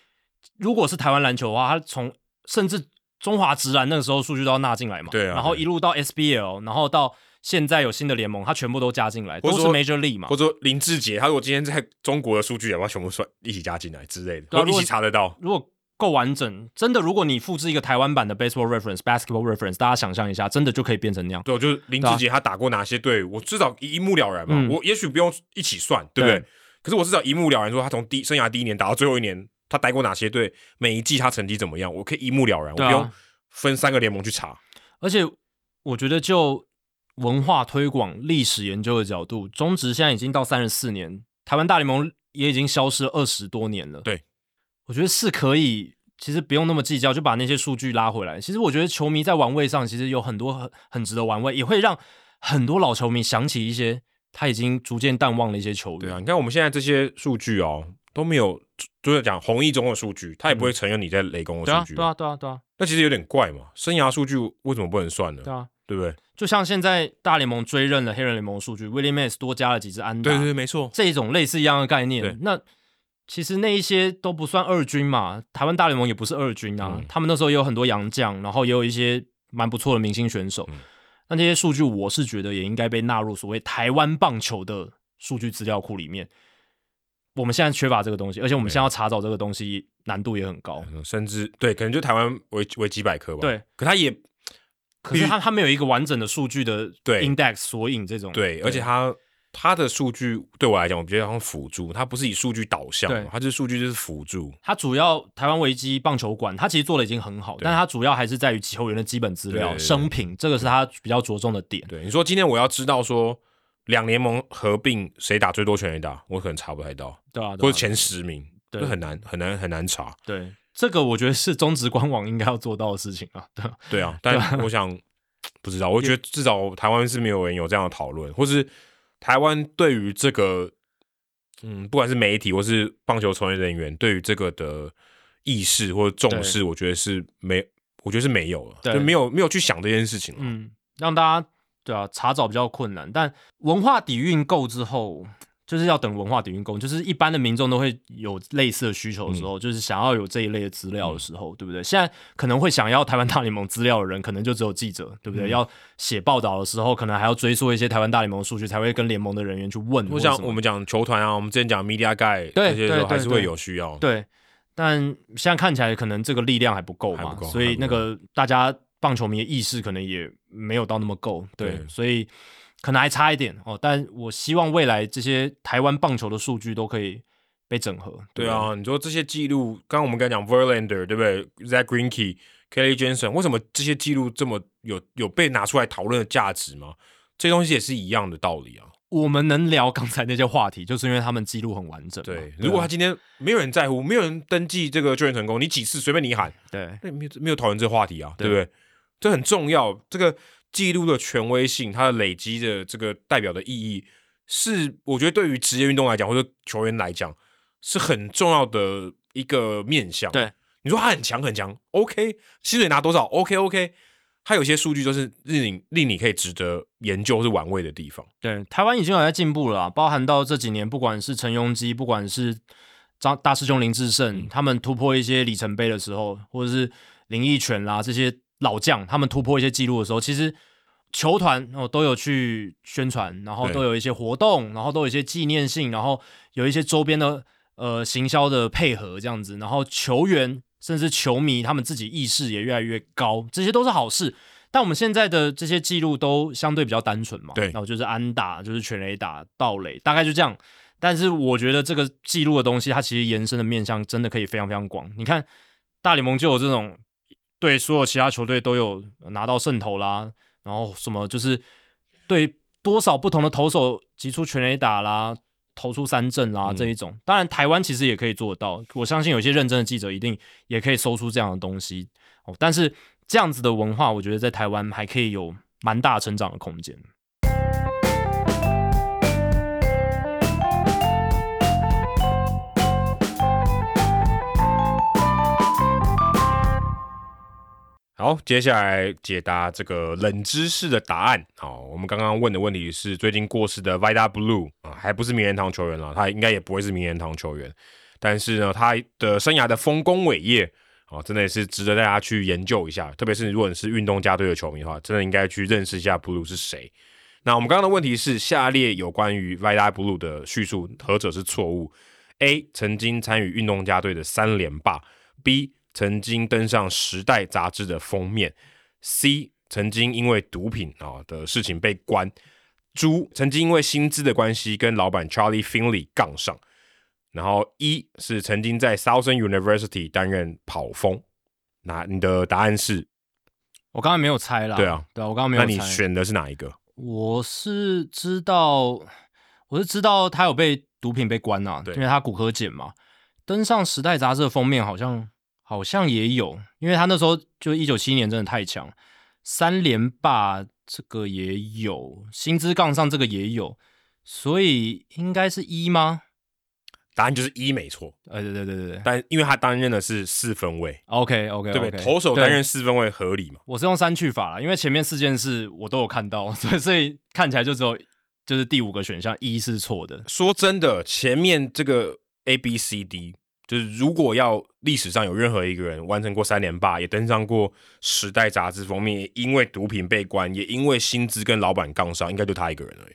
B: 如果是台湾篮球的话，他从甚至中华职篮那个时候数据都要纳进来嘛，
A: 对啊
B: 然后
A: 对
B: 一路到 SBL，然后到现在有新的联盟，他全部都加进来，
A: 或
B: 都
A: 者
B: 是
A: 说
B: Major League 嘛
A: 或。者说林志杰，他如果今天在中国的数据也把它全部算一起加进来之类的，
B: 对啊
A: 或者
B: 如
A: 一
B: 果
A: 起查得到。
B: 如果够完整，真的，如果你复制一个台湾版的 Baseball Reference、Basketball Reference，大家想象一下，真的就可以变成那样。
A: 对，就是林志杰他打过哪些队伍，我至少一目了然嘛。
B: 啊嗯
A: 我也许不用一起算，对不对？
B: 对
A: 可是我至少一目了然，说他从第生涯第一年打到最后一年，他待过哪些队，每一季他成绩怎么样，我可以一目了然，
B: 对
A: 我
B: 啊
A: 不用分三个联盟去查。
B: 而且我觉得，就文化推广、历史研究的角度，中职现在已经到三十四年，台湾大联盟也已经消失二十多年了。
A: 对，
B: 我觉得是可以，其实不用那么计较，就把那些数据拉回来。其实我觉得球迷在玩味上，其实有很多很很值得玩味，也会让很多老球迷想起一些他已经逐渐淡忘的一些球员。
A: 对啊，你看我们现在这些数据哦，都没有，就是讲红一中的数据，他也不会承认你在雷公
B: 嗯对
A: 的
B: 啊，
A: 数据。
B: 对啊，对啊，对啊，
A: 那其实有点怪嘛，生涯数据为什么不能算呢？
B: 对啊。
A: 对不对？
B: 就像现在大联盟追认了黑人联盟的数据，Willie Mays 多加了几支安打，
A: 对对对，没错。
B: 这一种类似一样的概
A: 对
B: 念。那其实那一些都不算二军嘛，台湾大联盟也不是二军啊，
A: 嗯
B: 他们那时候也有很多洋将，然后也有一些蛮不错的明星选手。
A: 嗯
B: 那这些数据，我是觉得也应该被纳入所谓台湾棒球的数据资料库里面。我们现在缺乏这个东西，而且我们现在要查找这个东西难度也很 高。
A: 嗯甚至对，可能就台湾维维基百科吧。
B: 对，
A: 可他也
B: 可是它它没有一个完整的数据的
A: 对
B: index 索引这种，
A: 对，而且他他的数据对我来讲，我觉得像辅助，他不是以数据导向
B: 对，
A: 他这数据就是辅助。
B: 它主要台湾维基棒球馆，它其实做的已经很好，但它主要还是在于球员的基本资
A: 对
B: 料、
A: 对对
B: 生平，这个是它比较着重的点。
A: 对，你说今天我要知道说两联盟合并谁打最多全垒打，我可能查不太到，
B: 对啊，对啊
A: 或者前十名，
B: 对
A: 这很难很难很难查。
B: 对啊这个，我觉得是中职官网应该要做到的事情啊。对啊，
A: 对啊，但我想不知道，我觉得至少台湾是没有人有这样的讨论，或是台湾对于这个，嗯，不管是媒体或是棒球从业人员，对于这个的意识或者重视，我觉得是没，我觉得是没有了，
B: 对
A: 就没有没有去想这件事情了。
B: 嗯，让大家对啊查找比较困难，但文化底蕴够之后，就是要等文化底蕴够，就是一般的民众都会有类似的需求
A: 嗯
B: 的时候，就是想要有这一类的资料的时候，对不对？现在可能会想要台湾大联盟资料的人，可能就只有记者，对不对？
A: 嗯
B: 要写报道的时候，可能还要追溯一些台湾大联盟的数据，才会跟联盟的人员去问或
A: 我
B: 者什
A: 想
B: 么的。
A: 我们讲球团啊，我们之前讲 media guy
B: 对
A: 这些时
B: 对对
A: 候还是
B: 对
A: 会有需要。
B: 对，但现在看起来可能这个力量还不够
A: 还
B: 嘛，
A: 不够
B: 所以
A: 还不
B: 那个大家棒球迷的意识可能也没有到那么够，对，
A: 对
B: 所以可能还差一点哦。但我希望未来这些台湾棒球的数据都可以被整合。
A: 对，啊，你说这些记录，刚刚我们刚才讲 Verlander 对不对？Zach Greinke、Kelly Jensen，为什么这些记录这么有有被拿出来讨论的价值吗？这些东西也是一样的道理啊。
B: 我们能聊刚才那些话题，就是因为他们记录很完整嘛。
A: 对，
B: 啊
A: 如果他今天没有人在乎，没有人登记这个救援成功，你几次随便你喊，
B: 对
A: 那没有没有讨论这个话题啊，对
B: 对
A: 不对？这很重要，这个记录的权威性，它的累积的这个代表的意义，是我觉得对于职业运动来讲，或者球员来讲，是很重要的一个面向。
B: 对，
A: 你说他很强很强，OK，薪水拿多少，OK OK，他有些数据就是令你令你可以值得研究或是玩味的地方。
B: 对，台湾已经有在进步了啊包含到这几年，不管是陈庸基，不管是张大师兄林志胜他们突破一些里程碑的时候，或者是林奕泉啦这些老将他们突破一些记录的时候，其实球团哦都有去宣传，然后
A: 对
B: 都有一些活动，然后都有一些纪念性，然后有一些周边的呃行销的配合这样子，然后球员甚至球迷他们自己意识也越来越高，这些都是好事。但我们现在的这些记录都相对比较单纯嘛，
A: 对
B: 然后就是安打，就是全垒打、盗垒，大概就这样。但是我觉得这个记录的东西，它其实延伸的面向真的可以非常非常广。你看大联盟就有这种对所有其他球队都有拿到胜投啦，然后什么就是对多少不同的投手击出全垒打啦，投出三振啦、
A: 嗯
B: 这一种。当然，台湾其实也可以做到，我相信有些认真的记者一定也可以搜出这样的东西哦。但是这样子的文化，我觉得在台湾还可以有蛮大成长的空间。
A: 好，接下来解答这个冷知识的答案。好，我们刚刚问的问题是最近过世的 Vida Blue 啊，还不是名人堂球员了，他应该也不会是名人堂球员，但是呢，他的生涯的丰功伟业啊，真的也是值得大家去研究一下。特别是如果你是运动家队的球迷的话，真的应该去认识一下 Blue 是谁。那我们刚刚的问题是：下列有关于 Vida Blue 的叙述何者是错误？A. 曾经参与运动家队的三连霸。B 曾经登上《时代》杂志的封面，C 曾经因为毒品啊、的事情被关，猪曾经因为薪资的关系跟老板 Charlie Finley 杠上，然后一、e, 是曾经在 Southern University 担任跑锋。那你的答案是？
B: 我刚才没有猜啦，
A: 对啊，
B: 对啊，我刚刚没有
A: 那
B: 猜。
A: 你选的是哪一个？
B: 我是知道，我是知道他有被毒品被关啊，
A: 对
B: 因为他骨科检嘛，登上《时代》杂志的封面好像好像也有，因为他那时候就一九七年真的太强，三连霸这个也有，薪资杠上这个也有，所以应该是一吗？
A: 答案就是一、E 没错，
B: 呃，对对对对对
A: 但因为他担任的是四分位，
B: ，OK OK，
A: 对不对？投手担任四分位合理嘛？
B: 我是用删去法啦，因为前面四件事我都有看到， 所以所以看起来就只有就是第五个选项一是错的，
A: 说真的，前面这个 A B C D，就是如果要历史上有任何一个人完成过三连霸，也登上过《时代》杂志封面，也因为毒品被关，也因为薪资跟老板杠上，应该就他一个人而已，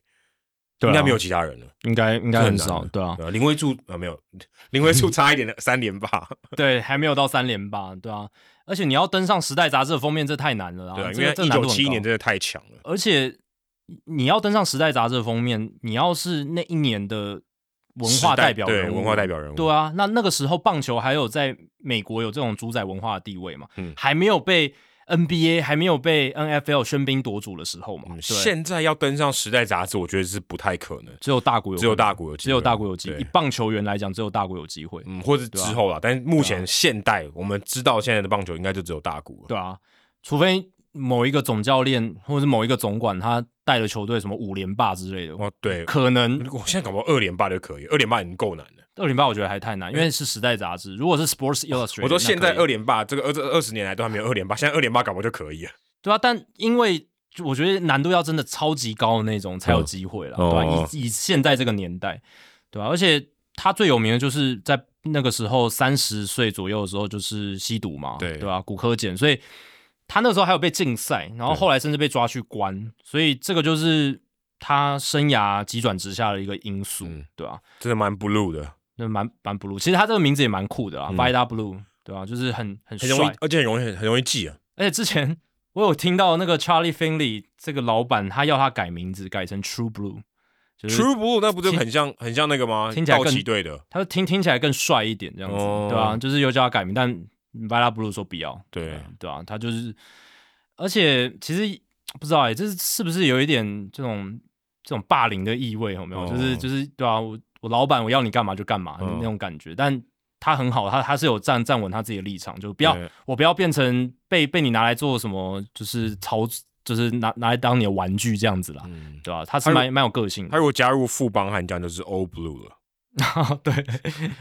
B: 对啊
A: 应该没有其他人了，
B: 应该应
A: 应
B: 该很少，对啊，
A: 林威柱啊，没有， 林威 柱差一点的三连霸，
B: 对，还没有到三连霸，对啊，而且你要登上《时代》杂志的封面，这太难了啦，
A: 对啊，因
B: 这
A: 为
B: 个
A: 一
B: 这个难
A: 九
B: 度很
A: 七一
B: 高
A: 年真的太强了，
B: 而且你要登上《时代》杂志的封面，你要是那一年的文化
A: 时代
B: 代表
A: 对
B: 人物，
A: 文化代表人物，
B: 对啊，那那个时候棒球还有在美国有这种主宰文化的地位嘛，
A: 嗯
B: 还没有被 NBA 还没有被 NFL 喧宾夺主的时候嘛，
A: 嗯
B: 对，
A: 现在要登上《时代》杂志，我觉得是不太可能，
B: 只有大股有
A: 只有
B: 可能
A: 大股有机会，
B: 只有大股有机会，
A: 对
B: 以棒球员来讲，只有大股有机会，
A: 嗯，或者
B: 对啊
A: 之后啦，但是目前现代我们知道现在的棒球应该就只有大股了。
B: 对啊，除非某一个总教练或者是某一个总管他带了球队什么五连霸之类的，
A: 哦，对，
B: 可能
A: 我现在搞不好二连霸就可以，二连霸已经够难了。
B: 二零八我觉得还太难，因为是时代杂志。如果是 Sports Illustrated，
A: 嗯哦我说现在
B: 那可以
A: 二连霸这个二这二十年来都还没有二连霸，现在二连霸搞不好就可以了。
B: 对啊，但因为我觉得难度要真的超级高的那种才有机会啦，
A: 嗯
B: 对吧、啊
A: 哦
B: 以以现在这个年代，对啊吧、而且他最有名的就是在那个时候三十岁左右的时候就是吸毒嘛，
A: 对
B: 对吧、啊骨科检，所以他那时候还有被禁赛，然后
A: 对
B: 后来甚至被抓去关，所以这个就是他生涯急转直下的一个因素，
A: 嗯
B: 对吧、啊
A: 真的蛮 blue 的，
B: 那蛮蛮 blue，其实他这个名字也蛮酷的啊、
A: 嗯
B: v i d a Blue，对吧、啊就是很很
A: 很
B: 帅，
A: 容易，而且很容易很容易记啊。
B: 而且之前我有听到那个 Charlie Finley 这个老板，他要他改名字，改成 True Blue，就是
A: True blue 那不就很像很像那个吗
B: 听？起来
A: 道
B: 更
A: 奇队的，
B: 他就听听起来更帅一点这样子，
A: 哦
B: 对啊，就是又叫他改名，但 v i l a Blue 说不要，
A: 对
B: 啊对啊，他就是，而且其实不知道哎、这是是不是有一点这种这种霸凌的意味有没有？
A: 哦
B: 就是就是对啊，我我老板我要你干嘛就干嘛、
A: 嗯
B: 那种感觉，但。他很好，他他是有站站稳他自己的立场，就不要
A: 对
B: 我不要变成被被你拿来做什么，就是操，就是拿拿来当你的玩具这样子啦，
A: 嗯，
B: 对吧、他
A: 他
B: 是
A: 如
B: 蛮蛮有个性的
A: 他，如果加入富邦悍将就是 old blue 了，
B: 对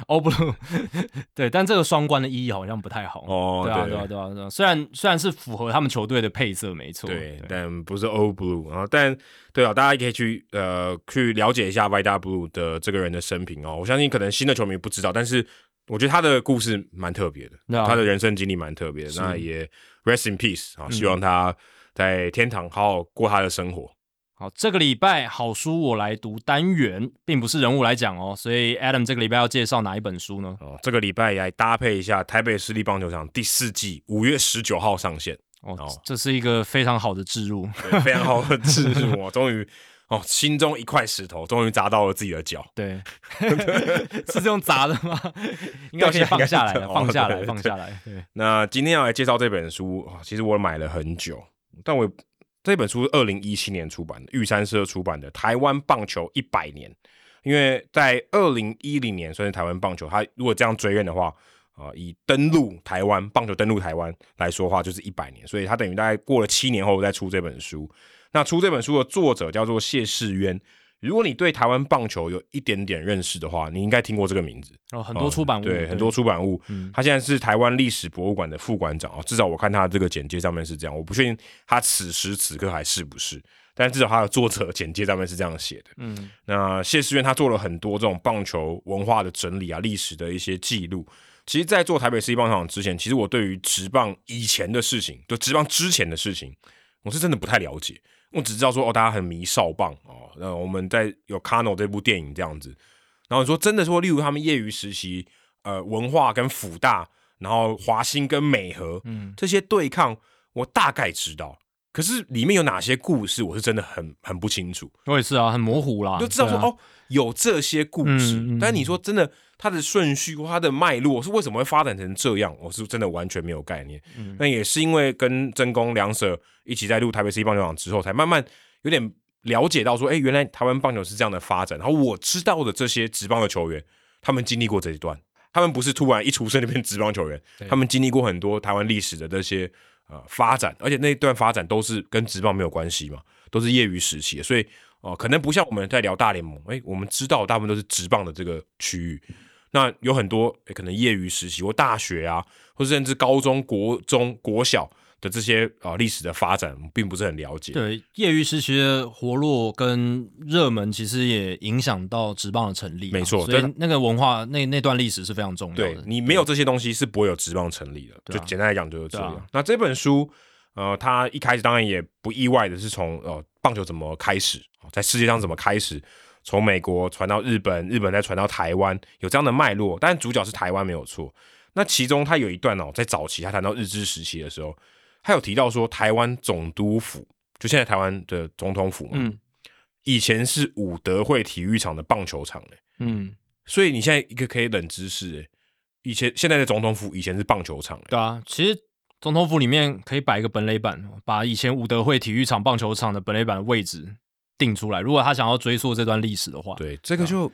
B: 欧布鲁， 对，但这个双关的意义好像不太好。
A: 哦
B: 对啊，
A: 对
B: 对啊，对啊，对啊。虽然虽然是符合他们球队的配色，没错。
A: 对，但不是 Old Blue，然后但对啊，大家也可以去呃去了解一下 Vida Blue 的这个人的生平哦。我相信可能新的球迷不知道，但是我觉得他的故事蛮特别的，
B: 对啊
A: 他的人生经历蛮特别的。
B: 是嗯
A: 那也 Rest in Peace 啊，希望他在天堂好好过他的生活。
B: 好，这个礼拜好书我来读单元，并不是人物来讲哦。所以 Adam 这个礼拜要介绍哪一本书呢？
A: 哦，这个礼拜来搭配一下台北市立棒球场第四季五月十九号上 线，
B: 哦，
A: 哦
B: 这是一个非常好的置入。
A: 对非常好的置入哦，终于哦，心中一块石头终于砸到了自己的脚。
B: 对， 是这种砸的吗？应该可以
A: 掉下来应该是
B: 放下来了，
A: 这样
B: 放下
A: 哦
B: 来，
A: 对
B: 放下来。对，
A: 那今天要来介绍这本书啊，其实我买了很久，但我这本书二零一七年出版的，玉山社出版的《台湾棒球一百年》，因为在二零一零年算是台湾棒球，它如果这样追认的话。啊、以登陆台湾棒球登陆台湾来说话，就是一百年，所以它等于大概过了七年后再出这本书。那出这本书的作者叫做谢世渊。如果你对台湾棒球有一点点认识的话，你应该听过这个名字。
B: 然后很
A: 很
B: 多出版物，
A: 哦
B: 嗯
A: 对，很多出版物。他现在是台湾历史博物馆的副馆长哦，至少我看他这个简介上面是这样，我不确定他此时此刻还是不是，但至少他的作者简介上面是这样写的。
B: 嗯，
A: 那谢世渊他做了很多这种棒球文化的整理啊，历史的一些记录。其实，在做台北市立棒球场之前，其实我对于职棒以前的事情，就职棒之前的事情，我是真的不太了解。我只知道说，哦，大家很迷少棒哦。那我们在有《Cano》这部电影这样子，然后你说真的说，例如他们业余实习，呃，文化跟辅大，然后华兴跟美和，
B: 嗯
A: 这些对抗，我大概知道。可是里面有哪些故事，我是真的很很不清楚。
B: 我也是啊，很模糊啦，
A: 就知道说、
B: 对啊，
A: 哦，有这些故事。
B: 嗯嗯
A: 但你说真的，它的顺序或它的脉络是为什么会发展成这样，我是真的完全没有概念。
B: 嗯
A: 那、也是因为跟真宫两舍一起在录台北市立棒球场之后，才慢慢有点了解到说，哎、原来台湾棒球是这样的发展。然后我知道的这些职棒的球员，他们经历过这一段。他们不是突然一出生就变职棒球员
B: 对，
A: 他们经历过很多台湾历史的这些呃发展，而且那一段发展都是跟职棒没有关系嘛，都是业余时期的，所以哦、呃可能不像我们在聊大联盟，诶，我们知道大部分都是职棒的这个区域，那有很多、诶可能业余时期或大学啊，或甚至高中国中国小的这些啊历、史的发展，我们并不是很了解。
B: 对业余时期的活络跟热门，其实也影响到职棒的成立啊。
A: 没错
B: 所
A: 真
B: 以那个文化那那段历史是非常重要
A: 对
B: 的。
A: 你没有这些东西是不会有职棒成立的。
B: 对啊
A: 就简单来讲就是这样。
B: 对啊
A: 那这本书，呃，它一开始当然也不意外的是从呃棒球怎么开始，哦在世界上怎么开始，从美国传到日本，日本再传到台湾，有这样的脉络。但主角是台湾没有错。那其中他有一段哦，在早期他谈到日治时期的时候，他有提到说台湾总督府，就现在台湾的总统府嘛，
B: 嗯
A: 以前是武德会体育场的棒球场嘞。欸
B: 嗯，
A: 所以你现在一个可以冷知识、欸，以前现在的总统府以前是棒球场、欸，
B: 对啊，其实。总统府里面可以摆一个本垒板，把以前武德会体育场棒球场的本垒板的位置定出来。如果他想要追溯这段历史的话，
A: 对，这个就、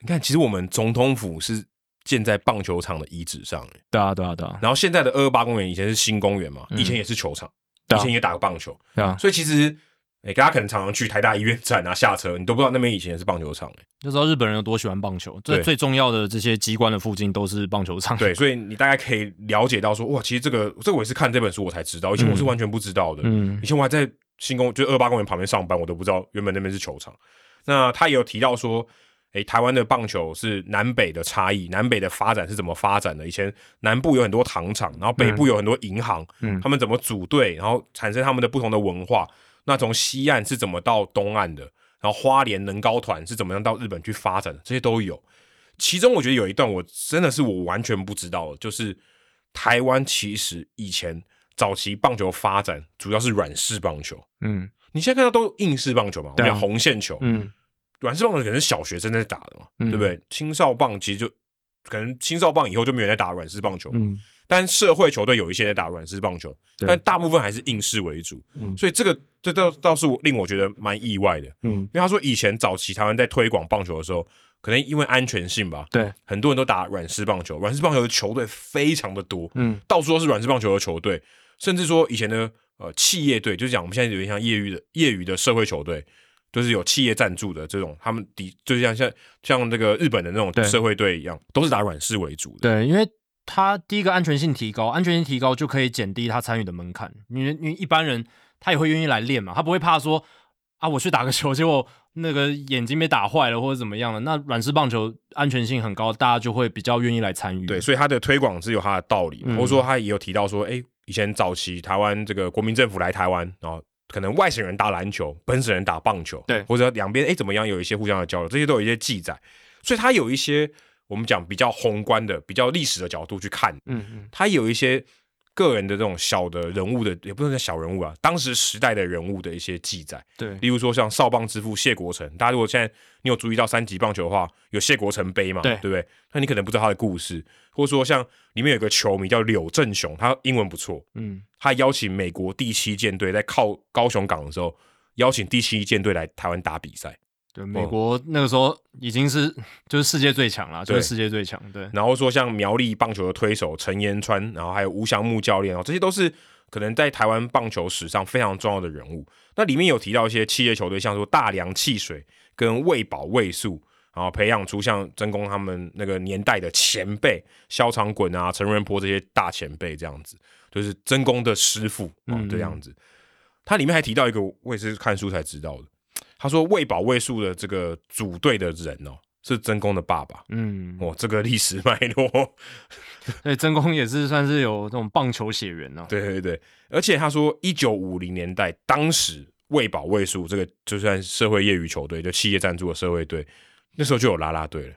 A: 你看，其实我们总统府是建在棒球场的遗址上、欸，
B: 对啊，对啊，对啊，
A: 然后现在的二二八公园以前是新公园嘛，
B: 嗯
A: 以前也是球场，
B: 对啊
A: 以前也打过棒球，
B: 对啊。
A: 所以其实。哎、大家可能常常去台大医院站啊，下车你都不知道那边以前也是棒球场、 欸，
B: 就知道日本人有多喜欢棒球。最
A: 对
B: 最重要的这些机关的附近都是棒球场。
A: 对，，所以你大概可以了解到说，哇，其实这个这个我也是看这本书我才知道，以前我是
B: 嗯
A: 完全不知道的，
B: 嗯
A: 以前我还在新公就二八公园旁边上班，我都不知道原本那边是球场。那他也有提到说，诶、台湾的棒球是南北的差异，南北的发展是怎么发展的？以前南部有很多糖厂，然后北部有很多银行，
B: 嗯
A: 他们怎么组队，然后产生他们的不同的文化。那从西岸是怎么到东岸的？然后花莲能高团是怎么样到日本去发展的？这些都有。其中我觉得有一段我真的是我完全不知道的，就是台湾其实以前早期棒球发展主要是软式棒球，
B: 嗯
A: 你现在看到都硬式棒球嘛，我
B: 对
A: 们
B: 啊
A: 讲红线球，
B: 嗯，
A: 软式棒球可能是小学生在打的嘛，
B: 嗯
A: 对不对？青少棒其实就可能青少棒以后就没有人在打软式棒球，
B: 嗯，
A: 但社会球队有一些在打软式棒球，
B: 对
A: 但大部分还是硬式为主，
B: 嗯
A: 所以这个这倒倒是我令我觉得蛮意外的，
B: 嗯，
A: 因为他说以前早期台湾在推广棒球的时候，可能因为安全性吧，
B: 对，
A: 很多人都打软式棒球，软式棒球的球队非常的多，
B: 嗯
A: 到处都是软式棒球的球队，甚至说以前的呃企业队，就是讲我们现在有点像业余的业余的社会球队，就是有企业赞助的这种，他们底就像像像这个日本的那种
B: 对
A: 社会队一样，都是打软式为主的。
B: 对，因为它第一个安全性提高，安全性提高就可以减低他参与的门槛。你你一般人他也会愿意来练嘛，他不会怕说啊，我去打个球， 结果那个眼睛被打坏了或者怎么样了。那软式棒球安全性很高，大家就会比较愿意来参与。
A: 对，所以它的推广是有它的道理嘛，
B: 嗯
A: 或者说他也有提到说，哎、以前早期台湾这个国民政府来台湾，然后可能外省人打篮球，本省人打棒球，
B: 对
A: 或者两边哎怎么样有一些互相的交流，这些都有一些记载，所以它有一些我们讲比较宏观的、比较历史的角度去看，
B: 嗯嗯，
A: 他有一些个人的这种小的人物的，也不能叫小人物啊，当时时代的人物的一些记载，
B: 对
A: 例如说像少棒之父谢国成，大家如果现在你有注意到三级棒球的话，有谢国成杯嘛，
B: 对
A: 对不对？那你可能不知道他的故事，或者说像里面有个球迷叫柳正雄，他英文不错，
B: 嗯
A: 他邀请美国第七舰队在靠高雄港的时候，邀请第七舰队来台湾打比赛。
B: 对，美国那个时候已经是就是世界最强了，就是世界最强。 对，
A: 然后说像苗栗棒球的推手陈延川，然后还有吴祥木教练哦，这些都是可能在台湾棒球史上非常重要的人物。那里面有提到一些企业球队，像说大良汽水跟卫宝卫素，然后培养出像曾公他们那个年代的前辈萧长滚啊、陈仁波这些大前辈，这样子就是曾公的师傅哦
B: 嗯，
A: 这样子。它里面还提到一个，我也是看书才知道的。他说卫宝卫素的这个组队的人哦，是曾公的爸爸。
B: 嗯，
A: 哦，这个历史脉络，
B: 对，真空也是算是有这种棒球血缘哦呢、
A: 对对对，而且他说，一九五零年代，当时卫保卫戍这个就算社会业余球队，就企业赞助的社会队，那时候就有啦啦队了，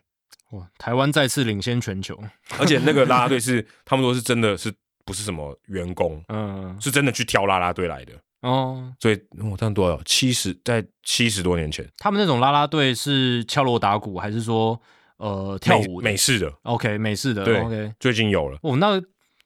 B: 哇，台湾再次领先全球。
A: 而且那个啦啦队是他们说是真的是不是什么员工，
B: 嗯，
A: 是真的去挑啦啦队来的，
B: 哦，
A: 所以我这样多少七十在七十多年前
B: 他们那种啦啦队是敲锣打鼓，还是说呃跳
A: 美
B: 舞的
A: 美式的
B: OK 美式的
A: 对
B: OK，
A: 最近有了，
B: 哦，那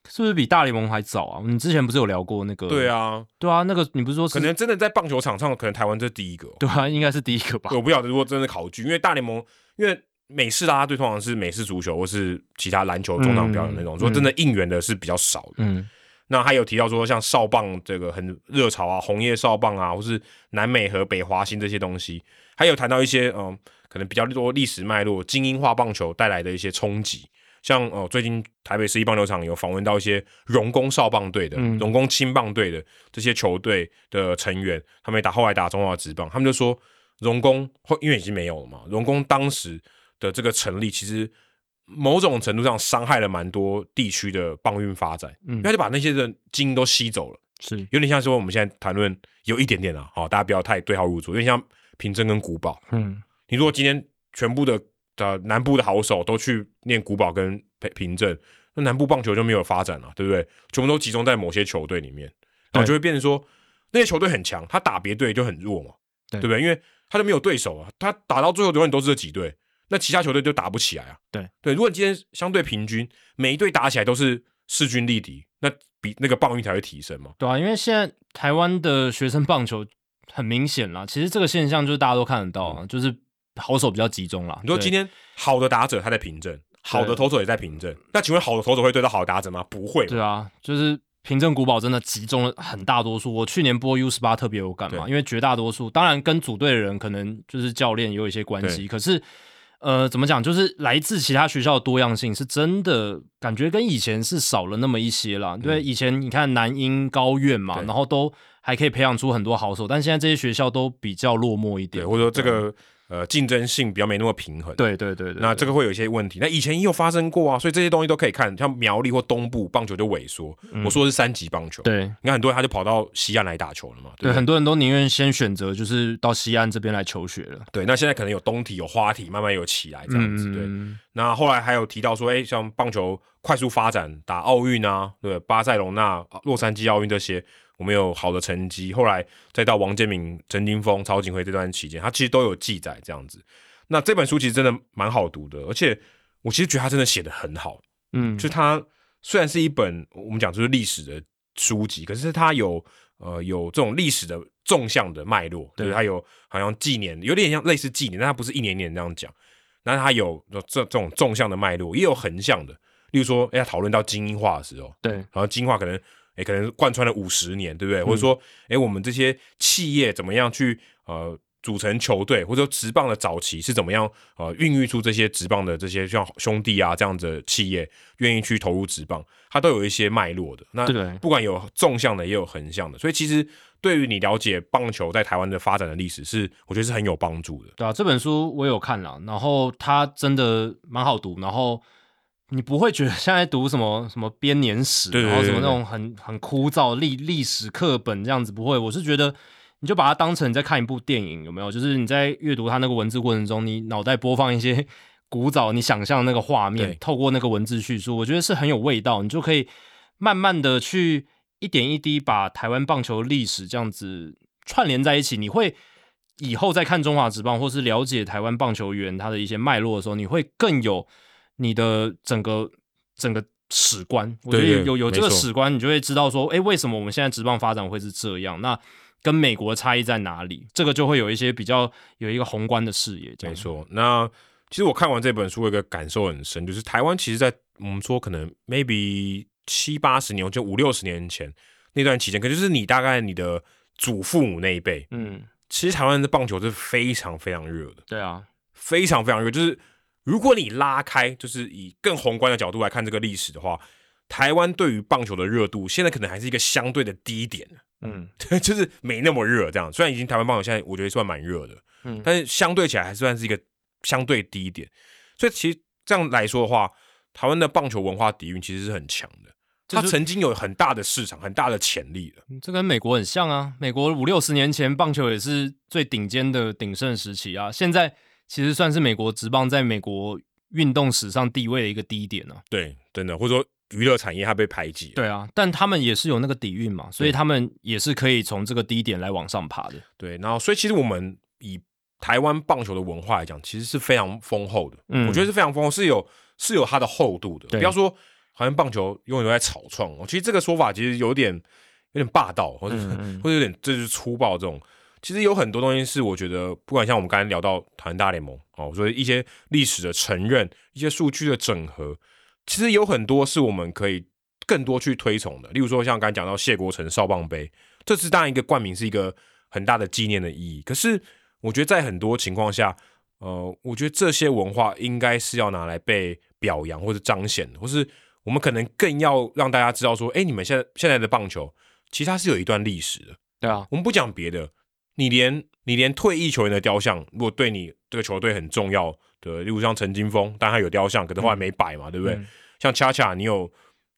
B: 是不是比大联盟还早啊？你之前不是有聊过那个？
A: 对，啊，
B: 对啊，那个你不是说是
A: 可能真的在棒球场上，可能台湾这第一个哦、
B: 对啊，应该是第一个吧？
A: 我不晓得如果真的考据，因为大联盟，因为美式啦啦队通常是美式足球或是其他篮球中场表演那种，
B: 嗯
A: 说真的应援的是比较少的。
B: 嗯
A: 那还有提到说，像少棒这个很热潮啊，红叶少棒啊，或是南美和北华兴这些东西，还有谈到一些嗯，可能比较多历史脉络，精英化棒球带来的一些冲击。像哦、呃最近台北市立棒球场有访问到一些荣工少棒队的、
B: 嗯
A: 荣工青棒队的这些球队的成员，他们也打后来打中华职棒，他们就说荣工后因为已经没有了嘛，荣工当时的这个成立，其实某种程度上伤害了蛮多地区的棒运发展。因
B: 嗯
A: 为他，就把那些人精英都吸走了，
B: 是
A: 有点像说我们现在谈论有一点点啊，好、大家不要太对号入座，有点像凭证跟古堡。
B: 嗯
A: 你如果今天全部的呃南部的好手都去念古堡跟凭凭证，那南部棒球就没有发展了，对不对？全部都集中在某些球队里面，然后
B: 对
A: 就会变成说那些球队很强，他打别队就很弱嘛，
B: 对
A: 不对？因为他就没有对手啊，他打到最后永远都是这几队，那其他球队就打不起来啊。
B: 对
A: 对，如果你今天相对平均，每一队打起来都是势均力敌，那比那个棒运才会提升嘛。
B: 对啊，因为现在台湾的学生棒球很明显啦，其实这个现象就是大家都看得到啊，就是好手比较集中啦。
A: 嗯你说
B: 对
A: 今天好的打者他在凭证，好的投手也在凭证，那请问好的投手会对到好的打者吗？不会嘛。
B: 对啊，就是凭证古堡真的集中了很大多数。我去年播 U 十八特别有感嘛，
A: 对
B: 因为绝大多数，当然跟组队的人可能就是教练也有一些关系，可是。呃，怎么讲？就是来自其他学校的多样性是真的感觉跟以前是少了那么一些啦。对，以前你看南英、高院嘛，
A: 嗯对
B: 然后都还可以培养出很多好手，但现在这些学校都比较落寞一点啊
A: 对，。或者说这个呃竞争性比较没那么平衡。，
B: 对对对对，
A: 那这个会有一些问题。那以前也有发生过啊，所以这些东西都可以看，像苗栗或东部棒球就萎缩。我说的是三级棒球，，
B: 嗯对
A: 你看很多人他就跑到西岸来打球了嘛，对
B: 对，
A: 不对
B: 很多人都宁愿先选择就是到西安这边来求学了。
A: 对。那现在可能有东体有花体，慢慢有起来这样子，对。
B: 嗯
A: 那后来还有提到说，哎，像棒球快速发展，打奥运啊，对，巴塞隆纳、洛杉矶奥运这些，我们有好的成绩。后来再到王建民、陈金峰、曹景辉这段期间，他其实都有记载这样子。那这本书其实真的蛮好读的，而且我其实觉得他真的写的很好，
B: 嗯，
A: 就它虽然是一本我们讲就是历史的书籍，可是它有呃有这种历史的纵向的脉络，
B: 对
A: 对，它有好像纪年，有点像类似纪年，但它不是一年一年这样讲，那它有有这这种纵向的脉络，也有横向的，例如说，哎、讨论到精英化的时候，
B: 对，
A: 然后精化可能，诶，可能贯穿了五十年，对不对？或者说，诶，我们这些企业怎么样去呃组成球队，或者说职棒的早期是怎么样呃孕育出这些职棒的这些像兄弟啊这样子的企业愿意去投入职棒，它都有一些脉络的。那
B: 对
A: 不管有纵向的也有横向的，所以其实对于你了解棒球在台湾的发展的历史是，我觉得是很有帮助的。
B: 对啊，这本书我有看了，然后它真的蛮好读，然后你不会觉得 现在读什么什么编年史，
A: 对对
B: 然后什么
A: 对对
B: 那种很很枯燥历历史课本这样子，不会。我是觉得你就把它当成你在看一部电影，有没有？就是你在阅读它那个文字过程中，你脑袋播放一些 古早你想象的那个画面
A: 对，
B: 透过那个文字叙述，我觉得是很有味道，你就可以慢慢的去一点一滴把台湾棒球历史这样子串联在一起，你会以后再看中华职棒或是了解台湾棒球员他的一些脉络的时候，你会更有你的整个整个史观。我觉得
A: 对
B: 有
A: 对
B: 有有这
A: 没
B: 个
A: 错
B: 史观，你就会知道说，诶，为什么我们现在职棒发展会是这样？那跟美国差异在哪里？这个就会有一些比较有一个宏观的视野。这
A: 没
B: 样，
A: 错。那其实我看完这本书，有一个感受很深，就是台湾其实在，我们说可能 maybe 七八十年，就五六十年前那段期间，可能就是你大概你的祖父母那一辈，
B: 嗯，
A: 其实台湾的棒球是非常非常热的，
B: 对啊，
A: 非常非常热。就是如果你拉开，就是以更宏观的角度来看这个历史的话，台湾对于棒球的热度，现在可能还是一个相对的低点。
B: 嗯，
A: 对，就是没那么热这样。虽然已经台湾棒球现在我觉得算蛮热的，
B: 嗯
A: 但是相对起来还算是一个相对低一点。所以其实这样来说的话，台湾的棒球文化底蕴其实是很强的，
B: 就
A: 它
B: 是
A: 曾经有很大的市场、很大的潜力的。
B: 这跟美国很像啊。美国五六十年前棒球也是最顶尖的鼎盛时期啊，现在其实算是美国职棒在美国运动史上地位的一个低点啊。
A: 对，真的，或者说娱乐产业它被排挤。，
B: 对啊，但他们也是有那个底蕴嘛，所以
A: 对
B: 他们也是可以从这个低点来往上爬的。
A: 对，然后所以其实我们以台湾棒球的文化来讲，其实是非常丰厚的。
B: 嗯
A: 我觉得是非常丰厚，是有是有它的厚度的。
B: 对
A: 不要说好像棒球永远都在草创哦，其实这个说法其实有点有点霸道，或者、
B: 嗯嗯
A: 或者有点这就是粗暴这种。其实有很多东西是我觉得，不管像我们刚才聊到台湾大联盟哦，所以一些历史的承认、一些数据的整合，其实有很多是我们可以更多去推崇的。例如说，像刚才讲到谢国成少棒杯，这是当然一个冠名是一个很大的纪念的意义。可是我觉得在很多情况下，呃，我觉得这些文化应该是要拿来被表扬或者彰显的，或是我们可能更要让大家知道说，哎，你们现在现在的棒球其实它是有一段历史的。
B: 对啊，
A: 我们不讲别的，你连你连退役球员的雕像，如果对你这个球队很重要的，例如像陈金峰，但他有雕像，可是后来没摆嘛，对不对？
B: 嗯
A: 像恰恰，你有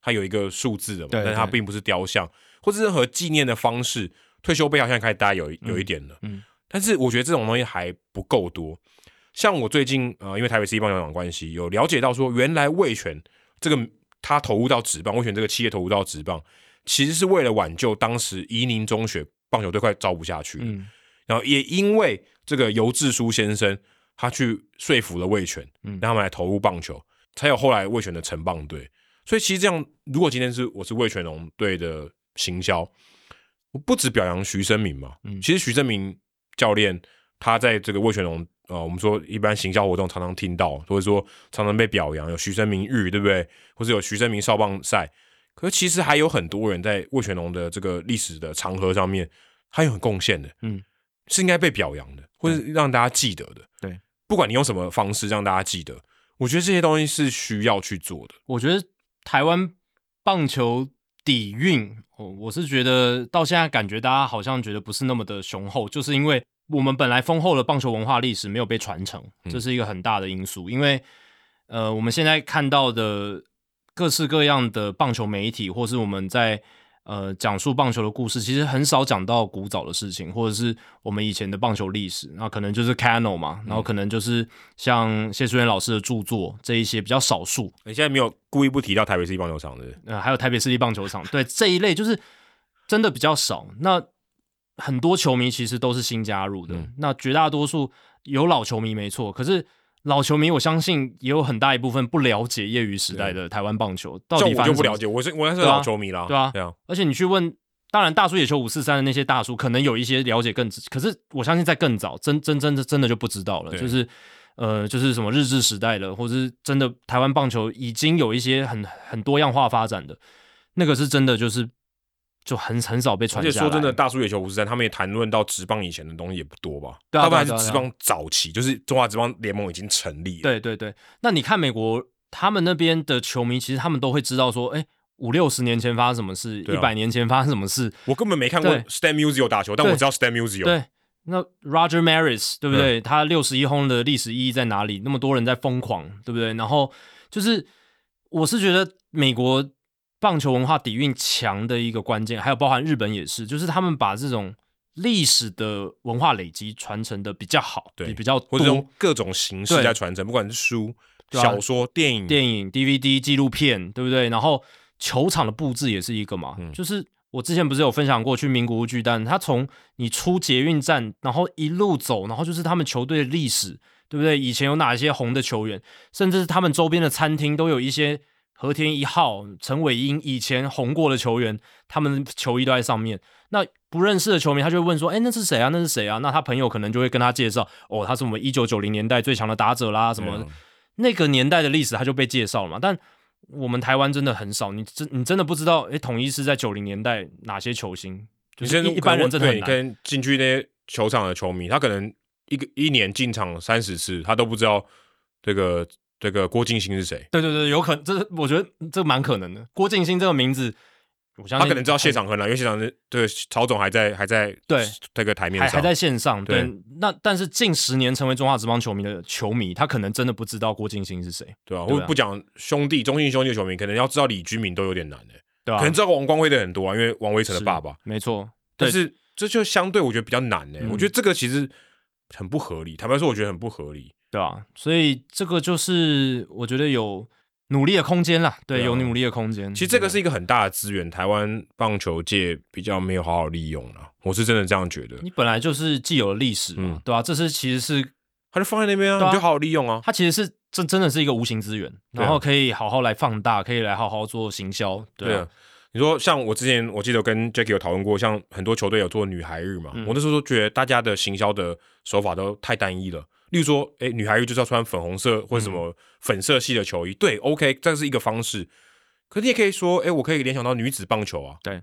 A: 他有一个数字的嘛，
B: 对
A: 但他
B: 对
A: 并不是雕像，或是任何纪念的方式。退休杯好像开始大家有一有一点了，
B: 嗯
A: 但是我觉得这种东西还不够多。像我最近呃，因为台北市一棒球场的关系，有了解到说，原来味全这个他投入到职棒，味全这个企业投入到职棒，其实是为了挽救当时宜宁中学棒球队快招不下去了，
B: 嗯
A: 然后也因为这个尤志书先生，他去说服了魏权，
B: 嗯
A: 嗯，让他们来投入棒球，才有后来魏权的城棒队。所以其实这样，如果今天是我是魏全龙队的行销，我不止表扬徐生明嘛，
B: 嗯
A: 其实徐生明教练他在这个魏全龙呃，我们说一般行销活动常常听到，或者说常常被表扬，有徐生明日，对不对？或者有徐生明少棒赛。可是其实还有很多人在魏全龙的这个历史的长河上面，他有很贡献的，
B: 嗯，
A: 是应该被表扬的，或是让大家记得的。
B: 对，
A: 不管你用什么方式让大家记得，我觉得这些东西是需要去做的。
B: 我觉得台湾棒球底蕴，哦，我是觉得到现在感觉大家好像觉得不是那么的雄厚，就是因为我们本来丰厚的棒球文化历史没有被传承，
A: 嗯
B: 这是一个很大的因素。因为呃，我们现在看到的各式各样的棒球媒体，或是我们在呃讲述棒球的故事，其实很少讲到古早的事情，或者是我们以前的棒球历史。那可能就是 Cano 嘛，然后可能就是像谢淑媛老师的著作这一些比较少数。
A: 你现在没有故意不提到台北市一棒球场的，
B: 呃，还有台北市立棒球场，对这一类就是真的比较少。那很多球迷其实都是新加入的，
A: 嗯
B: 那绝大多数有老球迷没错，可是老球迷我相信也有很大一部分不了解业余时代的台湾棒球到
A: 像
B: 底
A: 我
B: 发
A: 就
B: 生
A: 不
B: 什么
A: 了
B: 事。
A: 解，我是我那是
B: 对啊
A: 老球迷啦，
B: 对啊
A: 对啊，
B: 而且你去问，当然大叔野球五四三的那些大叔，可能有一些了解更仔，可是我相信在更早，真真真的真的就不知道了，
A: 对
B: 就是。呃，就是什么日治时代了，或者是真的台湾棒球已经有一些很很多样化发展的，那个是真的，就是就很很少被传
A: 而且
B: 下来。
A: 说真的，，大叔野球五十三，他们也谈论到职棒以前的东西也不多吧？
B: 对啊
A: 大部分
B: 对啊
A: 还是职
B: 对啊
A: 棒早期，就是中华职棒联盟已经成立了。
B: 对对对。那你看美国他们那边的球迷，其实他们都会知道说，哎、五六十年前发生什么事，
A: 对
B: 一
A: 啊
B: 百、年前发生什么事，
A: 我根本没看过
B: 对
A: Stan Musial 打球，但
B: 对
A: 我知道 Stan Musial。
B: 对，那 Roger Maris 对
A: 嗯
B: 不对？他六十一轰的历史意义在哪里？那么多人在疯狂，对不对？然后就是，我是觉得美国棒球文化底蕴强的一个关键，还有包含日本也是，就是他们把这种历史的文化累积传承的比较好，
A: 对
B: 比比较
A: 或者
B: 多
A: 用。各种形式
B: 对
A: 在传承，不管是书、
B: 对啊
A: 小说、电影、
B: 电影、DVD、纪录片，对不对？然后球场的布置也是一个嘛，
A: 嗯
B: 就是我之前不是有分享过去名古屋巨蛋，它从你出捷运站，然后一路走，然后就是他们球队的历史，对不对？以前有哪些红的球员，甚至是他们周边的餐厅都有一些和田一号、陈伟英以前红过的球员，他们的球衣都在上面。那不认识的球迷，他就会问说：“哎、那是谁啊？那是谁啊？”那他朋友可能就会跟他介绍：“哦，他是我们一九九零年代最强的打者啦，什么、
A: 对啊
B: 那个年代的历史，他就被介绍了嘛。”但我们台湾真的很少，你真你真的不知道，哎、统一是在九零年代哪些球星？就
A: 你
B: 是
A: 甚至
B: 一一般人
A: 可
B: 真
A: 能
B: 的
A: 对
B: 很
A: 你
B: 难。
A: 跟进去那些球场的球迷，他可能一个一年进场三十次，他都不知道这个这个郭敬兴是谁，
B: 对对对，有可能，这是我觉得这蛮可能的。郭敬兴这个名字，我相
A: 他
B: 信
A: 可能知道谢
B: 很
A: 长亨了，因为谢长亨这个曹总还在还在
B: 对
A: 这个台面
B: 还
A: 上，
B: 还在线上，对。
A: 对
B: 那但是近十年成为中华职棒球迷的球迷，他可能真的不知道郭敬兴是谁，
A: 对吧、
B: 对啊
A: 或者不讲兄弟中信兄弟的球迷，可能要知道李居明都有点难的、欸
B: 对吧、
A: 可能知道王光辉的很多啊，因为王威成的爸爸
B: 是，没错，
A: 但
B: 对
A: 是这就相对我觉得比较难呢、
B: 嗯
A: 我觉得这个其实很不合理，坦白说，我觉得很不合理。
B: 对啊，所以这个就是我觉得有努力的空间啦，对，
A: 对啊
B: 有努力的空间。
A: 其实这个
B: 对
A: 是一个很大的资源，台湾棒球界比较没有好好利用了，我是真的这样觉得。
B: 你本来就是既有的历史嘛，
A: 嗯
B: 对吧、这是其实是
A: 他就放在那边啊，
B: 对啊
A: 你就好好利用啊。
B: 它其实是真真的是一个无形资源，
A: 对啊
B: 然后可以好好来放大，可以来好好做行销，对啊，
A: 你说像我之前，我记得跟 Jackie 有讨论过，像很多球队有做女孩日嘛，
B: 嗯
A: 我那时候都觉得大家的行销的手法都太单一了。例如说，哎、女孩日就是要穿粉红色
B: 嗯
A: 或者什么粉色系的球衣，对，OK，这是一个方式。可你也可以说，哎、我可以联想到女子棒球啊，
B: 对，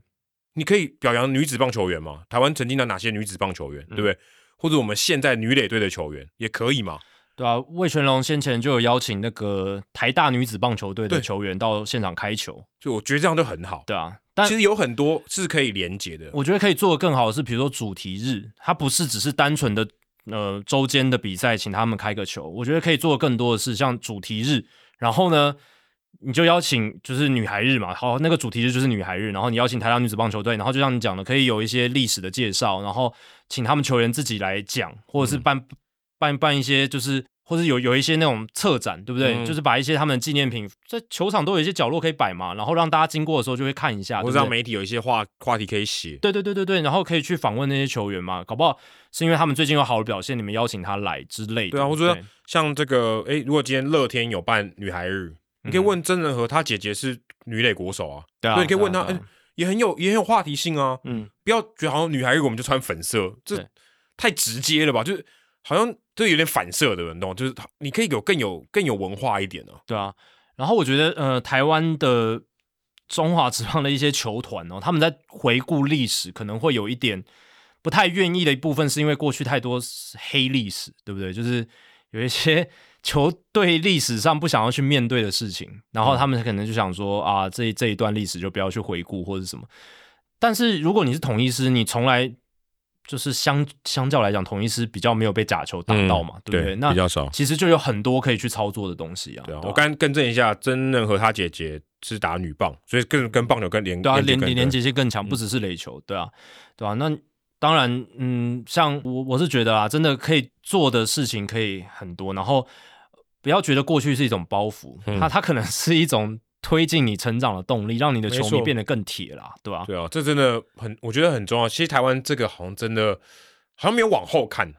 A: 你可以表扬女子棒球员嘛，台湾曾经的哪些女子棒球员，对不
B: 嗯
A: 对？或者我们现在女垒队的球员也可以嘛，
B: 对啊，魏全龙先前就有邀请那个台大女子棒球队的
A: 对
B: 球员到现场开球，
A: 就我觉得这样就很好。
B: 对啊，但
A: 其实有很多是可以连接的，
B: 我觉得可以做的更好的是，比如说主题日，它不是只是单纯的呃周间的比赛，请他们开个球。我觉得可以做的更多的是像主题日，然后呢，你就邀请就是女孩日嘛，好，那个主题日就是女孩日，然后你邀请台大女子棒球队，然后就像你讲的，可以有一些历史的介绍，然后请他们球员自己来讲，或者是
A: 嗯
B: 办、办办一些就是。或者有有一些那种策展，对不对？
A: 嗯
B: 就是把一些他们的纪念品在球场都有一些角落可以摆嘛，然后让大家经过的时候就会看一
A: 或
B: 下，
A: 者
B: 对不
A: 让
B: 对
A: 媒体有一些话话题可以写。
B: 对对对对对，然后可以去访问那些球员嘛，搞不好是因为他们最近有好的表现，你们邀请他来之类的。
A: 对啊，我觉得
B: 对
A: 像这个，诶，如果今天乐天有办女孩
B: 嗯
A: 日，你可以问曾仁和，他姐姐是女垒国手啊，
B: 对啊，
A: 所以你可以
B: 对啊
A: 问他，
B: 对啊
A: 诶，也很有也很有话题性啊，
B: 嗯，
A: 不要觉得好像女孩日我们就穿粉色，这
B: 对
A: 太直接了吧？就是好像这有点反射的，你懂吗？就是你可以有更有更有文化一点啊，
B: 对啊。然后我觉得，呃，台湾的中华职棒的一些球团哦，他们在回顾历史，可能会有一点不太愿意的一部分，是因为过去太多黑历史，对不对？就是有一些 球队历史上不想要去面对的事情，
A: 嗯
B: 然后他们可能就想说啊，这这一段历史就不要去回顾或者什么。但是如果你是统一师，你从来就是相相较来讲，统一师比较没有被假球打
A: 嗯
B: 到嘛，对不对？那
A: 少。
B: 其实就有很多可以去操作的东西啊。
A: 对啊，
B: 吧
A: 我刚更正一下，曾仁和他姐姐是打女棒，所以跟跟棒球跟连
B: 对啊，
A: 接
B: 连
A: 更嗯
B: 连连接性更强，不只是垒球，对啊，对啊。那当然，嗯，像我我是觉得啊，真的可以做的事情可以很多，然后不要觉得过去是一种包袱，
A: 嗯
B: 它它可能是一种推进你成长的动力，让你的球
A: 没
B: 迷
A: 错
B: 变得更铁啦，对 吧、
A: 对啊，这真的很，我觉得很重要。其实台湾这个好像真的好像没有往后看，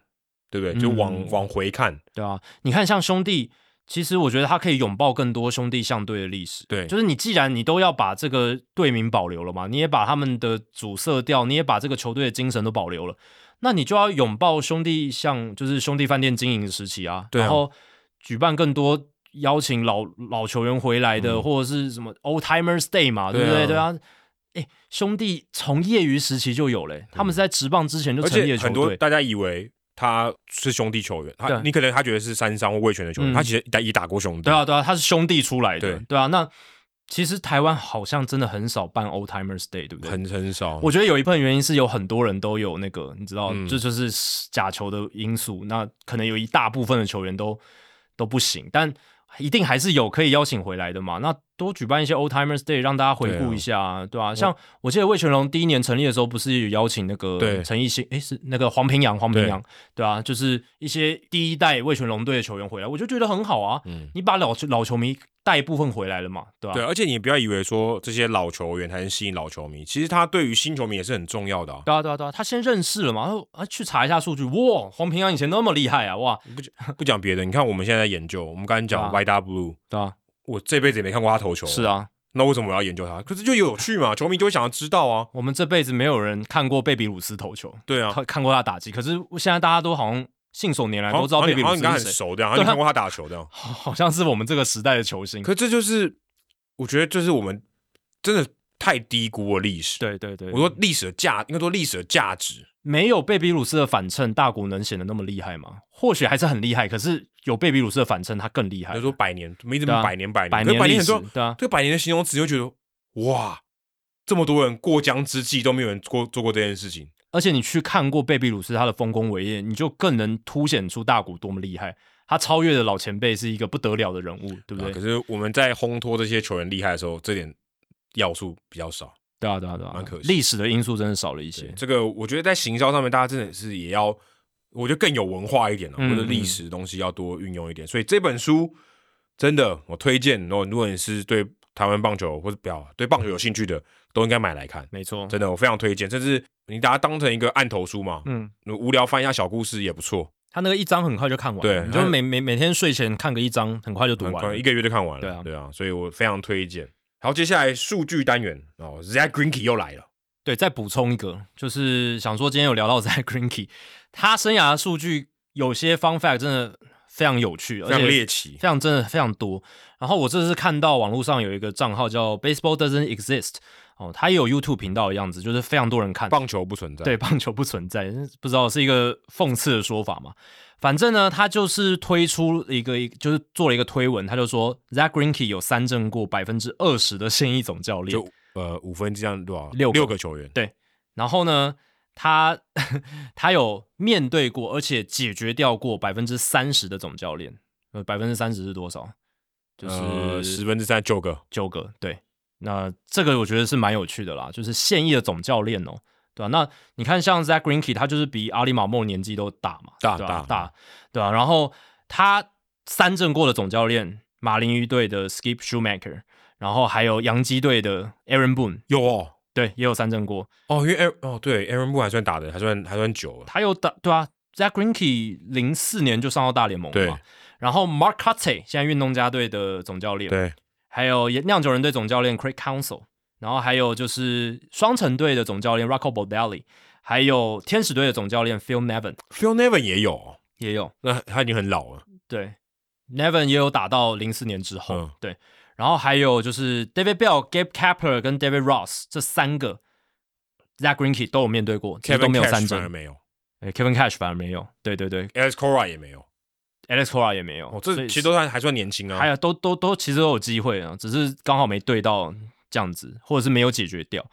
A: 对不对？就往、
B: 嗯
A: 往回看，
B: 对啊，你看像兄弟，其实我觉得他可以拥抱更多兄弟相对的历史。
A: 对
B: 就是你既然你都要把这个队名保留了嘛，你也把他们的主色调，你也把这个球队的精神都保留了，那你就要拥抱兄弟像就是兄弟饭店经营时期啊，
A: 对啊
B: 然后举办更多。邀请老老球员回来的，
A: 嗯
B: 或者是什么 Old Timers Day 嘛，
A: 对啊
B: 对不对？对啊，哎，兄弟从业余时期就有嘞、欸他们是在职棒之前就
A: 嗯而
B: 成立
A: 且
B: 了球
A: 很多
B: 队。
A: 大家以为他是兄弟球员，他
B: 对
A: 你可能他觉得是三商或卫权的球员，
B: 嗯
A: 他其实打也打过兄弟。
B: 对啊，，对啊，他是兄弟出来的，
A: 对
B: 对啊。那其实台湾好像真的很少办 Old Timers Day，对不对？
A: 很很少。
B: 我觉得有一部分原因是有很多人都有那个，你知道，
A: 嗯
B: 这就是假球的因素。那可能有一大部分的球员都都不行，但一定还是有可以邀请回来的嘛。那多举办一些 Old Timers Day，让大家回顾一下、啊，对吧、像我记得魏全龙第一年成立的时候，不是有邀请那
A: 对
B: 个陈奕迅，诶，是那个黄平阳，黄平阳，对啊，就是一些第一代魏全龙队的球员回来，我就觉得很好啊。
A: 嗯
B: 你把老球老球迷带一部分回来了嘛，对吧、啊
A: 对，而且你不要以为说这些老球员才能吸引老球迷，其实他对于新球迷也是很重 要的、啊。
B: 对啊，对啊，对啊，他先认识了嘛，然后啊去查一下数据，哇，黄平阳以前那么厉害啊，
A: 嗯
B: 哇，
A: 不讲别的，你看我们现在在研究，我们刚刚讲
B: 对
A: YW，
B: 对啊，
A: 我这辈子也没看过他投球，
B: 是，啊，
A: 那为什么我要研究他？可是就有趣嘛，球迷就会想要知道啊。
B: 我们这辈子没有人看过贝比鲁斯投球，
A: 对啊，
B: 看看过他打击，可是现在大家都好像信手拈来，
A: 好
B: 哎
A: 像
B: 都知道
A: 好
B: 贝
A: 像你
B: 比鲁
A: 好像
B: 斯
A: 你跟他
B: 是
A: 很
B: 谁，
A: 熟这样，好像
B: 对
A: 你
B: 他
A: 看过他打球这样。
B: 好好像是我们这个时代的球星，
A: 可这就是我觉得这是我们真的太低估了历史。
B: 对对对，
A: 我说历史的价，应该说历史的价值。
B: 没有贝比鲁斯的反衬，大谷能显得那么厉害吗？或许还是很厉害，可是有贝比鲁斯的反衬，他更厉害
A: 比如，说百年，没怎
B: 对
A: 么
B: 啊
A: 百年百年，可
B: 百
A: 是
B: 年
A: 百
B: 历
A: 年很
B: 史
A: 重要，。
B: 对啊，
A: 这个百年的形容词就觉得哇，这么多人过江之鲫都没有人过做过这件事情。
B: 而且你去看过贝比鲁斯他的丰功伟业，你就更能凸显出大谷多么厉害。他超越的老前辈是一个不得了的人物，对不
A: 啊
B: 对？
A: 可是我们在烘托这些球员厉害的时候，这点要素比较少。
B: 对啊，对啊，对啊，
A: 蛮可惜
B: 历史的因素真的少了一些。
A: 这个我觉得在行销上面，大家真的是也要，我觉得更有文化一点了、
B: 嗯
A: 或者历史的东西要多运用一点。所以这本书真的我推荐，如果如果你是对台湾棒球或者表对棒球有兴趣的，都应该买来看。
B: 没错，
A: 真的，我非常推荐，甚至你把它当成一个案头书嘛，
B: 嗯，
A: 你无聊翻一下小故事也不错，
B: 他那个一章很快就看完了，
A: 对
B: 你
A: 他
B: 就每每每天睡前看个一章，很快就读
A: 很
B: 完
A: 快
B: 了
A: 一。个月就看完了。
B: 对啊
A: 对啊，所以我非常推荐。好，接下来数据单元哦，Zach Greinke 又来了，
B: 对，再补充一个，就是想说今天有聊到在 Greenkey，他生涯的数据有些 fun fact 真的非常有趣，而
A: 非常
B: 且
A: 猎奇。
B: 非常真的非常多。然后我这次看到网络上有一个账号叫 Baseball Doesn't Exist，哦，它也有 YouTube 频道的样子，就是非常多人看。
A: 棒球不存在，
B: 对，棒球不存在，不知道是一个讽刺的说法嘛？反正呢，他就是推出一个，就是做了一个推文，他就说 Zach Greinke 有三振过百分之二十的现役总教练，
A: 就呃五分之这样多少
B: 六个
A: 六个球员，
B: 然后呢，他他有面对过，而且解决掉过百分之三十的总教练，呃，百分之三十是多少？就是
A: 呃十分之三九个，
B: 九个，对。那这个我觉得是蛮有趣的啦，就是现役的总教练哦，对吧、那你看像 Zach Greinke，他就是比阿里马莫年纪都大嘛，
A: 大
B: 对吧啊
A: 大
B: 大，对吧、然后他三阵过的总教练，马林鱼队的 Skip Schumaker，然后还有洋基队的 Aaron Boone，
A: 有哦
B: 对，也有三阵过，
A: 哦，因为 Aaron 哦对，Aaron 布还算打的，还算还算久了，
B: 他有打对啊，Zach Greinke 零四年就上到大联盟了
A: 对
B: 嘛，然后 Mark Cotte 现在运动家队的总教练，
A: 对，
B: 还有也酿酒人队总教练 Craig Council，然后还有就是双城队的总教练 Rocco Baldelli，还有天使队的总教练 Phil Nevin
A: Phil Nevin 也有哦，
B: 也有，
A: 那他已经很老了，
B: 对，Nevin 也有打到零四年之后，
A: 嗯
B: 对，然后还有就是 David Bell、Gabe Kapler 跟 David Ross 这三个 Zach Greinke 都有面对过，其实
A: Kevin
B: 都没有
A: Cash
B: 三
A: 反而
B: 振
A: 没有
B: 诶，Kevin Cash 反而没有，对对对
A: ，Alex Cora 也没有，
B: ，Alex Cora 也没有，
A: 哦，这
B: 所以
A: 其实都算还算年轻啊，
B: 还有都都都其实都有机会啊，只是刚好没对到这样子，或者是没有解决掉，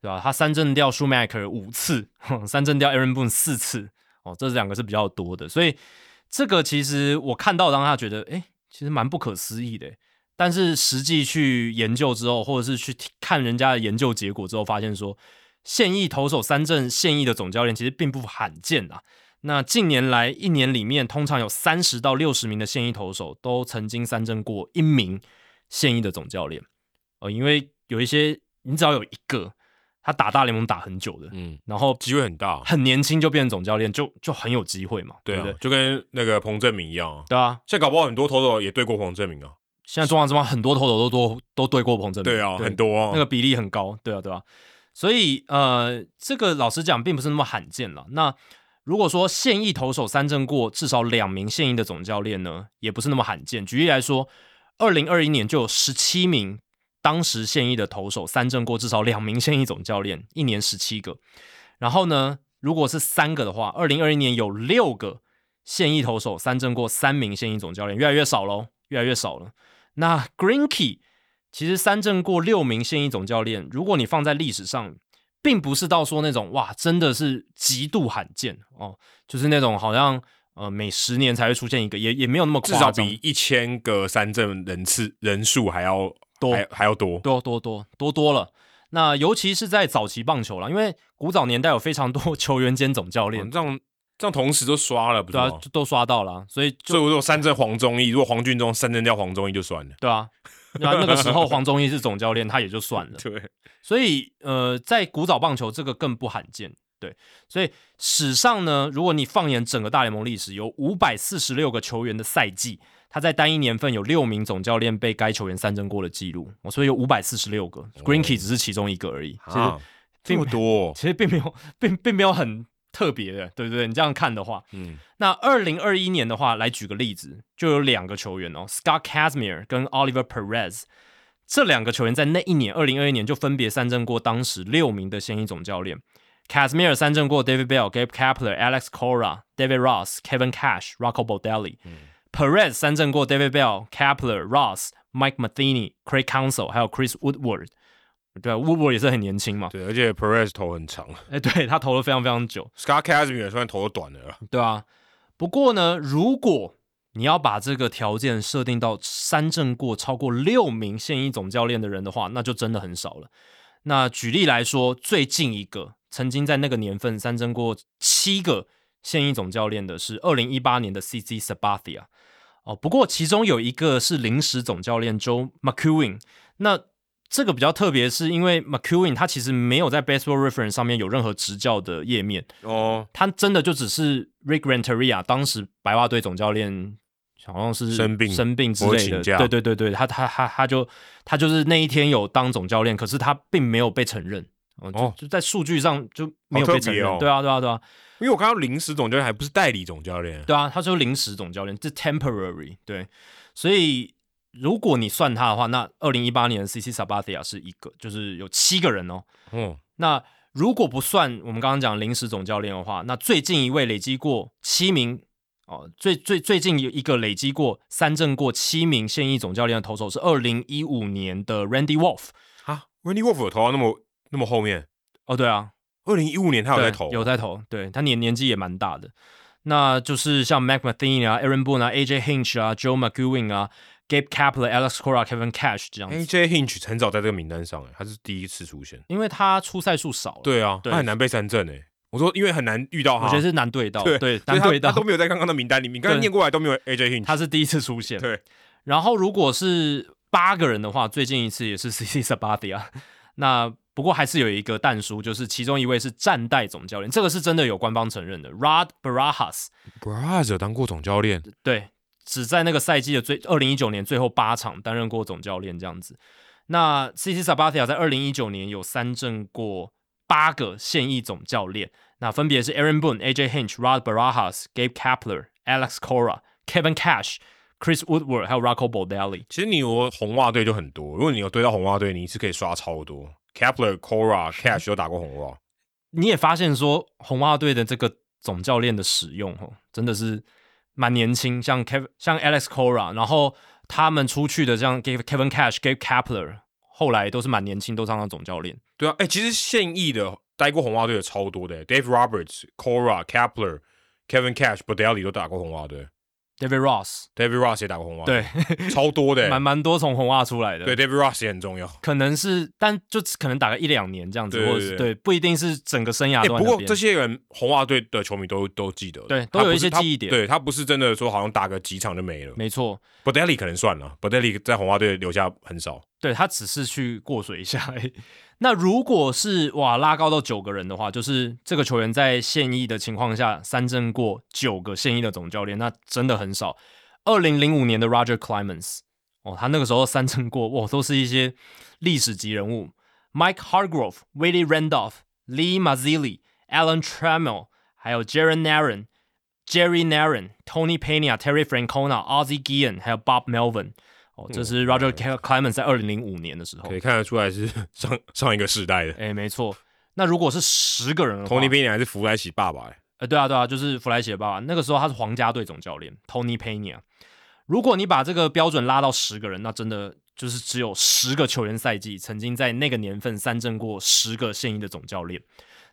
B: 对吧、他三振掉 Schumacher 五次， 哼三振掉 Aaron Boone 四次，哦，这两个是比较多的，所以这个其实我看到当下觉得，哎，其实蛮不可思议的诶。但是实际去研究之后，或者是去听看人家的研究结果之后，发现说，现役投手三振现役的总教练其实并不罕见啊。那近年来一年里面，通常有三十到六十名的现役投手都曾经三振过一名现役的总教练。呃，因为有一些你只要有一个他打大联盟打很久的，
A: 嗯，
B: 然后
A: 机会很大，
B: 很年轻就变成总教练，就就很有机会嘛，
A: 对
B: 不
A: 啊
B: 对？，
A: 就跟那个彭正明一样啊，
B: 对啊，
A: 现在搞不好很多投手也对过彭正明啊，
B: 现在中华之邦很多投手都多都对过彭正明，
A: 对啊，很多啊，
B: 那个比例很高，对啊，对啊。所以呃，这个老实讲，并不是那么罕见了。那如果说现役投手三振过至少两名现役的总教练呢，也不是那么罕见。举例来说，二零二一年就有十七名当时现役的投手三振过至少两名现役总教练，一年十七个。然后呢，如果是三个的话，二零二一年有六个现役投手三振过三名现役总教练，越来越少喽，越来越少了。那 Greenkey 其实三振过六名现役总教练，如果你放在历史上，并不是到说那种哇，真的是极度罕见哦，就是那种好像呃每十年才会出现一个，也也没有那么
A: 至
B: 夸
A: 少
B: 张，
A: 比一千个三振人次人数还要
B: 多
A: 还还要多。
B: 多多多多多了。那尤其是在早期棒球了，因为古早年代有非常多球员兼总教
A: 哦
B: 练，
A: 这样这样同时都刷了，不是
B: 对啊
A: 吗？，
B: 就都刷到了啊，所以就
A: 所以我说三振黄忠义，如果黄俊忠三振掉黄忠义就算了。
B: 对啊，那那个时候黄宗义是总教练，他也就算了。
A: 对，
B: 所以呃，在古早棒球这个更不罕见。对，所以史上呢，如果你放眼整个大联盟历史，有五百四十六个球员的赛季，他在单一年份有六名总教练被该球员三振过的记录，哦所以有五百四十六个，Greenkey 只是其中一个而已。其实
A: 啊，这么 多，哦
B: 其实并没有，并并没有很特别的，对不对？你这样看的话，
A: 嗯，
B: 那二零二一年的话，来举个例子，就有两个球员哦，Scott Kazmir 跟 Oliver Perez 这两个球员在那一年，二零二一年就分别三振过当时六名的现役总教练。Kazmir 三振过 David Bell、Gabe Kapler、Alex Cora、David Ross、Kevin Cash、Rocco Baldelli。Perez 三振过 David Bell、Kapler、Ross、Mike Matheny、Craig Council，还有 Chris Woodward。对啊，Woodward 也是很年轻嘛，
A: 对，而且 Perez 头很长
B: 哎，对他投了非常非常久。
A: ，Scott Casimir 虽然头都短 了啦，
B: 对啊，不过呢，如果你要把这个条件设定到三振过超过六名现役总教练的人的话，那就真的很少了。那举例来说，最近一个曾经在那个年份三振过七个现役总教练的是二零一八年的 C.C. Sabathia 哦，不过其中有一个是临时总教练 Joe McEwen，那这个比较特别，是因为 McEwen 他其实没有在 Baseball Reference 上面有任何执教的页面，
A: 哦，
B: 他真的就只是 Rick Renteria 当时白袜队总教练，好像是
A: 生病
B: 生病之
A: 不会
B: 类的，
A: 请假
B: 对对对对，他他他他就他就是那一天有当总教练，可是他并没有被承认，哦，就
A: 哦
B: 就在数据上就没有
A: 好特
B: 被
A: 别
B: 承认，
A: 哦
B: 对啊对啊对啊
A: 因为我看到临时总教练还不是代理总教练，
B: 对啊，他说临时总教练，这 temporary 对，所以如果你算他的话，那二零一八年的 CC Sabathia 是一个，就是有七个人哦，
A: 嗯，
B: 那如果不算我们刚刚讲临时总教练的话，那最近一位累积过七名哦，最最最近有一个累积过三振过七名现役总教练的投手是二零一五年的 Randy Wolf。
A: 啊，Randy Wolf 有投到那么那么后面，
B: 哦，对啊，
A: 二零一五年他有
B: 对
A: 在投，啊
B: 有在投，对他年年纪也蛮大的。那就是像 Mac Matheny 啊、Aaron Boone 啊、AJ Hinch 啊、Joe McEwen 啊、Gabe Kapler、Alex Cora、Kevin Cash 这样子，
A: AJ Hinch 很早在这个名单上，哎，他是第一次出现。
B: 因为他出赛数少了，，
A: 对啊，
B: 哦对
A: 他很难被三振诶。我说，因为很难遇到他，
B: 我觉得是难对到，
A: 对
B: 对，
A: 所以
B: 难
A: 他
B: 对到
A: 他都没有在刚刚的名单里面，刚才
B: 对
A: 念过来都没有 AJ Hinch。
B: 他是第一次出现。
A: 对，
B: 然后如果是八个人的话，最近一次也是 CC Sabathia。那不过还是有一个淡叔，就是其中一位是战代总教练，这个是真的有官方承认的，Rod Barajas。
A: Braz 有当过总教练，
B: 对，只在那个赛季的最二零一九年最后八场担任过总教练这样子。那 CC Sabathia 在二零一九年有三振过八个现役总教练，那分别是 Aaron Boone、AJ Hinch、Rod Barajas、Gabe Kapler、Alex Cora、Kevin Cash、Chris Woodward 还有 Rocco Baldelli。
A: 其实你有红袜队就很多，如果你有堆到红袜队，你一次可以刷超多。Kepler、Cora、Cash
B: 啊
A: 都打过红袜，
B: 你也发现说红袜队的这个总教练的使用哦，真的是蛮年轻，像 Kev 像 Alex Cora，然后他们出去的像 Gabe- Kevin Cash、Gabe Kapler，后来都是蛮年轻，都当上总教练。
A: 对啊，哎、其实现役的待过红袜队的超多的、d a v e Roberts、Cora、Kepler、Kevin Cash、b o d e l l i 都打过红袜队
B: David Ross，
A: ，David Ross 也打过红袜队，
B: 对，
A: 超多的、
B: 蛮蛮多从红袜出来的，
A: 对，，David Ross 也很重要。
B: 可能是，但就可能打个一两年这样子，
A: 对对
B: 或者是
A: 对
B: 对，不一定是整个生涯
A: 哎、
B: 都在
A: 不
B: 那
A: 过
B: 边。
A: 这些人红袜队的球迷都都记得的，
B: 对
A: 他
B: 都有
A: 不
B: 一
A: 是
B: 些
A: 他
B: 记忆点
A: 对他不是真的说好像打个几场就没了。
B: 没错，
A: b o d e l l i 可能算了 b o d e l l i 在红袜队留下很少。
B: 对他只是去过水一下而已。那如果是哇拉高到九个人的话，就是这个球员在现役的情况下三振过九个现役的总教练，那真的很少。二零零五年的 Roger Clemens，哦，他那个时候三振过，哇，都是一些历史级人物，Mike Hargrove、Willie Randolph、Lee Mazzilli、Alan Trammell，还有 Jaron Naron、Jerry Naron、Tony Pena、Terry Francona、Ozzy Guillen，还有 Bob Melvin。哦，这是 Roger Clemens 在二零零五年的时候
A: 可。以看得出来是上上一个世代的。
B: 哎，没错。那如果是十个人的话
A: Tony Pena 还是福莱奇爸爸、欸，
B: 呃，对啊，对啊，就是弗莱奇的爸爸。那个时候他是皇家队总教练 Tony Pena。如果你把这个标准拉到十个人，那真的就是只有十个球员赛季曾经在那个年份三振过十个现役的总教练。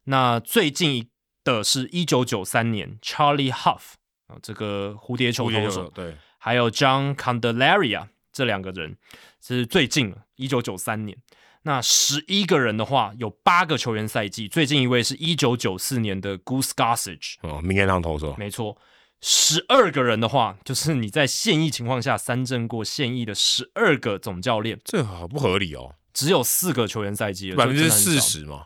B: 那最近的是一九九三年 Charlie Huff 啊，这个蝴蝶球投手，
A: 对，
B: 还有 John Candelaria 这两个人是最近一九九三年。那十一个人的话，有八个球员赛季，最近一位是一九九四年的 Goose Gossage，
A: 哦，明天当投手，
B: 没错。十二个人的话，就是你在现役情况下三振过现役的十二个总教练，
A: 这好不合理哦，
B: 只有四个球员赛季了，
A: 百分之四
B: 就真的很少。
A: 十嘛，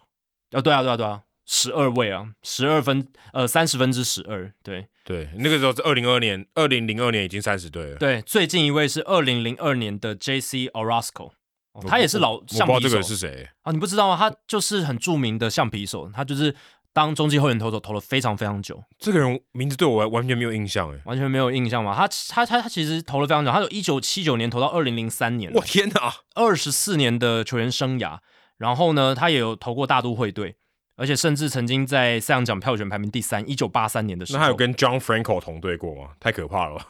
B: 啊，对啊，对啊，对啊，十二位啊，十二分，呃，三十分之十二，对
A: 对，那个时候是二零二年，二零零二年已经三十队了，
B: 对。最近一位是二零零二年的 J.C. Orozco，、哦他也是老
A: 我
B: 橡
A: 不知道
B: 皮
A: 这
B: 手
A: 个是谁，
B: 啊，你不知道吗？他就是很著名的橡皮手，他就是当中继后援投手投了非常非常久，
A: 这个人名字对我完完全没有印象哎，
B: 完全没有印象嘛。他他他他其实投了非常久，他有一九七九年投到二零零三年，
A: 我天哪，
B: 二十四年的球员生涯，然后呢，他也有投过大都会队，而且甚至曾经在赛扬奖票选排名第三，一九八三年的时
A: 那
B: 候。
A: 他有跟 John Franco 同队过吗？太可怕了吧，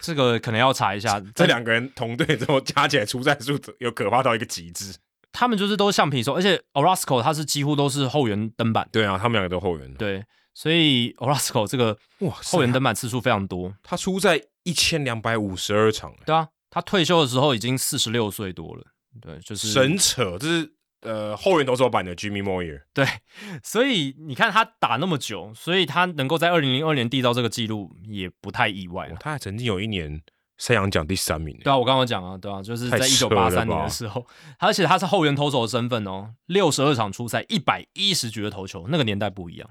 B: 这个可能要查一下，
A: 这
B: 但
A: 两个人同队之后加起来出战数有可怕到一个极致，
B: 他们就是都是橡皮手，而且 Orasco 他是几乎都是后援登板，
A: 对啊，他们两个都后援，
B: 对，所以 Orasco 这个
A: 哇塞，
B: 后援登板次数非常多，
A: 他出在一千两百五十二场欸，
B: 对啊，他退休的时候已经四十六岁多了，对，就是
A: 神扯，这是呃后援投手版的 Jimmy Moyer，
B: 对，所以你看他打那么久，所以他能够在二零零二年缔造这个记录也不太意外
A: 哇
B: 了。
A: 他还曾经有一年赛扬奖第三名欸，
B: 对啊，我刚刚讲啊，对啊，就是
A: 太
B: 在一
A: 扯了
B: 九八三年的时候，而且他是后援投手的身份哦，六十二场出赛，一百一十局的投球，那个年代不一样，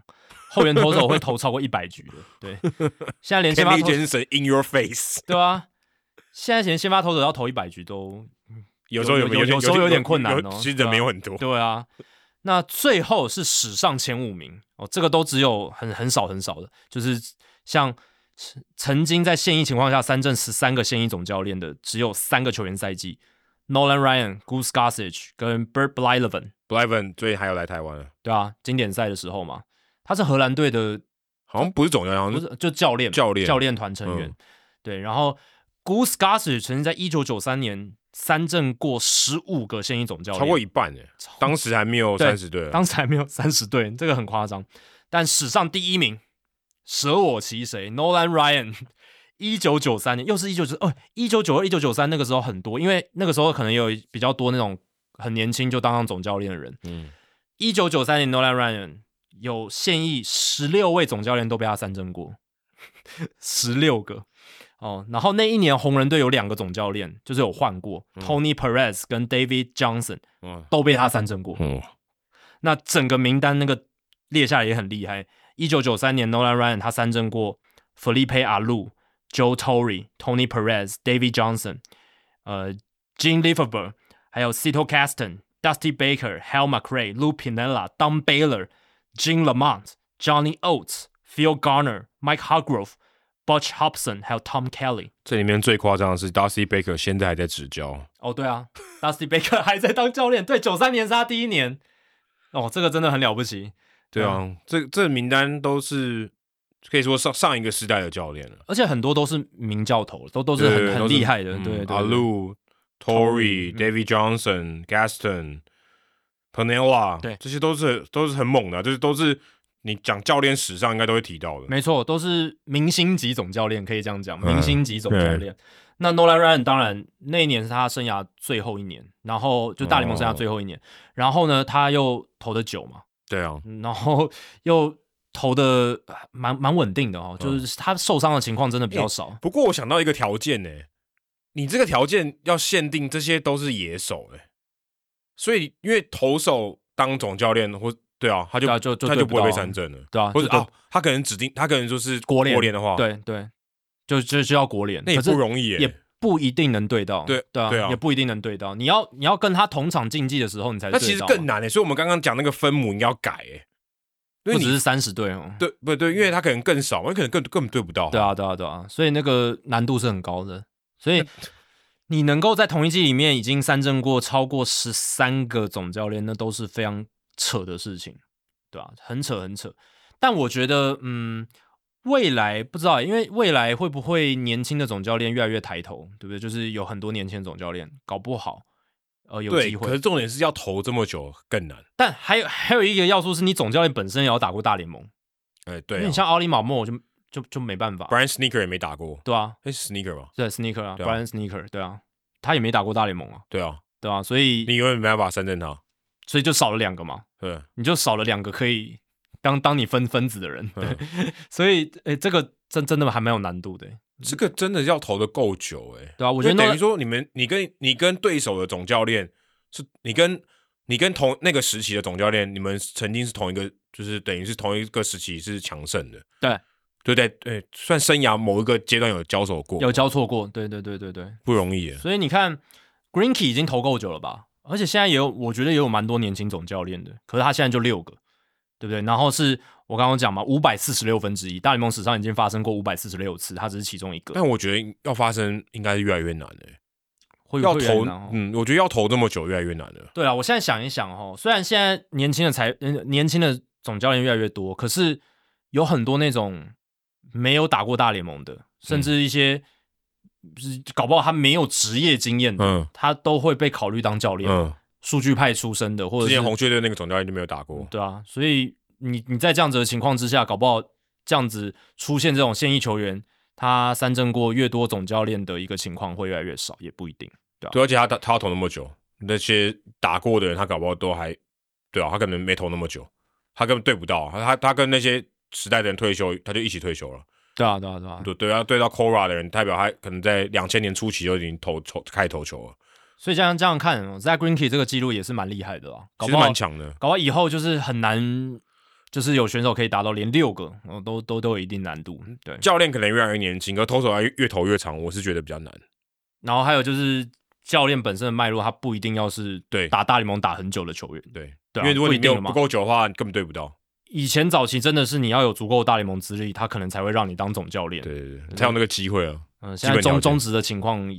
B: 后援投手会投超过一百局的。对，现在连先发
A: Kenley
B: 投
A: 欸 Jensen in your face，
B: 对啊，现在连先发投手要投一百局都嗯
A: 有时候有
B: 有有时候有点困难哦
A: 有其实人没有很多。
B: 对啊。那最后是史上前五名哦，这个都只有很很少很少的，就是像曾经在现役情况下三振十三个现役总教练的，只有三个球员赛季：Nolan Ryan、Goose Gossage 跟 Bert Blyleven，
A: Blyven 最近还有来台湾了，
B: 对啊，经典赛的时候嘛，他是荷兰队的，
A: 好像不是总教练，好
B: 不
A: 像
B: 是就教练
A: 教练
B: 教练团成员，
A: 嗯
B: 对。然后 Goose Gossage 曾经在一九九三年三振过十五个现役总教练，
A: 超过一半诶，当时还没有
B: 对
A: 三十队啊，
B: 当时还没有 三十队，这个很夸张。但史上第一名，舍我其谁？Nolan Ryan，一 九九三年，又是一九九哦，一九九二、一九九三那个时候很多，因为那个时候可能有比较多那种很年轻就当上总教练的人。
A: 嗯，
B: 一九九三年 Nolan Ryan 有现役十六位总教练都被他三振过，十六个哦。然后那一年红人队有两个总教练，就是有换过、Tony Perez 跟 David Johnson
A: 嗯
B: 都被他三振过。
A: 嗯，
B: 那整个名单那个列下来也很厉害。一九九三年，Nolan Ryan 他三振过 Felipe Alu、Joe Torre、Tony Perez、David Johnson、呃 Gene Liefber，还有 Cito Caston、Dusty Baker、Hal McRae、Lou Pinella、Don Baylor、Gene Lamont、Johnny Oates、Phil Garner、Mike Hargrove、Butch Hobson，还有 Tom Kelly。
A: 这里面最夸张的是 Darcy Baker 现在还在执教，
B: 哦，对啊 ，Dusty Baker 还在当教练，对，九三年是他第一年。哦，这个真的很了不起。
A: 对
B: 嗯
A: 啊，这这名单都是可以说上上一个时代的教练了，
B: 而且很多都是名教头，都都是
A: 对
B: 很
A: 都嗯
B: 很厉害的，对对嗯
A: 阿
B: 对
A: Lu、Tory、David Johnson、Gaston、Panella，
B: 对
A: 这些都是都是很猛的啊，就是都是你讲教练史上应该都会提到的，
B: 没错，都是明星级总教练，可以这样讲，
A: 嗯
B: 明星级总教练。那 Nolan Ryan 当然那一年是他生涯最后一年，然后就大联盟生涯最后一年，然后呢他又投的久嘛，
A: 对啊，
B: 然后又投的蛮蛮稳定的哦，
A: 嗯
B: 就是他受伤的情况真的比较少。
A: 不过我想到一个条件呢、你这个条件要限定这些都是野手哎、所以因为投手当总教练或对啊，他就、
B: 对啊就就
A: 他就
B: 对
A: 不
B: 不
A: 会被
B: 到啊
A: 三振了，
B: 对啊，
A: 或者
B: 就对
A: 啊，他可能指定他可能就是
B: 国联
A: 国联的话，，
B: 对对，就就就要国联，
A: 那也
B: 可是
A: 不容易、欸，
B: 也不一定能对到，
A: 对
B: 对啊，
A: 对啊
B: 也不一定能对到。你要你要跟他同场竞技的时候，你才啊
A: 那其
B: 对
A: 实
B: 到
A: 更
B: 嘛
A: 难哎、所以我们刚刚讲那个分母应该要改哎、因为
B: 不只
A: 你
B: 是三十队哦。
A: 对不对？因为他可能更
B: 啊
A: 少，因为可能更根本对不到，
B: 对啊，对啊，对啊，所以那个难度是很高的。所以你能够在同一季里面已经三振过超过十三个总教练，那都是非常扯的事情，对吧、很扯，很扯。但我觉得，嗯，未来不知道欸，因为未来会不会年轻的总教练越来越抬头，对不对？就是有很多年轻的总教练，搞不好，呃，有
A: 对，
B: 机
A: 可
B: 会
A: 是。重点是要投这么久更难。
B: 但还有还有一个要素是你总教练本身也要打过大联盟，
A: 哎，
B: 因
A: 对
B: 为
A: 啊
B: 你像奥利马莫就就就没办法，
A: ，Brian Sneaker 也没打过，
B: 对啊，
A: 哎，Sneaker 吗？
B: 对 Sneaker 啊
A: 对啊
B: ，Brian Sneaker，对啊，他也没打过大联盟啊，
A: 对啊，
B: 对啊，所以
A: 你永远没办法三振他。
B: 所以就少了两个嘛，
A: 对，
B: 你就少了两个可以当当你分分子的人，
A: 嗯
B: 对， 所以诶、这个真真的还蛮有难度的，
A: 这个真的要投的够久哎、
B: 对啊，我
A: 我
B: 觉得
A: 等于
B: 那
A: 说你们，你跟你跟对手的总教练是，你跟你跟同那个时期的总教练，你们曾经是同一个，就是等于是同一个时期是强盛的，
B: 对
A: 对不对？对，算生涯某一个阶段有交手过，
B: 有交错过，对对对对对，
A: 不容易耶。啊
B: 所以你看 Greenkey 已经投够久了吧，而且现在也有我觉得也有蛮多年轻总教练的，可是他现在就六个，对不对？然后是我刚刚讲嘛，五百四十六分之一，大联盟史上已经发生过五百四十六次，他只是其中一个，
A: 但我觉得要发生应该是越来越难的，
B: 会
A: 要
B: 会越来越
A: 投
B: 难哦，
A: 嗯，我觉得要投这么久越来越难了。
B: 对啊，我现在想一想哦，虽然现在年轻的才呃年轻的总教练越来越多，可是有很多那种没有打过大联盟的，甚
A: 嗯
B: 至一些、就是搞不好他没有职业经验的，
A: 嗯
B: 他都会被考虑当教练。
A: 嗯，
B: 数据派出身啊的，或者
A: 之
B: 是
A: 前红雀队那个总教练就没有打过，
B: 对啊，所以你你在这样子的情况之下，搞不好这样子出现这种现役球员，他三振过越多总教练的一个情况会越来越少，也不一定。
A: 对，而且他打他要投那么久，那些打过的人，他搞不好都还对啊，他可能没投那么久，他根本对不到，啊他他他跟那些时代的人退休，他就一起退休了。
B: 对啊，对啊，对啊。
A: 对对啊，对到 Cora 的人，代表他可能在两千年初期就已经投投开始投球了，
B: 所以这样这样看哦，Zach Greinke 这个记录也是蛮厉害的啦，搞
A: 其实
B: 不好
A: 蛮强的。
B: 搞不好以后就是很难，就是有选手可以达到连六个，哦，都都都有一定难度。对，
A: 嗯教练可能越来越年轻，可投手要越越投越长，我是觉得比较难。
B: 然后还有就是教练本身的脉络，他不一定要是
A: 对
B: 打大联盟打很久的球员。
A: 对，因
B: 对啊
A: 为如果
B: 不
A: 你
B: 一
A: 没
B: 定
A: 有
B: 了嘛
A: 不够久的话，你根本对不到。
B: 以前早期真的是你要有足够大联盟资历，他可能才会让你当总教练。
A: 对对对，才有那个机会啊。
B: 嗯，
A: 基
B: 现
A: 本
B: 在
A: 了解
B: 中中职的情况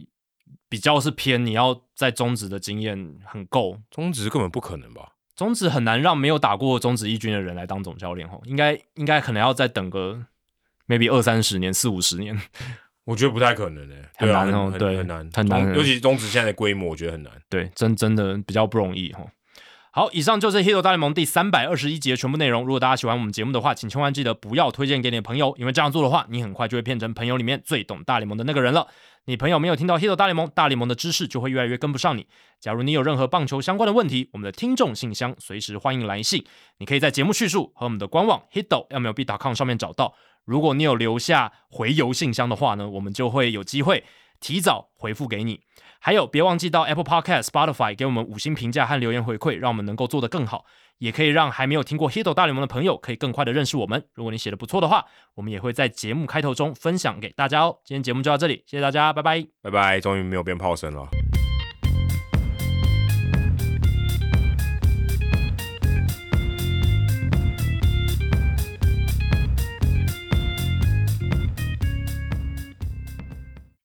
B: 比较是偏，你要在中职的经验很够，
A: 中职根本不可能吧？
B: 中职很难让没有打过中职一军的人来当总教练吼，应该应该可能要再等个 maybe 二三十年、四五十年。
A: 我觉得不太可能诶、
B: 很
A: 对啊
B: 难哦
A: 很
B: 对
A: 很难，
B: 很难
A: 中
B: 很
A: 尤其是中职现在的规模，我觉得很难。
B: 对，真真的比较不容易哈。好，以上就是《h i t 大联盟》第三百二十一集的全部内容。如果大家喜欢我们节目的话，请千万记得不要推荐给你的朋友，因为这样做的话，你很快就会变成朋友里面最懂大联盟的那个人了。你朋友没有听到《h i t 大联盟》，大联盟的知识就会越来越跟不上你。假如你有任何棒球相关的问题，我们的听众信箱随时欢迎来信，你可以在节目叙述和我们的官网 hitomlb.com 上面找到。如果你有留下回邮信箱的话呢，我们就会有机会提早回复给你。还有，别忘记到 Apple Podcast、Spotify 给我们五星评价和留言回馈，让我们能够做得更好，也可以让还没有听过 Hito 大联盟的朋友可以更快的认识我们。如果你写的不错的话，我们也会在节目开头中分享给大家哦。今天节目就到这里，谢谢大家，拜拜。
A: 拜拜，终于没有鞭炮声了。